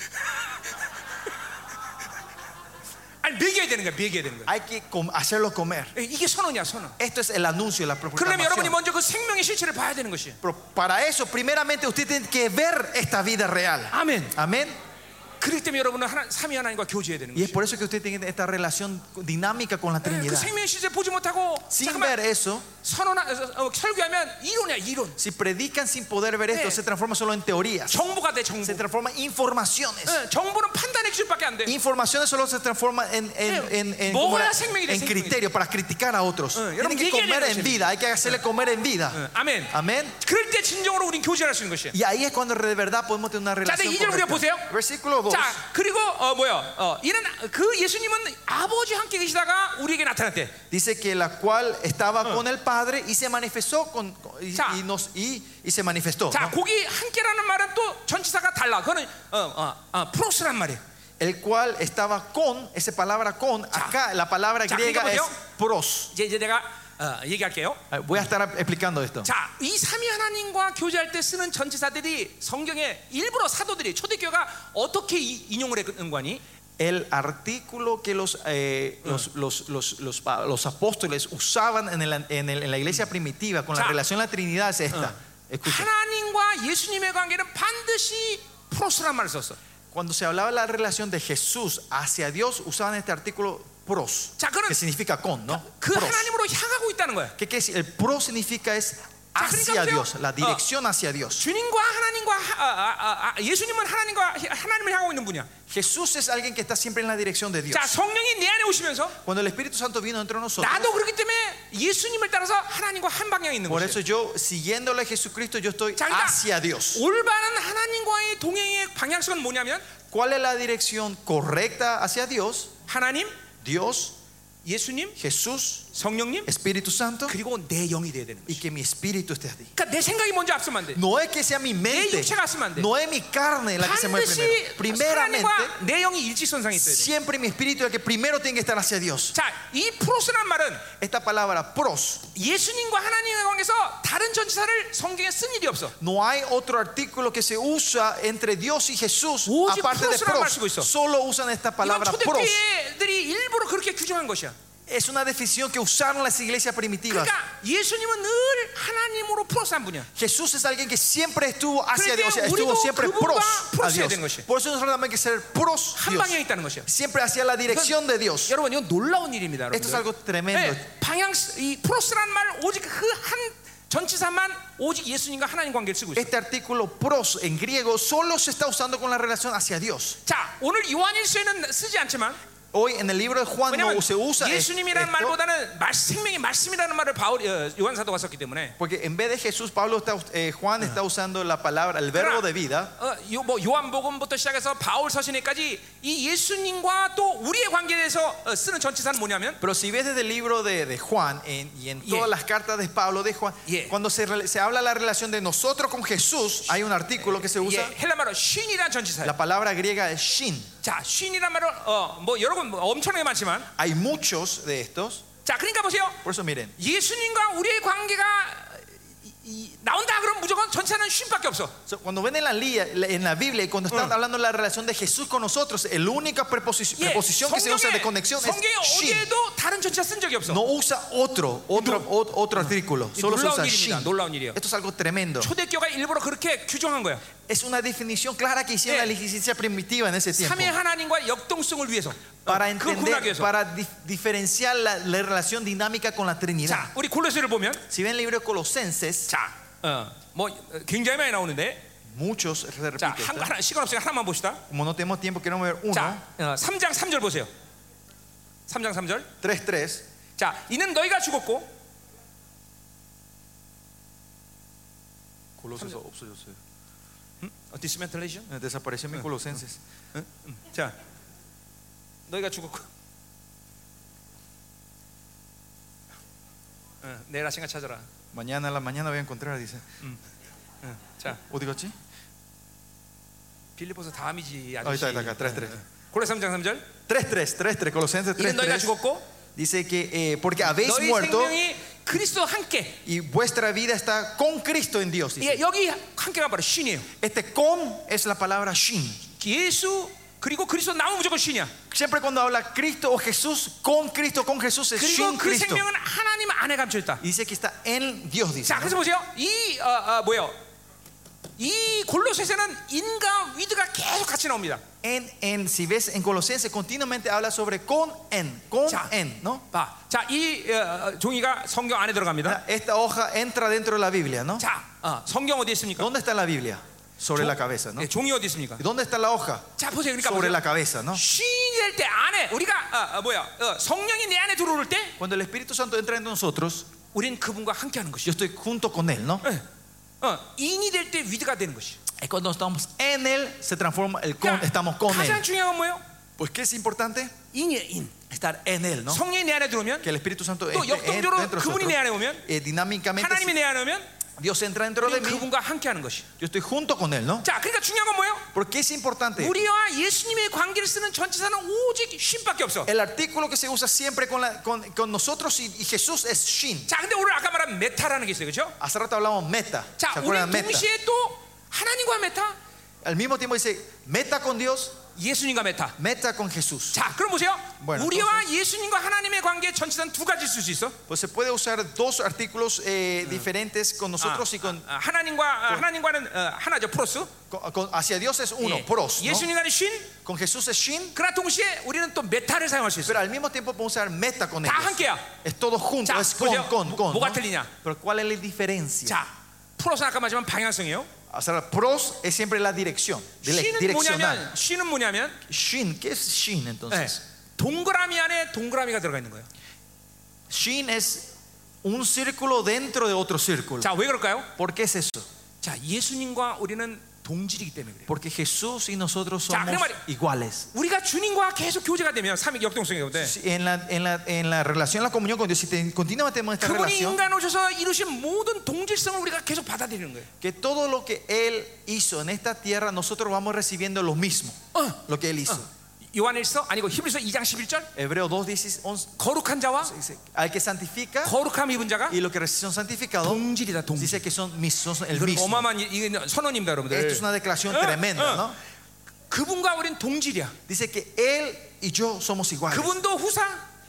S1: 아니 먹여야 되는 거야. 먹여야 되는 거야.
S2: Hay que com- hacerlos comer.
S1: 예, 이게 선언이야 선언.
S2: Esto es el anuncio, la
S1: 그러려면 여러분이
S2: proclamación.
S1: 먼저 그 생명의 실체를 봐야 되는 것이.
S2: Pero para eso, primeramente, usted tiene que ver esta vida real.
S1: 아멘.
S2: Amén.
S1: 그렇기 때문에 여러분은 하나, 삼위 하나님과 교제해야 되는
S2: Y es
S1: 것이.
S2: por eso que usted tiene esta relación dinámica con la
S1: 예, 그
S2: Trinidad.
S1: 생명의 실체 보지 못하고
S2: Sin
S1: 잠깐만
S2: Eh, ver eso,
S1: 선언 어, 설교하면 이론이야 이론.
S2: si predican sin poder ver esto,
S1: Sí.
S2: se transforma solo en teorías.
S1: 정보가 돼 정보.
S2: Se transforma en informaciones.
S1: 예, 정보는 판단의 기준밖에 안 돼.
S2: Informaciones solo se transforma en, en,
S1: Sí.
S2: en, en,
S1: Bola
S2: ¿cómo era?
S1: 생명이 돼,
S2: en
S1: 생명이.
S2: criterio para criticar a otros.
S1: 여러분,
S2: Tienen que
S1: 얘기해야
S2: comer
S1: 돼요,
S2: en
S1: 지금.
S2: vida, hay que
S1: Ah.
S2: hacerle comer en vida.
S1: 예, 아멘.
S2: Amén.
S1: 그럴 때 진정으로 우린 교제할 수 있는 것이.
S2: Y ahí es cuando de verdad podemos tener una relación.
S1: 이절 우리가 보세요.
S2: correcta. Versículo 2.
S1: 자 그리고 어 뭐야 어 이는 그 예수님은 아버지 함께 계시다가 우리에게 나타났대.
S2: Dice que la cual estaba con el Padre y se manifestó con con- y,
S1: Ah. Ya.
S2: y nos y, y se manifestó.
S1: 자
S2: ¿no?
S1: 거기 함께라는 말은 또 전치사가 달라. 그거는 어어 어, 프로스란 말이에요.
S2: El cual estaba con, esa palabra con, acá la palabra
S1: Ya,
S2: griega es
S1: ¿entendió?
S2: pros.
S1: 이제 이제 내가 어, 얘기할게요.
S2: Eh, Voy a estar explicando esto.
S1: 자이 삼위 하나님과 교제할 때 쓰는 전치사들이 성경에 일부러 사도들이 초대교가 어떻게 이- 인용을 했는 거니?
S2: El artículo que los, eh, los, los, los, los pa- los apóstoles usaban en, el- en el- en la iglesia primitiva con la
S1: Ya.
S2: relación a la Trinidad es esta. Escucha.
S1: Ah. 하나님과 예수님의 관계는 반드시 프로스란 말을 썼어.
S2: Cuando se hablaba de la relación de Jesús hacia Dios, usaban este artículo pros,
S1: Ya, 그럼-
S2: que significa con, ¿no?
S1: 그
S2: Pros.
S1: 하나님으로 향하고 있다는 거야.
S2: ¿Qué quiere decir? El pro significa es hacia
S1: 그러니까
S2: Dios,
S1: 보세요.
S2: la dirección hacia Dios.
S1: 주님과 하나님과 하- 아, 아, 아, 아, 예수님은 하나님과 하- 하나님을 향하고 있는 분이야.
S2: Jesús es alguien que está siempre en la dirección de Dios.
S1: 자, 성령이 내 안에 오시면서
S2: Cuando el Espíritu Santo vino entre nosotros,
S1: 나도 그렇기 때문에 예수님을 따라서 하나님과 한 방향에 있는
S2: por
S1: 거지.
S2: eso yo, siguiéndole a Jesucristo, yo estoy
S1: 자,
S2: hacia Dios.
S1: 올바른 하나님과의 동행의 방향성은 뭐냐면
S2: ¿Cuál es la dirección correcta hacia Dios?
S1: 하나님,
S2: Dios,
S1: 예수님,
S2: Jesús,
S1: 성령님
S2: Espíritu Santo
S1: 그리고 내 영이 돼야 되는 거야.
S2: y que mi espíritu esté allí.
S1: 그러니까 내 생각이 먼저 앞서면 안 돼.
S2: No es que sea mi mente,
S1: 육체가 앞서면 안 돼.
S2: no es mi carne la que se mueve
S1: 반드시
S2: primero. Primeramente,
S1: 하나님과 내 영이 일직선상에 있어야 돼.
S2: siempre mi espíritu es el que primero tiene que estar hacia Dios.
S1: 자, 이 프로스란 말은
S2: Esta palabra pros
S1: 예수님과 하나님의 관계에서 다른 전치사를 성경에 쓴 일이 없어.
S2: No hay otro artículo que se usa entre Dios y Jesús
S1: 오직
S2: aparte de
S1: pros라는 말 쓰고
S2: pros.
S1: 있어.
S2: Solo usan esta
S1: 이건
S2: palabra pros.
S1: 초대교회들이 일부러 그렇게 규정한 것이야.
S2: Es una definición que usaron las iglesias primitivas.
S1: 그러니까 예수님은 늘 하나님으로 플러스한 분이야.
S2: Jesús es alguien que siempre estuvo hacia
S1: 그런데
S2: Dios, o sea,
S1: 우리도
S2: estuvo siempre
S1: 그분과
S2: pros a
S1: pros해야
S2: Dios.
S1: 되는 것이.
S2: Por eso nosotros tenemos que ser pros
S1: 한
S2: Dios.
S1: 방향에 있다는 것이야.
S2: Siempre hacia la dirección de Dios.
S1: 여러분 이건 놀라운 일입니다, 여러분.
S2: Esto es algo tremendo.
S1: 네, 방향 이 프로스란 말 오직 그 한 전치사만 오직 예수님과 하나님 관계를 쓰고 있어요.
S2: Este artículo pros en griego solo se está usando con la relación hacia Dios.
S1: 자, 오늘 요한일서에는 쓰지 않지만
S2: Hoy en el libro de Juan
S1: 왜냐면
S2: no se usa es-
S1: 예수님이라는
S2: esto,
S1: 말보다는 말, 생명의 말씀이라는 말을 바울 어, 요한 사도가 썼기 때문에
S2: porque en vez de Jesús, Pablo está, eh, Juan está usando la palabra, el
S1: Ah.
S2: verbo de vida.
S1: 어, 요, 뭐 요한복음부터 시작해서 바울 서신에까지 이 예수님과 또 우리의 관계에 대해서 어, 쓰는 전치사는 뭐냐면
S2: Pero si ves desde el libro de, de Juan en- y en
S1: Yeah.
S2: todas las cartas de Pablo de Juan,
S1: Yeah.
S2: cuando se, re- se habla la relación de nosotros con Jesús, hay un artículo que se
S1: 이게
S2: usa,
S1: 예, 헬라말로 쉰이라는 전치사예요.
S2: la palabra griega es shin.
S1: 자, 쉰이라는 말은 어, 뭐 여러분 뭐 엄청나게 많지만
S2: Hay muchos de estos,
S1: 자, 그러니까 보세요.
S2: por eso miren,
S1: 예수님과 우리의 관계가 이- 이- 나온다 그럼 무조건 전체는 쉰밖에 없어.
S2: so, cuando ven en la, li- en la Biblia y cuando están hablando de la relación de Jesús con nosotros, el única preposición,
S1: 예,
S2: preposición que se usa de conexión es
S1: 성경에
S2: shin.
S1: 어디에도 다른 전치사 쓴 적이 없어.
S2: No usa otro, otro, ot- otro artículo,
S1: 이
S2: solo se
S1: 놀라운
S2: usa
S1: 일입니다.
S2: shin.
S1: 놀라운 일이에요.
S2: Esto es algo tremendo.
S1: 초대교가 일부러 그렇게 규정한 거야.
S2: Es una definición clara que hicieron
S1: Yeah.
S2: la licencia primitiva en ese tiempo.
S1: 삼위 하나님과 역동성을 위해서.
S2: para
S1: 그 구분하기
S2: entender,
S1: 위해서.
S2: para di- diferenciar la, la relación dinámica con la Trinidad.
S1: 자, 우리 골로새를 보면
S2: Si ven el libro de Colosenses,
S1: 자, 어, 뭐 어, 굉장히 많이 나오는데
S2: muchos se repite
S1: 자,
S2: esto.
S1: 한, 하나, 시간 없으니까 하나만 봅시다.
S2: Como no tenemos tiempo, queremos ver
S1: 자,
S2: 1,
S1: 어, 3장 3절 보세요. 3장 3절.
S2: 3, 3.
S1: 자, 이는 너희가 죽었고
S2: Colosenses,
S1: 어, 디스멘탈레이션?
S2: Eh, Desapareció mi Colosenses.
S1: 자, 너희가 죽었고 어, 내일 아침에 찾아라.
S2: Mañana a la mañana voy a encontrar, dice.
S1: 어, 자,
S2: ¿O digo así?
S1: 빌리포스 다음이지
S2: Ahí
S1: 아저씨. 네.
S2: está, ahí está acá, 3, 3.
S1: 골로새 3장 3절.
S2: 3, 3, 3, 3, Colosenses 3,
S1: 이는 너희가
S2: 3.
S1: 죽었고
S2: Dice que eh, porque habéis
S1: 너희
S2: muerto
S1: 생명이 그리스도 함께.
S2: y vuestra vida está con Cristo en Dios. dice.
S1: 예, 여기 함께가 바로 신이에요.
S2: Este con es la palabra shin.
S1: 예수 그리고 그리스도 나오면 무조건 신이야.
S2: Siempre cuando habla Cristo o Jesús, con Cristo, con Jesús es
S1: 그리고
S2: shin
S1: 그
S2: Cristo.
S1: 생명은 하나님 안에 감춰 있다.
S2: Y dice que está en Dios, dice.
S1: 자,
S2: ¿no?
S1: 그래서 보세요. 이 어, 어, 뭐요? 이 골로새서는 인과 위드가 계속 같이 나옵니다.
S2: En, en, si ves en Colosenses, continuamente habla sobre con, en, con,
S1: 자,
S2: en, ¿no?
S1: 봐. 자, 이 어, 어, 종이가 성경 안에 들어갑니다.
S2: Esta hoja entra dentro de la Biblia, ¿no?
S1: 자, 어, 성경 어디 있습니까?
S2: ¿Dónde está la Biblia? Sobre la cabeza, ¿no?
S1: 예, 종이 어디 있습니까?
S2: ¿Y ¿Dónde está la hoja?
S1: 자, 보세요. 그러니까
S2: Sobre la
S1: 보세요.
S2: cabeza, ¿no?
S1: 신이 될 때 안에 우리가 어, 어, 뭐야? 어, 성령이 내 안에 들어올 때
S2: Cuando el Espíritu Santo entra en nosotros,
S1: 우리는 그분과 함께하는
S2: yo
S1: 것이죠.
S2: estoy junto con Él, ¿no?
S1: 예. 어, 인이 될 때 위드가 되는 것이.
S2: Es cuando estamos en Él, se transforma el con,
S1: 그러니까
S2: estamos con
S1: 가장
S2: Él.
S1: 중요한 건 뭐예요?
S2: Pues, ¿qué es importante?
S1: 인이에요, 인.
S2: Estar en Él, ¿no?
S1: 성령이 내 안에 들어오면 예,
S2: Que el Espíritu Santo
S1: 또
S2: esté en- dentro de
S1: 역동적으로 그분이 내
S2: nosotros.
S1: 안에 오면
S2: Eh, dinámicamente,
S1: 하나님이 내 안에 오면
S2: Dios entra dentro de
S1: 우리는 예,
S2: mí,
S1: 그분과 함께하는 것이.
S2: yo estoy junto con Él, ¿no?
S1: 자, 그러니까 중요한 건 뭐예요?
S2: ¿Por qué es importante?
S1: 우리와 예수님의 관계를 쓰는 전치사는 오직 신밖에 없어.
S2: El artículo que se usa siempre con, la- con- con nosotros y, y Jesús es Shin.
S1: 자, 근데 오늘 아까 말한 메타라는 게 있어요, 그렇죠?
S2: Hace rato hablamos meta. ¿Se
S1: 자, 우리
S2: acuerdan meta?
S1: 동시에 또 하나님과 메타,
S2: Al mismo tiempo dice meta con Dios,
S1: 예수님과 메타.
S2: meta con Jesús.
S1: 자, 그럼 보세요.
S2: Bueno,
S1: 우리와 예수님과 하나님의 관계 전치사는 두 가지 쓸 수 있어.
S2: Pues se puede usar dos artículos eh, diferentes con nosotros
S1: Ah,
S2: y con,
S1: 아, 하나님과 아, 하나님과는 어, 하나죠, 프로스.
S2: con- con- hacia Dios es uno,
S1: 예.
S2: pros. ¿no?
S1: 예수님과는 신.
S2: Con Jesús es Shin,
S1: 그러나 동시에 우리는 또 메타를 사용할 수 있어.
S2: pero al mismo tiempo podemos usar meta con
S1: 다
S2: ellos.
S1: 함께야.
S2: Es todo junto,
S1: 자,
S2: es con,
S1: 보세요.
S2: con,
S1: 뭐-
S2: con.
S1: 뭐가 틀리냐?
S2: Pero ¿cuál es la diferencia?
S1: 자, 프로스는 아까 말했지만 방향성이에요.
S2: O sea, pros es siempre la dirección, dile-
S1: 신은
S2: direccional.
S1: 뭐냐면, 신은 뭐냐면
S2: Shin, ¿qué es Shin
S1: 네.
S2: entonces?
S1: 동그라미 안에 동그라미가 들어가 있는 거예요.
S2: Shin es un círculo dentro de otro círculo.
S1: 자, 왜 그럴까요?
S2: ¿Por qué es eso?
S1: 자, 예수님과 우리는 동질이기 때문에 그래요.
S2: Porque Jesús y nosotros
S1: 자,
S2: somos
S1: 그 말이-
S2: iguales.
S1: 우리가 주님과 계속 교제가 되면 삼위 역동성이 오는데
S2: Si En la, en, la, en la relación, la comunión con Dios, si te- continuamente tenemos esta
S1: 그분이
S2: relación,
S1: 인간 오셔서 이루신 모든 동질성을 우리가 계속 받아들이는 거예요.
S2: que todo lo que Él hizo en esta tierra, nosotros vamos recibiendo lo mismo,
S1: 어.
S2: lo que Él hizo.
S1: Ah. 요한일서 아니고 히브리서 2장 11절
S2: Hebreo 2, 10, 11,
S1: 거룩한 자와
S2: dice, al que santifica
S1: 거룩함 입은 자가
S2: y los que son santificados,
S1: 동질이다 동질.
S2: dice que son, mis- son el
S1: 이건
S2: mismo.
S1: 어마어마한 이- 이건 선언입니다,
S2: Esto
S1: 여러분들.
S2: es una declaración
S1: Eh,
S2: tremenda,
S1: eh.
S2: ¿no?
S1: 그분과 우린 동질이야. 아,
S2: Dice que Él y yo somos iguales.
S1: 그분도 후사,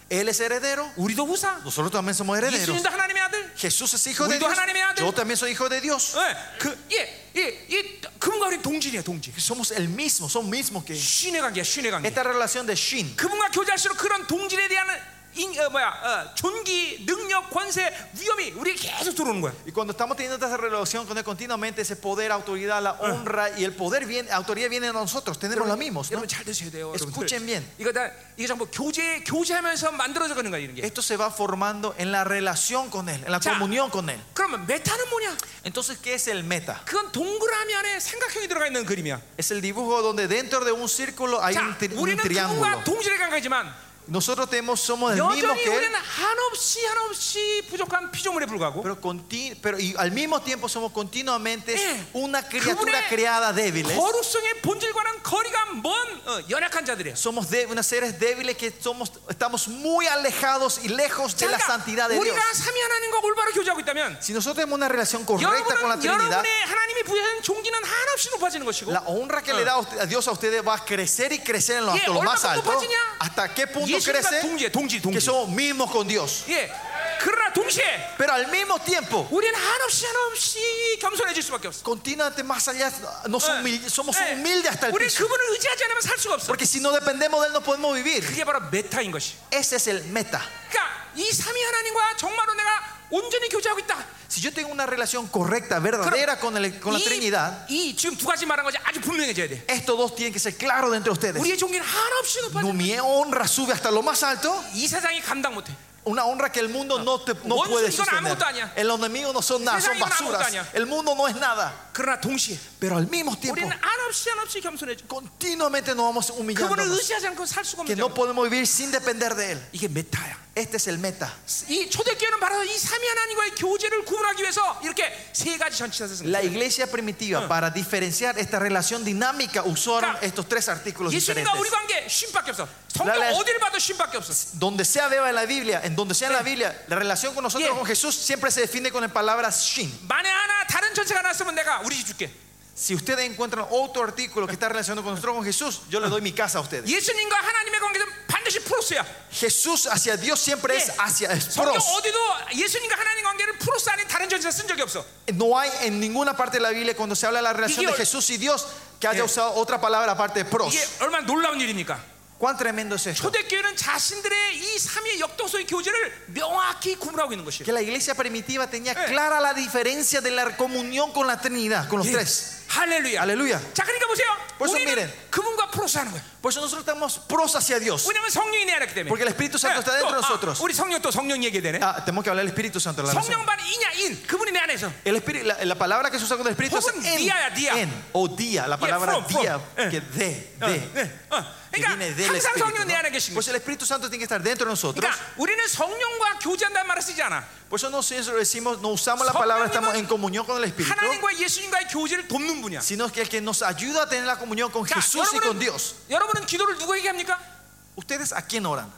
S2: Él es heredero,
S1: 우리도 후사.
S2: nosotros también somos herederos.
S1: 예수님도 하나님의 아들.
S2: Jesús es hijo de
S1: Uy, tú
S2: Dios,
S1: ha나님의 아들.
S2: yo también soy hijo de Dios.
S1: 예, 그, 예, 예, 예, 그분과 우리 동질이에요, 동질.
S2: Somos el mismo, somos mismos que
S1: 신의 관계야, 신의 관계.
S2: esta relación de Shin.
S1: 그분과 교제할수록 그런 동질에 대한 인, 어, 뭐야, 어, 존귀, 능력, 권세, 위험이 우리에게 계속 들어오는 거야.
S2: Y cuando estamos teniendo esta relación con él continuamente, ese poder, autoridad, la honra y el poder, viene, autoridad viene de nosotros, tenemos la mismos. ¿no?
S1: 여러분 잘 드셔야 돼요. 여러분들.
S2: Escuchen bien.
S1: 이거 다 이거 전부 교제 교제하면서 만들어져 가는 거야 이런 게.
S2: Esto se va formando en la relación con él, en la
S1: Ya.
S2: comunión con él.
S1: 그러면 메타는 뭐냐?
S2: Entonces, ¿qué es el meta?
S1: 그건 동그라미 안에 삼각형이 들어가 있는 그림이야.
S2: Es el dibujo donde dentro de un círculo hay
S1: 자,
S2: un, tri- un
S1: 우리는
S2: triángulo.
S1: 그분과 동질의 관계지만
S2: Nosotros tenemos,
S1: 네,
S2: somos el mismo
S1: 여전히
S2: que él,
S1: 우리는 한없이 한없이 부족한 피조물에 불과하고
S2: pero, conti- pero y al mismo tiempo somos continuamente
S1: Eh.
S2: una criatura
S1: 그분의
S2: creada débil. ¿eh?
S1: 거룩성의 본질과는 거리가 먼 어, 연약한 자들이야.
S2: Somos de- unas seres débiles que somos, estamos muy alejados y lejos de la
S1: 그러니까
S2: santidad de Dios.
S1: 우리가 삼위 하나님과 올바로 교제하고 있다면
S2: Si nosotros tenemos una relación
S1: 어,
S2: correcta con la
S1: 여러분은
S2: Trinidad,
S1: 여러분의 하나님이 부여한 종기는 한없이 높아지는 것이고 어,
S2: la honra que le da a usted- a Dios a ustedes va a crecer y crecer en lo,
S1: Yeah,
S2: hasta lo más
S1: 얼마큼
S2: alto.
S1: 높아지냐?
S2: ¿Hasta qué
S1: 예수님과
S2: punto crece?
S1: 동지예 동지
S2: Que
S1: 동지.
S2: somos mismos con Dios.
S1: 예. 그러나 동시에
S2: Pero al mismo tiempo,
S1: 우리는 한없이 한없이 겸손해질 수밖에 없어.
S2: continuamente más allá, nos
S1: 예.
S2: humil- somos
S1: 예.
S2: humildes hasta el
S1: 우리
S2: piso.
S1: 그분을 의지하지 않으면 살 수가 없어.
S2: Porque si no dependemos de Él, no podemos vivir.
S1: 그게 바로 메타인 것이.
S2: Ese es el meta.
S1: 그러니까 이 삼위 하나님과 정말로 내가 온전히 교제하고 있다.
S2: Si yo tengo una relación correcta, verdadera con, el- con la
S1: 이,
S2: Trinidad,
S1: 이 지금 두 가지 말한 것이 아주 분명해져야 돼.
S2: estos dos tienen que ser claros dentro de ustedes.
S1: 우리의 종기는 한없이
S2: No,
S1: 높아져.
S2: mi honra sube hasta lo más alto.
S1: 이 세상이 감당 못해.
S2: Una honra que el mundo no, te, no
S1: Bueno,
S2: puede
S1: eso no
S2: sostener.
S1: es nada.
S2: El enemigo no son nada,
S1: Eso
S2: son
S1: no es nada.
S2: basuras. El mundo no es nada.
S1: 그러나 동시에
S2: Pero al mismo tiempo,
S1: 우리는 한없이 한없이 겸손해져.
S2: continuamente nos vamos humillando.
S1: 그분을 의지하지 않고 살 수가
S2: Que
S1: 없는
S2: no
S1: 거
S2: podemos vivir sin depender de Él.
S1: 이게 메타야.
S2: Este es el meta.
S1: 이 초대교회는 바로 이 삼위 하나님과의 교제를 구분하기 위해서 이렇게 세 가지 전치사 썼습니다.
S2: La iglesia primitiva, para diferenciar esta relación dinámica, usaron estos tres
S1: 예수님과
S2: artículos diferentes.
S1: 우리 관계 쉼밖에 없어. 성경
S2: Dale.
S1: 어디를 봐도 쉼밖에 없어.
S2: Donde sea veo en la Biblia, en donde sea en la Biblia, la relación con nosotros,
S1: Yeah.
S2: con Jesús, siempre se define con la palabra shin.
S1: 만에 하나 다른 전체가 났으면 내가 우리 집 줄게.
S2: Si ustedes encuentran otro artículo que está relacionado con nosotros, con Jesús, yo le doy mi casa a ustedes.
S1: 예수님과 하나님의 관계는 반드시 프로스야.
S2: Jesús hacia Dios siempre es
S1: Yeah.
S2: hacia es
S1: 성경
S2: pros.
S1: 어디도 예수님과 하나님 관계를 프로스 아닌 다른 전체사 쓴 적이 없어.
S2: No hay en ninguna parte de la Biblia cuando se habla de la relación
S1: Digo-
S2: de Jesús y Dios que haya
S1: Eh.
S2: usado otra palabra aparte de pros.
S1: 이게 얼마나 놀라운 일입니까?
S2: ¿Cuán tremendo es esto?
S1: 초대교회는 자신들의 이 삼위의 역동성의 교제를 명확히 구분하고 있는 것이에요.
S2: Que la iglesia primitiva tenía
S1: Eh.
S2: clara la diferencia de la comunión con la Trinidad, con los tres.
S1: 예. 할렐루야.
S2: Aleluya.
S1: 자, 그러니까 보세요.
S2: 벌써
S1: 우리는
S2: 미래.
S1: 그분과 프로스 하는 거야.
S2: Por eso nosotros estamos pros hacia Dios.
S1: 왜냐면 성령이 내안에 있기 때문에.
S2: Porque el Espíritu Santo
S1: 예,
S2: está dentro
S1: 또,
S2: de nosotros.
S1: 아, 우리 성령 또 성령 얘기되네.
S2: Ah, tenemos que hablar del Espíritu Santo. en La, relación.
S1: 성령 반 이냐 인 그분이 내 안에서. 어,
S2: El espíritu- la, la palabra que se usa con el Espíritu
S1: Joven,
S2: es en,
S1: día, día.
S2: en, o día, la palabra
S1: from, from.
S2: día,
S1: Eh.
S2: que de,
S1: 어,
S2: de.
S1: 네, 어.
S2: que viene
S1: 그러니까
S2: del
S1: 항상
S2: Espíritu.
S1: 성령 내 안에
S2: ¿no?
S1: 계신 거.
S2: Pues el Espíritu Santo tiene que estar dentro de nosotros.
S1: 그러니까 우리는 성령과 교제한다는 말을 쓰지 않아.
S2: Por eso nosotros decimos, no usamos la palabra, estamos en comunión con el Espíritu,
S1: 하나님과 예수님과의 교제를 돕는 분이야.
S2: sino que el que nos ayuda a tener la comunión con
S1: 자,
S2: Jesús y con
S1: 여러분은,
S2: Dios.
S1: 여러분은 기도를 누구에게 합니까?
S2: ¿Ustedes a quién oran?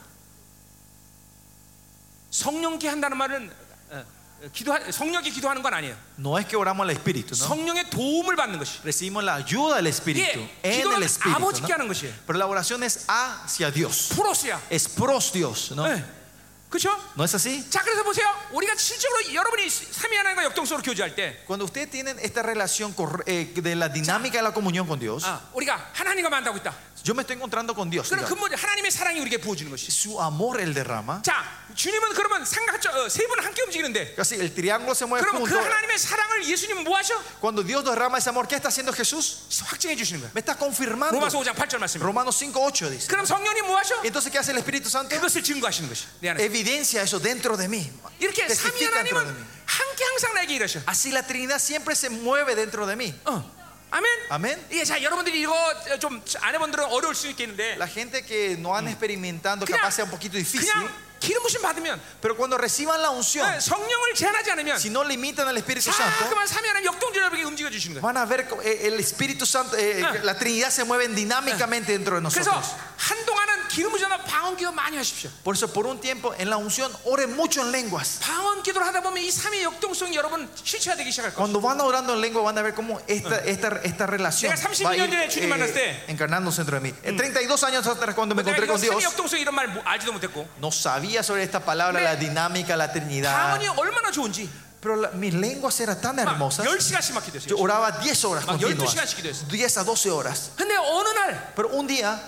S1: 성령께 한다는 말은 어, 어, 기도 성령이 기도하는 건 아니에요.
S2: No es que oramos al Espíritu, ¿no?
S1: 성령의 도움을 받는 것이.
S2: Recibimos la ayuda del Espíritu,
S1: 예,
S2: en el
S1: 기도는
S2: Espíritu.
S1: 아버지께
S2: ¿no?
S1: 하는 것이에요.
S2: Pero la oración es hacia Dios,
S1: 프로스야.
S2: es pros Dios, ¿no?
S1: 예. 그렇죠?
S2: ¿No es así?
S1: 자 그래서 보세요 우리가 실제로 여러분이 삼위 하나님과 역동적으로 교제할 때
S2: Cuando ustedes tienen esta relación corre- eh, de la dinámica de la comunión con Dios,
S1: 아, 우리가 하나님과 만나고 있다
S2: yo me estoy encontrando con Dios.
S1: 그럼
S2: digamos.
S1: 근본 하나님의 사랑이 우리에게 부어지는 것이
S2: Su amor él derrama.
S1: 자 주님은 그러면 삼각적 어, 세 분은 함께 움직이는데
S2: Casi el triángulo se mueve
S1: 그러면 그
S2: junto.
S1: 하나님의 사랑을 예수님은 뭐 하셔?
S2: Cuando Dios derrama ese amor, ¿qué está haciendo Jesús?
S1: 확증해 주시는 거야
S2: Me está confirmando.
S1: 로마서 5장 8절 말씀입니다
S2: Romanos 5, 8 dice.
S1: 그럼 성령이 뭐 하셔?
S2: Entonces, ¿qué hace el Espíritu Santo?
S1: 그것을 증거하시는 것이 내 안에
S2: Evidencia eso dentro de mí.
S1: 이렇게 삼위
S2: Testifica dentro de
S1: 하나님은
S2: mí.
S1: 함께 항상 나에게 일하셔
S2: Así la Trinidad siempre se mueve dentro de mí.
S1: 어. 아멘
S2: 아멘.
S1: 예, 자 여러분들이 이거 좀 안 해본 분들은 어려울 수 있겠는데
S2: La gente que no han experimentando,
S1: 그냥,
S2: capaz sea un poquito difícil.
S1: 그냥 기름 부심 받으면
S2: Pero cuando reciban la unción,
S1: 네, 성령을 제한하지 않으면
S2: si no limitan al Espíritu Santo,
S1: 자꾸만 삼위 하나님 역동적으로 움직여 주시는 거예요.
S2: Van a ver co- eh, el Espíritu Santo, eh,
S1: Ah.
S2: la Trinidad se mueve dinámicamente dentro de
S1: 그래서
S2: nosotros.
S1: 한동안은 기름 부잖아 방언 기도 많이 하십시오.
S2: Por eso, por un tiempo, en la unción, oren mucho en lenguas.
S1: 방언 기도를 하다 보면 이 삼위 역동성이 여러분 실체화되기 시작할 거예요.
S2: Cuando van orando en lengua, van a ver cómo esta, esta, esta relación
S1: 내가 30
S2: va a ir,
S1: 년 전에 주님 만났을 때.
S2: encarnándose dentro de mí. En 32 años atrás, Mm. cuando me
S1: 내가
S2: encontré
S1: 이거
S2: con Dios,
S1: 삼위 역동성 이런 말 뭐- 알지도 못했고
S2: no sabía sobre esta palabra, la dinámica, la Trinidad.
S1: 방언이 얼마나 좋은지
S2: Pero la- mis lenguas eran tan
S1: 막
S2: hermosas.
S1: 10시간씩 막
S2: Yo
S1: 기도했어요.
S2: oraba 10 horas
S1: 막
S2: continuas.
S1: 12시간씩 기도했어요.
S2: 10 a 12 horas.
S1: 근데 어느 날 이
S2: Pero un día,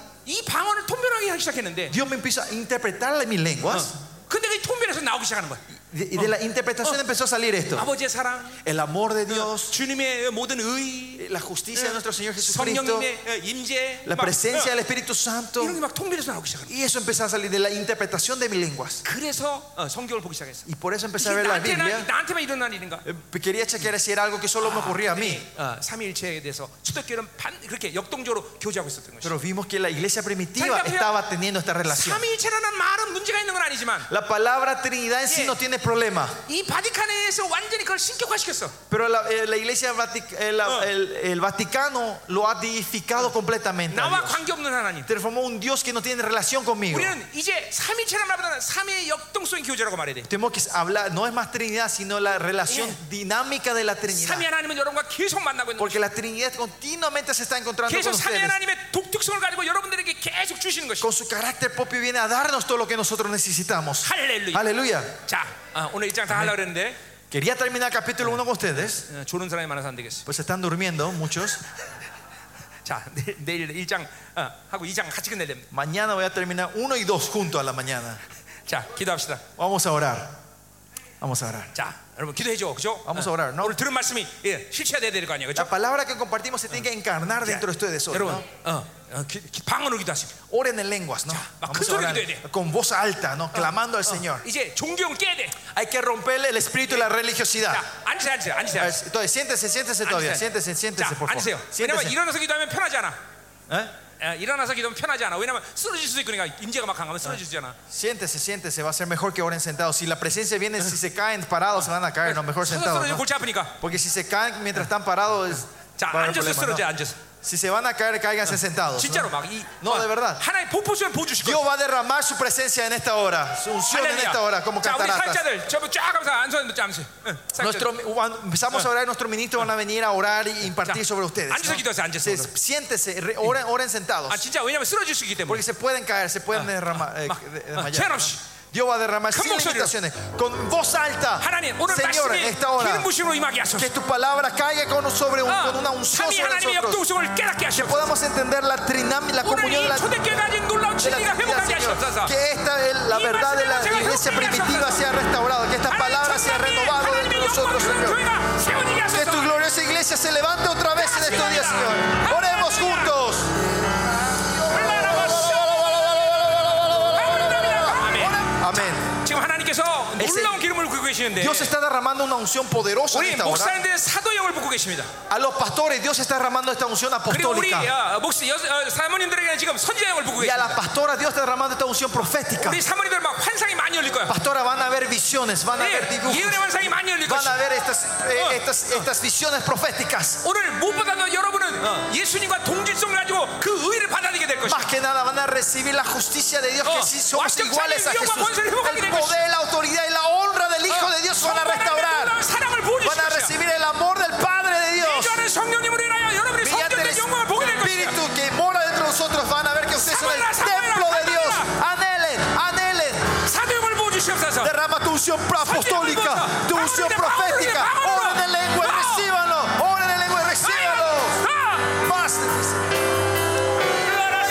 S1: 방언을 통변하게 하기 시작했는데
S2: Dios me empieza a interpretarle mis lenguas.
S1: 근데 그 통변에서 나오기 시작하는 거야.
S2: De- Y de la interpretación empezó a salir esto.
S1: 아버지의 사랑,
S2: El amor de Dios,
S1: 주님의 모든 의, 어.
S2: eh, la justicia de nuestro Señor Jesucristo,
S1: 성령님의 어, 임재,
S2: la
S1: 막, 어,
S2: presencia del Espíritu Santo.
S1: 이런 게 막 통변에서 나오기 시작하는 거야.
S2: Y eso empezó a salir de la interpretación de mis lenguas.
S1: 그래서 어, 성경을 보기 시작했어.
S2: Y por eso empecé a
S1: 이게
S2: ver la
S1: 나한테,
S2: Biblia.
S1: 나한테만 일어난 일인가?
S2: Eh, Quería chequear si era algo que solo me ocurría a mí.
S1: 어, 삼위일체에 대해서 초대교회는 반 그렇게 역동적으로 교제하고 있었던 것이죠.
S2: Pero vimos que la iglesia primitiva
S1: Salga,
S2: estaba teniendo esta relación.
S1: 삼위일체라는 말은 문제가 있는 건 아니지만
S2: La palabra Trinidad en sí
S1: Yeah.
S2: no tiene problema.
S1: 이 바디칸에서 완전히 그걸 신격화시켰어.
S2: Pero la, eh, la iglesia, Vatic- eh, la-
S1: Ah.
S2: el, el Vaticano lo ha deificado completamente. a
S1: 나와
S2: Dios.
S1: 관계 없는 하나님.
S2: Transformó un Dios que no tiene relación conmigo.
S1: 우리는 이제 삼위일체라는 말보다는 삼위의 역동성 교제라고 말해야 돼.
S2: Tenemos que hablar, no es más Trinidad, sino la relación dinámica de la Trinidad.
S1: 삼위 하나님은 여러분과 계속 만나고 있는.
S2: Porque la Trinidad continuamente se está encontrando con
S1: 계속 삼위
S2: ustedes.
S1: 하나님의 독특성을 가지고 여러분들에게 계속 주시는 것이.
S2: Con su carácter propio viene a darnos todo lo que nosotros necesitamos.
S1: 그 할렐루야.
S2: Alelu야.
S1: 자, 아, 오늘 입장 다 하려고 그랬는데
S2: Quería terminar el capítulo 1 con ustedes.
S1: 어, 조는 사람이 많아서 안 되겠어.
S2: Pues están durmiendo muchos.
S1: 자, 내, 내일 일장 어, 하고 이장 같이 끝내야 됩니다.
S2: Mañana voy a terminar 1 y 2 juntos a la mañana.
S1: 자, 기도합시다.
S2: Vamos a orar. Vamos a orar.
S1: 자, 여러분 기도해 줘. 그죠?
S2: Vamos a orar, ¿no?
S1: 오늘 들은 말씀이 예, 실체화돼야 될 거 아니에요. 그죠?
S2: La palabra que compartimos se tiene que encarnar dentro de ustedes hoy.
S1: 여러분,
S2: ¿no?
S1: 어, 어, 기- 기- 방언으로 기도하십시오.
S2: Oren en lenguas, ¿no? Vamos a orar con Ah. voz alta, ¿no? Clamando al Señor.
S1: 이제 종교를 깨야 돼.
S2: Hay que romperle el espíritu y la religiosidad.
S1: 자, 앉으세요, 앉으세요,
S2: A
S1: 앉으세요.
S2: ver, Entonces, siéntese, siéntese todavía. Siéntese, siéntese,
S1: 자,
S2: por favor.
S1: 앉으세요. 왜냐면
S2: Siéntese.
S1: 일어나서 기도하면 편하지 않아.
S2: ¿Eh?
S1: 예, 일어나서 기도하면 편하지 않아. 왜냐면 쓰러질 수도 있고, 그러니까 임재가 막 강하면 쓰러질 수 있잖아.
S2: Siéntese, siéntese. Va a ser mejor que oren sentados. Si la presencia viene, si se caen parados, se van a caer. No, mejor
S1: 서서
S2: sentados.
S1: 쓰러져
S2: ¿no?
S1: 골치 아프니까.
S2: Porque si se caen mientras están parados, es-
S1: 자,
S2: va a haber
S1: 앉아서
S2: problema,
S1: 쓰러져,
S2: ¿no?
S1: 앉아서.
S2: Si se van a caer,
S1: Ah.
S2: cáiganse sentados. ¿no?
S1: 진짜로 막 이,
S2: No, de verdad.
S1: 하나의 보포수면 보여주실 거예요.
S2: Dios va a derramar su presencia en esta hora, su unción en esta hora, como
S1: 자, 우리
S2: cataratas.
S1: 사역자들 저쫙 가면서 앉아서 앉으세요. 응, 사역자들.
S2: Nuestro, empezamos a orar, nuestros ministros van a venir a orar y
S1: Ah.
S2: impartir
S1: Ya.
S2: sobre ustedes.
S1: Ándese, quítese, ándese.
S2: Se- siéntese, re- oren, oren sentados.
S1: 아, 진짜 왜냐면 쓰러질 수 있기 때문에.
S2: Porque se pueden caer, se pueden derramar. eh,
S1: ma-
S2: de-
S1: ah,
S2: desmayar,
S1: Señor,
S2: ¿no? Dios va a derramar
S1: Con
S2: sin
S1: voz, Señor.
S2: limitaciones, con voz alta.
S1: 하나님 오늘
S2: Señor, en
S1: 말씀이
S2: esta hora,
S1: 기름 부심으로 임하게 하소서.
S2: que tu palabra caiga con, sobre un-
S1: Ah,
S2: con una
S1: 어,
S2: unción
S1: 삼위
S2: sobre
S1: 하나님의
S2: nosotros.
S1: 역동성을 깨닫게 하시옵소서.
S2: Podamos entender la trinámica, la
S1: 오늘
S2: comunión de
S1: 이
S2: la, de
S1: 초대교회 가진 놀라운
S2: la
S1: 진리가
S2: Trinidad,
S1: 회복하게
S2: Señor.
S1: 하시옵소서.
S2: Que esta, el- la
S1: Y
S2: verdad de la
S1: más, Señor,
S2: iglesia
S1: que nos
S2: primitiva
S1: hagas
S2: sea restaurada, que esta palabra sea renovada dentro
S1: 하나님의
S2: de nosotros,
S1: 영광스러운
S2: Señor.
S1: 교회가 세워지게
S2: Que tu
S1: 하소서.
S2: gloriosa iglesia se levante otra vez en estos días, Señor. Oremos juntos.
S1: 얼마나 멋있어. 감사합니다. 아멘.
S2: Amén.
S1: 지금 하나님께서
S2: Ese-
S1: 놀라운 기름을 부고 계시는데
S2: Dios está derramando una unción poderosa en
S1: 우리
S2: esta hora.
S1: 목사님들의 사도형을 부고 계십니다.
S2: A los pastores Dios está derramando esta unción
S1: 그리고 우리
S2: apostólica.
S1: 어, 목사 여, 어, 사모님들에게 지금 선지자형을 부고
S2: Y a
S1: 계십니다.
S2: las pastoras Dios está derramando esta unción profética.
S1: 우리 사모님들 막 환상이 많이 열릴 거야.
S2: Pastoras van a ver visiones, van a ver
S1: 예, 예언의
S2: dibujos,
S1: 환상이 많이 열릴
S2: van
S1: 것이다.
S2: a ver estas, eh, estas, estas visiones proféticas.
S1: 오늘 무엇보다도 여러분은 예수님과 동질성을 가지고 그 의를 받아들이게 될 것이다.
S2: Más que nada van a recibir la justicia de Dios, que
S1: Oh,
S2: si somos
S1: 완전
S2: iguales a
S1: 자녀의
S2: Jesús.
S1: 영광, 권세를 회복하게
S2: El
S1: 될
S2: poder, la autoridad y la honra del Hijo Ah, de Dios van a
S1: 성령의
S2: restaurar.
S1: 놀라운 어. 사랑을 보여주실
S2: Van a
S1: 것이야.
S2: recibir el amor del Padre de Dios.
S1: 이전에 성령님으로 인하여 여러분이
S2: Mediante el
S1: 성전의 영광을 보게 될 것이다.
S2: Espíritu que mora dentro de nosotros van a ver que ustedes son el templo de Dios. Anhelen, anhelen.
S1: 사도형을 보여주시옵소서.
S2: Derrama tu unción apostólica, tu unción profética. Oren en lengua y recíbanlo. Oren en lengua y recíbanlo. Más.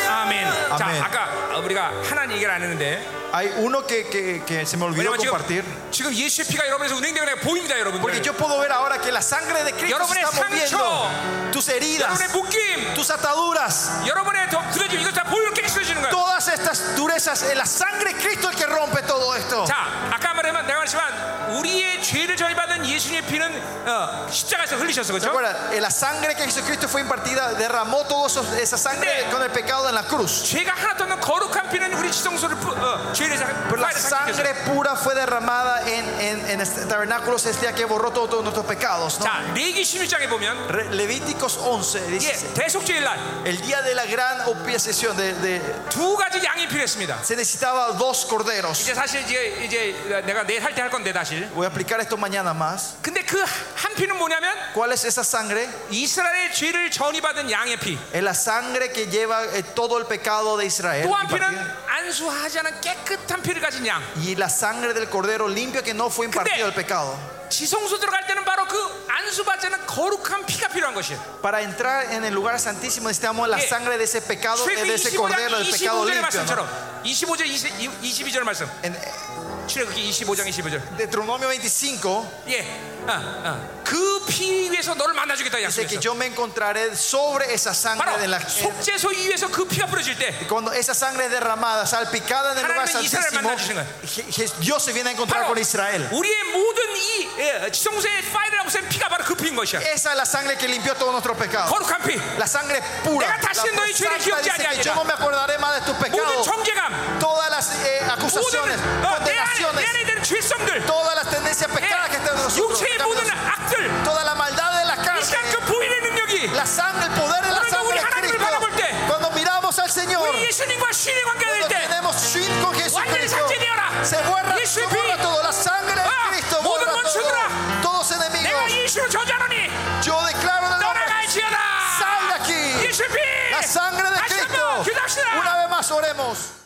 S1: 아! 아멘. 자,
S2: 아멘.
S1: 아까 우리가 하나님 얘기를 안 했는데
S2: Hay uno que, que, que se me olvidó
S1: 왜냐면
S2: compartir.
S1: 지금, 지금 예수의 피가 여러분에서 운행되고 내가 보입니다,
S2: Porque
S1: 여러분들.
S2: yo puedo ver ahora que la sangre de Cristo se está moviendo. Tus heridas,
S1: 여러분의 묶임,
S2: tus ataduras,
S1: 여러분의 더 굳어짐 이것 다 보이게 쓰시는 거예요.
S2: todas estas durezas. En la sangre de Cristo el que rompe todo esto.
S1: 자, 아까 말했지만 내가 말했지만 우리의 죄를 전이받은 예수님의 피는 어, 십자가에서 흘리셨어, 그렇죠?
S2: Recuerda, eh, la sangre que Jesucristo fue impartida derramó toda esa sangre
S1: Sí.
S2: con el pecado en la cruz.
S1: 죄가 하나도 없는 거룩한 피는 우리 지성소를 뿌- 어, 죄를 사,
S2: Pero la
S1: 파일을 삭제했어요.
S2: sangre pura fue derramada en, en, en este tabernáculo celestial que borró todos todos nuestros pecados. ¿no?
S1: 자, 레기 16장에 보면
S2: Re- Levíticos 11
S1: 예,
S2: dice,
S1: 대속죄일 날
S2: el día de la gran obsesión de, de-
S1: 두 가지 양이 필요했습니다.
S2: se necesitaba dos corderos.
S1: 이제 사실 이제 이제 내가 내일 할 때 할 건데 사실.
S2: Voy a aplicar esto mañana más.
S1: 근데 그 한 피는 뭐냐면
S2: ¿Cuál es esa sangre?
S1: 이스라엘의 죄를 전이받은 양의 피.
S2: Es la sangre que lleva eh, todo el pecado de Israel.
S1: 또 한 피는 안수하지 않은 깨끗한 피를 가진 양.
S2: Y la sangre del cordero limpio que no fue impartido el pecado.
S1: 지성소 들어갈 때는 바로 그 안수받지 않은 거룩한 피가 필요한 것이에요.
S2: Para entrar en el lugar santísimo necesitamos la
S1: Sí.
S2: sangre de ese pecado, eh,
S1: 출애굽기
S2: de ese cordero,
S1: 25장
S2: del pecado
S1: 25절의
S2: limpio. ¿no?
S1: 말씀처럼 25절 20, 22절 말씀.
S2: En
S1: 출애굽기 25장 22절.
S2: Deuteronomio 25
S1: 예, 어, 어. 그피 위에서 너를 만나주겠다
S2: dice que
S1: 약속했어.
S2: yo me encontraré sobre esa sangre de
S1: 바로
S2: la eh,
S1: 속죄소 위에서 그 피가 뿌려질 때,
S2: cuando esa sangre es derramada, salpicada en el lugar
S1: 하나님은 이스라엘을
S2: santísimo,
S1: 만나주시는
S2: Je- Je- Dios se viene a encontrar
S1: 바로
S2: con Israel.
S1: 우리의 모든 이 예, 지성소의 파일을 없앤 피가 바로 그 피인 것이야.
S2: Esa es la sangre que limpió todos nuestros pecados.
S1: 거룩한 피,
S2: La sangre pura.
S1: 내가
S2: La
S1: 다시 너희 죄를
S2: santa
S1: 기억지
S2: dice que
S1: 아니하리라.
S2: yo no me acordaré más de tus
S1: 모든
S2: pecados.
S1: 정죄감,
S2: Todas las eh,
S1: 모든
S2: acusaciones,
S1: 어, 내 안에 내
S2: condenaciones,
S1: 안에 있는 죄성들,
S2: todas las tendencias
S1: Eh,
S2: pecadas que están en
S1: 예,
S2: nosotros,
S1: 육체의 모든 악들,
S2: toda la maldad de la
S1: 이
S2: carne,
S1: 시간 그 보이는 능력이
S2: la sangre, el poder de la
S1: 오늘도
S2: sangre
S1: 우리
S2: de
S1: 하나님을
S2: Cristo.
S1: 바라볼 때,
S2: Cuando miramos al Señor,
S1: 우리 예수님과 신의 관계가
S2: cuando
S1: 될때
S2: tenemos fin con
S1: 완전히
S2: Jesucristo,
S1: 삭제되어라.
S2: se borra, se
S1: 예수의 피,
S2: borra todo, la sangre
S1: 아,
S2: de Cristo
S1: 모든
S2: borra todo,
S1: 원수들아.
S2: todos enemigos.
S1: 내가 예수로 저자노니
S2: Yo declaro en el nombre de Jesús,
S1: 떠나갈지어다.
S2: sal de aquí,
S1: 예수의 피,
S2: la sangre de
S1: 다시 한번
S2: Cristo.
S1: 기도합시다.
S2: Una vez más oremos.